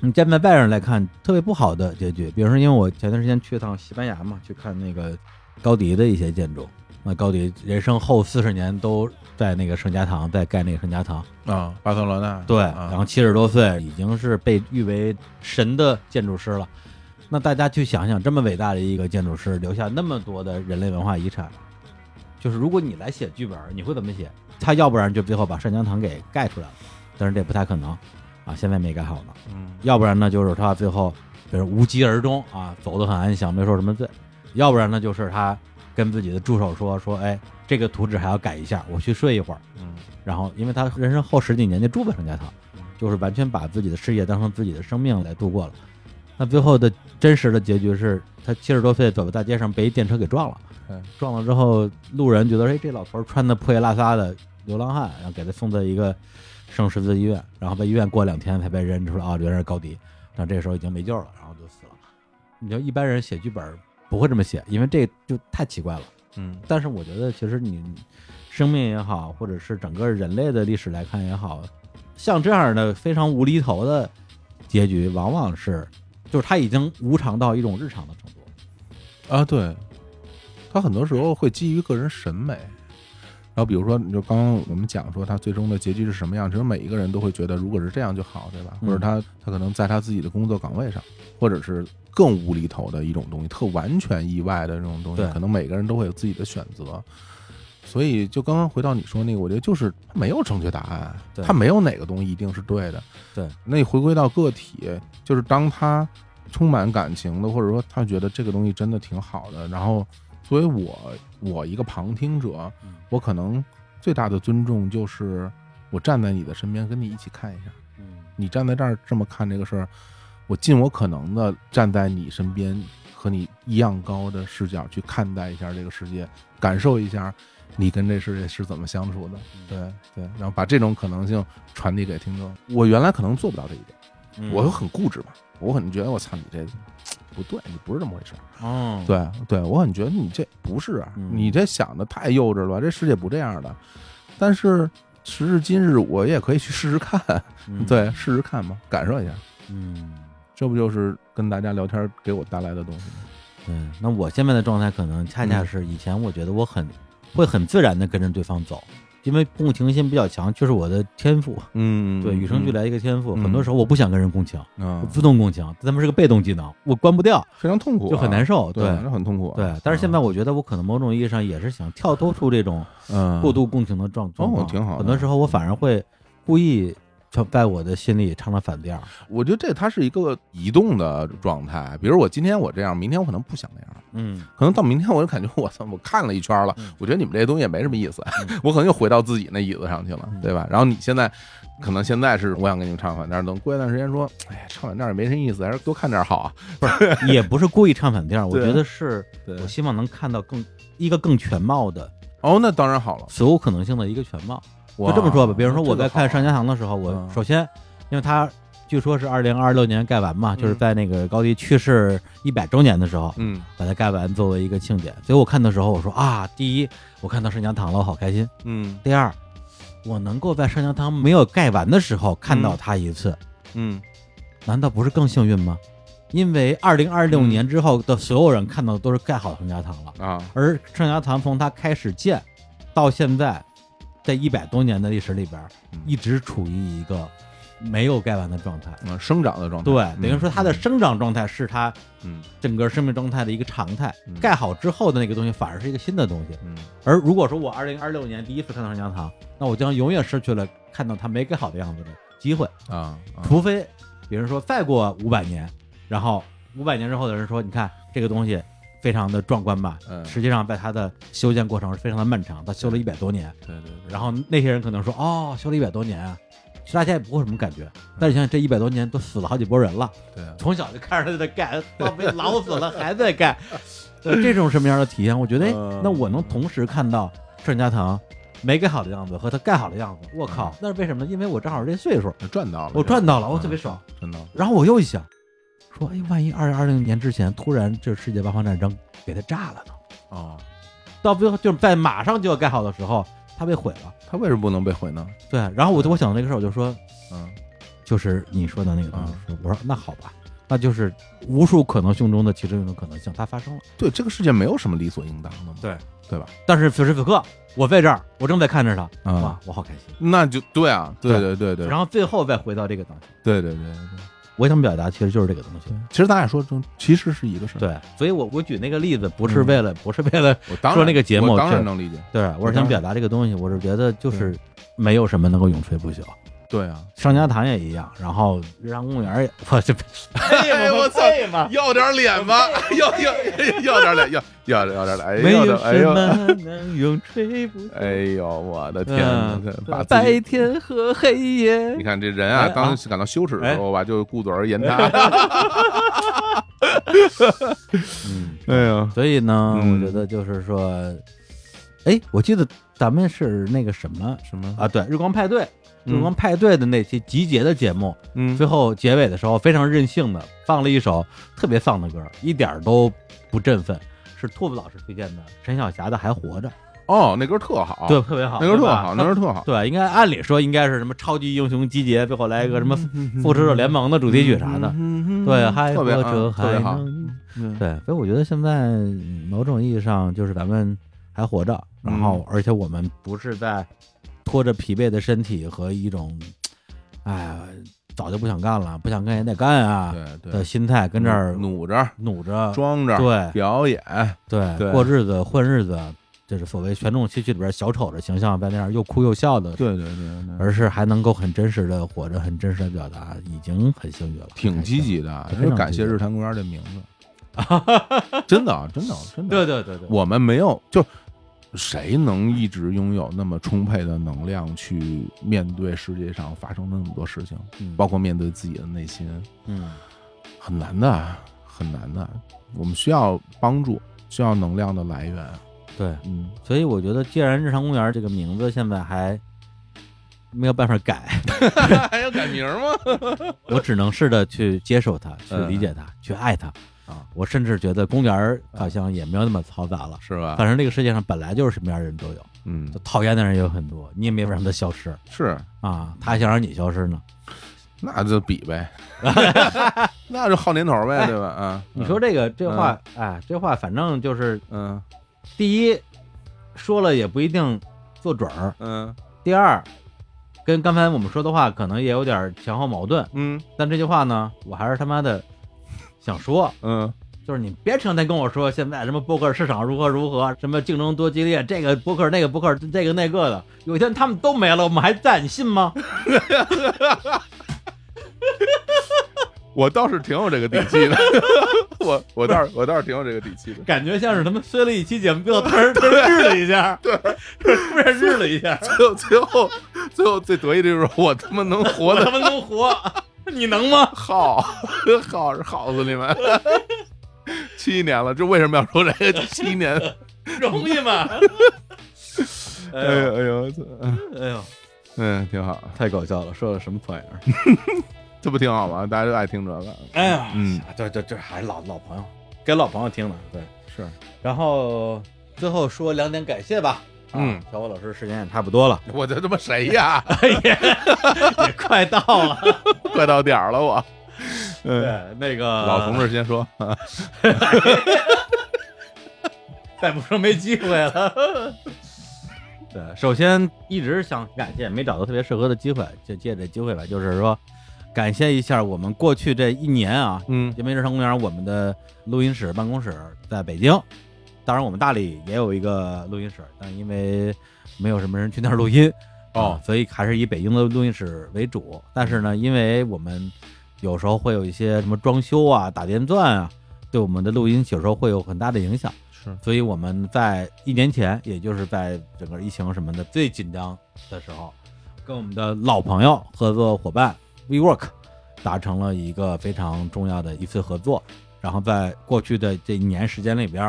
[SPEAKER 1] 你站在外人来看特别不好的结局。比如说，因为我前段时间去趟西班牙嘛，去看那个高迪的一些建筑，那高迪人生后四十年都在那个圣家堂，在盖那个圣家堂。
[SPEAKER 2] 啊，巴塞罗那
[SPEAKER 1] 对，
[SPEAKER 2] 啊
[SPEAKER 1] 然后七十多岁已经是被誉为神的建筑师了。那大家去想想，这么伟大的一个建筑师，留下那么多的人类文化遗产，就是如果你来写剧本，你会怎么写？他要不然就最后把圣家堂给盖出来了，但是这不太可能啊，现在没盖好呢。
[SPEAKER 2] 嗯
[SPEAKER 1] 要不然呢，就是他最后就是无疾而终啊，走得很安详，没受什么罪；要不然呢，就是他跟自己的助手说说，哎，这个图纸还要改一下，我去睡一会儿。
[SPEAKER 2] 嗯
[SPEAKER 1] 然后，因为他人生后十几年就住在圣家堂，就是完全把自己的事业当成自己的生命来度过了。那最后的真实的结局是他七十多岁走在大街上被一电车给撞了
[SPEAKER 2] 嗯，
[SPEAKER 1] 撞了之后路人觉得哎这老头儿穿的破衣拉撒的流浪汉，然后给他送到一个圣十字医院，然后在医院过两天才被认出来啊原来是高迪，但这时候已经没救了，然后就死了。你就一般人写剧本儿不会这么写，因为这就太奇怪了。
[SPEAKER 2] 嗯
[SPEAKER 1] 但是我觉得，其实你生命也好，或者是整个人类的历史来看也好，像这样的非常无厘头的结局，往往是就是它已经无常到一种日常的程度。
[SPEAKER 2] 啊，对，他很多时候会基于个人审美。然后比如说，你就刚刚我们讲说他最终的结局是什么样，其实每一个人都会觉得，如果是这样就好，对吧？
[SPEAKER 1] 嗯
[SPEAKER 2] 或者他他可能在他自己的工作岗位上，或者是更无厘头的一种东西，特完全意外的这种东西
[SPEAKER 1] 对，
[SPEAKER 2] 可能每个人都会有自己的选择。所以就刚刚回到你说那个，我觉得就是他没有正确答案，
[SPEAKER 1] 对
[SPEAKER 2] 他没有哪个东西一定是对的。
[SPEAKER 1] 对，
[SPEAKER 2] 那回归到个体，就是当他充满感情的，或者说他觉得这个东西真的挺好的，然后作为我我一个旁听者
[SPEAKER 1] 嗯，
[SPEAKER 2] 我可能最大的尊重就是我站在你的身边，跟你一起看一下，
[SPEAKER 1] 嗯，
[SPEAKER 2] 你站在这儿这么看这个事儿，我尽我可能的站在你身边，和你一样高的视角去看待一下这个世界，感受一下你跟这世界是怎么相处的。
[SPEAKER 1] 嗯
[SPEAKER 2] 对对，然后把这种可能性传递给听众。我原来可能做不到这一点。
[SPEAKER 1] 嗯
[SPEAKER 2] 我很固执嘛，我很觉得我操你这不对，你不是这么回事儿。
[SPEAKER 1] 哦，
[SPEAKER 2] 对对，我很觉得你这不是啊，
[SPEAKER 1] 嗯
[SPEAKER 2] 你这想的太幼稚了吧，这世界不这样的。但是时至今日，我也可以去试试看，
[SPEAKER 1] 嗯，
[SPEAKER 2] 对，试试看嘛，感受一下，
[SPEAKER 1] 嗯，
[SPEAKER 2] 这不就是跟大家聊天给我带来的东西吗？
[SPEAKER 1] 对。嗯那我现在的状态可能恰恰是以前我觉得我很会很自然的跟着对方走，因为共情心比较强，就是我的天赋。
[SPEAKER 2] 嗯
[SPEAKER 1] 对，与生俱来一个天赋，
[SPEAKER 2] 嗯
[SPEAKER 1] 很多时候我不想跟人共情，
[SPEAKER 2] 啊
[SPEAKER 1] 我，自动共情，他们是个被动技能，我关不掉，
[SPEAKER 2] 非常痛苦啊，
[SPEAKER 1] 就很难受。
[SPEAKER 2] 对，这很痛苦啊。
[SPEAKER 1] 对，但是现
[SPEAKER 2] 嗯
[SPEAKER 1] 在我觉得我可能某种意义上也是想跳脱出这种
[SPEAKER 2] 嗯
[SPEAKER 1] 过度共情的状状况，
[SPEAKER 2] 挺好的
[SPEAKER 1] 很多时候我反而会故意就在我的心里唱了反调。
[SPEAKER 2] 我觉得这它是一个移动的状态，比如我今天我这样，明天我可能不想那样了。
[SPEAKER 1] 嗯，
[SPEAKER 2] 可能到明天我就感觉我操，我看了一圈了
[SPEAKER 1] 嗯，
[SPEAKER 2] 我觉得你们这些东西也没什么意思
[SPEAKER 1] 嗯，
[SPEAKER 2] 我可能又回到自己那椅子上去了
[SPEAKER 1] 嗯，
[SPEAKER 2] 对吧？然后你现在可能现在是我想跟你们唱反调，等过一段时间说，哎呀，唱反调也没什么意思，还是多看点好啊。
[SPEAKER 1] 也不是故意唱反调，我
[SPEAKER 2] 对
[SPEAKER 1] 觉得是
[SPEAKER 2] 对
[SPEAKER 1] 我希望能看到更一个更全貌的
[SPEAKER 2] 哦，那当然好了，
[SPEAKER 1] 所有可能性的一个全貌。
[SPEAKER 2] 哇
[SPEAKER 1] 就这么说吧，比如说我在看
[SPEAKER 2] 这
[SPEAKER 1] 上
[SPEAKER 2] 个好啊
[SPEAKER 1] 家堂的时候，我
[SPEAKER 2] 嗯
[SPEAKER 1] 首先，因为它据说是二零二六年盖完嘛，就是
[SPEAKER 2] 嗯
[SPEAKER 1] 在那个高迪去世一百周年的时候，
[SPEAKER 2] 嗯
[SPEAKER 1] 把它盖完作为一个庆典。所以我看的时候，我说啊，第一，我看到圣家堂了，我好开心；
[SPEAKER 2] 嗯
[SPEAKER 1] 第二，我能够在圣家堂没有盖完的时候看到它一次，
[SPEAKER 2] 嗯
[SPEAKER 1] 难道不是更幸运吗？因为二零二六
[SPEAKER 2] 嗯
[SPEAKER 1] 年之后的所有人看到的都是盖好的圣家堂了，
[SPEAKER 2] 啊，
[SPEAKER 1] 而圣家堂从它开始建到现在，在一百多年的历史里边儿
[SPEAKER 2] 嗯，
[SPEAKER 1] 一直处于一个没有盖完的状态。
[SPEAKER 2] 嗯，生长的状态，
[SPEAKER 1] 对，
[SPEAKER 2] 嗯
[SPEAKER 1] 等于说它的生长状态是它
[SPEAKER 2] 嗯
[SPEAKER 1] 整个生命状态的一个常态
[SPEAKER 2] 嗯。
[SPEAKER 1] 盖好之后的那个东西反而是一个新的东西。
[SPEAKER 2] 嗯
[SPEAKER 1] 而如果说我二零二六年第一次看到圣家堂，那我将永远失去了看到它没盖好的样子的机会，
[SPEAKER 2] 啊，啊
[SPEAKER 1] 除非比如说再过五百年，然后五百年之后的人说，你看这个东西。非常的壮观吧
[SPEAKER 2] 嗯？
[SPEAKER 1] 实际上，在它的修建过程是非常的漫长，它修了一百多年。
[SPEAKER 2] 对对对，
[SPEAKER 1] 然后那些人可能说，哦，修了一百多年啊，其实大家也不会有什么感觉。但是你想想，这一百多年都死了好几波人了，
[SPEAKER 2] 对啊
[SPEAKER 1] 从小就看着他在 干，到被老死了还在干， 对这种什么样的体验？我觉得，哎
[SPEAKER 2] 嗯
[SPEAKER 1] 那我能同时看到郑家堂没盖好的样子和他盖好的样子，我
[SPEAKER 2] 嗯
[SPEAKER 1] 靠，那是为什么呢？因为我正好这岁数，
[SPEAKER 2] 赚到了，
[SPEAKER 1] 我赚到了，
[SPEAKER 2] 嗯
[SPEAKER 1] 我特别爽。
[SPEAKER 2] 赚到了，
[SPEAKER 1] 然后我又一想，说，哎，万一二零二零年之前突然这世界八方战争给他炸了呢？
[SPEAKER 2] 哦，
[SPEAKER 1] 到最后就是在马上就要盖好的时候，他被毁了。
[SPEAKER 2] 他为什么不能被毁呢？
[SPEAKER 1] 对，然后我就我想到这个事儿，我就说，
[SPEAKER 2] 嗯
[SPEAKER 1] 就是你说的那个东西
[SPEAKER 2] 嗯，
[SPEAKER 1] 说我说那好吧，那就是无数可能性中的其中一种可能性，它发生了。
[SPEAKER 2] 对这个世界没有什么理所应当的嘛，
[SPEAKER 1] 对
[SPEAKER 2] 对吧？
[SPEAKER 1] 但是此时此刻，我在这儿，我正在看着它，
[SPEAKER 2] 嗯
[SPEAKER 1] 哇，我好开心。
[SPEAKER 2] 那就对啊，对对对对，
[SPEAKER 1] 然后最后再回到这个东西，
[SPEAKER 2] 对对对对，
[SPEAKER 1] 我想表达其实就是这个东西。
[SPEAKER 2] 其实咱俩说，就其实是一个事儿。
[SPEAKER 1] 对，所以我我举那个例子不是为
[SPEAKER 2] 嗯
[SPEAKER 1] 了，不是为了，
[SPEAKER 2] 我当然
[SPEAKER 1] 说那个节目
[SPEAKER 2] 我当
[SPEAKER 1] 这
[SPEAKER 2] 然能理解。
[SPEAKER 1] 对，我是想表达这个东西，我是觉得就是没有什么能够永垂不朽。
[SPEAKER 2] 对啊，
[SPEAKER 1] 上家堂也一样，然后日常公园也，我这
[SPEAKER 2] 哎我操
[SPEAKER 3] 配吗？
[SPEAKER 2] 要点脸吧， 要要要点脸，要要要点脸，哎
[SPEAKER 1] 没
[SPEAKER 2] 呦，
[SPEAKER 1] 有
[SPEAKER 2] 要点哎
[SPEAKER 1] 什
[SPEAKER 2] 呦，
[SPEAKER 1] 么能永垂不朽。
[SPEAKER 2] 哎呦，我的 天哪，
[SPEAKER 1] 嗯，
[SPEAKER 2] 这把自
[SPEAKER 1] 白
[SPEAKER 2] 己。
[SPEAKER 1] 天和黑夜
[SPEAKER 2] 你，看这人啊，
[SPEAKER 1] 哎
[SPEAKER 2] 当
[SPEAKER 1] 啊
[SPEAKER 2] 时感到羞耻的时候吧，就顾左而言 他。
[SPEAKER 1] 嗯，
[SPEAKER 2] 哎呀，
[SPEAKER 1] 所以呢，
[SPEAKER 2] 嗯
[SPEAKER 1] 我觉得就是说，哎，我记得咱们是那个什么
[SPEAKER 2] 什么
[SPEAKER 1] 啊？对，日光派对，
[SPEAKER 2] 嗯
[SPEAKER 1] 日光派对的那期集结的节目，
[SPEAKER 2] 嗯
[SPEAKER 1] 最后结尾的时候非常任性的放了一首特别丧的歌，一点儿都不振奋。是兔子老师推荐的陈小霞的《还活着》，
[SPEAKER 2] 哦，那歌特好，
[SPEAKER 1] 对，，特别好，
[SPEAKER 2] 那歌
[SPEAKER 1] 对
[SPEAKER 2] 特
[SPEAKER 1] 吧
[SPEAKER 2] 好，那歌特好。
[SPEAKER 1] 对，应该按理说应该是什么超级英雄集结，最后来一个什
[SPEAKER 2] 嗯
[SPEAKER 1] 么复仇者联盟的主题曲啥的。对，还
[SPEAKER 2] 特
[SPEAKER 1] 活
[SPEAKER 2] 别啊
[SPEAKER 1] 着
[SPEAKER 2] 特别
[SPEAKER 1] 还
[SPEAKER 2] 好
[SPEAKER 1] 能
[SPEAKER 2] 嗯
[SPEAKER 1] 对，所以我觉得现在嗯某种意义上就是咱们还活着，然
[SPEAKER 2] 嗯
[SPEAKER 1] 后而且我们不是在拖着疲惫的身体和一种，哎，早就不想干了，不想干也得干啊
[SPEAKER 2] 对
[SPEAKER 1] 的
[SPEAKER 2] 对，
[SPEAKER 1] 心态，跟这儿
[SPEAKER 2] 努着
[SPEAKER 1] 努着，
[SPEAKER 2] 装着，
[SPEAKER 1] 对
[SPEAKER 2] 表演，
[SPEAKER 1] 对
[SPEAKER 2] 对
[SPEAKER 1] 过日子混日子，就是所谓权重戏剧里边小丑的形象，在那儿又哭又笑的，
[SPEAKER 2] 对对对对，
[SPEAKER 1] 而是还能够很真实的活着，很真实的表达，已经很幸运了，
[SPEAKER 2] 挺积极的，真是感谢日坛公园这名 字，真的啊，真的啊，真的啊。
[SPEAKER 1] 对。对对对对，
[SPEAKER 2] 我们没有，就谁能一直拥有那么充沛的能量去面对世界上发生的那么多事情，
[SPEAKER 1] 嗯
[SPEAKER 2] 包括面对自己的内心，
[SPEAKER 1] 嗯
[SPEAKER 2] 很难的，很难的。我们需要帮助，需要能量的来源。
[SPEAKER 1] 对。
[SPEAKER 2] 嗯，
[SPEAKER 1] 所以我觉得，既然日常公园这个名字现在还没有办法改，
[SPEAKER 2] 还要改名吗？
[SPEAKER 1] 我只能试着去接受它，去理解它，去爱它
[SPEAKER 2] 啊。
[SPEAKER 1] 我甚至觉得公园儿好像也没有那么嘈杂了。
[SPEAKER 2] 是吧？
[SPEAKER 1] 反正这个世界上本来就是什么样的人都有，
[SPEAKER 2] 嗯，
[SPEAKER 1] 讨厌的人也有很多，你也没法让他消失
[SPEAKER 2] 是，
[SPEAKER 1] 啊。他还想让你消失呢？
[SPEAKER 2] 那就比呗， 那就耗年头呗，对吧？啊，
[SPEAKER 1] 你说这个这话，哎，这话反正就是
[SPEAKER 2] 嗯，
[SPEAKER 1] 第一，说了也不一定做准儿；
[SPEAKER 2] 嗯
[SPEAKER 1] 第二，跟刚才我们说的话可能也有点前后矛盾。
[SPEAKER 2] 嗯
[SPEAKER 1] 但这句话呢，我还是他妈的想说，
[SPEAKER 2] 嗯
[SPEAKER 1] 就是你别成天跟我说现在什么播客市场如何如何，什么竞争多激烈，这个播客那个播客这个那个的，有一天他们都没了，我们还在，你信吗？
[SPEAKER 2] 我倒是挺有这个底气的， 我我倒是我倒是挺有这个底气的。
[SPEAKER 1] 感觉像是他们飞了一期节目，最后突 然突然日了一下，对， 突然日了一下，
[SPEAKER 2] 最后最后最后最得意的就是我他妈能活
[SPEAKER 1] 我他
[SPEAKER 2] 的
[SPEAKER 1] 妈能活，你能 吗？
[SPEAKER 2] 耗耗是耗死你们！七年了，这为什么要说这个？七年，
[SPEAKER 1] 容易吗？ 哎
[SPEAKER 2] 哎
[SPEAKER 1] 呦
[SPEAKER 2] 呦哎呦，这
[SPEAKER 1] 哎呦，
[SPEAKER 2] 嗯，挺好，
[SPEAKER 1] 太搞笑了，说的什么破玩意儿？
[SPEAKER 2] 这不挺好吗？大家都爱听这个。
[SPEAKER 1] 哎呀，
[SPEAKER 2] 嗯，
[SPEAKER 1] 这这这还是老老朋友，给老朋友听的，对。
[SPEAKER 2] 是，
[SPEAKER 1] 然后最后说两点感谢吧。啊
[SPEAKER 2] 嗯，
[SPEAKER 1] 小伙老师时间也差不多了，
[SPEAKER 2] 我这他妈谁呀？
[SPEAKER 1] 也 快到了。
[SPEAKER 2] 快到点儿了，我。
[SPEAKER 1] 对
[SPEAKER 2] 嗯，，
[SPEAKER 1] 那个
[SPEAKER 2] 老同
[SPEAKER 1] 志，
[SPEAKER 2] 志先说，
[SPEAKER 1] 再不说没机会了。对，首先一直想感谢，没找到特别适合的机会，就借这机会吧，就是说感谢一下我们过去这一年啊，
[SPEAKER 2] 嗯
[SPEAKER 1] 因为日常公园我们的录音室、办公室在北京，当然我们大理也有一个录音室，但因为没有什么人去那儿录音，啊，
[SPEAKER 2] 哦
[SPEAKER 1] 所以还是以北京的录音室为主。但是呢，因为我们有时候会有一些什么装修啊、打电钻啊，对我们的录音有时候会有很大的影响。
[SPEAKER 2] 是，
[SPEAKER 1] 所以我们在一年前，也就是在整个疫情什么的最紧张的时候，跟我们的老朋友、合作伙伴 WeWork 达成了一个非常重要的一次合作。然后在过去的这一年时间里边，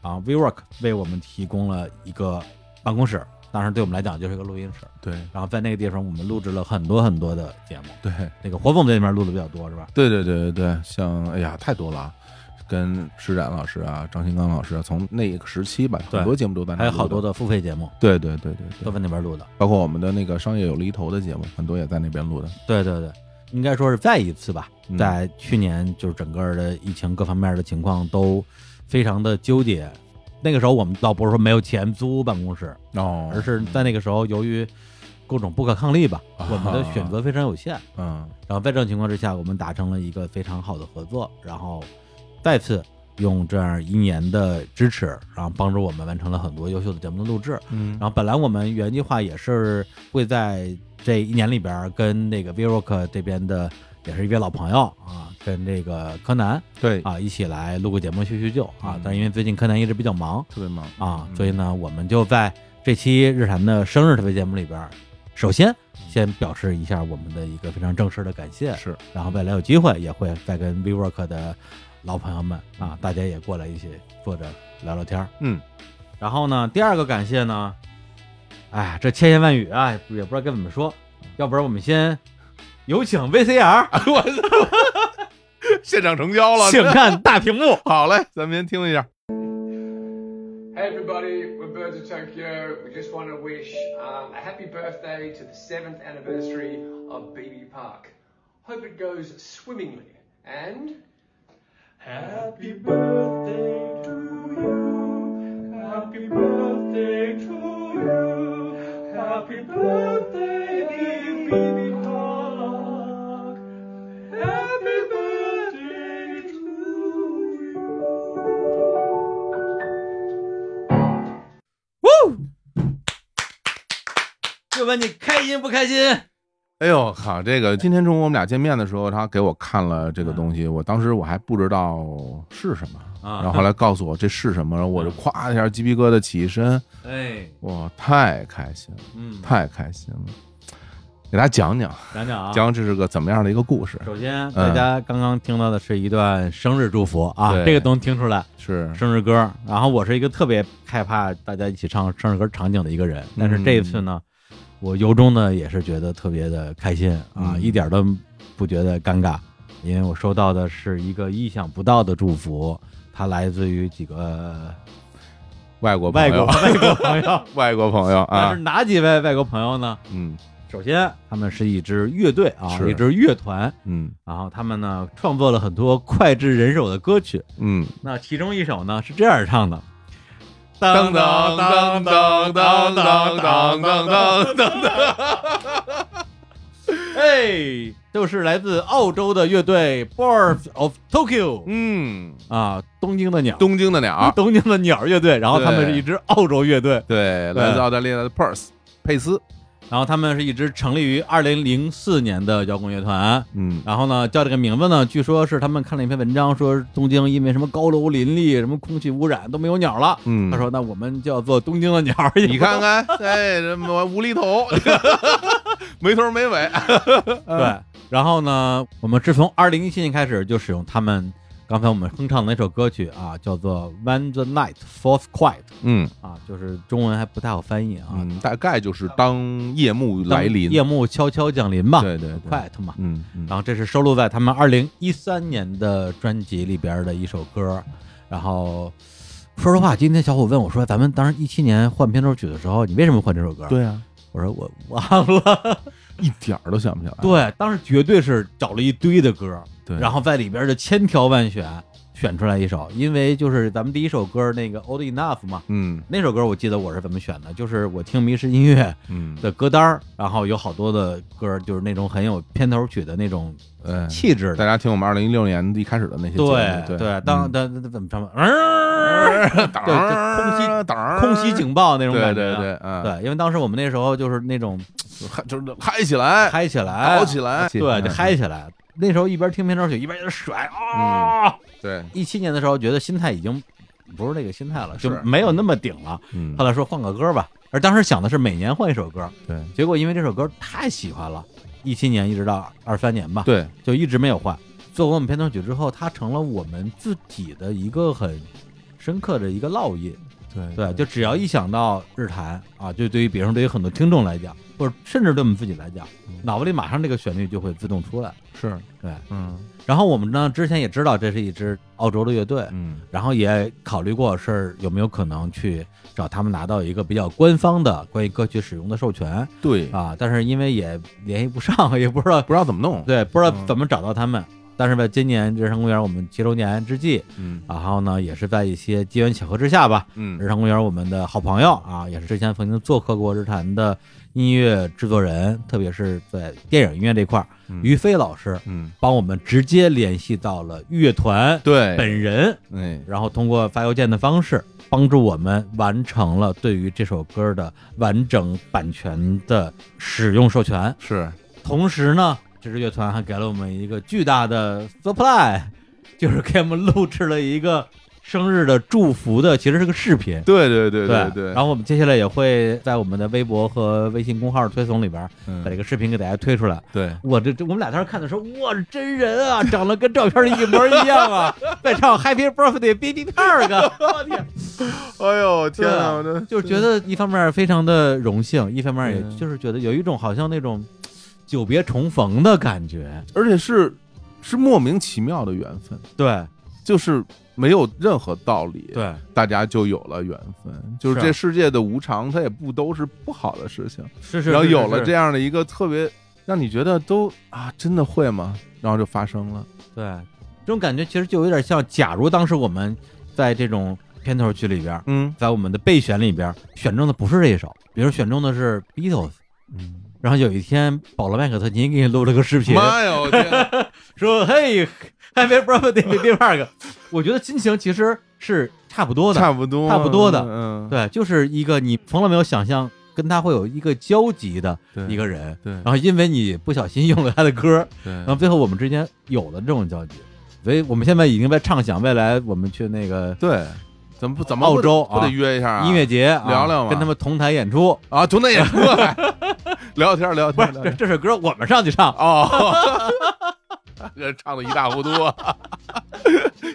[SPEAKER 1] 啊，WeWork 为我们提供了一个办公室，当然对我们来讲就是一个录音室。
[SPEAKER 2] 对
[SPEAKER 1] 然后在那个地方，我们录制了很多很多的节目。
[SPEAKER 2] 对
[SPEAKER 1] 那个火总在那边录的比较多，是吧？
[SPEAKER 2] 对对对对对，像哎呀，太多了啊。跟施展老师啊、张新刚老师啊，从那个时期吧，
[SPEAKER 1] 对
[SPEAKER 2] 很多节目都在那
[SPEAKER 1] 还有
[SPEAKER 2] 录
[SPEAKER 1] 好多
[SPEAKER 2] 的，
[SPEAKER 1] 的付费节目
[SPEAKER 2] 对对对对对
[SPEAKER 1] 都，在那边录的。
[SPEAKER 2] 包括我们的那个商业有厘头的节目，很多也在那边录的。
[SPEAKER 1] 对对对，应该说是再一次吧，
[SPEAKER 2] 嗯
[SPEAKER 1] 在去年就是整个的疫情各方面的情况都非常的纠结。那个时候我们倒不是说没有钱租办公室，
[SPEAKER 2] 哦，
[SPEAKER 1] 而是在那个时候由于各种不可抗力吧，
[SPEAKER 2] 啊
[SPEAKER 1] 我们的选择非常有限。
[SPEAKER 2] 嗯
[SPEAKER 1] 然后在这种情况之下，我们达成了一个非常好的合作，然后再次用这样一年的支持，然后帮助我们完成了很多优秀的节目的录制。
[SPEAKER 2] 嗯，
[SPEAKER 1] 然后本来我们原计划也是会在这一年里边儿跟那个 VROC 这边的也是一位老朋友啊，跟这个柯南
[SPEAKER 2] 对，
[SPEAKER 1] 啊一起来录个节目叙叙旧啊
[SPEAKER 2] 嗯。
[SPEAKER 1] 但是因为最近柯南一直比较忙
[SPEAKER 2] 特别忙
[SPEAKER 1] 啊，
[SPEAKER 2] 嗯
[SPEAKER 1] 所以呢，我们就在这期日坛的生日特别节目里边儿，首
[SPEAKER 2] 嗯
[SPEAKER 1] 先先表示一下我们的一个非常正式的感谢，
[SPEAKER 2] 是
[SPEAKER 1] 然后未来有机会也会再跟 WeWork 的老朋友们啊，大家也过来一起坐着聊聊天儿
[SPEAKER 2] 嗯，
[SPEAKER 1] 然后呢，第二个感谢呢，哎，这千言万语啊，也不也不知道该怎么说，要不然我们先有请 VCR，
[SPEAKER 2] 啊现场成交了，
[SPEAKER 1] 请看大屏幕。
[SPEAKER 2] 好嘞，咱们先听一下。
[SPEAKER 4] Hey everybody, we're Birds of Tokyo. We just want to wish um, a happy birthday to the seventh anniversary of BB Park. Hope it goes swimmingly. And happy birthday to you. Happy birthday to you. Happy birthday, dear BB Park. Happy birthday to you.
[SPEAKER 1] 就问你开心不开心？
[SPEAKER 2] 哎呦靠！这个今天中午我们俩见面的时候，他给我看了
[SPEAKER 1] 嗯
[SPEAKER 2] 这个东西，我当时我还不知道是什么，
[SPEAKER 1] 啊嗯
[SPEAKER 2] 然后后来告诉我这是什么，然后我就咵一下鸡皮疙瘩起一身，
[SPEAKER 1] 哎，
[SPEAKER 2] 哇，太开心了，
[SPEAKER 1] 嗯，
[SPEAKER 2] 太开心了！给大家讲讲，
[SPEAKER 1] 讲讲啊。
[SPEAKER 2] 讲讲这是个怎么样的一个故事？
[SPEAKER 1] 首 先，
[SPEAKER 2] 嗯
[SPEAKER 1] 大家刚刚听到的是一段生日祝福啊，
[SPEAKER 2] 对
[SPEAKER 1] 这个都能听出来，
[SPEAKER 2] 是
[SPEAKER 1] 生日歌。然后我是一个特别害怕大家一起唱生日歌场景的一个人，但是这一次呢，
[SPEAKER 2] 嗯
[SPEAKER 1] 我由衷的也是觉得特别的开心啊，
[SPEAKER 2] 嗯
[SPEAKER 1] 一点都不觉得尴尬，因为我收到的是一个意想不到的祝福，它来自于几个
[SPEAKER 2] 外国朋
[SPEAKER 1] 外
[SPEAKER 2] 友啊
[SPEAKER 1] 国外国朋友。
[SPEAKER 2] 外国朋友
[SPEAKER 1] 但
[SPEAKER 2] 啊
[SPEAKER 1] 是，哪几位外国朋友呢？
[SPEAKER 2] 嗯
[SPEAKER 1] 首先，他们是一支乐队啊，
[SPEAKER 2] 是
[SPEAKER 1] 一支乐团，
[SPEAKER 2] 嗯
[SPEAKER 1] 然后他们呢创作了很多脍炙人口的歌曲。
[SPEAKER 2] 嗯，
[SPEAKER 1] 那其中一首呢是这样唱的：
[SPEAKER 2] 当当当当当当当当当，
[SPEAKER 1] 哎，就是来自澳洲的乐队 Birds of Tokyo
[SPEAKER 2] 嗯，
[SPEAKER 1] 啊，东京的鸟，啊
[SPEAKER 2] 东京的鸟，
[SPEAKER 1] 东京的鸟乐队，然后他们是一支澳洲乐队，
[SPEAKER 2] 对，来自澳大利亚的 Perth 佩斯，
[SPEAKER 1] 然后他们是一支成立于二零零四年的摇滚乐团。
[SPEAKER 2] 嗯
[SPEAKER 1] 然后呢，叫这个名字呢，据说是他们看了一篇文章，说东京因为什么高楼林立、什么空气污染都没有鸟了。
[SPEAKER 2] 嗯，
[SPEAKER 1] 他说：“那我们就要做东京的鸟。”
[SPEAKER 2] 你看，看，哎，这么无厘头，没头没尾。呃
[SPEAKER 1] 对。然后呢，我们是从二零一七年开始就使用他们刚才我们哼唱的那首歌曲啊，叫做《When the Night Falls Quiet
[SPEAKER 2] 嗯》
[SPEAKER 1] 啊，就是中文还不太好翻译啊，
[SPEAKER 2] 嗯，大概就是当夜幕
[SPEAKER 1] 当
[SPEAKER 2] 来临，
[SPEAKER 1] 夜幕啊悄悄降临嘛，
[SPEAKER 2] 对对对
[SPEAKER 1] ，Quiet 嘛。
[SPEAKER 2] 嗯嗯
[SPEAKER 1] 然后这是收录在他们二零一三年的专辑里边的一首歌。然后说实话，今天小虎问我说：“咱们当时一七年换片头曲的时候，你为什么换这首歌？”，
[SPEAKER 2] 对啊，
[SPEAKER 1] 我说我忘了。
[SPEAKER 2] 一点儿都想不起来。
[SPEAKER 1] 对，当时绝对是找了一堆的歌，
[SPEAKER 2] 对
[SPEAKER 1] 然
[SPEAKER 2] 后
[SPEAKER 1] 后在里边就千挑万选选出来一首，因为就是咱们第一首歌那个 Old Enough 嘛，
[SPEAKER 2] 嗯
[SPEAKER 1] 那首歌我记得我是怎么选的，就是我听迷失音乐
[SPEAKER 2] 嗯，
[SPEAKER 1] 的歌单儿，然后有好多的歌就是那种很有片头曲的那种
[SPEAKER 2] 哎
[SPEAKER 1] 气质的。
[SPEAKER 2] 大家听我们二零一六年一开始的那些节目
[SPEAKER 1] 对
[SPEAKER 2] 对
[SPEAKER 1] 当当
[SPEAKER 2] 嗯
[SPEAKER 1] 当怎么唱吧？嗯
[SPEAKER 2] 当
[SPEAKER 1] 对对
[SPEAKER 2] 当
[SPEAKER 1] 空袭警报那种
[SPEAKER 2] 对
[SPEAKER 1] 感觉
[SPEAKER 2] 对
[SPEAKER 1] 啊，
[SPEAKER 2] 对嗯，
[SPEAKER 1] 对，因为当时我们那时候就是那种
[SPEAKER 2] 嗨就是嗨起来，
[SPEAKER 1] 嗨起来，
[SPEAKER 2] 搞起来，
[SPEAKER 1] 对，就
[SPEAKER 2] 嗯
[SPEAKER 1] 嗨起来。那时候一边听片头曲一边就甩啊，
[SPEAKER 2] 对，
[SPEAKER 1] 一七年的时候觉得心态已经不是那个心态了，
[SPEAKER 2] 是
[SPEAKER 1] 就没有那么顶了。
[SPEAKER 2] 嗯
[SPEAKER 1] 后来说换个歌吧，而当时想的是每年换一首歌，
[SPEAKER 2] 对
[SPEAKER 1] 结果因为这首歌太喜欢了，一七年一直到二三年吧，
[SPEAKER 2] 嗯对
[SPEAKER 1] 就一直没有换。做完我们片头曲之后，它成了我们自己的一个很深刻的一个烙印。
[SPEAKER 2] 对
[SPEAKER 1] 对，就只要一想到日坛啊，就对于比如说对于很多听众来讲，或者甚至对我们自己来讲，
[SPEAKER 2] 嗯
[SPEAKER 1] 脑子里马上这个旋律就会自动出来。
[SPEAKER 2] 是，
[SPEAKER 1] 对，
[SPEAKER 2] 嗯
[SPEAKER 1] 然后我们呢之前也知道这是一支澳洲的乐队，
[SPEAKER 2] 嗯
[SPEAKER 1] 然后也考虑过是有没有可能去找他们拿到一个比较官方的关于歌曲使用的授权
[SPEAKER 2] 对，
[SPEAKER 1] 啊，但是因为也联系不上， 也不知道
[SPEAKER 2] 不知道怎么弄，
[SPEAKER 1] 对不知道
[SPEAKER 2] 嗯
[SPEAKER 1] 怎么找到他们。但是吧，今年日坛公园我们七周年之际，
[SPEAKER 2] 嗯
[SPEAKER 1] 然后呢也是在一些机缘巧合之下吧，日
[SPEAKER 2] 嗯
[SPEAKER 1] 坛公园，我们的好朋友啊，也是之前曾经做客过日坛的音乐制作人，特别是在电影音乐这块儿，
[SPEAKER 2] 嗯
[SPEAKER 1] 于飞老师
[SPEAKER 2] 嗯，
[SPEAKER 1] 帮我们直接联系到了乐团
[SPEAKER 2] 对，
[SPEAKER 1] 本人，
[SPEAKER 2] 哎，
[SPEAKER 1] 然后通过发邮件的方式，帮助我们完成了对于这首歌的完整版权的使用授权。
[SPEAKER 2] 是
[SPEAKER 1] 同时呢，这支乐团还给了我们一个巨大的 supply，就是 给我们录制了一个生日的祝福的，其实是个视频。
[SPEAKER 2] 对对对
[SPEAKER 1] 对
[SPEAKER 2] 对，
[SPEAKER 1] 然后我们接下来也会在我们的微博和微信公号推送里边儿
[SPEAKER 2] 嗯
[SPEAKER 1] 把这个视频给大家推出来。
[SPEAKER 2] 对
[SPEAKER 1] 我这这我们俩当时看的时候，哇，真人啊，长得跟照片儿一模一样啊！再唱 Happy Birthday Baby Park，我 天，
[SPEAKER 2] 哎呦天
[SPEAKER 1] 对
[SPEAKER 2] 哪，
[SPEAKER 1] 啊
[SPEAKER 2] 我这
[SPEAKER 1] 就是觉得一方面非常的荣幸，一方面
[SPEAKER 2] 嗯
[SPEAKER 1] 也就是觉得有一种好像那种久别重逢的感觉。
[SPEAKER 2] 而且是是莫名其妙的缘分，
[SPEAKER 1] 对
[SPEAKER 2] 就是没有任何道理，
[SPEAKER 1] 对
[SPEAKER 2] 大家就有了缘分。就是
[SPEAKER 1] 是啊
[SPEAKER 2] 这世界的无常，它也不都是不好的事情。
[SPEAKER 1] 是是，
[SPEAKER 2] 然后
[SPEAKER 1] 是
[SPEAKER 2] 有了这
[SPEAKER 1] 是
[SPEAKER 2] 样的一个特别让你觉得都啊，真的会吗？然后就发生了。
[SPEAKER 1] 对这种感觉，其实就有点像，假如当时我们在这种片头曲里边儿。
[SPEAKER 2] 嗯
[SPEAKER 1] 在我们的备选里边选中的不是这一首，比如选中的是 Beatles。
[SPEAKER 2] 嗯，
[SPEAKER 1] 然后有一天，保罗麦克特尼给你录了个视频，
[SPEAKER 2] 妈呀，我天哪，
[SPEAKER 1] 说：“嘿，Happy Birthday, Baby Park。”我觉得心情其实是差不多的，
[SPEAKER 2] 差不多
[SPEAKER 1] 差不多的
[SPEAKER 2] 嗯，
[SPEAKER 1] 对，就是一个你从来没有想象跟他会有一个交集的
[SPEAKER 2] 嗯对
[SPEAKER 1] 一个人。
[SPEAKER 2] 对
[SPEAKER 1] 然后因为你不小心用了他的歌，
[SPEAKER 2] 对
[SPEAKER 1] 然后最后我们之间有了这种交集，所以我们现在已经在畅想未来我们去那个
[SPEAKER 2] 对，怎么不怎
[SPEAKER 1] 嗯
[SPEAKER 2] 么
[SPEAKER 1] 澳
[SPEAKER 2] 不得
[SPEAKER 1] 洲
[SPEAKER 2] 不得
[SPEAKER 1] 啊
[SPEAKER 2] 约一下啊
[SPEAKER 1] 音乐节、啊
[SPEAKER 2] 聊聊嘛
[SPEAKER 1] 跟他们同台演出。
[SPEAKER 2] 啊，从那演出来 聊天聊
[SPEAKER 1] 不是
[SPEAKER 2] 天，聊
[SPEAKER 1] 这
[SPEAKER 2] 天
[SPEAKER 1] 这首歌我们上去唱，
[SPEAKER 2] 哦， 这唱的一塌糊涂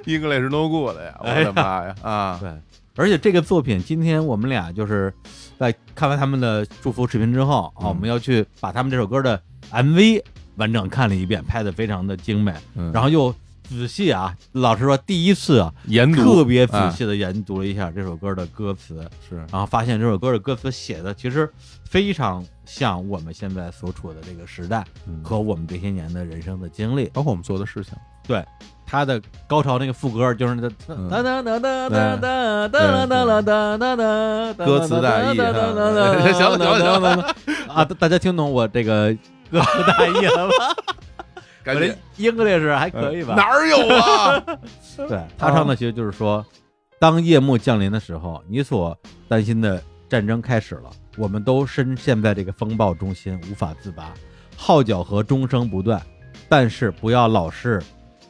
[SPEAKER 2] ，English no good 呀，我
[SPEAKER 1] 哎
[SPEAKER 2] 的
[SPEAKER 1] 呀
[SPEAKER 2] 妈呀啊！
[SPEAKER 1] 对，而且这个作品，今天我们俩就是在看完他们的祝福视频之后啊，
[SPEAKER 2] 嗯
[SPEAKER 1] 我们要去把他们这首歌的 MV 完整看了一遍，拍的非常的精美，
[SPEAKER 2] 嗯
[SPEAKER 1] 然后又仔细啊，老实说，第一次啊，
[SPEAKER 2] 研
[SPEAKER 1] 特别仔细的研读了一下这首歌的歌词，
[SPEAKER 2] 是
[SPEAKER 1] 然后发现这首歌的歌词写的其实非常像我们现在所处的这个时代
[SPEAKER 2] 嗯
[SPEAKER 1] 和我们这些年的人生的经历。
[SPEAKER 2] 包括我们做的事情，
[SPEAKER 1] 他的高潮那个副歌就是那
[SPEAKER 2] 嗯
[SPEAKER 1] 哒哒哒哒哒哒哒哒哒哒哒哒，
[SPEAKER 2] 歌词大意
[SPEAKER 1] 哒哒哒哒哒
[SPEAKER 2] 行了行了行
[SPEAKER 1] 了啊！大大家听懂我这个歌词大意 了吧？我
[SPEAKER 2] 感
[SPEAKER 1] 这
[SPEAKER 2] 觉
[SPEAKER 1] English 还可以吧？
[SPEAKER 2] 哪儿有 啊？
[SPEAKER 1] 对他唱的其实就是说，当夜幕降临的时候，你所担心的战争开始了，我们都深陷在这个风暴中心，无法自拔，号角和钟声不断，但是不要老是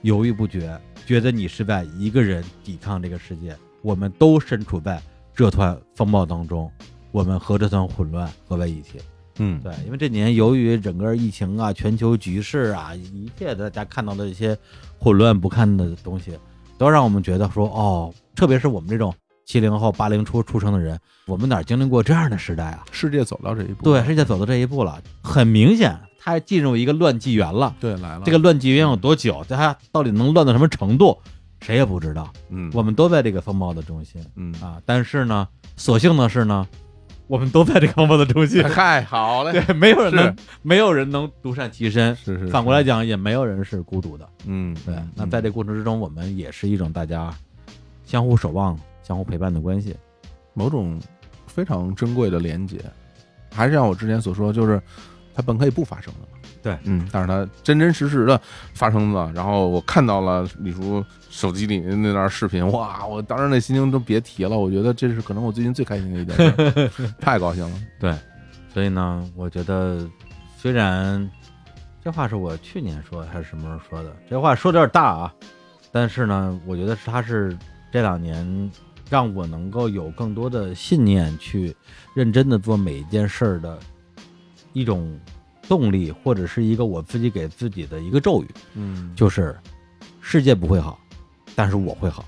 [SPEAKER 1] 犹豫不决，觉得你是在一个人抵抗这个世界，我们都身处在这团风暴当中，我们和这团混乱合在一起。
[SPEAKER 2] 嗯
[SPEAKER 1] 对，因为这几年由于整个疫情啊、全球局势啊，一切大家看到的一些混乱不堪的东西，都让我们觉得说，哦，特别是我们这种七零后、八零初出生的人，我们哪经历过这样的时代啊？
[SPEAKER 2] 世界走到这一步，
[SPEAKER 1] 对，世界走到这一步了，很明显，它进入一个乱纪元了。
[SPEAKER 2] 对，来了
[SPEAKER 1] 这个乱纪元有多久？它到底能乱到什么程度？谁也不知道。
[SPEAKER 2] 嗯
[SPEAKER 1] 我们都在这个风暴的中心
[SPEAKER 2] 嗯
[SPEAKER 1] 啊，但是呢，所幸的是呢，我们都在这个风暴的中心。
[SPEAKER 2] 嗨，好嘞，
[SPEAKER 1] 对，没有人
[SPEAKER 2] 是
[SPEAKER 1] 能，没有人能独善其身。
[SPEAKER 2] 是是
[SPEAKER 1] 反过来，讲，也没有人是孤独的。
[SPEAKER 2] 嗯，
[SPEAKER 1] 对
[SPEAKER 2] 嗯，
[SPEAKER 1] 那在这过程之中，我们也是一种大家相互守望、相互陪伴的关系。
[SPEAKER 2] 某种非常珍贵的连接，还是像我之前所说，就是它本可以不发生的嘛。
[SPEAKER 1] 对
[SPEAKER 2] 嗯，但是它真真实实的发生了。然后我看到了李叔手机里那段视频，哇！我当时那心情都别提了，我觉得这是可能我最近最开心的一 件事儿，太高兴了。
[SPEAKER 1] 对，所以呢，我觉得虽然这话是我去年说的还是什么时候说的，这话说的有点大啊，但是呢，我觉得它是这两年让我能够有更多的信念去认真的做每一件事儿的一种动力，或者是一个我自己给自己的一个咒语，
[SPEAKER 2] 嗯
[SPEAKER 1] 就是世界不会好，但是我会好。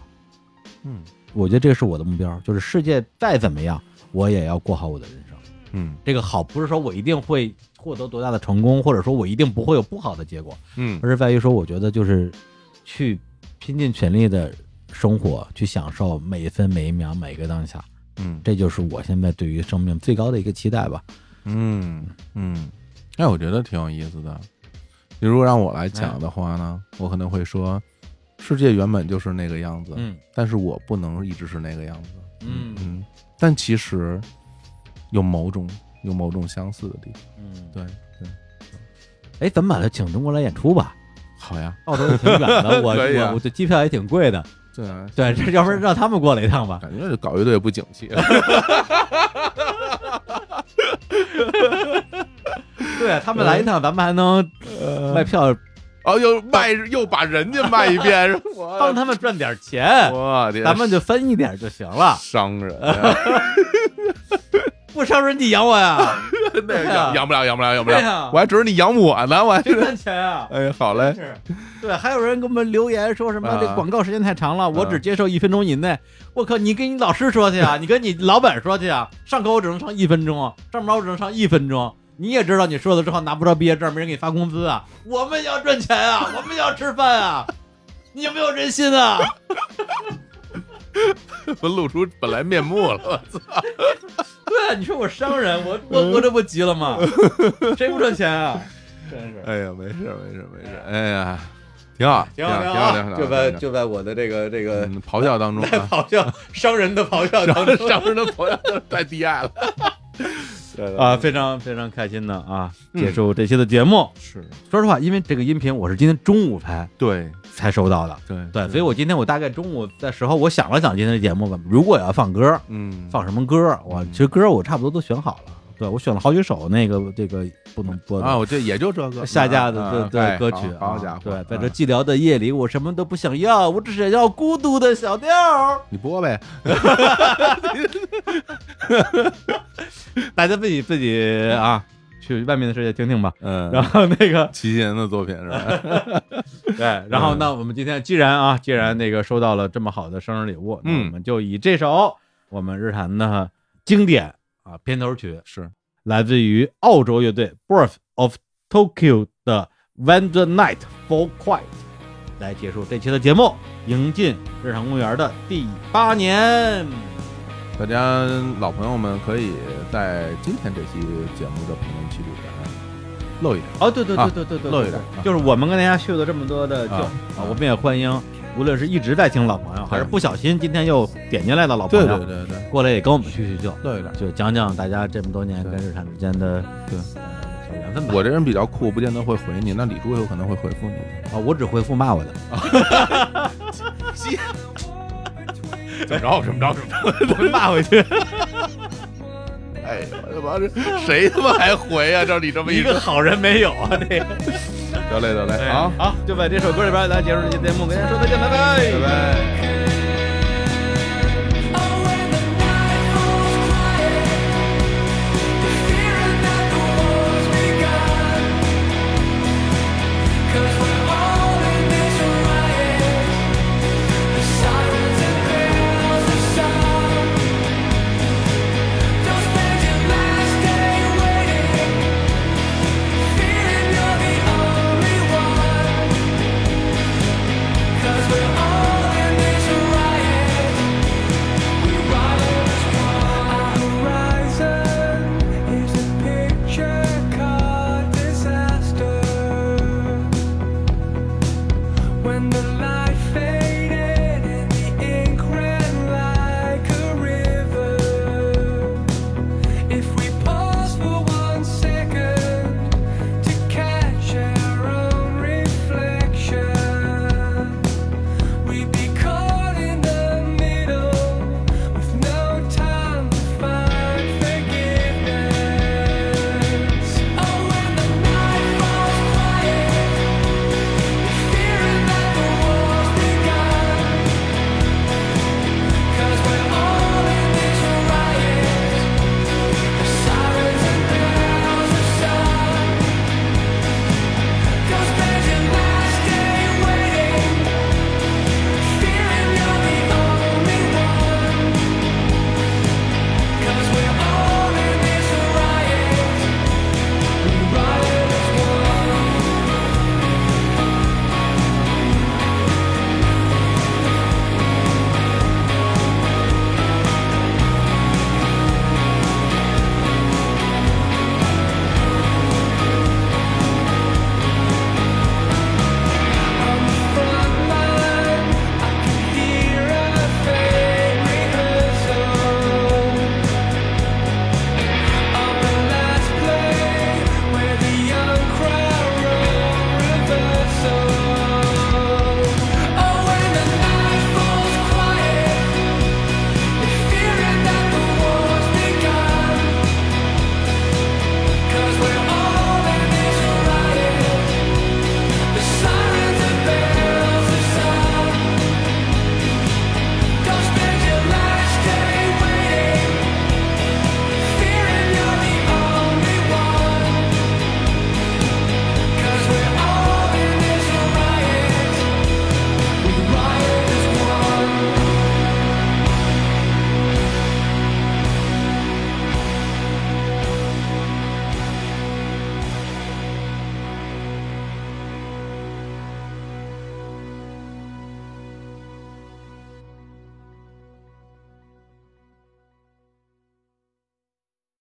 [SPEAKER 2] 嗯，
[SPEAKER 1] 我觉得这是我的目标，就是世界再怎么样，我也要过好我的人生。
[SPEAKER 2] 嗯
[SPEAKER 1] 这个好不是说我一定会获得多大的成功，或者说我一定不会有不好的结果，
[SPEAKER 2] 嗯
[SPEAKER 1] 而是在于说，我觉得就是去拼尽全力的生活，去享受每一分每一秒每个当下，
[SPEAKER 2] 嗯
[SPEAKER 1] 这就是我现在对于生命最高的一个期待吧。
[SPEAKER 2] 嗯嗯，哎，我觉得挺有意思的。如果让我来讲的话呢，我可能会说，世界原本就是那个样子，
[SPEAKER 1] 嗯
[SPEAKER 2] 但是我不能一直是那个样子。
[SPEAKER 1] 嗯
[SPEAKER 2] 嗯，但其实有某种有某种相似的地方。
[SPEAKER 1] 嗯，
[SPEAKER 2] 对，
[SPEAKER 1] 哎，咱们把他请中国来演出吧。
[SPEAKER 2] 好呀，
[SPEAKER 1] 澳洲也挺远的， 我
[SPEAKER 2] 可以啊
[SPEAKER 1] 我我这机票也挺贵的，
[SPEAKER 2] 对啊，
[SPEAKER 1] 对，这要不然让他们过来一趟吧。
[SPEAKER 2] 感觉这搞乐队也不景气。
[SPEAKER 1] 对他们来一趟，咱们还能卖票
[SPEAKER 2] 哦，又卖又把人家卖一遍，是吧
[SPEAKER 1] 帮他们赚点钱，
[SPEAKER 2] 我 天，
[SPEAKER 1] 咱们就分一点就行了，
[SPEAKER 2] 商人啊，
[SPEAKER 1] 不伤人你养我呀，
[SPEAKER 2] 那养养不了，养不了，养不
[SPEAKER 1] 对呀
[SPEAKER 2] 了。我还指着你养我呢， 我还
[SPEAKER 1] 谁
[SPEAKER 2] 是
[SPEAKER 1] 赚钱啊？
[SPEAKER 2] 哎，好嘞，
[SPEAKER 1] 是，对，还有人给我们留言说什么
[SPEAKER 2] 啊
[SPEAKER 1] 这广告时间太长了，我只接受一分钟以内。我靠，你跟你老师说去啊，你跟你老板说去啊，上课我只能上一分钟，上班我只能上一分钟。你也知道，你说了之后拿不着毕业证，没人给你发工资啊。我们要赚钱啊，我们要吃饭啊，你有没有人心啊？
[SPEAKER 2] 我露出本来面目了。
[SPEAKER 1] 对啊，你说我商人，我我我这不急了 吗？谁不赚钱啊？真是。
[SPEAKER 2] 哎呀，没事，没事，没事。哎呀，挺好，
[SPEAKER 3] 挺
[SPEAKER 2] 好，
[SPEAKER 3] 好
[SPEAKER 1] 啊
[SPEAKER 2] 挺
[SPEAKER 3] 挺好
[SPEAKER 2] 挺好，
[SPEAKER 3] 就
[SPEAKER 2] 挺
[SPEAKER 3] 在
[SPEAKER 2] 好
[SPEAKER 3] 就在我的这个这个
[SPEAKER 2] 嗯咆哮当中
[SPEAKER 3] 在
[SPEAKER 2] 啊，
[SPEAKER 3] 咆哮商人的咆哮当中
[SPEAKER 2] 商人的朋友太低矮了。对
[SPEAKER 1] 啊，，非常非常开心的啊，
[SPEAKER 2] 嗯
[SPEAKER 1] 结束这期的节目。
[SPEAKER 2] 是
[SPEAKER 1] 说实话，因为这个音频我是今天中午才
[SPEAKER 2] 对
[SPEAKER 1] 才收到的，
[SPEAKER 2] 对
[SPEAKER 1] 对，所以我今天我大概中午的时候，我想了想今天的节目吧，如果要放歌，
[SPEAKER 2] 嗯，
[SPEAKER 1] 放什么歌？我其实歌我差不多都选好了，对我选了好几首那个这个不能播的
[SPEAKER 2] 啊，我这也就这个
[SPEAKER 1] 下架
[SPEAKER 2] 嗯
[SPEAKER 1] 的
[SPEAKER 2] 嗯
[SPEAKER 1] 对对
[SPEAKER 2] 哎
[SPEAKER 1] 歌曲
[SPEAKER 2] 好
[SPEAKER 1] 啊
[SPEAKER 2] 好家伙，
[SPEAKER 1] 对，在
[SPEAKER 2] 嗯
[SPEAKER 1] 这寂寥的夜里，我什么都不想要，我只想要孤独的小调儿。
[SPEAKER 2] 你播呗，
[SPEAKER 1] 大家自己自己啊，去外面的世界听听吧。
[SPEAKER 2] 嗯，
[SPEAKER 1] 然后那个
[SPEAKER 2] 齐秦的作品 是吧？
[SPEAKER 1] 对，然
[SPEAKER 2] 嗯
[SPEAKER 1] 后呢，我们今天既然啊，既然那个收到了这么好的生日礼物，那
[SPEAKER 2] 嗯
[SPEAKER 1] 我们就以这首我们日坛的经典啊片头曲，
[SPEAKER 2] 是
[SPEAKER 1] 来自于澳洲乐队 Birth of Tokyo 的 When the Night Fall Quiet，来结束这期的节目，迎进日坛公园的第八年。
[SPEAKER 2] 大家老朋友们可以在今天这期节目的评论区里边露一点，
[SPEAKER 1] 哦，对对对
[SPEAKER 2] 啊
[SPEAKER 1] 对对对，
[SPEAKER 2] 露
[SPEAKER 1] 对
[SPEAKER 2] 一点
[SPEAKER 1] 对
[SPEAKER 2] 啊
[SPEAKER 1] 就是我们跟大家秀了这么多的旧
[SPEAKER 2] 啊
[SPEAKER 1] 啊，
[SPEAKER 2] 啊
[SPEAKER 1] 我们也欢迎，无论是一直在听老朋友，还是不小心 今天又点进来的老朋
[SPEAKER 2] 对
[SPEAKER 1] 友，
[SPEAKER 2] 对对对，
[SPEAKER 1] 过来也跟我们叙叙旧，
[SPEAKER 2] 露一点。
[SPEAKER 1] 就讲讲大家这么多年跟
[SPEAKER 2] 对
[SPEAKER 1] 日产之间的
[SPEAKER 2] 对
[SPEAKER 1] 呃小缘分吧。
[SPEAKER 2] 我这人比较酷，不见得会回你，那李叔有可能会回复你。
[SPEAKER 1] 啊，我只回复骂我的。
[SPEAKER 2] 怎么着？怎么着？怎么着？
[SPEAKER 1] 骂回 去，
[SPEAKER 2] 哎呀，我他妈这谁他妈还回呀、照你这么
[SPEAKER 1] 一
[SPEAKER 2] 一哎
[SPEAKER 1] 个
[SPEAKER 2] 说，
[SPEAKER 1] 好人没有 啊！这个
[SPEAKER 2] 得嘞得嘞，好，啊
[SPEAKER 1] 好，就把这首歌里边来结束这期节目，跟大家说再见，拜拜，
[SPEAKER 2] 拜拜。